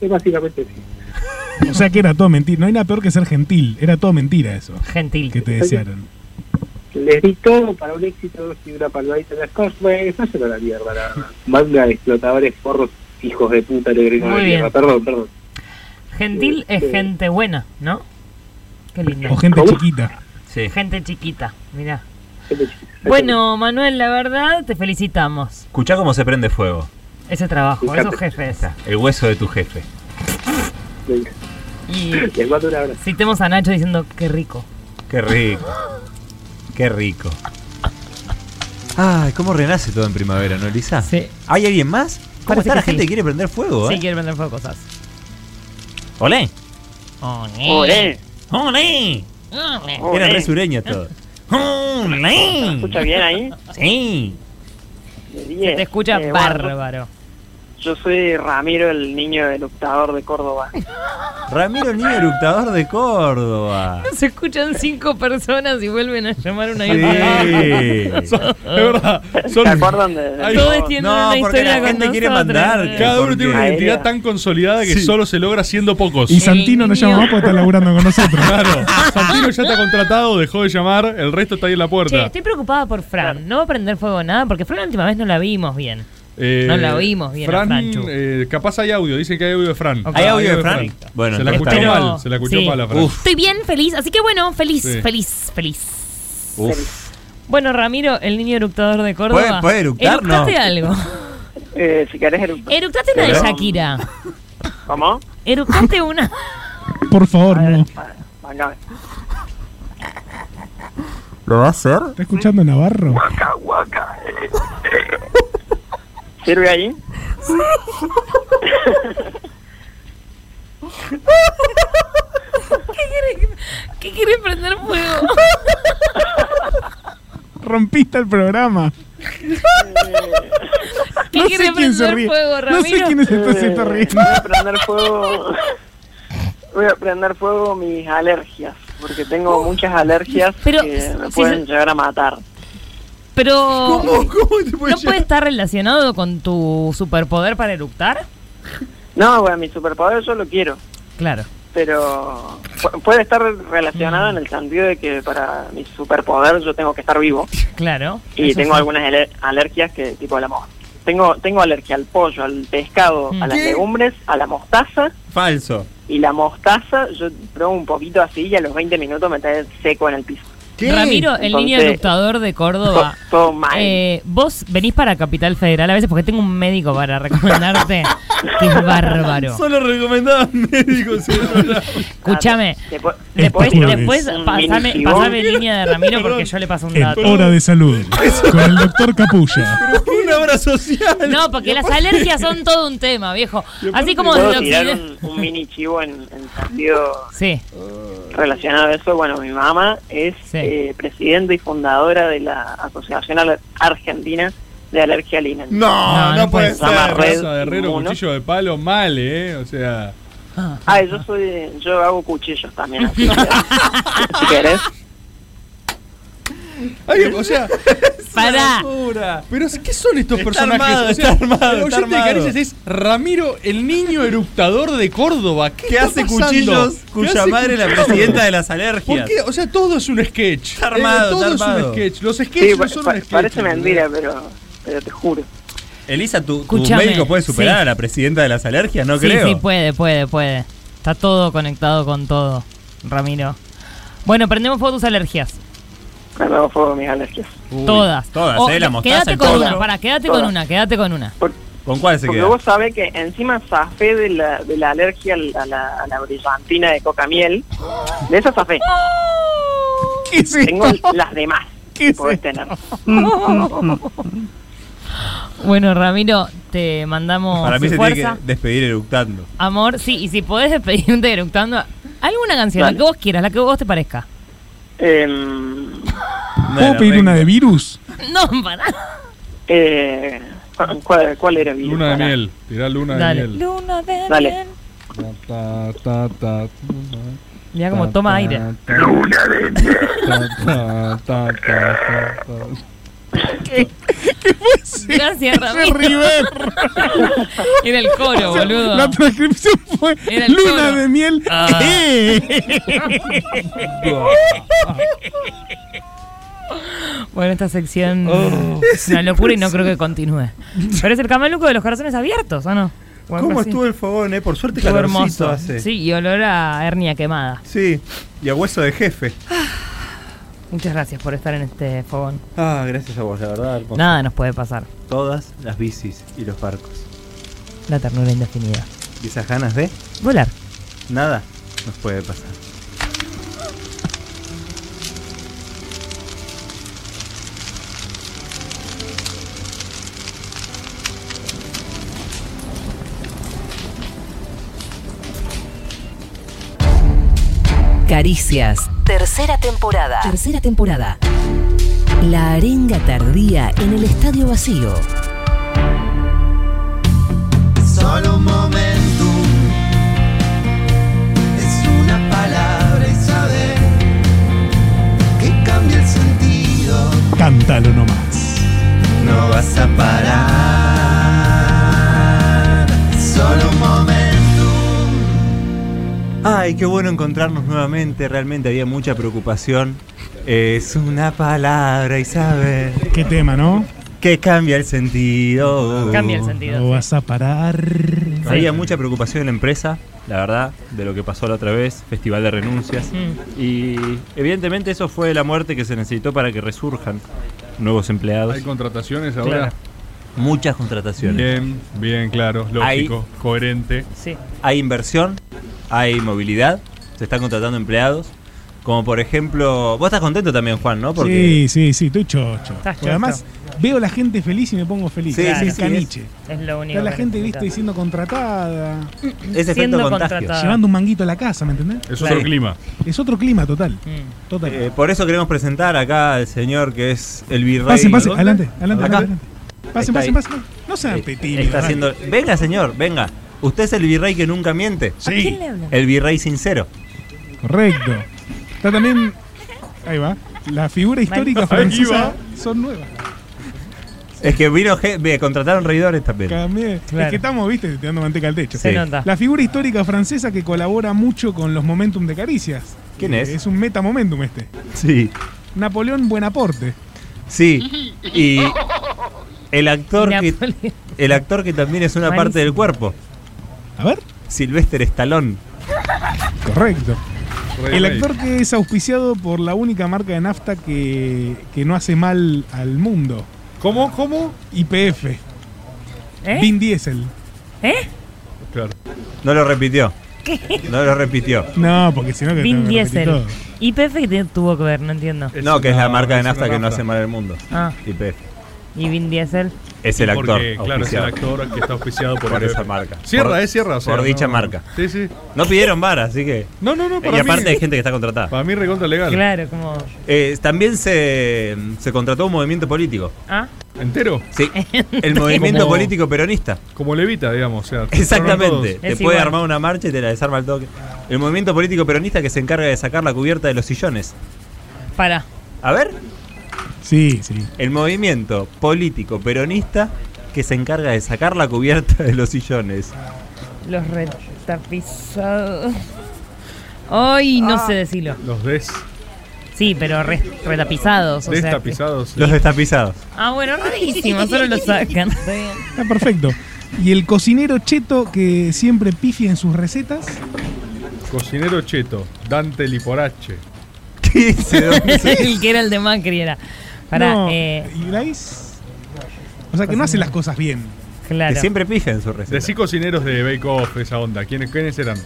Speaker 12: Es básicamente sí.
Speaker 6: O sea que era todo mentira. No hay nada peor que ser gentil. Era todo mentira eso.
Speaker 8: Gentil.
Speaker 6: Que te desearon.
Speaker 12: Les di todo para un éxito y una palmadita en las cosas. Bueno, vayan a la mierda, la manga de explotadores, forros, hijos de puta, negrinos de
Speaker 8: Muy bien.
Speaker 12: mierda. Perdón, perdón.
Speaker 8: Gentil es gente buena, ¿no? Qué lindo.
Speaker 6: O gente chiquita.
Speaker 7: Sí.
Speaker 8: Gente chiquita, mirá. Bueno, Manuel, la verdad, te felicitamos.
Speaker 7: Escuchá cómo se prende fuego.
Speaker 8: Ese trabajo,
Speaker 7: Fíjate.
Speaker 8: esos jefes.
Speaker 7: El hueso de tu jefe.
Speaker 8: Y
Speaker 12: Les mando un abrazo.
Speaker 8: citemos a Nacho diciendo, qué rico.
Speaker 7: Qué rico. Qué rico. Ay, cómo renace todo en primavera, ¿no, Elisa?
Speaker 8: Sí.
Speaker 7: ¿Hay alguien más? ¿Cómo
Speaker 8: Parece
Speaker 7: está la
Speaker 8: que
Speaker 7: gente
Speaker 8: sí.
Speaker 7: que quiere prender fuego?
Speaker 8: Sí,
Speaker 7: eh?
Speaker 8: quiero vender fuego cosas.
Speaker 7: ¡Olé!
Speaker 8: Olé.
Speaker 7: ¡Olé! Era re sureño todo. ¡Olé!
Speaker 15: escucha bien ahí?
Speaker 7: Sí.
Speaker 15: Se
Speaker 8: te escucha bárbaro.
Speaker 15: Yo soy Ramiro, el niño eructador de Córdoba.
Speaker 7: Ramiro el niño eructador de Córdoba.
Speaker 8: Se escuchan cinco personas y vuelven a llamar una
Speaker 7: Sí.
Speaker 8: vez.
Speaker 7: Son- es verdad,
Speaker 4: son- ¿Se
Speaker 15: acuerdan
Speaker 4: Ay,
Speaker 8: Todos tienen
Speaker 4: no,
Speaker 8: una
Speaker 4: porque
Speaker 8: historia
Speaker 4: la gente
Speaker 8: con
Speaker 4: quiere
Speaker 8: nosotros.
Speaker 4: mandar. Cada uno tiene una
Speaker 8: Aérea.
Speaker 4: identidad tan consolidada que
Speaker 6: Sí.
Speaker 4: solo se logra siendo pocos.
Speaker 6: Y Santino no llama más porque está laburando con nosotros.
Speaker 4: Claro. Santino ya está contratado, dejó de llamar, el resto está ahí en la
Speaker 8: Che, este-
Speaker 4: puerta.
Speaker 8: estoy preocupada por Fran. No va a prender fuego nada porque Fran la última vez no la vimos bien.
Speaker 4: Eh,
Speaker 8: no la oímos bien a
Speaker 4: Fran,
Speaker 8: Franchu.
Speaker 4: eh, capaz hay audio, dicen que hay audio de Fran.
Speaker 8: ¿Hay audio de Fran?
Speaker 4: Bueno,
Speaker 7: Bueno,
Speaker 4: se la
Speaker 7: está
Speaker 4: escuchó
Speaker 7: bien.
Speaker 4: mal, se la escuchó
Speaker 8: Sí.
Speaker 4: mal a Fran.
Speaker 8: Estoy bien, feliz. Así que bueno, feliz,
Speaker 4: Sí.
Speaker 8: feliz, feliz.
Speaker 7: Uf.
Speaker 8: Bueno, Ramiro, el niño eructador de Córdoba.
Speaker 7: ¿Puede- puede eructar?
Speaker 8: Eructate
Speaker 7: No.
Speaker 8: algo.
Speaker 15: Eh, si querés eructar.
Speaker 8: Eructate una de
Speaker 15: Pero-
Speaker 8: Shakira.
Speaker 15: ¿Cómo?
Speaker 8: Eructate una.
Speaker 6: Por favor, no.
Speaker 15: Acá.
Speaker 6: ¿Lo va a hacer? ¿Está escuchando Navarro?
Speaker 15: ¿Sirve ahí?
Speaker 8: ¿Qué quiere, qué quiere prender fuego?
Speaker 6: Rompiste el programa.
Speaker 8: ¿Qué
Speaker 6: No sé
Speaker 8: quiere
Speaker 6: quién se
Speaker 8: prender
Speaker 6: ríe.
Speaker 8: fuego,
Speaker 6: No sé
Speaker 8: Ramiro?
Speaker 6: quién es este, se está riendo.
Speaker 15: Eh, Voy a prender fuego. Voy a prender fuego mis alergias. Porque
Speaker 6: Oh.
Speaker 15: tengo muchas alergias
Speaker 8: Pero,
Speaker 15: que me
Speaker 8: si-
Speaker 15: pueden llegar a matar.
Speaker 8: Pero. ¿No puede estar relacionado con tu superpoder para eructar?
Speaker 15: No, bueno, mi superpoder yo lo quiero.
Speaker 8: Claro.
Speaker 15: Pero pu- puede estar
Speaker 6: Mm.
Speaker 15: relacionado en el sentido de que para mi superpoder yo tengo que estar vivo.
Speaker 8: Claro.
Speaker 15: Y
Speaker 8: Eso
Speaker 15: tengo
Speaker 8: sí.
Speaker 15: algunas ale- alergias que, tipo, a la mo- Tengo, tengo alergia al pollo, al pescado, a las
Speaker 7: ¿Qué?
Speaker 15: legumbres, a la mostaza.
Speaker 7: Falso.
Speaker 15: Y la mostaza, yo pruebo un poquito así y a los 20 minutos me está seco en el piso.
Speaker 8: Ramiro, el niño
Speaker 15: Entonces,
Speaker 8: eructador de Córdoba.
Speaker 15: Todo mal.
Speaker 8: eh, vos venís para Capital Federal a veces porque tengo un médico para recomendarte que es bárbaro.
Speaker 7: Solo recomendaba médicos.
Speaker 8: Escúchame.
Speaker 15: Después,
Speaker 8: después,
Speaker 6: Espectaculares.
Speaker 15: Un
Speaker 8: pasame,
Speaker 15: minigibón.
Speaker 8: pasame línea de Ramiro porque yo le paso un
Speaker 6: En
Speaker 8: dato.
Speaker 6: hora de salud. Con el doctor Capulla.
Speaker 7: Una obra social.
Speaker 8: No, porque las alergias son todo un tema, viejo. Así como
Speaker 15: puedo
Speaker 8: desde
Speaker 15: tirar
Speaker 8: Occidente-
Speaker 15: un, un mini chivo en, en sentido
Speaker 8: Sí.
Speaker 15: relacionado a eso. Bueno, mi mamá es eh, presidenta y fundadora de la Asociación Al- Argentina de Alergia Alimentaria.
Speaker 4: No, no, puede
Speaker 15: Se llama
Speaker 4: ser.
Speaker 15: Red
Speaker 4: Rosa de herrero,
Speaker 15: Inmuno.
Speaker 4: cuchillo de palo, mal, eh. O sea.
Speaker 15: Ah, yo soy, yo hago cuchillos también. Así que, si querés.
Speaker 4: Alguien, o sea,
Speaker 8: Pará.
Speaker 4: Pero ¿qué son estos
Speaker 8: Está
Speaker 4: personajes?
Speaker 8: armado,
Speaker 4: o sea,
Speaker 8: está armado,
Speaker 4: el
Speaker 8: está
Speaker 4: oyente de
Speaker 8: armado.
Speaker 4: Caricias es Ramiro, el niño eructador de Córdoba. ¿Qué,
Speaker 7: Que
Speaker 4: está
Speaker 7: hace
Speaker 4: pasando?
Speaker 7: cuchillos,
Speaker 4: ¿Qué
Speaker 7: cuya
Speaker 4: hace
Speaker 7: madre es la
Speaker 4: cuchillos?
Speaker 7: presidenta de las alergias.
Speaker 4: ¿Por qué? O sea, todo es un sketch. Eh,
Speaker 7: Está armado,
Speaker 4: todo
Speaker 7: está
Speaker 4: es
Speaker 7: armado.
Speaker 4: un sketch. Los sketches
Speaker 15: Sí,
Speaker 4: no
Speaker 15: pa-
Speaker 4: son
Speaker 15: pa-
Speaker 4: un sketch.
Speaker 15: parece mentira, pero, pero te juro.
Speaker 7: Elisa, ¿tu, tu
Speaker 8: Escuchame,
Speaker 7: médico puede superar
Speaker 8: sí.
Speaker 7: a la presidenta de las alergias? No
Speaker 8: sí,
Speaker 7: creo.
Speaker 8: sí, puede, puede, puede. Está todo conectado con todo, Ramiro. Bueno, prendemos fuego tus alergias.
Speaker 15: Me hago fuego mis alergias.
Speaker 7: Uy,
Speaker 8: todas.
Speaker 7: Todas,
Speaker 8: O-
Speaker 7: eh, la mostaza.
Speaker 8: Quédate
Speaker 7: el
Speaker 8: con
Speaker 7: pollo.
Speaker 8: una, para, quédate
Speaker 15: Todas.
Speaker 8: con una, quédate con una.
Speaker 7: ¿Con cuál se
Speaker 15: Porque
Speaker 7: queda?
Speaker 15: vos sabés que encima zafé de la, de la alergia al- a la, a la brillantina de coca miel. De esa zafé. Tengo las demás. que podés tener.
Speaker 8: Bueno, Ramiro, te mandamos
Speaker 7: Para mí se
Speaker 8: fuerza.
Speaker 7: tiene que despedir eructando.
Speaker 8: Amor, sí, y si podés despedirte eructando alguna canción, la que vos quieras, la que vos te parezca.
Speaker 15: Em,
Speaker 6: ¿Puedo pedir una de virus?
Speaker 8: No, para.
Speaker 16: Eh, ¿cu- ¿cuál, cuál era virus?
Speaker 9: Luna de
Speaker 16: Pará.
Speaker 9: miel, tirá luna
Speaker 16: Dale.
Speaker 9: de miel.
Speaker 8: Luna de
Speaker 16: Dale.
Speaker 9: Ta, ta, ta, ta,
Speaker 8: Mirá cómo toma aire.
Speaker 9: Luna de miel.
Speaker 8: ¿Qué, fue Gracias, Ramiro.
Speaker 6: River.
Speaker 8: Era el coro, boludo.
Speaker 6: La transcripción fue
Speaker 8: Era el
Speaker 6: Luna
Speaker 8: coro.
Speaker 6: de miel.
Speaker 8: Ah. Bueno, esta sección
Speaker 6: Oh.
Speaker 8: es una locura y no creo que continúe. Pero es el cameluco de los corazones abiertos, ¿o no? O algo
Speaker 7: ¿Cómo
Speaker 8: así.
Speaker 7: estuvo el fogón, eh? Por suerte
Speaker 8: Estuvo
Speaker 7: calorcito
Speaker 8: hermoso.
Speaker 7: hace.
Speaker 8: Sí, y olor a hernia quemada.
Speaker 7: Sí, y a hueso de jefe.
Speaker 8: Muchas gracias por estar en este fogón.
Speaker 7: Ah, gracias a vos, la verdad. hermoso.
Speaker 8: Nada nos puede pasar.
Speaker 7: Todas las bicis y los barcos.
Speaker 8: La ternura indefinida.
Speaker 7: Y esas ganas de
Speaker 8: Volar.
Speaker 7: nada nos puede pasar.
Speaker 10: Caricias. Tercera temporada. Tercera temporada. La arenga tardía en el estadio vacío.
Speaker 17: Solo un momento es una palabra y saber que cambia el sentido.
Speaker 6: Cántalo nomás.
Speaker 17: No vas a parar. Solo un momento.
Speaker 7: Ay, qué bueno encontrarnos nuevamente. Realmente había mucha preocupación. Es una palabra y saber
Speaker 6: Qué tema, ¿no?
Speaker 7: que cambia el sentido.
Speaker 6: No vas a parar.
Speaker 7: Había mucha preocupación en la empresa, la verdad, de lo que pasó la otra vez, Festival de Renuncias. Y evidentemente eso fue la muerte que se necesitó para que resurjan nuevos empleados.
Speaker 9: ¿Hay contrataciones ahora?
Speaker 7: Claro. Muchas contrataciones.
Speaker 9: Bien, bien, claro, lógico, coherente.
Speaker 8: Sí.
Speaker 7: Hay inversión, hay movilidad, se están contratando empleados. Como por ejemplo, vos estás contento también, Juan, ¿no?
Speaker 6: Sí, sí, sí, estoy chocho.
Speaker 7: Estás
Speaker 6: Porque además, veo la gente feliz y me pongo feliz.
Speaker 7: Sí, sí,
Speaker 6: es
Speaker 7: sí,
Speaker 6: caniche.
Speaker 8: Es lo único.
Speaker 6: Está la
Speaker 8: que
Speaker 6: gente,
Speaker 8: necesitamos.
Speaker 6: viste, siendo contratada.
Speaker 7: Es efecto Siendo contagio. contratada.
Speaker 6: Llevando un manguito a la casa, ¿me entendés?
Speaker 7: Es otro Sí. clima.
Speaker 6: Es otro clima total. Total.
Speaker 7: Eh, por eso queremos presentar acá al señor que es el virrey.
Speaker 6: Pasen, pasen,
Speaker 7: ¿Dónde?
Speaker 6: adelante, adelante,
Speaker 7: Acá.
Speaker 6: adelante. Pasen,
Speaker 7: Está ahí.
Speaker 6: pasen, pasen. No sean petibles.
Speaker 7: Está haciendo... Venga, señor, venga. Usted es el virrey que nunca miente.
Speaker 6: Sí. ¿A quién le hablan?
Speaker 7: El virrey sincero.
Speaker 6: Correcto. Está también. Ahí va. La figura histórica
Speaker 7: Ahí
Speaker 6: francesa son nuevas.
Speaker 7: Es que vino, ge- ve, contrataron reidores también.
Speaker 6: También. Es
Speaker 7: Claro.
Speaker 6: que estamos, viste, tirando manteca al techo.
Speaker 7: Se Sí. nota.
Speaker 6: La figura histórica francesa que colabora mucho con los momentum de caricias.
Speaker 7: ¿Quién
Speaker 6: Eh,
Speaker 7: es?
Speaker 6: Es un meta momentum este.
Speaker 7: Sí.
Speaker 6: Napoleón Buenaporte.
Speaker 7: Sí. Y el actor que el actor que también es una
Speaker 6: Buenísimo.
Speaker 7: parte del cuerpo.
Speaker 6: A ver.
Speaker 7: Sylvester Stallone.
Speaker 6: Correcto. El actor que es auspiciado por la única marca de nafta que, que no hace mal al mundo.
Speaker 9: ¿Cómo? ¿Cómo?
Speaker 6: IPF. Vin Diesel.
Speaker 8: ¿Eh?
Speaker 9: Claro.
Speaker 7: No lo repitió.
Speaker 8: ¿Qué?
Speaker 7: No lo repitió.
Speaker 6: No, porque si no que
Speaker 8: Vin
Speaker 6: tengo que repetir
Speaker 8: Diesel.
Speaker 6: todo.
Speaker 8: YPF que tiene- tuvo que ver, no entiendo.
Speaker 7: No, que es la marca de
Speaker 9: es
Speaker 7: nafta
Speaker 9: una
Speaker 7: que no
Speaker 9: nafta.
Speaker 7: hace mal al mundo.
Speaker 8: Ah.
Speaker 7: YPF.
Speaker 8: Y Vin Diesel.
Speaker 7: Es el
Speaker 9: Y
Speaker 7: actor.
Speaker 9: porque, claro, es el
Speaker 7: auspiciado.
Speaker 9: actor que está auspiciado por,
Speaker 7: Por
Speaker 9: el-
Speaker 7: esa marca.
Speaker 9: Cierra,
Speaker 7: Por-
Speaker 9: eh, cierra. o sea,
Speaker 7: por dicha
Speaker 9: no-
Speaker 7: marca.
Speaker 9: Sí, sí.
Speaker 7: No pidieron vara, así que.
Speaker 9: No, no, no, para
Speaker 7: y
Speaker 9: mí-
Speaker 7: aparte hay gente que está contratada.
Speaker 9: Para mí recontra legal.
Speaker 8: Claro, como.
Speaker 7: Eh, también se, se contrató un movimiento político.
Speaker 8: Ah.
Speaker 9: ¿Entero?
Speaker 7: Sí. El movimiento
Speaker 9: Como-
Speaker 7: político peronista.
Speaker 9: Como levita, digamos. O sea, fueron
Speaker 7: Exactamente.
Speaker 9: todos.
Speaker 7: Te puede armar una marcha y te la desarma al toque. El movimiento político peronista que se encarga de sacar la cubierta de los sillones.
Speaker 8: Para.
Speaker 7: A ver.
Speaker 6: Sí, sí.
Speaker 7: El movimiento político peronista que se encarga de sacar la cubierta de los sillones.
Speaker 8: Los retapizados. Ay,
Speaker 6: Ah.
Speaker 8: no sé decirlo.
Speaker 9: Los des.
Speaker 8: Sí, pero re- retapizados. O sea, que-
Speaker 9: Destapizados.
Speaker 7: Los destapizados.
Speaker 8: Ah, bueno, rarísimo, solo lo sacan. Está bien.
Speaker 6: Está perfecto. Y el cocinero cheto que siempre pifia en sus recetas.
Speaker 9: Cocinero Cheto. Dante Liporache.
Speaker 8: el que era el de Macri era. Pará,
Speaker 6: No,
Speaker 8: eh,
Speaker 6: ¿Y Lais? O sea, que no hace las cosas bien.
Speaker 8: claro.
Speaker 7: Que siempre pija en su receta.
Speaker 9: Decí cocineros de Bake Off, esa onda. ¿Quiénes, quiénes eran?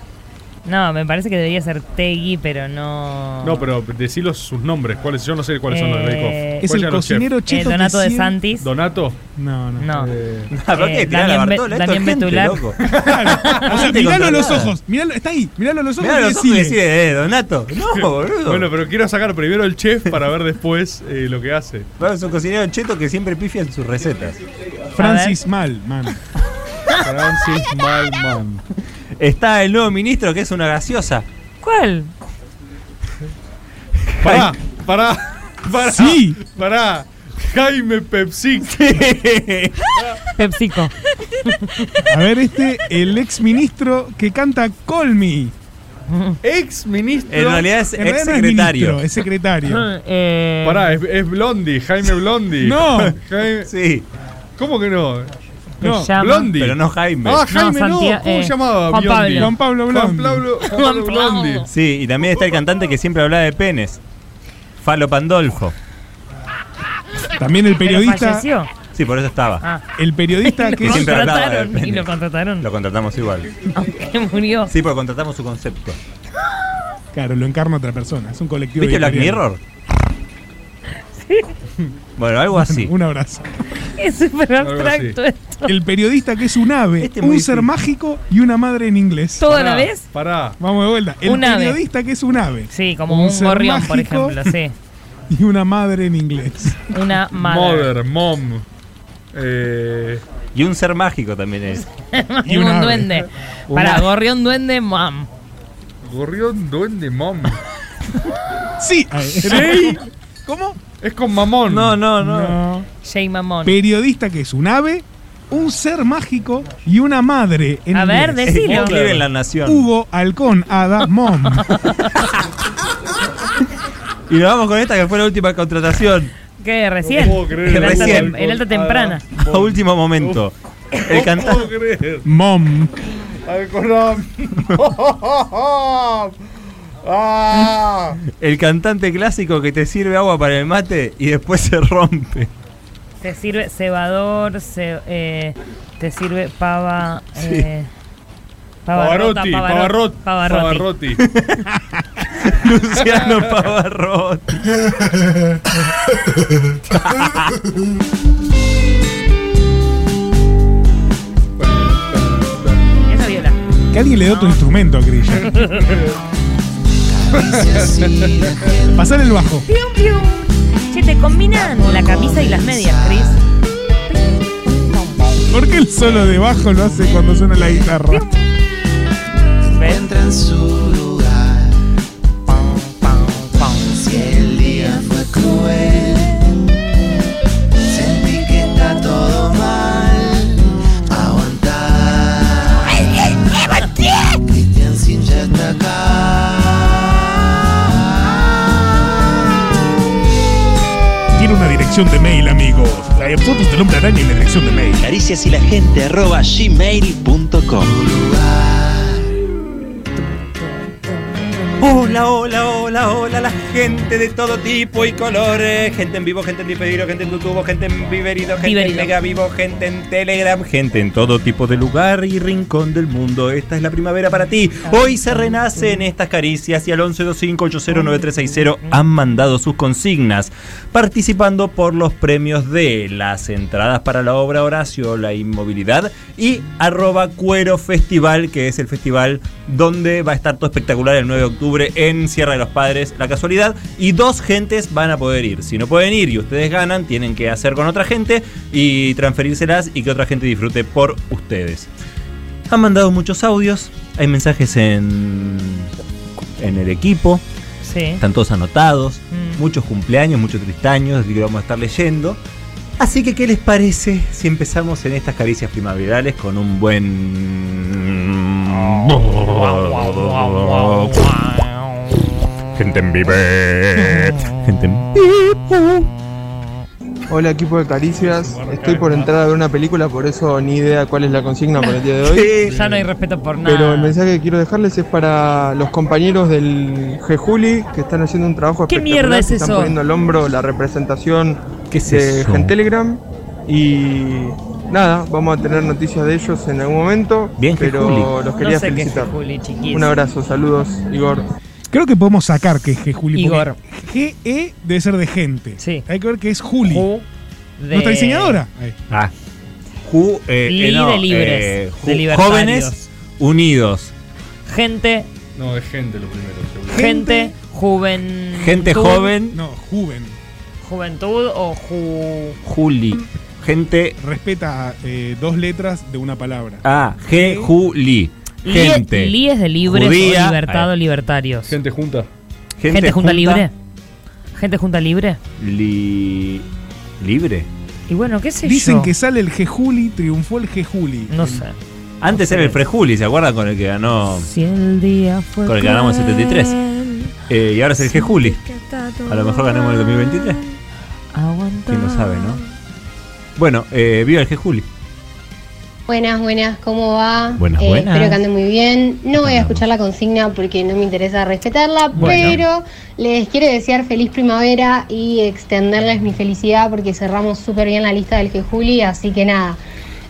Speaker 8: No, me parece que debería ser Tegui, pero no.
Speaker 9: No, pero decí los- sus nombres. ¿Cuáles? Yo no sé cuáles son los de Bake Off.
Speaker 8: Eh,
Speaker 9: ¿Cuáles eran los chefs?
Speaker 8: Eh, Donato de Santis.
Speaker 9: ¿Donato? No,
Speaker 8: No.
Speaker 6: Eh,
Speaker 9: ¿Por qué? Tirala a
Speaker 8: Eh, Be-
Speaker 9: Bartola, esto
Speaker 8: Damién
Speaker 9: es gente,
Speaker 8: Betular.
Speaker 9: loco.
Speaker 6: O sea, miralo a los ojos. Miralo, está ahí. Miralo a los ojos. y decile.
Speaker 9: eh, Donato.
Speaker 6: No, boludo.
Speaker 9: Bueno, pero quiero sacar primero el chef para ver después eh, lo que hace.
Speaker 7: Bueno, es un cocinero cheto que siempre pifia en sus recetas.
Speaker 6: Francis Malman.
Speaker 9: Francis Malman.
Speaker 7: Está el nuevo ministro que es una gaseosa.
Speaker 8: ¿Cuál?
Speaker 9: Pará, pará, pará. Sí. Pará. Jaime Pepsi.
Speaker 8: PepsiCo.
Speaker 6: A ver, este, el ex ministro que canta Call Me.
Speaker 9: Ex ministro.
Speaker 7: En realidad es
Speaker 6: ex
Speaker 7: exsecretario.
Speaker 6: Es secretario.
Speaker 8: Eh,
Speaker 6: eh,
Speaker 9: Pará, es, es Blondie, Jaime Blondie.
Speaker 6: No.
Speaker 9: Jaime-
Speaker 7: Sí.
Speaker 9: ¿Cómo que no?
Speaker 6: Se
Speaker 9: No,
Speaker 6: llama-
Speaker 9: Blondie.
Speaker 7: Pero no Jaime.
Speaker 9: Ah, Jaime no. ¿Cómo se llamaba? Blondie?
Speaker 6: Juan Pablo
Speaker 9: Juan
Speaker 6: Blondie.
Speaker 9: Pablo, Juan Pablo Blondie.
Speaker 7: Sí, y también está el cantante que siempre hablaba de penes. Falo Pandolfo.
Speaker 6: También el
Speaker 8: periodista- falleció.
Speaker 7: Sí, por eso estaba.
Speaker 8: Ah.
Speaker 6: El periodista
Speaker 8: Lo
Speaker 7: que siempre hablaba de
Speaker 8: contrataron, Y
Speaker 7: pene.
Speaker 8: lo contrataron.
Speaker 7: Lo contratamos igual.
Speaker 8: Aunque murió.
Speaker 7: Sí, porque contratamos su concepto.
Speaker 6: Claro, lo encarna otra persona. Es un colectivo.
Speaker 7: ¿Viste Black
Speaker 6: editorial.
Speaker 7: Mirror? Bueno, algo así.
Speaker 6: Un abrazo.
Speaker 8: Es súper
Speaker 6: Algo
Speaker 8: abstracto
Speaker 6: así.
Speaker 8: esto.
Speaker 6: El periodista que es un ave,
Speaker 8: Este es muy
Speaker 6: un ser
Speaker 8: difícil.
Speaker 6: mágico y una madre en inglés.
Speaker 8: ¿Todo a la Pará, vez?
Speaker 9: Pará.
Speaker 6: Vamos de vuelta. El
Speaker 8: Un ave.
Speaker 6: periodista que es un ave.
Speaker 8: Sí, como un
Speaker 6: ser
Speaker 8: gorrión, por
Speaker 6: mágico
Speaker 8: ejemplo, sí.
Speaker 6: Y una madre en inglés.
Speaker 8: Una madre.
Speaker 9: Mother, mom. Eh,
Speaker 7: Y un ser mágico también es.
Speaker 6: Y
Speaker 8: un
Speaker 6: un ave.
Speaker 8: duende.
Speaker 9: Un
Speaker 8: Para,
Speaker 9: ave.
Speaker 8: gorrión, duende, mam.
Speaker 9: gorrión, duende, mom.
Speaker 6: Sí.
Speaker 9: ¿Sí?
Speaker 6: ¿Cómo?
Speaker 9: Es con mamón.
Speaker 7: No, no,
Speaker 6: No.
Speaker 8: Jay Mamón.
Speaker 6: Periodista que es un ave, un ser mágico y una madre en
Speaker 8: A ver,
Speaker 6: inglés.
Speaker 8: decilo.
Speaker 7: Escribe en La Nación.
Speaker 6: Hugo, halcón, hada, mom.
Speaker 7: Y nos vamos con esta que fue la última contratación.
Speaker 8: ¿Qué? ¿Recién?
Speaker 9: No puedo creer.
Speaker 8: El alta,
Speaker 7: Recién.
Speaker 8: tem- el alta temprana.
Speaker 7: A último momento. El
Speaker 9: No
Speaker 7: cantante.
Speaker 9: puedo creer.
Speaker 6: mom.
Speaker 9: Ay, gorrión. Ah.
Speaker 7: El cantante clásico que te sirve agua para el mate y después se rompe.
Speaker 8: Te sirve cebador, ce- eh, te sirve pava. eh, pavarrota,
Speaker 9: Pavarotti,
Speaker 8: pavaro-
Speaker 9: Pavarrot-
Speaker 8: Pavarotti.
Speaker 9: Pavarotti.
Speaker 7: Luciano Pavarotti.
Speaker 8: Esa viola.
Speaker 6: Que alguien le dé otro instrumento a Grilla. Pasar el bajo.
Speaker 8: Pium, pium. Che, te combinan la camisa y las medias, Chris.
Speaker 6: ¿Por qué el solo de bajo lo hace cuando suena la guitarra?
Speaker 17: Entra en su lugar. Pam, pam, pam. Si el día fue cruel, sentí que está todo mal. Aguantar. Cristian sin ya está acá.
Speaker 6: Tiene una dirección de mail, amigos. Hay fotos del hombre araña en la dirección de mail.
Speaker 17: Caricias y la gente arroba gmail.com.
Speaker 7: Hola, hola, hola, hola, la gente de todo tipo y colores. Gente en vivo, gente en diferido, gente en tutubo, gente en viverido, gente en
Speaker 8: Viverido.
Speaker 7: mega vivo, gente en Telegram, gente en todo tipo de lugar y rincón del mundo. Esta es la primavera para ti. Hoy se renace en estas caricias y al 1125809360 han mandado sus consignas, participando por los premios de las entradas para la obra Horacio, la inmovilidad y arroba cuero festival, que es el festival donde va a estar todo espectacular el 9 de octubre en Sierra de los Padres, la casualidad, y dos gentes van a poder ir. Si no pueden ir y ustedes ganan, tienen que hacer con otra gente y transferírselas y que otra gente disfrute por ustedes. Han mandado muchos audios, hay mensajes en, en el equipo,
Speaker 8: Sí.
Speaker 7: están todos anotados,
Speaker 8: Mm.
Speaker 7: muchos cumpleaños, muchos tristaños, así que lo vamos a estar leyendo. Así que, ¿qué les parece si empezamos en estas caricias primaverales con un buen... Gente en vivo. Gente en
Speaker 18: Hola equipo de Caricias, estoy por entrar a ver una película, por eso ni idea cuál es la consigna para el día de hoy.
Speaker 8: Ya no hay respeto por nada.
Speaker 18: Pero el mensaje que quiero dejarles es para los compañeros del Jejuli que están haciendo un trabajo
Speaker 8: ¿Qué
Speaker 18: espectacular,
Speaker 8: mierda es
Speaker 18: que están
Speaker 8: eso?
Speaker 18: poniendo al hombro la representación
Speaker 7: ¿Qué es
Speaker 18: de
Speaker 7: eso?
Speaker 18: Gentelegram y
Speaker 19: nada, vamos a tener noticias de ellos en algún momento.
Speaker 9: Bien que
Speaker 19: pero
Speaker 9: Juli.
Speaker 19: los quería
Speaker 9: No sé qué es
Speaker 19: felicitar.
Speaker 9: Juli, chiquis.
Speaker 19: Un abrazo, saludos, Igor.
Speaker 6: Creo que podemos sacar que es G Juli. porque
Speaker 19: Igor.
Speaker 6: GE debe ser de gente. Hay que ver que es Juli. Nuestra diseñadora. Ahí.
Speaker 9: Ah.
Speaker 7: Ju- eh,
Speaker 8: Li
Speaker 7: eh, no,
Speaker 8: de libres,
Speaker 7: eh, ju-
Speaker 8: de libertarios.
Speaker 7: jóvenes unidos.
Speaker 8: Gente,
Speaker 4: No, es gente lo primero, seguro.
Speaker 8: gente, juven.
Speaker 7: Gente
Speaker 8: tú-
Speaker 7: joven.
Speaker 6: No, Juven.
Speaker 8: Juventud o ju.
Speaker 7: Juli. Gente.
Speaker 6: Respeta eh, dos letras de una palabra.
Speaker 7: Ah, G. Juli.
Speaker 8: Li-
Speaker 7: Gente.
Speaker 8: Li es de libres o
Speaker 7: Judía.
Speaker 8: libertado libertarios.
Speaker 4: Gente junta.
Speaker 8: Gente, junta, libre. Gente junta libre.
Speaker 7: Li- libre.
Speaker 8: Y bueno, qué sé
Speaker 6: Dicen
Speaker 8: yo.
Speaker 6: que sale el G-Juli, triunfó el G-Juli.
Speaker 8: No sé.
Speaker 7: Antes era el Frejuli, ¿se acuerdan? Con el que ganó.
Speaker 8: Si el día fue.
Speaker 7: Con el que ganamos el 73. Eh, y ahora es el G. Juli. A lo mejor ganamos el 2023. Quién lo sabe, ¿no? Bueno, eh, viva el G. Juli.
Speaker 20: Buenas, buenas, ¿cómo va?
Speaker 7: Buenas,
Speaker 20: Eh,
Speaker 7: buenas.
Speaker 20: Espero que anden muy bien. No voy a escuchar la consigna porque no me interesa respetarla,
Speaker 11: Bueno.
Speaker 20: pero les quiero desear feliz primavera y extenderles mi felicidad porque cerramos súper bien la lista del Juli, así que nada.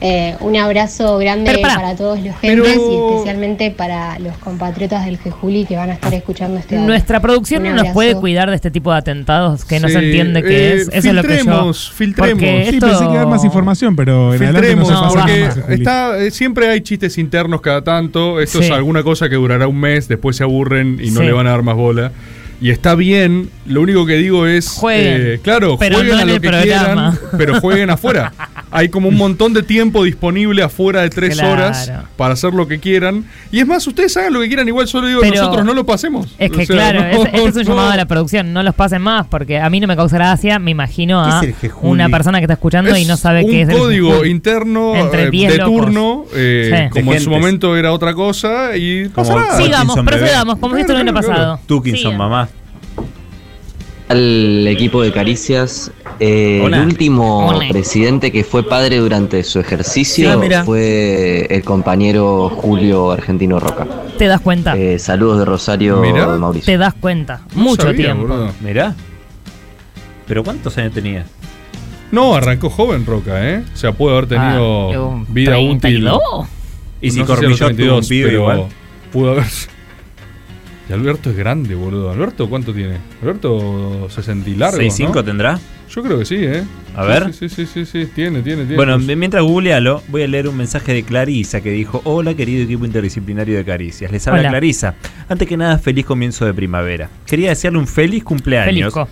Speaker 20: eh, un abrazo grande
Speaker 8: Pero pará.
Speaker 20: para todos los gentes
Speaker 8: Pero-
Speaker 20: y especialmente para los compatriotas del Juli que van a estar
Speaker 7: Ah.
Speaker 20: escuchando este audio.
Speaker 8: Nuestra producción
Speaker 20: Un
Speaker 8: no nos
Speaker 20: abrazo.
Speaker 8: puede cuidar de este tipo de atentados que no se
Speaker 4: Sí,
Speaker 8: entiende qué
Speaker 4: eh,
Speaker 8: es. Eso es lo que yo.
Speaker 4: filtremos, filtremos.
Speaker 8: Porque
Speaker 6: Sí,
Speaker 8: esto-
Speaker 6: pensé que iba a haber más información, pero en adelante no
Speaker 4: Filtremos,
Speaker 6: se pasa
Speaker 4: porque
Speaker 6: más, Juli.
Speaker 4: está, eh, siempre hay chistes internos cada tanto. Esto
Speaker 6: Sí.
Speaker 4: es alguna cosa que durará un mes, después se aburren y no
Speaker 6: Sí.
Speaker 4: le van a dar más bola. Y está bien, lo único que digo es.
Speaker 6: Jueguen.
Speaker 4: eh, claro,
Speaker 6: Pero
Speaker 4: jueguen
Speaker 6: no
Speaker 4: a
Speaker 6: en
Speaker 4: lo
Speaker 6: el
Speaker 4: que
Speaker 6: programa.
Speaker 4: quieran, pero jueguen afuera. Hay como un montón de tiempo disponible afuera de tres
Speaker 8: Claro.
Speaker 4: horas para hacer lo que quieran. Y es más, ustedes hagan lo que quieran, igual solo digo,
Speaker 8: Pero-
Speaker 4: nosotros no lo pasemos.
Speaker 8: Es que
Speaker 4: O sea,
Speaker 8: claro,
Speaker 4: no,
Speaker 8: es- este es un
Speaker 4: no.
Speaker 8: llamado a la producción, no los pasen más porque a mí no me causa gracia, me imagino
Speaker 4: ¿Qué
Speaker 8: a
Speaker 4: es el jejuli?
Speaker 8: una persona que está escuchando y no sabe
Speaker 4: un
Speaker 8: qué es el
Speaker 4: código
Speaker 8: jejuli.
Speaker 4: interno
Speaker 8: Entre
Speaker 4: eh,
Speaker 8: 10
Speaker 4: de
Speaker 8: locos.
Speaker 4: turno, eh,
Speaker 8: Sí.
Speaker 4: como
Speaker 7: De
Speaker 4: en su
Speaker 7: gentes.
Speaker 4: momento era otra cosa y
Speaker 7: Como
Speaker 4: pasa nada.
Speaker 8: Sigamos, procedamos, como si esto no hubiera pasado.
Speaker 7: Tukinson, mamá.
Speaker 14: al equipo de Caricias. Eh, el
Speaker 7: Hola.
Speaker 14: último
Speaker 7: Hola.
Speaker 14: presidente que fue padre durante su
Speaker 8: Sí,
Speaker 14: ejercicio
Speaker 8: mira.
Speaker 14: fue el compañero Julio Argentino Roca.
Speaker 8: Te das cuenta,
Speaker 14: Eh, saludos de Rosario
Speaker 7: Mirá.
Speaker 14: Mauricio.
Speaker 8: te das cuenta. Mucho tiempo.
Speaker 7: Mirá. ¿Pero cuántos años tenía?
Speaker 4: No, arrancó joven Roca, ¿eh? O sea, puede haber
Speaker 7: Ah, era
Speaker 4: tenido
Speaker 7: un
Speaker 4: vida
Speaker 7: 32.
Speaker 4: útil.
Speaker 7: Y si
Speaker 4: sé a los
Speaker 7: Cormillot tuvo un
Speaker 4: 32,
Speaker 7: pibe
Speaker 4: pero
Speaker 7: igual.
Speaker 4: Pudo haber. Y Alberto es grande, boludo. ¿Alberto cuánto tiene? Alberto 60 y largo.
Speaker 7: ¿Seis cinco
Speaker 4: ¿no?
Speaker 7: tendrá?
Speaker 4: Yo creo que sí, ¿eh?
Speaker 7: A
Speaker 4: Sí,
Speaker 7: ver.
Speaker 4: Sí, sí, sí, sí, sí. Tiene, tiene, tiene.
Speaker 7: Bueno,
Speaker 4: Pues-
Speaker 7: mientras googlealo, voy a leer un mensaje de Clarisa que dijo: Hola, querido equipo interdisciplinario de Caricias. Les habla
Speaker 8: Hola.
Speaker 7: Clarisa. Antes que nada, feliz comienzo de primavera. Quería desearle un feliz cumpleaños
Speaker 8: Felico.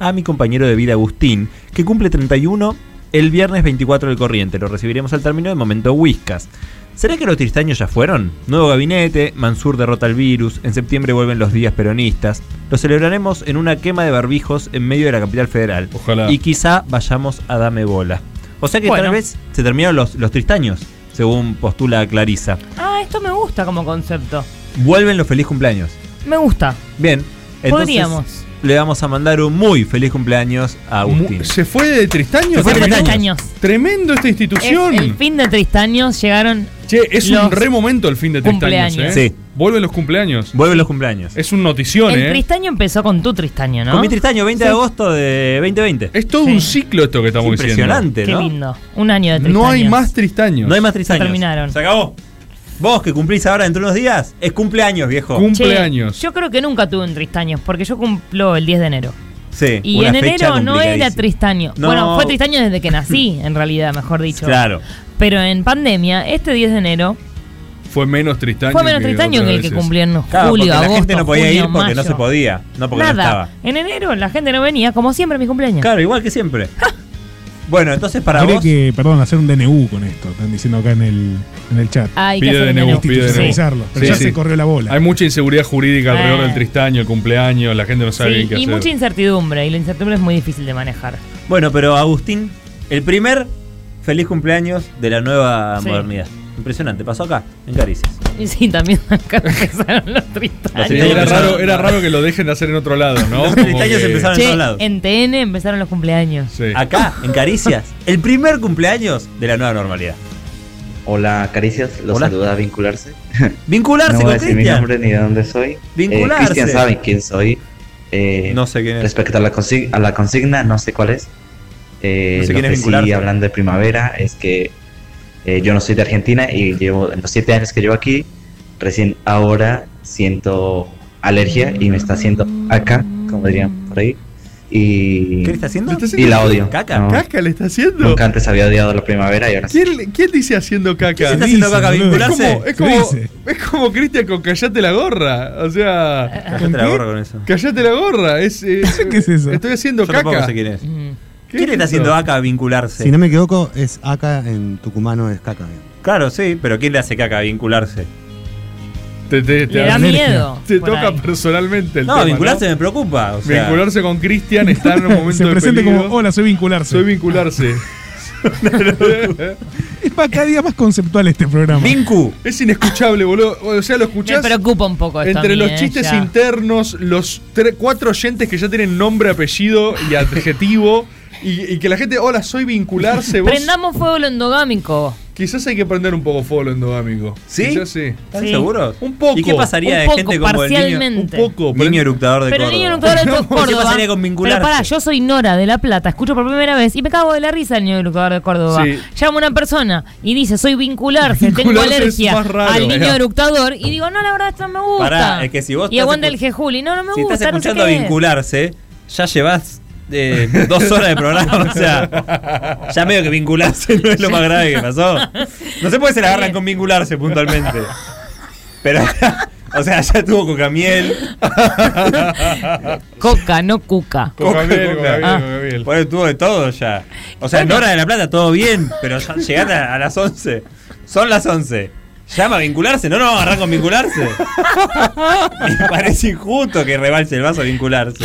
Speaker 7: a mi compañero de vida Agustín, que cumple 31 el viernes 24 del corriente. Lo recibiremos al término de momento Whiskas. ¿Será que los tristaños ya fueron? Nuevo gabinete, Mansur derrota al virus, en septiembre vuelven los días peronistas. Lo celebraremos en una quema de barbijos en medio de la capital federal.
Speaker 4: Ojalá.
Speaker 7: Y quizá vayamos a Dame Bola. O sea que
Speaker 8: Bueno.
Speaker 7: tal vez se terminaron los, los tristaños, según postula Clarisa.
Speaker 8: Ah, esto me gusta como concepto.
Speaker 7: Vuelven los feliz cumpleaños.
Speaker 8: Me gusta.
Speaker 7: Bien, entonces
Speaker 8: Podríamos.
Speaker 7: le vamos a mandar un muy feliz cumpleaños a Agustín.
Speaker 4: ¿Se fue de Tristaño?
Speaker 7: Se fue de
Speaker 8: Hace
Speaker 7: Tristaño.
Speaker 8: años.
Speaker 4: Tremendo este esta
Speaker 8: Es
Speaker 4: institución.
Speaker 8: el fin de Tristaños llegaron.
Speaker 4: Che, es un
Speaker 8: los-
Speaker 4: re momento el fin de Tristaños, ¿eh?
Speaker 8: cumpleaños.
Speaker 7: Sí.
Speaker 4: Vuelven los cumpleaños.
Speaker 7: Vuelven los cumpleaños.
Speaker 4: Es un notición,
Speaker 8: El
Speaker 4: ¿eh?
Speaker 8: Tristaño empezó con tu Tristaño, ¿no?
Speaker 7: Con mi Tristaño, 20 de
Speaker 8: Sí.
Speaker 7: agosto de 2020.
Speaker 4: Es todo un ciclo esto que estamos diciendo.
Speaker 7: impresionante,
Speaker 8: Qué
Speaker 7: ¿no?
Speaker 8: lindo. Un año de Tristaños.
Speaker 4: No hay más Tristaños.
Speaker 7: No hay más
Speaker 8: Se
Speaker 7: tristaños.
Speaker 8: terminaron.
Speaker 7: Se acabó. Vos que cumplís ahora dentro de unos días, es cumpleaños, viejo.
Speaker 8: Che, yo creo que nunca tuve un Tristaños porque yo cumplo el 10 de enero.
Speaker 7: Sí,
Speaker 8: Y
Speaker 7: una
Speaker 8: en
Speaker 7: fecha
Speaker 8: enero no era
Speaker 7: complicadísima.
Speaker 8: Tristaño.
Speaker 7: No.
Speaker 8: Bueno, fue Tristaño desde que nací, en realidad, mejor dicho.
Speaker 4: Claro.
Speaker 8: Pero en pandemia, este 10 de enero,
Speaker 4: Fue menos Tristaño.
Speaker 8: Fue menos Tristaño
Speaker 4: otras
Speaker 8: que el que
Speaker 4: veces.
Speaker 8: cumplió en
Speaker 7: Claro,
Speaker 8: julio,
Speaker 7: porque
Speaker 8: agosto,
Speaker 7: la gente no podía
Speaker 8: junio,
Speaker 7: ir porque
Speaker 8: mayo.
Speaker 7: no se podía. No porque no
Speaker 8: nada.
Speaker 7: estaba.
Speaker 8: en enero la gente no venía, como siempre, en mis cumpleaños.
Speaker 7: Claro, igual que siempre. bueno, entonces para
Speaker 6: Habría
Speaker 7: vos.
Speaker 6: que, perdón, hacer un DNU con esto. Están diciendo acá en el, en el chat.
Speaker 8: Hay
Speaker 4: Pide DNU, pide DNU.
Speaker 6: Institucionalizarlo, Pero
Speaker 4: Sí,
Speaker 6: ya
Speaker 4: sí.
Speaker 6: se corrió la bola.
Speaker 4: Hay mucha inseguridad jurídica alrededor
Speaker 8: Eh.
Speaker 4: del Tristaño, el cumpleaños, la gente no sabe
Speaker 8: Sí,
Speaker 4: bien qué
Speaker 8: y
Speaker 4: hacer.
Speaker 8: mucha incertidumbre, y la incertidumbre es muy difícil de manejar.
Speaker 7: Bueno, pero Agustín, el primer feliz cumpleaños de la nueva
Speaker 8: Sí.
Speaker 7: modernidad. Impresionante, pasó acá, en Caricias.
Speaker 8: Y sí, también acá empezaron los Tristaños.
Speaker 4: Sí, era, raro, era raro que lo dejen de hacer en otro lado, ¿no?
Speaker 7: Los
Speaker 4: Como
Speaker 7: Tristaños
Speaker 4: que-
Speaker 7: empezaron en
Speaker 8: Che,
Speaker 7: todos lados.
Speaker 8: en TN empezaron los cumpleaños.
Speaker 7: Acá, en Caricias, el primer cumpleaños de la nueva normalidad.
Speaker 21: Hola, Caricias, los
Speaker 7: Hola.
Speaker 21: saluda a vincularse.
Speaker 7: Vincularse
Speaker 21: no voy
Speaker 7: con
Speaker 21: a decir mi
Speaker 7: Cristian.
Speaker 21: nombre ni de dónde soy.
Speaker 7: Vincularse.
Speaker 21: Eh, Cristian
Speaker 14: Eh,
Speaker 21: sabe quién soy. no sé quién es. Respecto a la, consi- a la consigna, no sé cuál es.
Speaker 14: eh,
Speaker 7: No sé
Speaker 14: lo
Speaker 7: quién es
Speaker 14: que sí,
Speaker 7: vincularte.
Speaker 14: hablando de primavera, es que eh, yo no soy de Argentina y llevo en los siete años que llevo aquí, recién ahora siento alergia y me está haciendo acá, como dirían por ahí. Y,
Speaker 7: ¿Qué le está haciendo?
Speaker 14: Y la odio.
Speaker 7: Caca.
Speaker 14: No,
Speaker 4: ¿Caca le está haciendo?
Speaker 14: Nunca antes había odiado la primavera y ahora sí.
Speaker 4: ¿Quién, quién dice haciendo caca?
Speaker 14: ¿Quién está haciendo Dice, caca? boludo. ¿Vincularse?
Speaker 4: Es como, es
Speaker 14: Dice.
Speaker 4: como, es como Cristian con callate la gorra. O sea.
Speaker 7: Callate la gorra con eso.
Speaker 4: Callate la gorra. Es, eh,
Speaker 22: ¿Qué es eso?
Speaker 4: Estoy haciendo
Speaker 7: Yo
Speaker 4: caca.
Speaker 7: tampoco sé quién es.
Speaker 4: ¿Qué
Speaker 7: ¿Quién le está
Speaker 4: es
Speaker 7: haciendo
Speaker 4: eso?
Speaker 7: acá vincularse?
Speaker 23: Si no me equivoco, es acá en tucumano es caca.
Speaker 7: Claro, sí, pero ¿quién le hace caca a vincularse?
Speaker 4: Te, te-
Speaker 7: Le da miedo,
Speaker 4: Te
Speaker 7: por
Speaker 4: toca
Speaker 7: ahí.
Speaker 4: personalmente el
Speaker 7: No,
Speaker 4: tema,
Speaker 7: vincularse me preocupa. o sea.
Speaker 4: Vincularse con Cristian está en un momento
Speaker 7: Se
Speaker 4: de
Speaker 7: presenta
Speaker 4: peligro.
Speaker 7: como,
Speaker 6: hola, soy vincularse.
Speaker 4: Soy vincularse.
Speaker 6: Es para cada día más conceptual este programa.
Speaker 7: Vincu.
Speaker 4: Es inescuchable, boludo. O sea, lo escuchás.
Speaker 8: Me preocupa un poco esto a
Speaker 4: Entre
Speaker 8: mí,
Speaker 4: los
Speaker 8: eh,
Speaker 4: chistes
Speaker 8: ya.
Speaker 4: internos, los tre- cuatro oyentes que ya tienen nombre, apellido y adjetivo, y, y que la gente, hola, soy vincularse, vos.
Speaker 8: Prendamos fuego lo endogámico.
Speaker 4: Quizás hay que prender un poco fuego a lo endogámico.
Speaker 7: ¿Sí?
Speaker 4: Quizás sí.
Speaker 7: ¿Están Sí. seguros?
Speaker 4: Un poco.
Speaker 7: ¿Y qué pasaría
Speaker 8: Un de poco, gente como el niño- parcialmente.
Speaker 4: Un poco.
Speaker 7: Niño eructador de
Speaker 8: Pero el
Speaker 7: Córdoba.
Speaker 8: niño eructador de
Speaker 7: ¿Qué
Speaker 8: Córdoba.
Speaker 7: pasaría con vincularse?
Speaker 8: Pero pará, yo soy Nora de La Plata, escucho por primera vez y me cago de la risa el niño eructador de Córdoba.
Speaker 7: Sí.
Speaker 8: Llamo a una persona y dice, soy vincularse, tengo
Speaker 7: Vincularse es
Speaker 8: alergia
Speaker 7: más raro,
Speaker 8: al niño
Speaker 7: mirá.
Speaker 8: eructador y digo, no, la verdad esto no me gusta.
Speaker 7: Pará, es que si vos
Speaker 8: y
Speaker 7: estás
Speaker 8: aguanta
Speaker 7: escu-
Speaker 8: el jejuli, no, no me
Speaker 7: si
Speaker 8: gusta.
Speaker 7: estás
Speaker 8: no sé
Speaker 7: escuchando a
Speaker 8: qué.
Speaker 7: vincularse, ya llevas eh, dos horas de programa. o sea, ya medio que vincularse no es lo más grave que pasó. No sé por qué se la agarran con vincularse puntualmente. Pero, o sea, ya estuvo cocamiel.
Speaker 8: Coca, no cuca.
Speaker 7: Cocamiel,
Speaker 8: Ah.
Speaker 7: Bueno, estuvo de todo ya. O sea, en
Speaker 8: Bueno.
Speaker 7: Hora de la Plata todo bien, pero ya llegaste a, a las 11. Son las 11. Llama a vincularse, no nos vamos a agarrar con vincularse. Me parece injusto que rebalse el vaso a vincularse.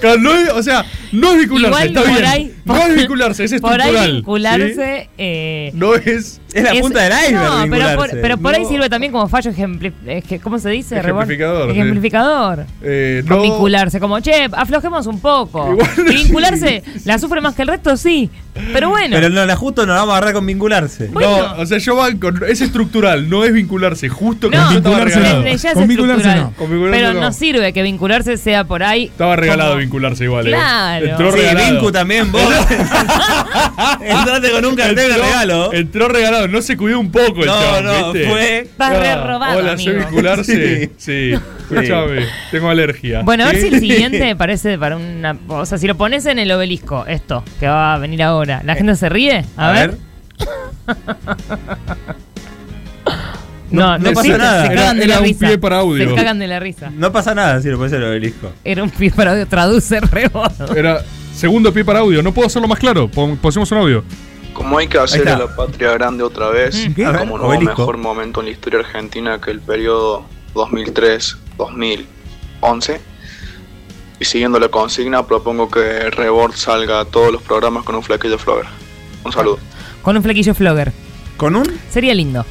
Speaker 4: Claro, no es- o sea, no es vincularse,
Speaker 8: Igual
Speaker 4: está
Speaker 8: por
Speaker 4: bien.
Speaker 8: ahí-
Speaker 4: no es vincularse, es
Speaker 8: Por
Speaker 4: estructural.
Speaker 8: ahí
Speaker 4: ¿sí?
Speaker 8: vincularse... eh,
Speaker 4: No es.
Speaker 8: No, pero por, pero por ahí
Speaker 4: No,
Speaker 8: sirve también como fallo ejempli- eh, que- ¿Cómo se dice? Rebord?
Speaker 4: Ejemplificador, sí.
Speaker 8: Ejemplificador.
Speaker 4: eh,
Speaker 8: Con
Speaker 4: no.
Speaker 8: vincularse, como che, aflojemos un poco. Y vincularse, la sufre más que el resto, sí. Pero bueno.
Speaker 7: Pero no, la justo nos vamos a agarrar con vincularse.
Speaker 4: No, o sea, yo banco, es estructural, no es vincularse, justo
Speaker 8: No,
Speaker 4: con
Speaker 8: vincularse no. desde ya es Con vincularse estructural. no.
Speaker 4: Con vincularse
Speaker 8: pero
Speaker 4: no.
Speaker 8: no. sirve que vincularse sea por ahí.
Speaker 4: Estaba regalado vincularse igual, eh.
Speaker 8: Claro.
Speaker 4: Entró
Speaker 8: Sí,
Speaker 4: regalado.
Speaker 8: Vincu
Speaker 7: también, vos. Entrate con un cartel de
Speaker 4: Entró-
Speaker 7: regalo.
Speaker 4: Entró regalado, no se cuidó un poco el
Speaker 7: No,
Speaker 4: chabón,
Speaker 7: no,
Speaker 4: ¿viste?
Speaker 7: fue- Estás
Speaker 4: Ah,
Speaker 7: re robado,
Speaker 4: Hola, soy
Speaker 7: amigo.
Speaker 4: vincularse.
Speaker 7: Sí.
Speaker 4: Sí, escúchame, tengo alergia.
Speaker 8: Bueno, a ver
Speaker 4: ¿Sí?
Speaker 8: si el siguiente parece para una. O sea, si lo pones en el obelisco, esto, que va a venir ahora, ¿la gente se ríe? A,
Speaker 4: a
Speaker 8: ver. No, no existe, Se cagan de la risa. Se cagan de la risa.
Speaker 7: No pasa nada si lo puedes hacer el obelisco.
Speaker 8: Era un pie para audio, traduce rebodo.
Speaker 4: Era segundo pie para audio, no puedo hacerlo más claro. Pon- Pusimos un audio.
Speaker 24: Como hay que hacer
Speaker 4: Ahí
Speaker 24: a
Speaker 4: está.
Speaker 24: la patria grande otra vez,
Speaker 4: ¿Qué? A ver,
Speaker 24: como no hubo
Speaker 4: obelisco.
Speaker 24: mejor momento en la historia argentina que el periodo 2003-2011. Y siguiendo la consigna, propongo que Rebord salga a todos los programas con un flaquillo flogger. Un saludo.
Speaker 8: Con un flequillo flogger.
Speaker 7: ¿Con un?
Speaker 8: Sería lindo.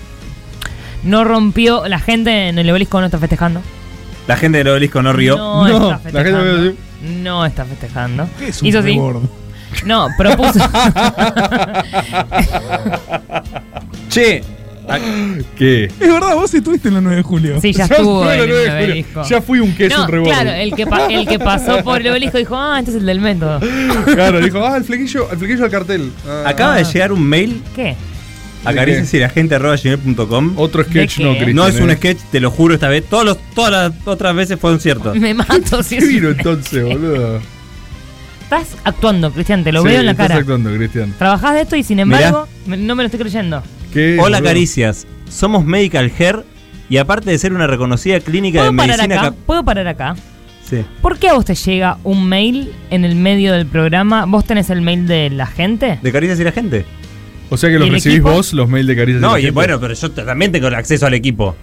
Speaker 8: No rompió. La gente en el obelisco no está festejando.
Speaker 7: La gente del obelisco no rió.
Speaker 8: No, está festejando. No está festejando.
Speaker 7: es un
Speaker 8: Hizo así.
Speaker 7: rebord?
Speaker 8: No, propuso.
Speaker 7: Che.
Speaker 4: ¿Qué?
Speaker 6: Es verdad, vos estuviste en la 9 de julio.
Speaker 8: Sí, ya
Speaker 6: Yo
Speaker 8: estuvo
Speaker 6: estuve
Speaker 8: en
Speaker 6: la
Speaker 8: el
Speaker 6: 9 de julio.
Speaker 8: obelisco.
Speaker 4: Ya fui un queso,
Speaker 8: no,
Speaker 4: un reborde.
Speaker 8: Claro, el que, pa- el que pasó por el obelisco dijo, ah, este es el del método.
Speaker 4: Claro, dijo, ah, el flequillo, el flequillo del cartel. Ah.
Speaker 7: Acaba de llegar un mail
Speaker 8: ¿Qué?
Speaker 7: a cariciasyragente.com.
Speaker 4: Otro sketch
Speaker 8: ¿De no, qué? Cristian,
Speaker 7: No es un
Speaker 8: eh.
Speaker 7: sketch, te lo juro esta vez. Todos los, todas las otras veces fueron ciertos.
Speaker 8: Me mato si
Speaker 4: ¿Qué
Speaker 8: es-
Speaker 4: vino
Speaker 8: Eh,
Speaker 4: entonces, boludo?
Speaker 8: Estás actuando, Cristian, te lo
Speaker 4: Sí,
Speaker 8: veo en la
Speaker 4: estás
Speaker 8: cara.
Speaker 4: actuando, Cristian.
Speaker 8: Trabajás de esto y sin embargo, me- no me lo estoy creyendo.
Speaker 4: ¿Qué,
Speaker 7: Hola
Speaker 4: boludo?
Speaker 7: Caricias, somos Medical Hair y aparte de ser una reconocida clínica de
Speaker 8: ¿Puedo parar
Speaker 7: medicina...
Speaker 8: acá?
Speaker 7: cap-
Speaker 8: ¿Puedo parar acá?
Speaker 7: Sí.
Speaker 8: ¿Por qué a vos te llega un mail en el medio del programa? ¿Vos tenés el mail de la gente?
Speaker 7: ¿De Caricias y la gente?
Speaker 4: O sea
Speaker 8: que los ¿Y el recibís equipo?
Speaker 4: vos, los mails de Caricias
Speaker 7: No,
Speaker 4: y la
Speaker 7: y
Speaker 4: gente.
Speaker 7: bueno, pero yo t- también tengo el acceso al equipo.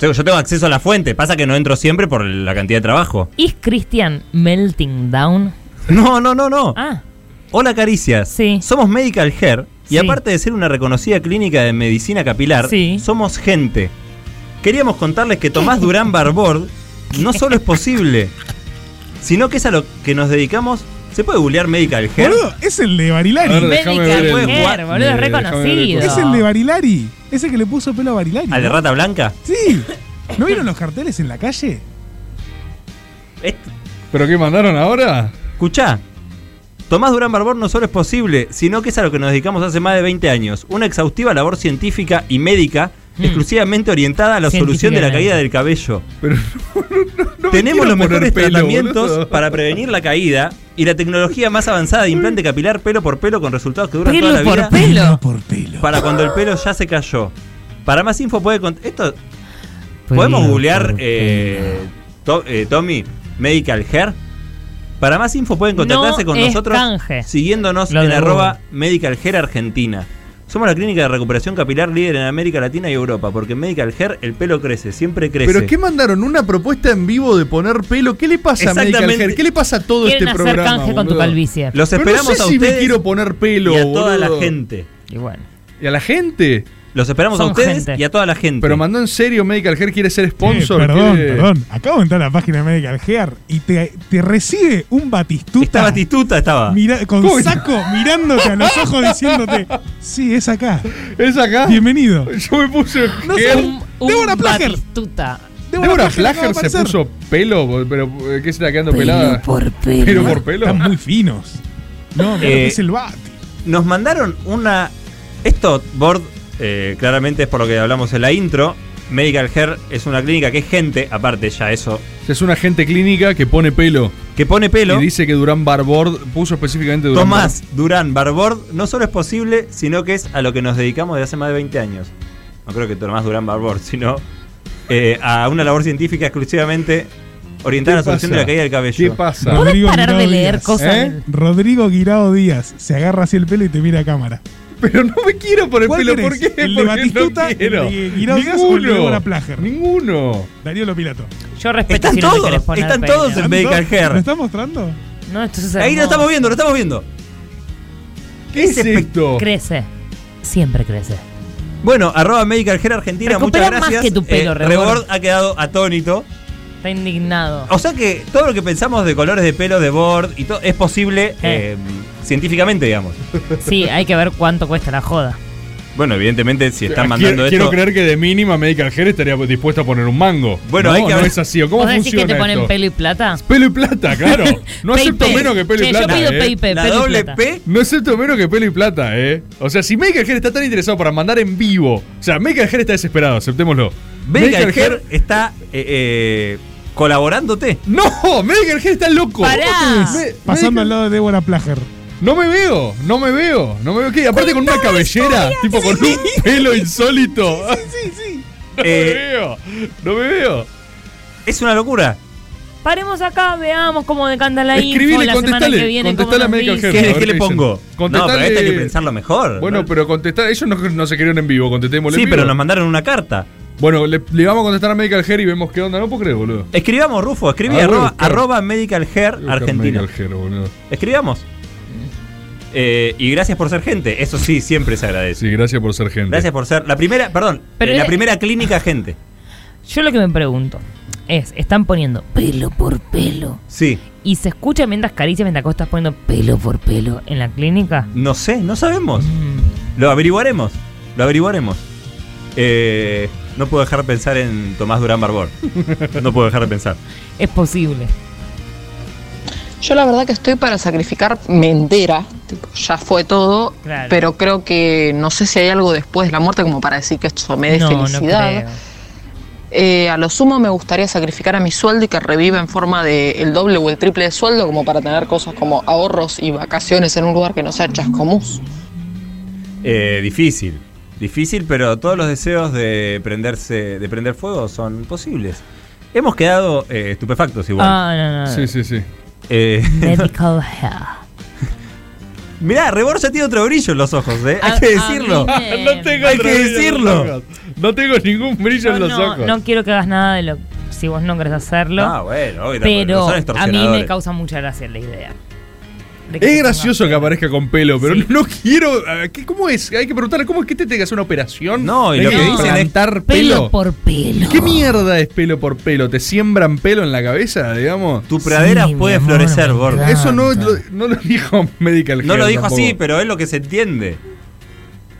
Speaker 7: Yo yo tengo acceso a la fuente, pasa que no entro siempre por la cantidad de trabajo.
Speaker 8: ¿Is Cristian melting down?
Speaker 7: No, no, no, no.
Speaker 8: Ah,
Speaker 7: Hola Caricias. Somos Medical Hair y
Speaker 8: Sí.
Speaker 7: aparte de ser una reconocida clínica de medicina capilar, somos gente. Queríamos contarles que Tomás Durán Barbord no solo es posible, sino que es a lo que nos dedicamos. ¿Se puede googlear Medical Hair?
Speaker 6: Boludo, es el de
Speaker 7: A
Speaker 6: Barilari.
Speaker 7: ver, déjame Medical ver el- Care, boludo, es eh, reconocido.
Speaker 6: Es el de Barilari. Ese que le puso pelo a Barilari.
Speaker 7: ¿Al Ah, de
Speaker 6: ¿no?
Speaker 7: Rata Blanca?
Speaker 6: Sí. ¿No vieron los carteles en la calle?
Speaker 4: ¿Pero qué mandaron ahora?
Speaker 7: Escuchá. Tomás Durán Barbón no solo es posible, sino que es a lo que nos dedicamos hace más de 20 años. Una exhaustiva labor científica y médica
Speaker 8: Mm.
Speaker 7: exclusivamente orientada a la solución de la
Speaker 9: Científicamente.
Speaker 7: caída del cabello. Tenemos
Speaker 9: quiero
Speaker 7: los mejores
Speaker 9: poner pelo,
Speaker 7: tratamientos
Speaker 9: boludo.
Speaker 7: para prevenir la caída y la tecnología más avanzada de implante capilar pelo por pelo con resultados que duran toda la
Speaker 8: Pelo
Speaker 7: vida.
Speaker 8: por pelo.
Speaker 7: Para cuando el pelo ya se cayó. Para más info puede cont- esto podemos googlear eh, to- eh, Tommy Medical Hair. Para más info pueden contactarse
Speaker 8: No
Speaker 7: con
Speaker 8: es
Speaker 7: nosotros
Speaker 8: canje.
Speaker 7: siguiéndonos
Speaker 8: Lo
Speaker 7: en
Speaker 8: de
Speaker 7: arroba Medical Hair Argentina. Somos la clínica de recuperación capilar líder en América Latina y Europa, porque en Medical Hair el pelo crece, siempre crece.
Speaker 2: ¿Pero qué mandaron? ¿Una propuesta en vivo de poner pelo? ¿Qué le pasa a Medical
Speaker 7: Exactamente.
Speaker 2: Hair? ¿Qué le pasa a todo
Speaker 8: Quieren
Speaker 2: este
Speaker 8: hacer
Speaker 2: programa?
Speaker 8: canje con tu
Speaker 2: boludo?
Speaker 8: calvicie. Los
Speaker 2: Pero
Speaker 7: esperamos
Speaker 2: no
Speaker 7: a
Speaker 2: sé si me
Speaker 7: ustedes
Speaker 2: quiero poner pelo,
Speaker 7: y a toda la
Speaker 2: boludo.
Speaker 7: gente.
Speaker 8: Y bueno.
Speaker 2: ¿Y a la gente?
Speaker 7: Los esperamos
Speaker 2: Son
Speaker 7: a ustedes
Speaker 2: gente.
Speaker 7: y a toda la gente.
Speaker 2: Pero mandó en serio Medical Hair quiere ser sponsor.
Speaker 6: Eh, perdón,
Speaker 2: quiere-
Speaker 6: perdón. Acabo de entrar a la página de Medical Gear y te, te recibe un batistuta. Está
Speaker 7: batistuta, estaba.
Speaker 6: Mira, con
Speaker 2: ¿Cómo está?
Speaker 6: saco, mirándote a los ojos, diciéndote, sí, es acá.
Speaker 2: Es acá.
Speaker 6: Bienvenido.
Speaker 2: Yo me puse.
Speaker 6: No sé, un- un
Speaker 2: Débora Plager.
Speaker 8: Batistuta.
Speaker 2: Débora
Speaker 6: Plager
Speaker 2: Plager
Speaker 6: acaba de
Speaker 2: se
Speaker 6: aparecer.
Speaker 2: puso pelo, bol- pero eh, ¿qué se está quedando pelada? Pelo por pelo.
Speaker 6: Están muy finos. No, pero
Speaker 7: Eh,
Speaker 6: es el bati.
Speaker 7: Nos mandaron una. Esto, Board, eh, claramente es por lo que hablamos en la intro. Medical Hair es una clínica que es gente, aparte ya eso.
Speaker 9: Es una gente clínica que pone pelo.
Speaker 7: Que pone pelo.
Speaker 9: Y dice que Durán Barbord puso específicamente Durán
Speaker 7: Tomás Durán Barbord no solo es posible, sino que es a lo que nos dedicamos desde hace más de 20 años. No creo que Tomás Durán Barbord, sino eh, a una labor científica exclusivamente orientada a la
Speaker 6: ¿Qué
Speaker 7: solución
Speaker 6: pasa?
Speaker 7: de la caída del cabello.
Speaker 6: ¿Qué pasa? ¿Podés
Speaker 8: parar de leer cosas?
Speaker 2: ¿Eh?
Speaker 6: Rodrigo Guirao Díaz se agarra así el pelo y te mira a cámara.
Speaker 2: Pero no me quiero poner
Speaker 6: ¿Cuál
Speaker 2: pelo.
Speaker 6: querés?
Speaker 2: ¿Por qué?
Speaker 6: ¿El de
Speaker 2: Porque
Speaker 6: Batistuta,
Speaker 2: no quiero.
Speaker 6: el de Guirao Díaz o el de Débora Plager?
Speaker 2: Ninguno.
Speaker 6: Darío Lopilato.
Speaker 8: Yo respeto
Speaker 7: Están
Speaker 8: si no te
Speaker 7: todos,
Speaker 8: querés poner
Speaker 7: están
Speaker 8: peña.
Speaker 7: todos en Medical
Speaker 6: ¿Lo
Speaker 7: Hair.
Speaker 6: está mostrando?
Speaker 8: No, esto es
Speaker 7: Ahí lo
Speaker 8: hermoso.
Speaker 7: estamos viendo, lo estamos viendo. ¿Qué es esto?
Speaker 8: Crece. Siempre crece.
Speaker 7: Bueno, arroba Medical Hair Argentina,
Speaker 8: Recupera
Speaker 7: muchas
Speaker 8: más
Speaker 7: gracias. Eh,
Speaker 8: que tu pelo, Rebord.
Speaker 7: Rebord ha quedado atónito.
Speaker 8: Está indignado.
Speaker 7: O sea que todo lo que pensamos de colores de pelo, de board y todo, es posible eh, científicamente, digamos.
Speaker 8: Sí, hay que ver cuánto cuesta la joda.
Speaker 7: Bueno, evidentemente, si
Speaker 9: Ah,
Speaker 7: están
Speaker 9: quiero,
Speaker 7: mandando
Speaker 9: quiero
Speaker 7: esto.
Speaker 9: creer que de mínima Medical Hair estaría dispuesta a poner un mango.
Speaker 7: Bueno,
Speaker 9: no,
Speaker 7: hay que
Speaker 9: no
Speaker 7: ver-
Speaker 9: es así. ¿o ¿Cómo
Speaker 8: ¿Vos
Speaker 9: funciona
Speaker 8: decís que te ponen
Speaker 9: esto?
Speaker 8: pelo y plata?
Speaker 9: Pelo y plata, claro. No acepto
Speaker 8: PayPal.
Speaker 9: menos que pelo
Speaker 8: Che,
Speaker 9: y
Speaker 8: yo
Speaker 9: plata.
Speaker 8: pido
Speaker 9: eh.
Speaker 8: PayPal, La pelo y doble plata. P.
Speaker 9: No acepto menos que pelo y plata, eh. O sea, si Maker Hair está tan interesado para mandar en vivo. O sea, Maker Hair está desesperado, aceptémoslo.
Speaker 7: Medical Hair está eh, eh, colaborándote.
Speaker 9: ¡No! Medical Hair está loco.
Speaker 6: ¿Cómo te ves? Pasando al lado de Débora Plager.
Speaker 9: No me veo, no me veo, no me veo. ¿Qué? Aparte con una cabellera, tipo con un pelo insólito.
Speaker 6: Sí, sí.
Speaker 9: No me veo, no me veo.
Speaker 7: Es una locura.
Speaker 8: Paremos acá, veamos cómo decanta la info
Speaker 9: Escribile,
Speaker 8: la semana que
Speaker 9: contestale,
Speaker 8: viene. cómo
Speaker 9: contestale a
Speaker 8: nos
Speaker 9: Medical
Speaker 8: dice.
Speaker 9: Hair.
Speaker 7: ¿Qué-
Speaker 9: a ver
Speaker 7: qué le
Speaker 9: dicen.
Speaker 7: pongo? No, pero esta hay que pensarlo mejor.
Speaker 9: Bueno,
Speaker 7: ¿no?
Speaker 9: pero contestar, ellos no, no se querían en vivo, contestémosle
Speaker 7: Sí,
Speaker 9: en
Speaker 7: pero
Speaker 9: vivo.
Speaker 7: nos mandaron una carta.
Speaker 9: Bueno, le, le vamos a contestar a Medical Hair y vemos qué onda, no puedo creer, boludo.
Speaker 7: Escribamos, Rufo, escribí
Speaker 9: Ah, voy a
Speaker 7: arroba,
Speaker 9: buscar.
Speaker 7: arroba Medical Hair
Speaker 9: Voy a buscar
Speaker 7: Argentina.
Speaker 9: Medical Hair, boludo.
Speaker 7: Escribamos. Eh, y gracias por ser gente. Eso sí, siempre se agradece.
Speaker 9: Sí, gracias por ser gente.
Speaker 7: Gracias por ser. La primera, perdón,
Speaker 8: Pero
Speaker 7: eh, la
Speaker 8: es-
Speaker 7: primera clínica gente.
Speaker 8: Yo lo que me pregunto es, están poniendo pelo por pelo.
Speaker 7: Sí.
Speaker 8: Y se escucha mientras caricias, mientras vos estás poniendo pelo por pelo en la clínica.
Speaker 7: No sé, no sabemos.
Speaker 9: Mm.
Speaker 7: Lo averiguaremos. Lo averiguaremos. Eh, no puedo dejar de pensar en Tomás Durán Barbón. No puedo dejar de pensar.
Speaker 8: Es posible.
Speaker 3: Yo la verdad que estoy para sacrificar me entera, tipo, ya fue todo,
Speaker 8: Claro.
Speaker 3: pero creo que no sé si hay algo después de la muerte como para decir que esto me dé
Speaker 8: No, no
Speaker 3: felicidad.
Speaker 8: creo.
Speaker 3: Eh, a lo sumo me gustaría sacrificar a mi sueldo y que reviva en forma de el doble o el triple de sueldo como para tener cosas como ahorros y vacaciones en un lugar que no sea chascomús.
Speaker 7: Eh, difícil. Difícil, pero todos los deseos de prenderse, de prender fuego son posibles. Hemos quedado eh, estupefactos igual.
Speaker 8: Ah, no, no, no. Sí, sí,
Speaker 9: sí.
Speaker 7: Eh,
Speaker 8: Medical Hair.
Speaker 7: mirá, Rebor ya tiene otro brillo en los ojos, eh. Hay
Speaker 8: A-
Speaker 7: que
Speaker 8: a
Speaker 7: decirlo.
Speaker 8: mí me-
Speaker 9: No tengo
Speaker 7: Hay
Speaker 9: otro
Speaker 7: que
Speaker 9: brillo en los
Speaker 7: decirlo.
Speaker 9: ojos. No tengo ningún brillo
Speaker 8: Yo
Speaker 9: en los
Speaker 8: no,
Speaker 9: ojos.
Speaker 8: no quiero que hagas nada de lo si vos no querés hacerlo.
Speaker 9: Ah, bueno, obvio,
Speaker 8: pero
Speaker 9: no
Speaker 8: a
Speaker 9: son
Speaker 8: mí me
Speaker 9: extorsionadores.
Speaker 8: causa mucha gracia la idea. De que
Speaker 9: Es
Speaker 8: te
Speaker 9: gracioso que aparezca con pelo, pero no quiero. a ver, ¿qué- ¿Cómo es? Hay que preguntarle, ¿cómo es que te tengas una operación?
Speaker 7: No, y lo que dicen es-
Speaker 9: plantar
Speaker 7: Pelo
Speaker 9: pelo.
Speaker 7: por
Speaker 8: pelo.
Speaker 9: ¿Qué mierda es pelo por pelo? ¿Te siembran pelo en la cabeza, digamos?
Speaker 7: Tu pradera Sí, puede mi amor, florecer, me Borg. encanta.
Speaker 9: Eso no, lo- no lo dijo Medical
Speaker 7: No
Speaker 9: Hair
Speaker 7: lo dijo así,
Speaker 9: tampoco.
Speaker 7: pero es lo que se entiende.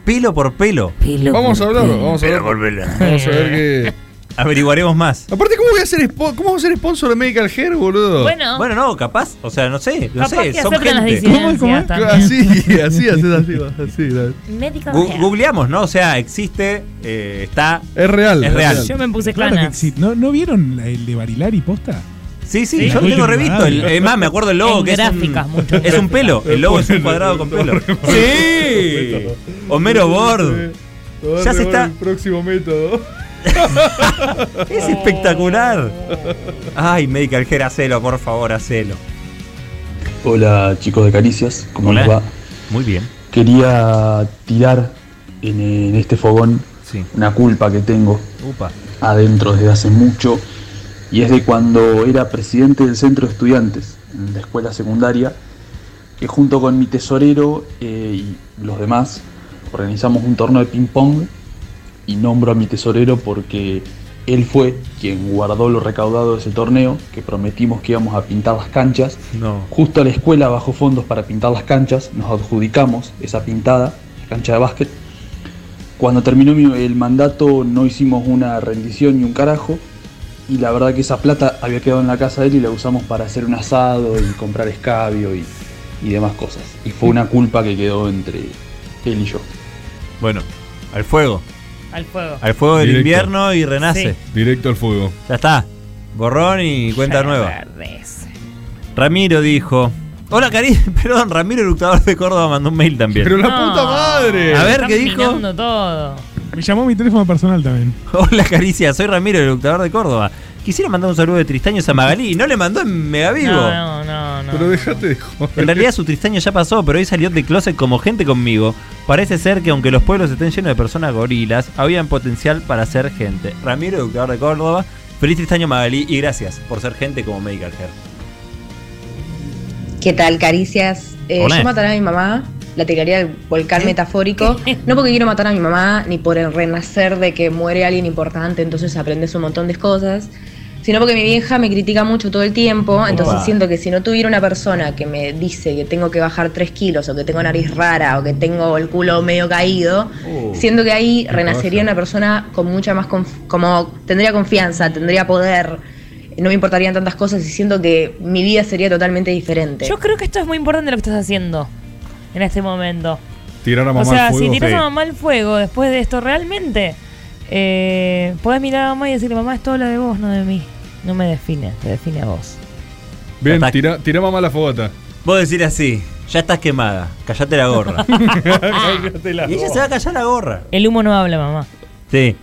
Speaker 7: Pelo por pelo.
Speaker 9: Vamos a hablarlo, vamos a hablar.
Speaker 7: Pelo por pelo.
Speaker 9: Vamos a ver qué.
Speaker 7: Averiguaremos más.
Speaker 9: Aparte, ¿cómo voy a ser, spo- cómo voy a ser sponsor de Medical Hair, boludo?
Speaker 8: Bueno.
Speaker 7: Bueno, no, capaz. O sea, no sé. No
Speaker 8: Capaz
Speaker 7: sé.
Speaker 8: que
Speaker 7: Eh, Son
Speaker 8: aceptan las
Speaker 7: gente.
Speaker 8: disidencias también.
Speaker 9: Ah, Así, así, así, así, así.
Speaker 8: Medical
Speaker 7: Gu-
Speaker 8: Hair.
Speaker 7: googleamos, ¿no? O sea, existe, eh, está.
Speaker 9: Es real.
Speaker 7: Es real.
Speaker 8: Yo me puse
Speaker 6: Claro
Speaker 8: clana.
Speaker 6: que sí. ¿No, ¿No vieron la- el de Barilari posta?
Speaker 7: Sí, sí,
Speaker 6: Sí.
Speaker 7: yo lo tengo revisto. El, es más, me acuerdo el logo
Speaker 8: En
Speaker 7: que
Speaker 8: gráficas,
Speaker 7: es un, es un pelo. El logo es un cuadrado con pelo. Sí. Homero Bord. Ya se está.
Speaker 9: El próximo método.
Speaker 7: Es espectacular. Ay, Medical Hair, hacelo, por favor, hacelo.
Speaker 1: Hola chicos de Caricias, ¿cómo
Speaker 7: Hola.
Speaker 1: les va?
Speaker 7: Muy bien.
Speaker 1: Quería tirar en, en este fogón una culpa que tengo
Speaker 7: Upa.
Speaker 1: adentro desde hace mucho y es de cuando era presidente del centro de estudiantes de escuela secundaria que junto con mi tesorero eh, y los demás organizamos un torneo de ping pong y nombro a mi tesorero porque él fue quien guardó lo recaudado de ese torneo que prometimos que íbamos a pintar las canchas
Speaker 7: No.
Speaker 1: Justo a la escuela bajo fondos para pintar las canchas, nos adjudicamos esa pintada, la cancha de básquet. Cuando terminó mi- el mandato no hicimos una rendición ni un carajo y la verdad que esa plata había quedado en la casa de él y la usamos para hacer un asado y comprar escabio y, y demás cosas. Y fue una culpa que quedó entre él y yo.
Speaker 7: Bueno, al fuego.
Speaker 8: Al fuego.
Speaker 7: Al fuego del
Speaker 9: Directo.
Speaker 7: invierno y renace.
Speaker 8: Sí.
Speaker 9: Directo al fuego.
Speaker 7: Ya está. Borrón y cuenta
Speaker 8: Ya
Speaker 7: nueva.
Speaker 8: perdés.
Speaker 7: Ramiro dijo. Hola, Cari. Perdón, Ramiro Eructador de Córdoba mandó un mail también.
Speaker 9: Pero la
Speaker 8: No.
Speaker 9: puta madre.
Speaker 7: A ver,
Speaker 8: Están
Speaker 7: ¿qué dijo?
Speaker 8: minando todo.
Speaker 6: Me llamó mi teléfono personal también.
Speaker 7: Hola Caricia, soy Ramiro, el doctor de Córdoba. Quisiera mandar un saludo de Tristaños a Magalí. No le mandó en Megavivo.
Speaker 8: No, no, no, no.
Speaker 9: Pero déjate de joder.
Speaker 7: En realidad su Tristaño ya pasó, pero hoy salió de closet como gente conmigo. Parece ser que aunque los pueblos estén llenos de personas gorilas, habían potencial para ser gente. Ramiro, educador de Córdoba. Feliz Tristaño Magalí y gracias por ser gente como Medical Hair.
Speaker 5: ¿Qué tal, caricias? Eh,
Speaker 7: Hola.
Speaker 5: yo mataré a mi mamá, la tiraría al
Speaker 25: ¿Eh?
Speaker 5: volcán metafórico. No porque quiero matar a mi mamá, ni por el renacer de que muere alguien importante, entonces aprendes un montón de cosas. Sino porque mi vieja me critica mucho todo el tiempo, entonces
Speaker 25: Opa.
Speaker 5: siento que si no tuviera una persona que me dice que tengo que bajar 3 kilos, o que tengo nariz rara, o que tengo el culo medio caído, siento que ahí
Speaker 25: Uh, qué
Speaker 5: renacería
Speaker 25: cosa.
Speaker 5: una persona con mucha más, conf- como tendría confianza, tendría poder, no me importarían tantas cosas y siento que mi vida sería totalmente diferente.
Speaker 8: Yo creo que esto es muy importante lo que estás haciendo en este momento.
Speaker 9: Tirar a mamá
Speaker 8: o sea,
Speaker 9: al fuego.
Speaker 8: si tiras
Speaker 9: Sí.
Speaker 8: a mamá al fuego después de esto, realmente eh, podés mirar a mamá y decirle, mamá, esto habla de vos, no de mí. No me define, te define a vos.
Speaker 9: Bien, tira, tira mamá la fogata.
Speaker 7: Vos decir así, ya estás quemada, callate la gorra. y ella se va a callar la gorra.
Speaker 8: El humo no habla, mamá.
Speaker 7: Sí.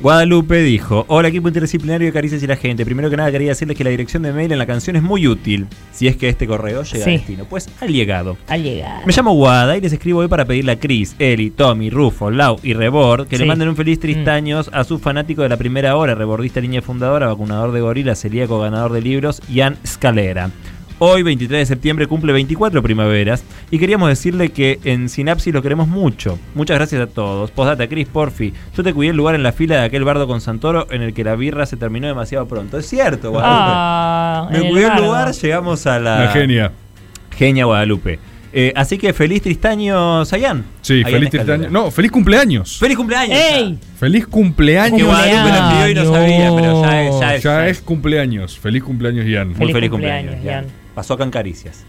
Speaker 7: Guadalupe dijo, hola equipo interdisciplinario de Caricias y la gente, primero que nada quería decirles que la dirección de mail en la canción es muy útil, si es que este correo llega
Speaker 8: Sí.
Speaker 7: a destino, pues ha llegado.
Speaker 8: Ha llegado.
Speaker 7: Me llamo Guada y les escribo hoy para pedirle a Chris, Eli, Tommy, Rufo, Lau y Rebord que le
Speaker 8: Sí. Mm.
Speaker 7: manden un feliz tristaños a su fanático de la primera hora, rebordista línea fundadora, vacunador de gorilas, celíaco, ganador de libros, Ian Scalera. Hoy, 23 de septiembre, cumple 24 primaveras y queríamos decirle que en Sinapsis lo queremos mucho. Muchas gracias a todos. Postdata, Chris, porfi, yo te cuidé el lugar en la fila de aquel bardo con Santoro en el que la birra se terminó demasiado pronto. Es cierto, Guadalupe.
Speaker 8: Ah,
Speaker 7: Me
Speaker 8: en el
Speaker 7: cuidó el
Speaker 8: bardo.
Speaker 7: lugar, llegamos a la...
Speaker 9: La genia.
Speaker 7: Genia Guadalupe. Eh, así que feliz Tristaño, Sayán.
Speaker 9: Sí, feliz tristaño. No, feliz cumpleaños.
Speaker 7: ¡Feliz cumpleaños!
Speaker 8: ¡Ey!
Speaker 9: Feliz cumpleaños.
Speaker 7: Que Guadalupe lo pidió y no sabía, pero ya es- ya es- ya es.
Speaker 9: cumpleaños. Feliz cumpleaños, Ian.
Speaker 7: Muy feliz, cumpleaños, Ian. Pasó acá en Caricias.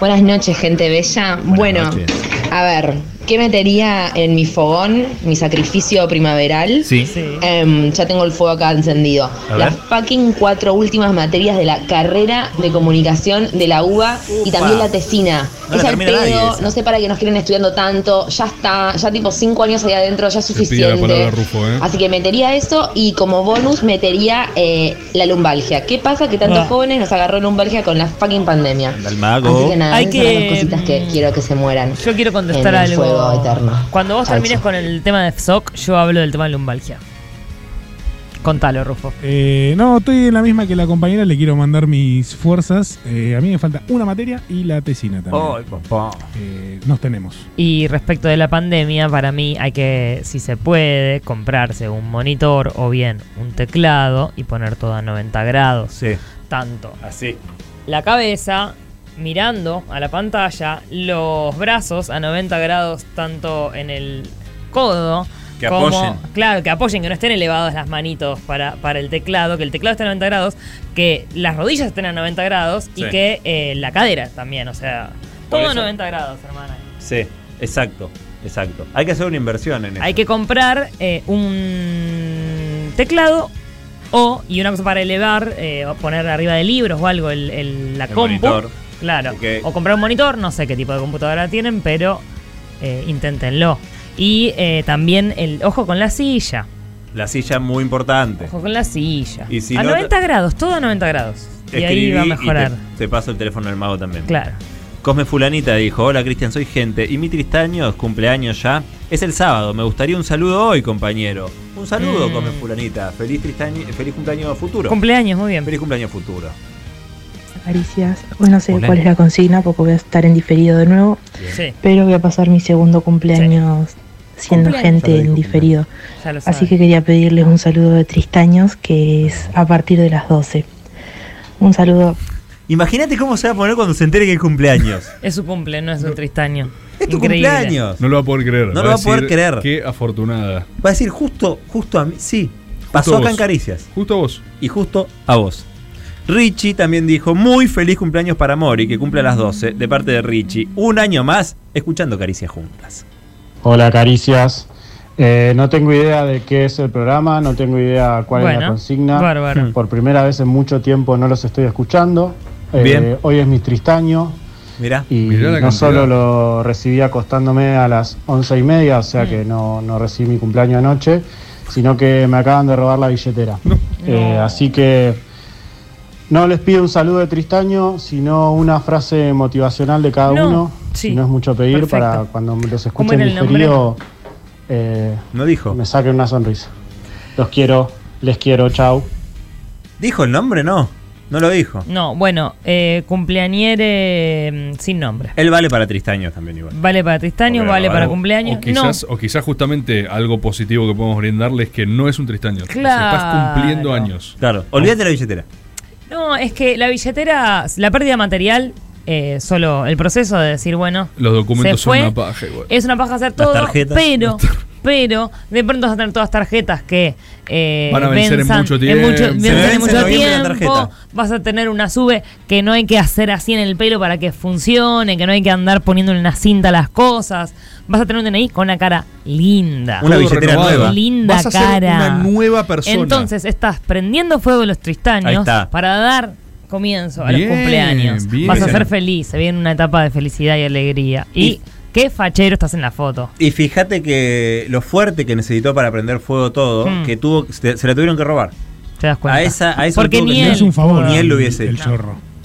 Speaker 25: Buenas noches, gente bella. bueno,
Speaker 7: noches.
Speaker 25: a ver, ¿qué metería en mi fogón, mi sacrificio primaveral?
Speaker 7: Sí. Sí.
Speaker 25: Em, ya tengo el fuego acá encendido. A Las ver. fucking cuatro últimas materias de la carrera de comunicación de la UBA y
Speaker 26: Upa.
Speaker 25: también la tesina.
Speaker 26: No la
Speaker 25: es al
Speaker 26: termina nadie
Speaker 25: pedo,
Speaker 26: esa.
Speaker 25: no sé para qué nos quieren estudiando tanto. Ya está, ya tipo cinco años ahí adentro, ya es
Speaker 9: Pida la palabra
Speaker 25: suficiente.
Speaker 9: Rufo, ¿eh?
Speaker 25: Así que metería eso y como bonus metería eh, la lumbalgia. ¿Qué pasa que tantos
Speaker 9: Ah.
Speaker 25: jóvenes nos agarró lumbalgia con la fucking pandemia?
Speaker 7: Al
Speaker 25: Así
Speaker 7: mago. mm,
Speaker 25: que nada,
Speaker 8: Hay
Speaker 25: esas son las
Speaker 8: que-
Speaker 25: dos cositas que quiero que se mueran.
Speaker 8: Yo quiero contestar
Speaker 25: en el
Speaker 8: algo.
Speaker 25: fuego eterno.
Speaker 8: Cuando vos
Speaker 25: Chau,
Speaker 8: termines con el tema de FSOC, yo hablo del tema de lumbalgia. Contalo, Rufo.
Speaker 6: Eh, no, estoy en la misma que la compañera, le quiero mandar mis fuerzas. Eh, a mí me falta una materia y la tesina también.
Speaker 7: Ay, papá.
Speaker 6: Eh, nos tenemos.
Speaker 8: Y respecto de la pandemia, para mí hay que, si se puede, comprarse un monitor o bien un teclado y poner todo a 90 grados.
Speaker 7: Sí.
Speaker 8: Tanto.
Speaker 7: Así.
Speaker 8: La cabeza mirando a la pantalla, los brazos a 90 grados tanto en el codo
Speaker 7: Que
Speaker 8: como-
Speaker 7: apoyen.
Speaker 8: Claro, que apoyen, que no estén elevadas las manitos para, para el teclado, que el teclado esté a 90 grados, que las rodillas estén a 90 grados y
Speaker 7: Sí.
Speaker 8: que eh, la cadera también, o sea,
Speaker 7: Por
Speaker 8: todo a
Speaker 7: eso.
Speaker 8: 90 grados, hermana.
Speaker 7: Sí, exacto, exacto. Hay que hacer una inversión en eso.
Speaker 8: Hay que comprar eh, un teclado o, y una cosa para elevar, eh, o poner arriba de libros o algo, el, el- la
Speaker 7: El
Speaker 8: compu.
Speaker 7: monitor.
Speaker 8: Claro.
Speaker 7: Porque-
Speaker 8: O comprar un monitor, no sé qué tipo de computadora tienen, pero eh, inténtenlo. Y eh, también el ojo con la silla.
Speaker 7: La silla es muy importante.
Speaker 8: Ojo con la silla.
Speaker 7: Y si
Speaker 8: a
Speaker 7: no-
Speaker 8: 90 grados, todo a 90 grados. y ahí va a
Speaker 7: Escribí y
Speaker 8: mejorar.
Speaker 7: te, te paso el teléfono del mago también.
Speaker 8: Claro.
Speaker 7: Cosme Fulanita dijo, hola Cristian, soy gente. Y mi Tristaños, cumpleaños ya. Es el sábado, me gustaría un saludo hoy, compañero. Un saludo,
Speaker 8: Mm.
Speaker 7: Cosme Fulanita. Feliz, Tristaño, feliz cumpleaños futuro.
Speaker 8: Cumpleaños, muy bien.
Speaker 7: Feliz cumpleaños futuro.
Speaker 10: Caricias. Hoy no sé
Speaker 7: Hola.
Speaker 10: cuál es la consigna porque voy a estar en diferido de nuevo.
Speaker 8: Sí.
Speaker 10: Pero voy a pasar mi segundo cumpleaños siendo
Speaker 8: Cumpleaños.
Speaker 10: gente en diferido.
Speaker 8: Ya lo
Speaker 10: Así
Speaker 8: saben.
Speaker 10: que quería pedirles un saludo de Tristaños que es a partir de las 12. Un saludo.
Speaker 7: Imagínate cómo se va a poner cuando se entere que es cumpleaños.
Speaker 8: Es su cumple, no es un tristaño. Es
Speaker 7: tu cumpleaños.
Speaker 4: No lo va a poder creer.
Speaker 7: No lo va a poder
Speaker 4: decir,
Speaker 7: creer.
Speaker 4: Qué afortunada.
Speaker 7: Va a decir justo, justo a mí. Sí, pasó
Speaker 4: Justo
Speaker 7: acá
Speaker 4: vos.
Speaker 7: en Caricias.
Speaker 4: Justo a vos.
Speaker 7: Y justo a vos. Richie también dijo, muy feliz cumpleaños para Mori, que cumple a las 12, de parte de Richie. Un año más escuchando Caricias juntas.
Speaker 2: Hola, Caricias. Eh, no tengo idea de qué es el programa, no tengo idea cuál es la
Speaker 7: Bueno,
Speaker 2: consigna.
Speaker 7: bárbaro.
Speaker 2: Por primera vez en mucho tiempo no los estoy escuchando. Eh,
Speaker 7: Bien.
Speaker 2: Hoy es mi tristaño.
Speaker 7: Mirá.
Speaker 2: Y
Speaker 7: Mirá la
Speaker 2: no
Speaker 7: cantidad.
Speaker 2: solo lo recibí acostándome a las once y media, o
Speaker 8: Mm.
Speaker 2: sea que no, no recibí mi cumpleaños anoche, sino que me acaban de robar la billetera. Eh, Así que no les pido un saludo de Tristaño, sino una frase motivacional de cada
Speaker 8: No,
Speaker 2: uno.
Speaker 8: sí.
Speaker 2: Si no es mucho pedir
Speaker 8: Perfecto.
Speaker 2: para cuando los
Speaker 8: ¿Cómo
Speaker 2: escuchen
Speaker 8: era el nombre?
Speaker 2: diferido, eh,
Speaker 7: no dijo.
Speaker 2: me saquen una sonrisa. Los quiero, les quiero, chau.
Speaker 7: ¿Dijo el nombre? No, no lo dijo.
Speaker 8: No, bueno, eh, cumpleañere mm, sin nombre.
Speaker 7: Él vale para Tristaños este también igual.
Speaker 8: Vale para Tristaño, Este
Speaker 4: Porque,
Speaker 8: vale
Speaker 4: o-
Speaker 8: para
Speaker 4: ah, O
Speaker 8: cumpleaños. No,
Speaker 4: quizás, o quizás justamente algo positivo que podemos brindarles que no es un tristaño. Estás
Speaker 8: Claro.
Speaker 4: cumpliendo años.
Speaker 7: Claro, olvídate de la billetera.
Speaker 8: no, es que la billetera, la pérdida material, eh, solo el proceso de decir, bueno,
Speaker 4: Los documentos
Speaker 8: Se
Speaker 4: son
Speaker 8: fue.
Speaker 4: una paja igual.
Speaker 8: es una paja hacer
Speaker 4: Las
Speaker 8: todo,
Speaker 4: tarjetas,
Speaker 8: pero, pero de pronto vas a tener todas tarjetas que eh,
Speaker 4: Van a vencer en
Speaker 8: venzan
Speaker 4: mucho tiempo. Se
Speaker 8: vencen
Speaker 4: me vence
Speaker 8: en
Speaker 4: en
Speaker 8: mucho
Speaker 4: noviembre la
Speaker 8: tiempo.
Speaker 4: tarjeta.
Speaker 8: Vas a tener una sube que no hay que hacer así en el pelo para que funcione, que no hay que andar poniéndole una cinta a las cosas. Vas a tener un DNI con una cara linda.
Speaker 7: Una billetera nueva.
Speaker 8: Linda
Speaker 4: Vas a ser
Speaker 8: cara.
Speaker 4: una nueva persona.
Speaker 8: Entonces estás prendiendo fuego los
Speaker 7: Ahí
Speaker 8: tristaños
Speaker 7: está.
Speaker 8: para dar comienzo a
Speaker 7: Bien,
Speaker 8: los cumpleaños.
Speaker 7: bien.
Speaker 8: Vas a ser
Speaker 7: Bien.
Speaker 8: feliz, se viene una etapa de felicidad y alegría. Y,
Speaker 7: Y-
Speaker 8: qué fachero estás en la foto.
Speaker 7: Y fíjate que lo fuerte que necesitó para prender fuego todo,
Speaker 8: Mm.
Speaker 7: que tuvo, se, se la tuvieron que robar.
Speaker 8: Te das cuenta.
Speaker 7: A esa, a eso
Speaker 8: Porque
Speaker 7: tuvo que
Speaker 8: ni
Speaker 7: ser.
Speaker 8: él- Le hizo un favor
Speaker 7: Ni él lo
Speaker 8: al-
Speaker 7: hubiese
Speaker 8: el
Speaker 7: hecho.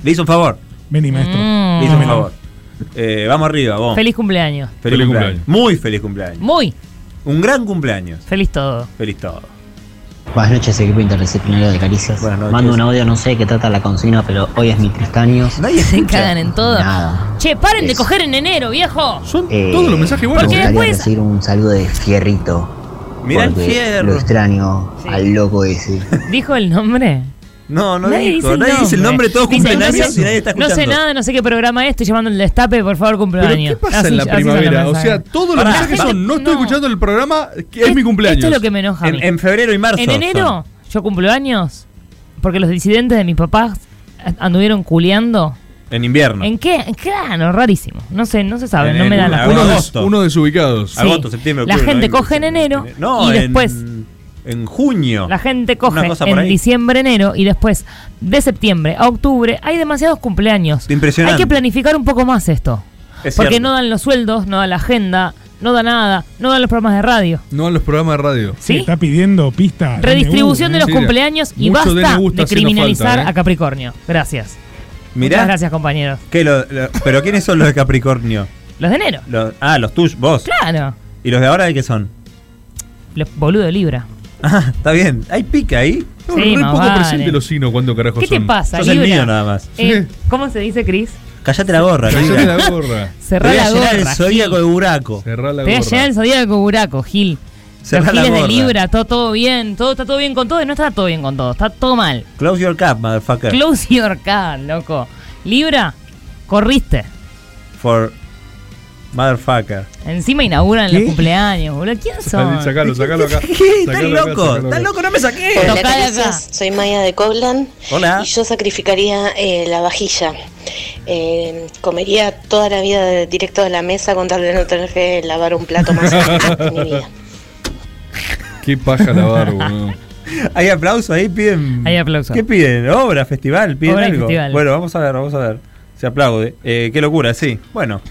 Speaker 7: Le hizo un favor.
Speaker 6: Vení, maestro.
Speaker 7: Le
Speaker 4: Mm.
Speaker 7: hizo un favor. Eh, vamos arriba, vos.
Speaker 8: Mm. Feliz cumpleaños.
Speaker 7: Feliz cumpleaños. Muy feliz cumpleaños.
Speaker 8: Muy
Speaker 7: Un gran cumpleaños.
Speaker 8: feliz todo.
Speaker 7: Feliz todo.
Speaker 9: Buenas noches, equipo interdisciplinario de Caricias. Mando un audio, no sé de qué trata la consigna, pero hoy es mi Tristaños.
Speaker 8: Se cagan en todo.
Speaker 9: Nada.
Speaker 8: Che, paren de coger en enero, viejo.
Speaker 9: Eh,
Speaker 8: Porque
Speaker 9: Me gustaría
Speaker 8: después.
Speaker 9: recibir un saludo de Fierrito.
Speaker 7: Mirá el
Speaker 9: porque
Speaker 7: Fierro.
Speaker 9: Lo extraño al loco ese.
Speaker 8: ¿Dijo el nombre?
Speaker 7: No, no dijo. Nadie dice el nombre, todos
Speaker 8: Dice,
Speaker 7: cumplen
Speaker 8: no sé-
Speaker 7: años y nadie está
Speaker 8: No sé
Speaker 7: escuchando.
Speaker 8: nada, no sé qué programa es, estoy llamando el destape, por favor, cumpleaños.
Speaker 4: Pero ¿qué pasa en la
Speaker 8: Así- así son los
Speaker 4: primavera? O
Speaker 8: mensajes.
Speaker 4: sea, todos los
Speaker 8: Pará,
Speaker 4: mensajes
Speaker 8: pará.
Speaker 4: son no estoy escuchando el programa, que es mi cumpleaños.
Speaker 8: Esto es lo que me enoja. a mí. En enero yo cumplo años porque los disidentes de mis papás eh, anduvieron culeando.
Speaker 7: En invierno.
Speaker 8: ¿En qué? Claro, rarísimo. No sé, no se sabe,
Speaker 4: En-
Speaker 8: no me
Speaker 4: en
Speaker 8: da la
Speaker 4: uno,
Speaker 8: cuenta.
Speaker 4: des- uno desubicados.
Speaker 8: Sí. La gente coge en enero
Speaker 7: No,
Speaker 8: y
Speaker 7: en-
Speaker 8: después
Speaker 7: En junio.
Speaker 8: la gente
Speaker 7: Una
Speaker 8: coge
Speaker 7: cosa por
Speaker 8: en
Speaker 7: ahí.
Speaker 8: diciembre, enero y después de septiembre a octubre hay demasiados cumpleaños.
Speaker 7: Impresionante.
Speaker 8: Hay que planificar un poco más esto.
Speaker 4: Es
Speaker 8: porque
Speaker 4: cierto.
Speaker 8: no dan los sueldos, no dan la agenda, no da nada, no dan los programas de radio.
Speaker 4: No a los programas de radio.
Speaker 8: Sí,
Speaker 6: Está pidiendo pistas.
Speaker 8: Redistribución de los
Speaker 4: Sí, mira,
Speaker 8: cumpleaños y
Speaker 4: mucho
Speaker 8: basta
Speaker 4: DNU está
Speaker 8: de
Speaker 4: haciendo
Speaker 8: criminalizar
Speaker 4: falta, ¿eh?
Speaker 8: a Capricornio. Gracias.
Speaker 7: Mirá.
Speaker 8: Muchas gracias, compañeros.
Speaker 7: ¿Qué, lo- lo- ¿Pero quiénes son los de Capricornio?
Speaker 8: Los de enero.
Speaker 7: Los- ah, los tuyos, vos.
Speaker 8: Claro.
Speaker 7: ¿Y los de ahora de qué son?
Speaker 8: Los boludo de Libra.
Speaker 7: Ah, está bien. Hay pica ahí.
Speaker 8: Sí,
Speaker 4: re
Speaker 8: más
Speaker 4: poco
Speaker 8: vale.
Speaker 4: presente los signos cuando carajo
Speaker 8: ¿Qué te
Speaker 4: son.
Speaker 8: pasa,
Speaker 7: Sos el
Speaker 8: Libra?
Speaker 7: mío nada más.
Speaker 8: Eh, ¿Cómo se dice, Cris?
Speaker 7: Callate la gorra,
Speaker 4: Callate
Speaker 7: Libra.
Speaker 4: la gorra.
Speaker 8: Cerrá
Speaker 7: Te voy a
Speaker 8: la
Speaker 7: llenar
Speaker 8: gorra,
Speaker 7: el zodíaco de buraco.
Speaker 4: Cerrá
Speaker 8: Te voy a llenar el zodíaco buraco, Gil.
Speaker 7: Cerrá
Speaker 8: los
Speaker 7: la
Speaker 8: giles de
Speaker 7: gorra.
Speaker 8: Libra, todo, todo bien, todo está todo bien con todo y no está todo bien con todo, está todo mal.
Speaker 7: Close your cap, motherfucker.
Speaker 8: Close your card, loco. Libra, corriste.
Speaker 7: For Motherfucker.
Speaker 8: Encima inauguran los cumpleaños, boludo. ¿Quién son?
Speaker 4: Sacalo, sacalo acá.
Speaker 7: ¿Qué?
Speaker 4: Sacalo
Speaker 7: ¿Estás
Speaker 4: acá,
Speaker 7: loco?
Speaker 4: sacalo acá.
Speaker 7: ¿Estás loco? No me saqué.
Speaker 25: Hola, caricias. Soy Maya de Coblan.
Speaker 7: Hola.
Speaker 25: Y yo sacrificaría eh, la vajilla. Eh, comería toda la vida de- directo de la mesa con tal de no tener que lavar un plato más en mi vida.
Speaker 4: Qué paja lavar, boludo.
Speaker 7: Hay aplauso ahí,
Speaker 4: mm,
Speaker 7: piden.
Speaker 8: Hay aplauso.
Speaker 7: ¿Qué piden? ¿Obra, festival? ¿Piden
Speaker 8: Obra y
Speaker 7: algo?
Speaker 8: festival.
Speaker 7: Bueno, vamos a ver, vamos a ver. Se aplaude. Eh, qué locura, sí. Bueno,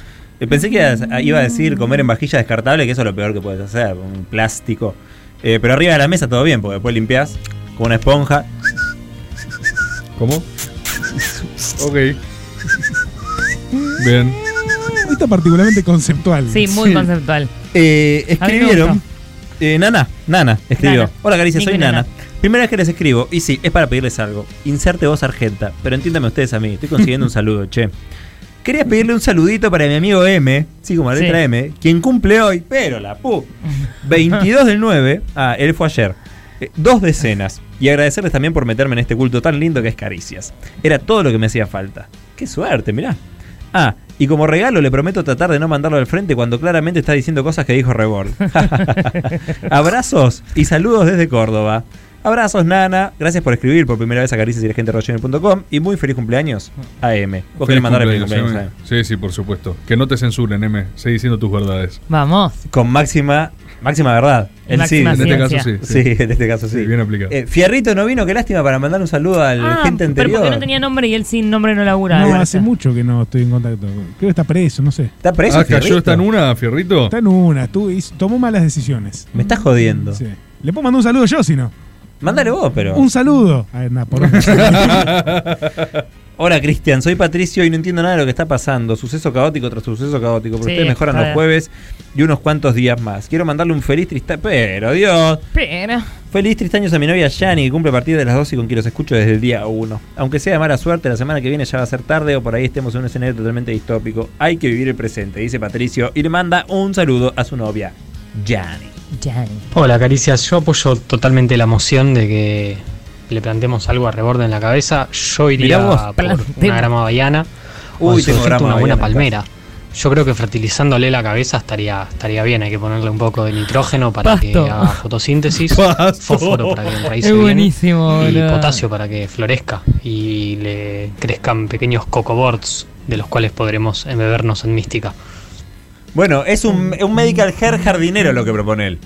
Speaker 7: eh, pensé que as- iba a decir comer en vajilla descartable, que eso es lo peor que puedes hacer, un plástico. Eh, pero arriba de la mesa todo bien, porque después limpias con una esponja.
Speaker 4: ¿Cómo? Ok. Bien.
Speaker 6: Hoy está particularmente conceptual.
Speaker 8: Sí, muy conceptual.
Speaker 7: Eh,
Speaker 8: A mí me
Speaker 7: escribieron.
Speaker 8: gustó.
Speaker 7: eh, Nana, Nana, escribió.
Speaker 8: Nana.
Speaker 7: Hola Caricia, soy
Speaker 8: Nico
Speaker 7: Nana.
Speaker 8: Nana.
Speaker 7: Primera vez que les escribo, y sí, es para pedirles algo. Inserte voz sargenta, pero entiéndame ustedes a mí, estoy consiguiendo un saludo, che. Quería pedirle un saludito para mi amigo M, sí, como la letra
Speaker 8: Sí.
Speaker 7: M, quien cumple hoy, pero la pu. 22 del 9, ah, él fue ayer. eh, dos decenas. Y agradecerles también por meterme en este culto tan lindo que es Caricias. Era todo lo que me hacía falta. Qué suerte, mirá. Ah, y como regalo le prometo tratar de no mandarlo al frente cuando claramente está diciendo cosas que dijo Rebord. Abrazos y saludos desde Córdoba. Abrazos, Nana. Gracias por escribir por primera vez a caricias y la gente Y muy feliz cumpleaños a M. Vos querés
Speaker 4: Feliz
Speaker 7: mandar el
Speaker 4: cumpleaños,
Speaker 7: cumpleaños a
Speaker 4: M. Sí, sí, por supuesto. Que no te censuren, M. Seguí diciendo tus verdades.
Speaker 8: Vamos.
Speaker 7: Con máxima, máxima verdad.
Speaker 4: Y
Speaker 7: El
Speaker 4: máxima
Speaker 7: sí.
Speaker 4: En este ciencia. caso sí, sí.
Speaker 7: en este caso sí.
Speaker 4: Sí, bien aplicado.
Speaker 7: Eh, Fierrito no vino, qué lástima para mandar un saludo a la
Speaker 8: Ah,
Speaker 7: gente
Speaker 8: pero
Speaker 7: anterior.
Speaker 8: porque no tenía nombre y él sin nombre no labura.
Speaker 6: No,
Speaker 8: Alberto.
Speaker 6: hace mucho que no estoy en contacto. Creo que está preso, no sé.
Speaker 7: ¿Está
Speaker 4: ah, cayó, está en una, Fierrito.
Speaker 6: Está en una. tú- hizo- tomó malas decisiones.
Speaker 7: Me estás jodiendo.
Speaker 6: Sí. Le puedo mandar un saludo yo, si no.
Speaker 7: Mándale vos, pero.
Speaker 6: Un saludo. A ver, nada, por
Speaker 7: Hola Cristian, soy Patricio y no entiendo nada de lo que está pasando. Suceso caótico tras suceso caótico. Pero
Speaker 8: Sí,
Speaker 7: ustedes mejoran
Speaker 8: está
Speaker 7: los
Speaker 8: bien.
Speaker 7: jueves y unos cuantos días más. Quiero mandarle un feliz tristán. Pero Dios.
Speaker 8: Pero.
Speaker 7: Feliz tristaños a mi novia Yani, que cumple a partir de las 12 y con quien los escucho desde el día 1. Aunque sea de mala suerte, la semana que viene ya va a ser tarde o por ahí estemos en un escenario totalmente distópico. Hay que vivir el presente, dice Patricio, y le manda un saludo a su novia, Yani.
Speaker 27: Hola, Caricias. Yo apoyo totalmente la moción de que le planteemos algo a reborde en la cabeza. Yo iría
Speaker 7: Mirá vos,
Speaker 27: por
Speaker 7: plante-
Speaker 27: una grama bahiana o
Speaker 7: Uy,
Speaker 27: en su
Speaker 7: tengo
Speaker 27: defecto
Speaker 7: grama
Speaker 27: una buena
Speaker 7: bahiana en
Speaker 27: palmera. Yo creo que fertilizándole la cabeza estaría, estaría bien. Hay que ponerle un poco de nitrógeno para
Speaker 8: Pasto.
Speaker 27: que haga fotosíntesis, fósforo para que enraíce
Speaker 8: Es
Speaker 27: bien
Speaker 8: buenísimo,
Speaker 27: y
Speaker 8: boludo.
Speaker 27: potasio para que florezca y le crezcan pequeños cocoboards de los cuales podremos embebernos en mística.
Speaker 7: Bueno, es un, un medical hair jardinero lo que propone él.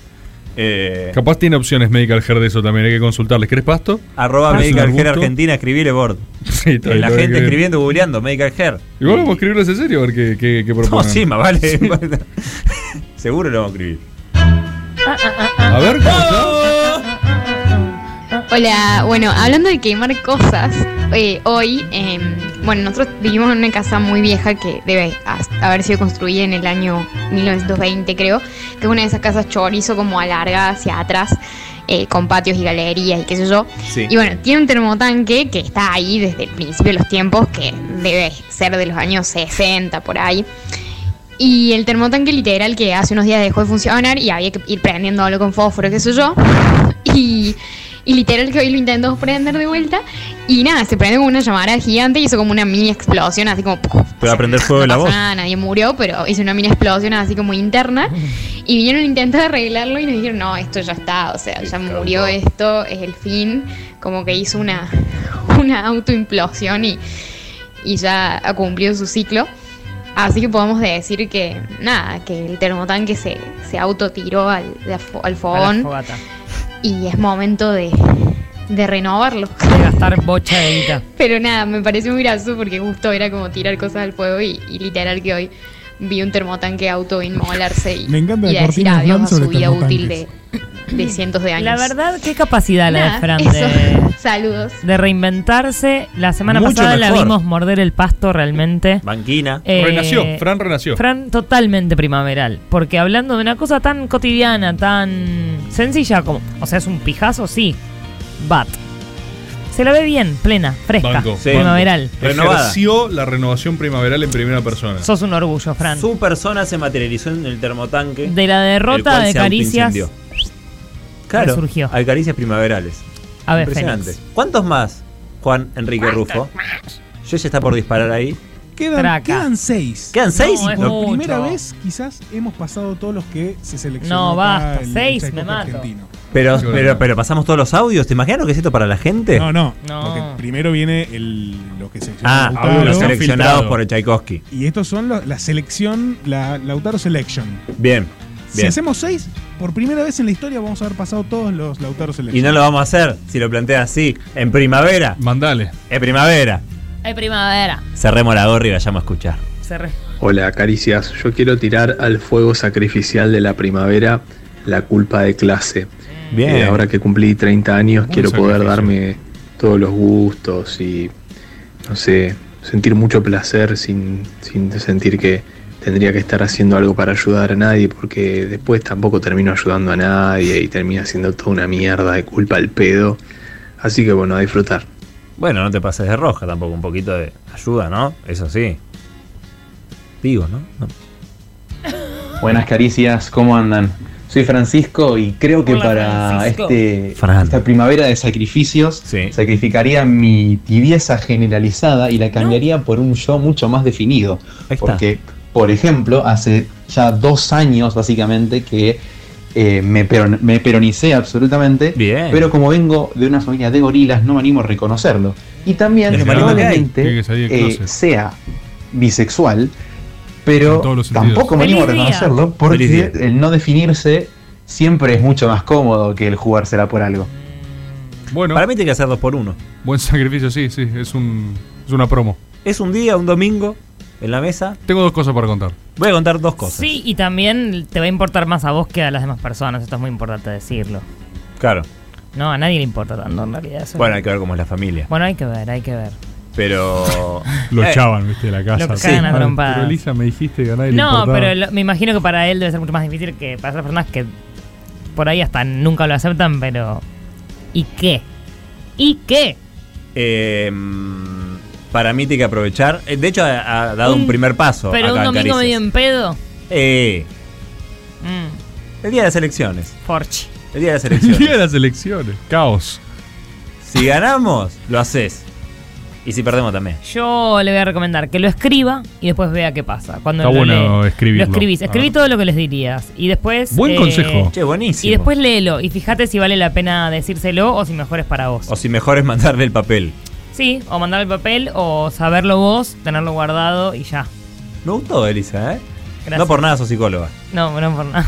Speaker 7: Eh,
Speaker 4: Capaz tiene opciones Medical Hair de eso también, hay que consultarles. ¿Querés pasto?
Speaker 7: Arroba
Speaker 4: ¿Querés un
Speaker 7: Medical Hair
Speaker 4: arbusto?
Speaker 7: Argentina, escribile board.
Speaker 4: Sí, está
Speaker 7: Eh,
Speaker 4: bien, lo voy a
Speaker 7: la gente
Speaker 4: escribir.
Speaker 7: escribiendo, googleando, Medical Hair.
Speaker 4: Igual vamos a escribirles en serio a ver qué, qué, qué
Speaker 7: No,
Speaker 4: proponen.
Speaker 7: sí, más vale. Seguro lo vamos a escribir.
Speaker 4: A ver, ¿cómo está?
Speaker 16: Hola, bueno, hablando de quemar cosas, eh, hoy, em, bueno, nosotros vivimos en una casa muy vieja que debe has- haber sido construida en el año 1920, creo, que es una de esas casas chorizo como alargada hacia atrás, eh, con patios y galerías y qué sé yo.
Speaker 2: Sí.
Speaker 16: Y bueno, tiene un termotanque que está ahí desde el principio de los tiempos, que debe ser de los años 60 por ahí. Y el termotanque literal que hace unos días dejó de funcionar y había que ir prendiéndolo con fósforo, qué sé yo. Y, y literal que hoy lo intentó prender de vuelta. Y nada, se prende con una llamada gigante y hizo como una mini explosión, así como... ¡puf!
Speaker 7: Pero aprender fuego de la
Speaker 16: No
Speaker 7: voz.
Speaker 16: pasó nada, nadie murió, pero hizo una mini explosión así como interna. Y vinieron a intentar arreglarlo y nos dijeron, no, esto ya está, o sea, ya murió esto, es el fin. Como que hizo una, una autoimplosión y, y ya ha cumplido su ciclo. Así que podemos decir que, nada, que el termotanque se, se autotiró al, de afo- al
Speaker 8: A la
Speaker 16: fogón
Speaker 8: fogata.
Speaker 16: y es momento de, de renovarlo.
Speaker 8: De gastar bocha de guita.
Speaker 16: Pero nada, me pareció muy gracioso porque justo era como tirar cosas al fuego y, y literal que hoy vi un termotanque auto inmolarse y,
Speaker 6: Me encanta
Speaker 16: y decir
Speaker 6: la cortina
Speaker 16: adiós
Speaker 6: blanca
Speaker 16: a
Speaker 6: sobre
Speaker 16: su vida útil de,
Speaker 6: termotanques.
Speaker 16: de cientos de años.
Speaker 8: La verdad, qué capacidad la
Speaker 16: Nada,
Speaker 8: de Fran
Speaker 16: eso.
Speaker 8: de,
Speaker 16: Saludos.
Speaker 8: de reinventarse. La semana
Speaker 7: Mucho
Speaker 8: pasada la
Speaker 7: mejor.
Speaker 8: vimos morder el pasto realmente.
Speaker 7: Banquina.
Speaker 8: Eh,
Speaker 4: Renació, Fran renació.
Speaker 8: Fran totalmente primaveral, porque hablando de una cosa tan cotidiana, tan sencilla como, o sea, es un pijazo, sí, bat. Se la ve bien, plena, fresca,
Speaker 4: Banco.
Speaker 8: primaveral.
Speaker 7: Renovada.
Speaker 4: Ejerció la renovación primaveral en primera persona.
Speaker 8: Sos un orgullo, Fran.
Speaker 7: Su persona se materializó en el termotanque.
Speaker 8: De la derrota
Speaker 7: el cual
Speaker 8: de
Speaker 7: se
Speaker 8: Caricias.
Speaker 7: autoincendió. Claro,
Speaker 8: resurgió.
Speaker 7: hay caricias primaverales.
Speaker 8: A ver,
Speaker 7: Impresionante.
Speaker 8: Fénix.
Speaker 7: ¿Cuántos más, Juan Enrique Rufo? Yo ya está por disparar ahí.
Speaker 6: Quedan,
Speaker 8: Traca.
Speaker 6: quedan seis.
Speaker 8: ¿Quedan seis? No, es
Speaker 6: por
Speaker 8: mucho.
Speaker 6: primera vez, quizás hemos pasado todos los que se seleccionó.
Speaker 8: No,
Speaker 6: acá
Speaker 8: basta,
Speaker 6: el
Speaker 8: seis,
Speaker 6: Checkpoint
Speaker 8: me mato.
Speaker 6: argentino.
Speaker 7: Pero, pero, pero pasamos todos los audios. ¿Te imaginas lo que es esto para la gente?
Speaker 6: No, no,
Speaker 8: No.
Speaker 6: Porque primero viene el, lo que se
Speaker 7: Ah,
Speaker 6: llama Lautaro.
Speaker 7: los seleccionados por el Tchaikovsky.
Speaker 6: Y estos son los- la selección, la Lautaro Selection.
Speaker 7: Bien.
Speaker 6: Si
Speaker 7: bien.
Speaker 6: hacemos seis, por primera vez en la historia vamos a haber pasado todos los Lautaro Selection.
Speaker 7: Y no lo vamos a hacer si lo planteas así. En primavera.
Speaker 9: Mandale.
Speaker 7: En primavera.
Speaker 8: Hay primavera.
Speaker 7: Cerremos la gorra y vayamos a escuchar.
Speaker 8: Se re-
Speaker 17: Hola, caricias. Yo quiero tirar al fuego sacrificial de la primavera la culpa de clase.
Speaker 7: Bien.
Speaker 17: Eh, ahora que cumplí 30 años, quiero poder darme todos los gustos y, no sé, sentir mucho placer sin, sin sentir que tendría que estar haciendo algo para ayudar a nadie, porque después tampoco termino ayudando a nadie y termina siendo toda una mierda de culpa al pedo. Así que bueno, a disfrutar.
Speaker 7: Bueno, no te pases de roja tampoco. Un poquito de ayuda, ¿no? Eso sí. Digo, ¿no? No.
Speaker 18: Buenas caricias, ¿cómo andan? Soy Francisco y creo que
Speaker 7: Hola,
Speaker 18: para
Speaker 7: Francisco.
Speaker 18: este, esta primavera de sacrificios sacrificaría mi tibieza generalizada y la cambiaría por un yo mucho más definido. Porque, por ejemplo, hace ya dos años básicamente que eh, me, peron- me peronicé absolutamente, pero como vengo de una familia de gorilas no me animo a reconocerlo. Y también
Speaker 9: Es verdad.
Speaker 18: probablemente
Speaker 9: Tiene que salir del
Speaker 18: eh,
Speaker 9: closet.
Speaker 18: sea bisexual, pero tampoco me animo a
Speaker 9: Feliz día.
Speaker 18: reconocerlo porque el no definirse siempre es mucho más cómodo que el jugársela por algo.
Speaker 9: Bueno.
Speaker 7: Para mí tiene que hacer dos por uno.
Speaker 9: Buen sacrificio, sí, sí. Es, un, es una promo.
Speaker 7: Es un día, un domingo, en la mesa.
Speaker 9: Tengo dos cosas para contar.
Speaker 7: Voy a contar dos cosas.
Speaker 8: Sí, y también te va a importar más a vos que a las demás personas. Esto es muy importante decirlo.
Speaker 7: Claro.
Speaker 8: No, a nadie le importa tanto en realidad. eso.
Speaker 7: Bueno, hay que ver cómo es la familia.
Speaker 8: Bueno, hay que ver, hay que ver.
Speaker 7: Pero.
Speaker 9: Lo
Speaker 7: Eh,
Speaker 9: echaban, viste, de la casa.
Speaker 8: Lo cagan a
Speaker 9: Ah,
Speaker 8: trompadas.
Speaker 9: Pero Lisa me dijiste que a nadie le
Speaker 8: No,
Speaker 9: importaba.
Speaker 8: pero lo- me imagino que para él debe ser mucho más difícil que para otras personas que por ahí hasta nunca lo aceptan, pero... ¿Y qué? ¿Y qué?
Speaker 7: eh, mm, para mí tiene que aprovechar. Eh, De hecho, ha, ha dado un,
Speaker 8: Un-
Speaker 7: primer paso.
Speaker 8: pero
Speaker 7: acá
Speaker 8: un
Speaker 7: en
Speaker 8: domingo
Speaker 7: Caricias.
Speaker 8: medio en pedo.
Speaker 7: Eh,
Speaker 8: Mm,
Speaker 7: el día de las elecciones.
Speaker 8: Porche.
Speaker 7: El día de las
Speaker 9: El
Speaker 7: elecciones.
Speaker 9: día de las elecciones. Caos.
Speaker 7: Si ganamos, lo haces. Y si perdemos también.
Speaker 8: Yo le voy a recomendar que lo escriba y después vea qué pasa. Cuando
Speaker 7: Está
Speaker 8: lo
Speaker 7: bueno
Speaker 8: lee,
Speaker 7: escribirlo.
Speaker 8: Lo escribís, escribí
Speaker 7: Ah.
Speaker 8: todo lo que les dirías y después... eh,
Speaker 7: Buen consejo. Che,
Speaker 8: Y
Speaker 7: buenísimo.
Speaker 8: después léelo y fíjate si vale la pena decírselo o si mejor es para vos.
Speaker 7: O si mejor es mandarle el papel.
Speaker 8: Sí, o mandar el papel o saberlo vos, tenerlo guardado y ya.
Speaker 7: Me gustó, Elisa, ¿eh?
Speaker 8: Gracias.
Speaker 7: No por nada sos psicóloga.
Speaker 8: No, no por nada.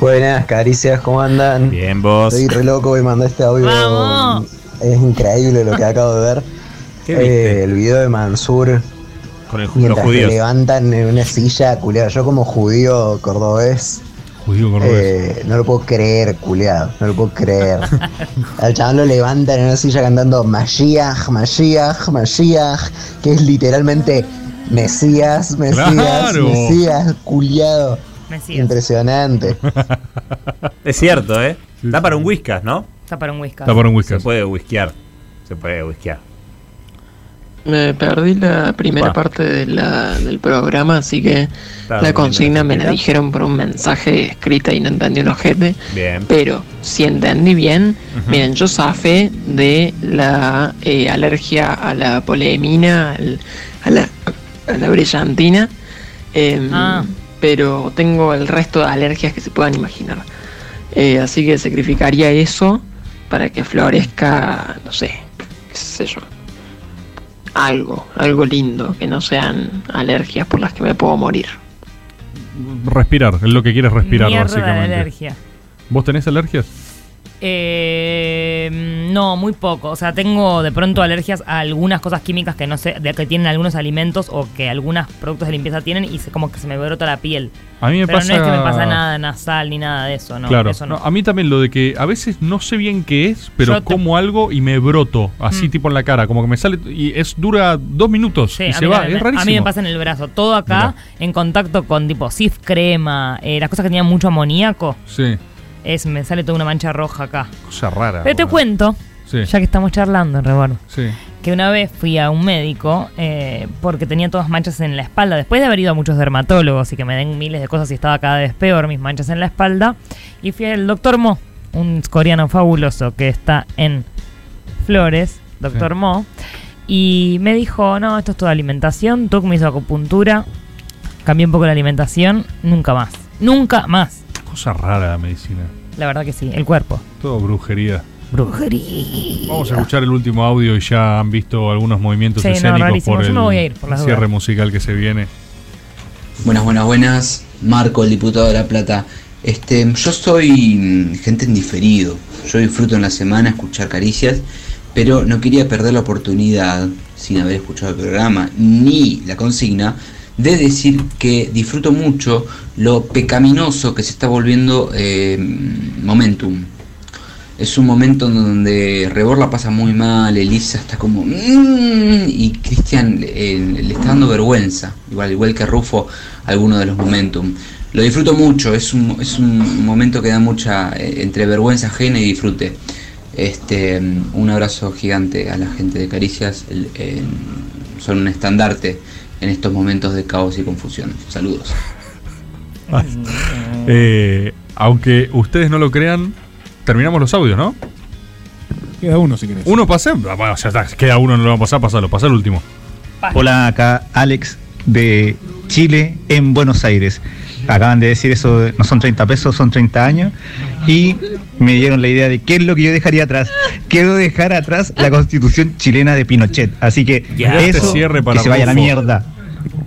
Speaker 28: Buenas, caricias, ¿cómo andan?
Speaker 7: Bien, vos.
Speaker 28: Soy re loco y mandé este audio.
Speaker 8: ¡Vamos!
Speaker 28: Es increíble lo que acabo de ver.
Speaker 7: ¿Qué
Speaker 28: Eh,
Speaker 7: viste?
Speaker 28: el video de Mansur.
Speaker 7: Con el,
Speaker 28: Mientras
Speaker 7: los judíos.
Speaker 28: te levantan en una silla, culeado. Yo como judío cordobés.
Speaker 9: Judío
Speaker 28: eh, no lo puedo creer, culeado. No lo puedo creer. Al chabón lo levantan en una silla cantando Mashiach, Mashiach, Mashiach. Que es literalmente Mesías, Mesías,
Speaker 7: Claro.
Speaker 28: Mesías, culiado. Impresionante.
Speaker 7: Es cierto, ¿eh? Está para un whiskas, ¿no?
Speaker 8: Está para un whisky.
Speaker 7: Se puede whiskear. Se puede whiskear.
Speaker 26: Me perdí la primera
Speaker 7: Upa.
Speaker 26: parte de la- del programa, así que
Speaker 7: Está
Speaker 26: la
Speaker 7: bien,
Speaker 26: consigna me la
Speaker 7: mira.
Speaker 26: dijeron por un mensaje escrita y no entendí un ojete.
Speaker 7: Bien.
Speaker 26: Pero si entendí bien,
Speaker 7: Ujú.
Speaker 26: miren, yo zafé de la eh, alergia a la polemina, al- a, la, a la brillantina, em,
Speaker 8: Ah.
Speaker 26: pero tengo el resto de alergias que se puedan imaginar. Eh, así que sacrificaría eso para que florezca, no sé, qué sé yo, algo, algo lindo, que no sean alergias por las que me puedo morir.
Speaker 9: Respirar. Es lo que quieres respirar,
Speaker 8: Mierda de
Speaker 9: básicamente.
Speaker 8: alergia.
Speaker 9: ¿Vos tenés alergias?
Speaker 8: Eh, no, muy poco. O sea, tengo de pronto alergias a algunas cosas químicas que no sé, de que tienen algunos alimentos o que algunos productos de limpieza tienen y se- como que se me brota la piel.
Speaker 9: A mí me
Speaker 8: Pero
Speaker 9: pasa-
Speaker 8: no es que me pasa nada nasal ni nada de eso, no.
Speaker 9: claro.
Speaker 8: Eso no.
Speaker 9: No, a mí también lo de que a veces no sé bien qué es, pero
Speaker 8: Yo te- Mm.
Speaker 9: como algo y me broto, así tipo en la cara, como que me sale y es dura dos minutos
Speaker 8: Sí,
Speaker 9: y
Speaker 8: a
Speaker 9: se
Speaker 8: mí
Speaker 9: va,
Speaker 8: también
Speaker 9: es
Speaker 8: me-
Speaker 9: rarísimo.
Speaker 8: A mí me pasa en el brazo. Todo acá en contacto con tipo sif crema, eh, las cosas que tenían mucho amoníaco,
Speaker 9: Sí,
Speaker 8: es, me sale toda una mancha roja acá.
Speaker 9: cosa rara.
Speaker 8: Pero te
Speaker 9: boludo.
Speaker 8: cuento,
Speaker 9: Sí.
Speaker 8: ya que estamos charlando, Reborn.
Speaker 9: Sí.
Speaker 8: que una vez fui a un médico eh, porque tenía todas manchas en la espalda, después de haber ido a muchos dermatólogos y que me den miles de cosas y estaba cada vez peor mis manchas en la espalda, y fui al doctor Mo, un coreano fabuloso que está en Flores, doctor
Speaker 9: Sí.
Speaker 8: Mo, Y me dijo, no, esto es toda alimentación. Tuc me hizo acupuntura. Cambié un poco la alimentación. Nunca más. Nunca más.
Speaker 4: Cosa rara la medicina.
Speaker 8: La verdad que sí, el cuerpo.
Speaker 4: Todo brujería.
Speaker 8: Brujería.
Speaker 4: Vamos a escuchar el último audio y ya han visto algunos movimientos
Speaker 8: Sí, no,
Speaker 4: escénicos
Speaker 8: rarísimo.
Speaker 4: por
Speaker 8: Yo
Speaker 4: el
Speaker 8: me voy a ir, por las
Speaker 4: cierre
Speaker 8: dudas.
Speaker 4: musical que se viene.
Speaker 14: Buenas, buenas, buenas. Marco, el diputado de La Plata. Este, yo soy mm, gente en diferido. Yo disfruto en la semana escuchar caricias, pero no quería perder la oportunidad, sin haber escuchado el programa ni la consigna, de decir que disfruto mucho lo pecaminoso que se está volviendo eh, Momentum. Es un momento en donde Rebor la pasa muy mal, Elisa está como... "Mm", y Cristian eh, le está dando vergüenza, igual, igual que Rufo, alguno de los momentum. Lo disfruto mucho, es un, es un momento que da mucha... eh, entre vergüenza ajena y disfrute. Este, mm, un abrazo gigante a la gente de Caricias, el- eh, son un estandarte en estos momentos de caos y confusión. Saludos.
Speaker 8: Mm.
Speaker 4: Eh, aunque ustedes no lo crean, terminamos los audios, ¿no?
Speaker 6: Queda uno si querés.
Speaker 4: Uno pasé. ah, Bueno, ya está. Queda uno, no lo vamos a pasar, pasalo, pasá el último.
Speaker 1: Hola, acá Alex de Chile en Buenos Aires. Acaban de decir eso, de- no son 30 pesos, son 30 años. Y me dieron la idea de qué es lo que yo dejaría atrás. Quiero dejar atrás la constitución chilena de Pinochet. Así que
Speaker 4: Ya.
Speaker 1: eso,
Speaker 4: Este cierre para
Speaker 1: que se vaya a la
Speaker 4: Rufo.
Speaker 1: mierda.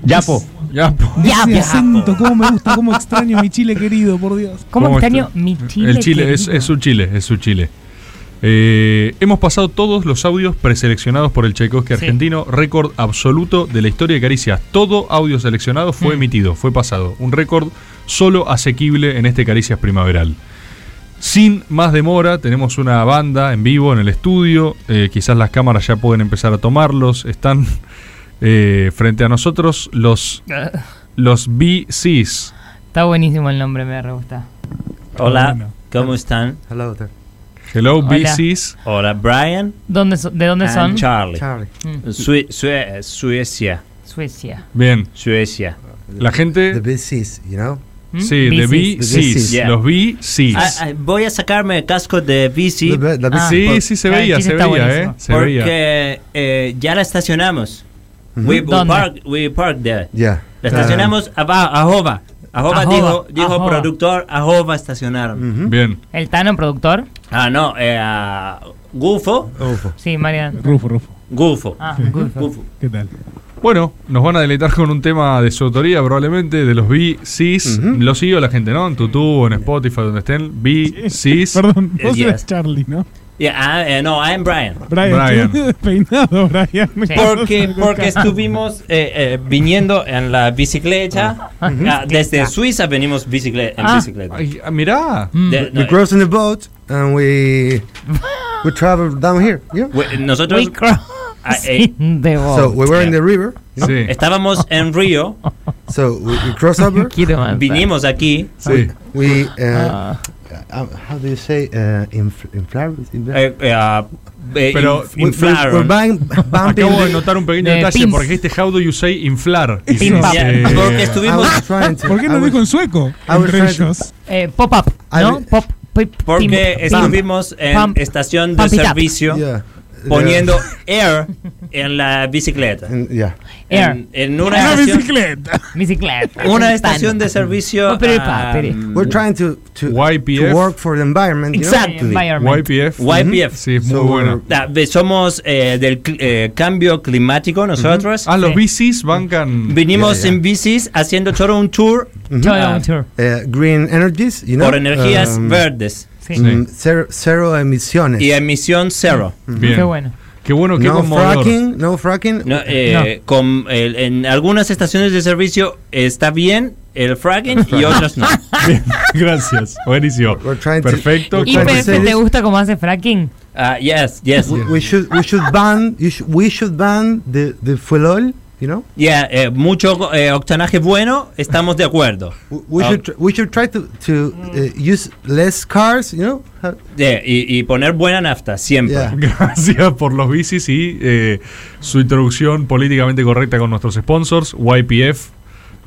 Speaker 1: Yapo.
Speaker 4: Yapo.
Speaker 6: Ese acento, cómo me gusta, cómo extraño mi Chile querido, por Dios.
Speaker 4: está? El Chile es, es su Chile, es su Chile. Eh, hemos pasado todos los audios preseleccionados por el Tchaikovsky
Speaker 6: Sí.
Speaker 4: argentino, récord absoluto de la historia de Caricias. Todo audio seleccionado fue emitido, fue pasado. Un récord solo asequible en este Caricias primaveral. Sin más demora, tenemos una banda en vivo en el estudio. eh, quizás las cámaras ya pueden empezar a tomarlos. Están eh, frente a nosotros los, los BCs.
Speaker 8: Está buenísimo el nombre, me re gusta.
Speaker 7: Hola, ¿cómo están?
Speaker 23: Hello
Speaker 4: Hello,
Speaker 8: Hola.
Speaker 4: BCs.
Speaker 7: Hola, Brian.
Speaker 8: ¿Dónde so- ¿De dónde
Speaker 7: and
Speaker 8: son?
Speaker 7: Charlie.
Speaker 8: Mm.
Speaker 7: Sue- Sue- Suecia.
Speaker 8: Suecia.
Speaker 4: Bien.
Speaker 7: Suecia.
Speaker 4: La gente.
Speaker 23: The BCs, you know?
Speaker 7: ¿Mm?
Speaker 4: Sí, de BCs.
Speaker 7: Yeah.
Speaker 4: Los BCs.
Speaker 7: Hmm? Ah, ah, voy a sacarme el casco de Ah. bici.
Speaker 23: La- la bici.
Speaker 4: Sí, sí, se veía, se veía, eh. Se
Speaker 7: Porque
Speaker 4: veía.
Speaker 7: eh, ya la estacionamos.
Speaker 23: Ujú.
Speaker 7: we, we
Speaker 23: ¿Dónde?
Speaker 7: park, we park there.
Speaker 23: Ya.
Speaker 7: La estacionamos abajo, ajoba. Ajoba
Speaker 8: Ajoba,
Speaker 7: dijo, dijo
Speaker 8: ajoba.
Speaker 7: productor, ajoba estacionaron.
Speaker 4: Bien.
Speaker 8: ¿El Tano, productor?
Speaker 7: Ah, no, eh, ah, Gufo.
Speaker 23: Gufo.
Speaker 8: Sí, Marian.
Speaker 6: Rufo, Rufo.
Speaker 7: Gufo.
Speaker 8: Ah, Gufo.
Speaker 6: ¿Qué tal?
Speaker 4: Bueno, nos van a deleitar con un tema de su autoría, probablemente, de los BCs. Lo sigo la gente, ¿no? En Tutu, en Spotify, donde estén. BCs. Perdón,
Speaker 6: Vos eres Charlie, ¿no?
Speaker 7: Yeah, ah, eh, no, I'm Brian.
Speaker 6: Brian. tú Despeinado, Brian.
Speaker 7: Porque, porque estuvimos eh, eh, viniendo en la bicicleta. Ah, desde Suiza venimos bicicleta, en
Speaker 8: Ah.
Speaker 7: bicicleta.
Speaker 4: mirá.
Speaker 23: we
Speaker 7: De- no,
Speaker 23: cross in the boat and we we travel down here. Yeah.
Speaker 7: we- nosotros.
Speaker 23: We cross
Speaker 7: Ah, eh, Oh,
Speaker 23: in So we were in the river. you know?
Speaker 7: Estábamos en Río.
Speaker 23: So we, we cross over.
Speaker 7: Vinimos aquí.
Speaker 23: We uh,
Speaker 8: Ah.
Speaker 23: uh, how do you say uh, in in flowers? In
Speaker 7: Eh, eh,
Speaker 23: Uh,
Speaker 7: ah, eh,
Speaker 4: Pero
Speaker 7: inf- inflaron.
Speaker 23: we're buying- bumping
Speaker 4: Acabo de
Speaker 23: the-
Speaker 4: notar un pequeño
Speaker 23: de
Speaker 4: detalle
Speaker 23: pins.
Speaker 4: porque dijiste how do you say inflar. Y
Speaker 23: Pins.
Speaker 4: dijiste- eh,
Speaker 23: Yeah, porque estuvimos- I was trying to-
Speaker 6: ¿Por qué no
Speaker 23: I was-
Speaker 6: dijo en sueco?
Speaker 8: Ah,
Speaker 23: I was
Speaker 6: Entre
Speaker 23: trying to-
Speaker 6: ellos.
Speaker 8: Eh, Pop-up,
Speaker 23: I
Speaker 8: ¿no?
Speaker 23: will-
Speaker 8: Pop, pip, pim,
Speaker 7: Porque
Speaker 8: pam.
Speaker 7: estuvimos en
Speaker 8: Pam.
Speaker 7: estación de
Speaker 8: Pump it up.
Speaker 7: servicio
Speaker 23: Yeah.
Speaker 7: poniendo air en la bicicleta.
Speaker 23: yeah.
Speaker 8: Air.
Speaker 7: En, en una estación,
Speaker 8: bicicleta. Bicicleta.
Speaker 7: una estación de servicio.
Speaker 8: Oh, pero, pa,
Speaker 7: ah,
Speaker 8: pero.
Speaker 23: We're trying to to,
Speaker 4: YPF.
Speaker 23: to work for the environment. you know? Mm-hmm.
Speaker 7: Exactly.
Speaker 4: YPF.
Speaker 7: YPF.
Speaker 4: Sí, es muy bueno.
Speaker 7: Ah, ve- Somos eh, del cl- eh, cambio climático nosotros.
Speaker 4: Ah, los bicis bancan.
Speaker 7: Mm. Vinimos
Speaker 23: Yeah, yeah.
Speaker 7: en bicis haciendo todo un tour.
Speaker 23: Mhm.
Speaker 7: Ah,
Speaker 23: Eh, green energies, you know.
Speaker 7: Por energías
Speaker 23: um,
Speaker 7: verdes.
Speaker 23: mm, cero, cero emisiones. Mm-hmm.
Speaker 7: Y emisión cero.
Speaker 4: Bien. Qué bueno. Qué bueno, qué
Speaker 23: no
Speaker 7: conmovedor.
Speaker 23: fracking, no fracking.
Speaker 7: No, eh, con el- en algunas estaciones de servicio está bien el fracking y otras no.
Speaker 4: Gracias. Buenísimo. Perfecto.
Speaker 8: ¿Y Pepe, te gusta cómo hace fracking?
Speaker 7: Ah, yes, yes.
Speaker 23: We, we should we should ban you sh- we should ban the the fuel oil, you know.
Speaker 7: Yeah, eh, mucho eh, octanaje bueno, estamos de acuerdo.
Speaker 23: We
Speaker 7: Ah,
Speaker 23: should tr- we should try to to uh, use less cars, you know. Ha-
Speaker 7: yeah, y, y poner buena nafta siempre.
Speaker 4: Gracias por los bicis y eh, su introducción políticamente correcta con nuestros sponsors, YPF,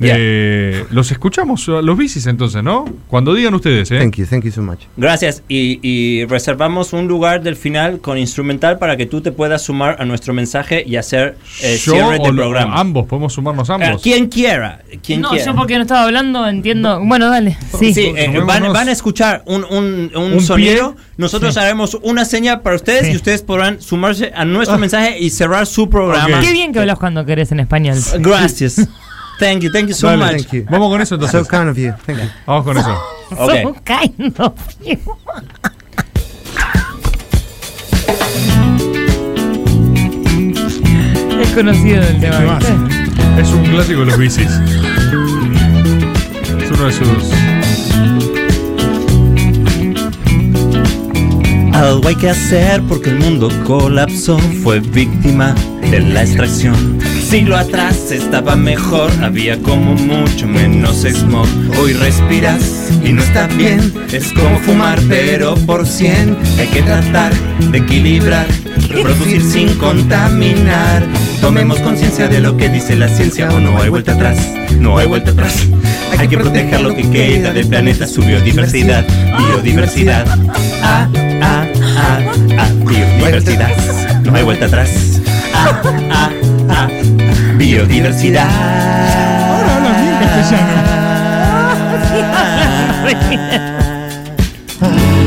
Speaker 9: Eh, los escuchamos, a los bicis entonces, ¿no? Cuando digan ustedes, ¿eh?
Speaker 23: Thank you, thank you so much.
Speaker 7: Gracias. Y, y reservamos un lugar del final con instrumental para que tú te puedas sumar a nuestro mensaje y hacer eh,
Speaker 9: Yo
Speaker 7: cierre
Speaker 9: o
Speaker 7: del
Speaker 9: lo-
Speaker 7: programa.
Speaker 9: Ambos, podemos sumarnos ambos.
Speaker 7: Eh, quien quiera. Quien
Speaker 8: no,
Speaker 7: quiera.
Speaker 8: yo porque no estaba hablando entiendo. Bueno, dale. Sí,
Speaker 7: Sí, eh, van, van a escuchar un, un, un
Speaker 8: Un
Speaker 7: sonido.
Speaker 8: pie.
Speaker 7: Nosotros
Speaker 8: Sí.
Speaker 7: haremos una señal para ustedes y ustedes podrán sumarse a
Speaker 9: Ah.
Speaker 7: nuestro mensaje y cerrar su programa.
Speaker 8: Qué bien que hablas cuando querés en español.
Speaker 7: Gracias. Thank you, thank you so
Speaker 8: Dale,
Speaker 7: much.
Speaker 8: thank you.
Speaker 9: Vamos con eso
Speaker 23: So kind of you. Thank you.
Speaker 9: Vamos con eso.
Speaker 7: Ok.
Speaker 8: So kind of you. Es conocido el tema. ¿viste?
Speaker 9: Es un clásico de los bicis. Es uno de sus.
Speaker 7: Algo hay que hacer porque el mundo colapsó, fue víctima de la extracción. Siglo atrás estaba mejor, había como mucho menos smog. Hoy respiras y no está bien, es como fumar pero por cien. Hay que tratar de equilibrar, reproducir sin contaminar. Tomemos conciencia de lo que dice la ciencia o no hay vuelta atrás, no hay vuelta atrás. Hay que proteger lo que queda del planeta, su biodiversidad, biodiversidad. Ah, ah, ah, ah, biodiversidad. No hay vuelta atrás. Ah, ah, ah, biodiversidad. Ahora hablas bien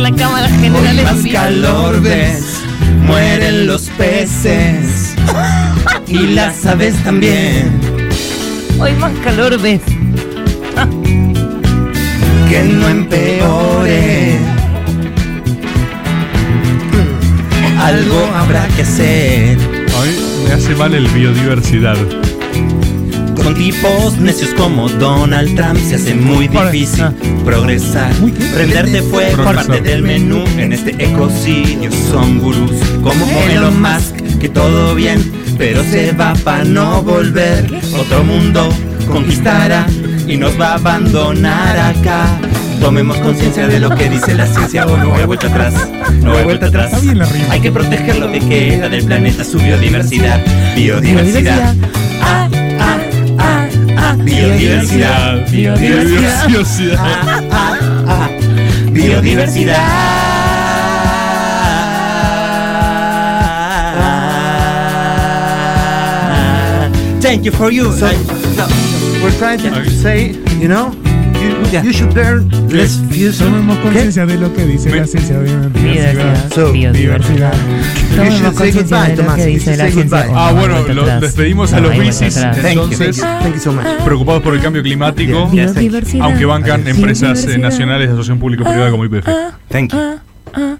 Speaker 8: La cámara
Speaker 7: Hoy
Speaker 8: general
Speaker 7: más
Speaker 8: es
Speaker 7: calor ves, mueren los peces y las aves también.
Speaker 8: Hoy más calor ves.
Speaker 7: Que no empeore. Algo habrá que hacer.
Speaker 9: A mí me hace mal el biodiversidad.
Speaker 7: Con tipos necios como Donald Trump se hace muy difícil progresar. Prenderte fue
Speaker 9: ah. Progresar.
Speaker 7: parte del menú en este ecocidio. Son gurús como Elon Musk, que todo bien, pero se va para no volver. Otro mundo conquistará y nos va a abandonar acá. Tomemos conciencia de lo que dice la ciencia o no hay vuelta atrás. No hay vuelta atrás. Hay que proteger lo que queda del planeta, su biodiversidad. Biodiversidad. Ah, ah, ah, ah. Biodiversidad. Biodiversidad. Ah, ah, ah. Biodiversidad. Thank you for you.
Speaker 23: So, we're trying to say, you know, you, you should learn less views.
Speaker 6: Tomemos conciencia de lo que dice la ciencia de
Speaker 23: Biodiversidad. So,
Speaker 6: biodiversidad.
Speaker 23: You should say goodbye, Tomás. You should say goodbye.
Speaker 9: Ah, bueno, lo- despedimos a los bicis. Entonces,
Speaker 23: Thank you so much.
Speaker 9: preocupados por el cambio climático,
Speaker 23: Yeah, yeah, thank you.
Speaker 9: aunque bancan
Speaker 23: Biodiversidad.
Speaker 9: empresas eh, nacionales de asociación público-privada como IPF.
Speaker 7: Thank you.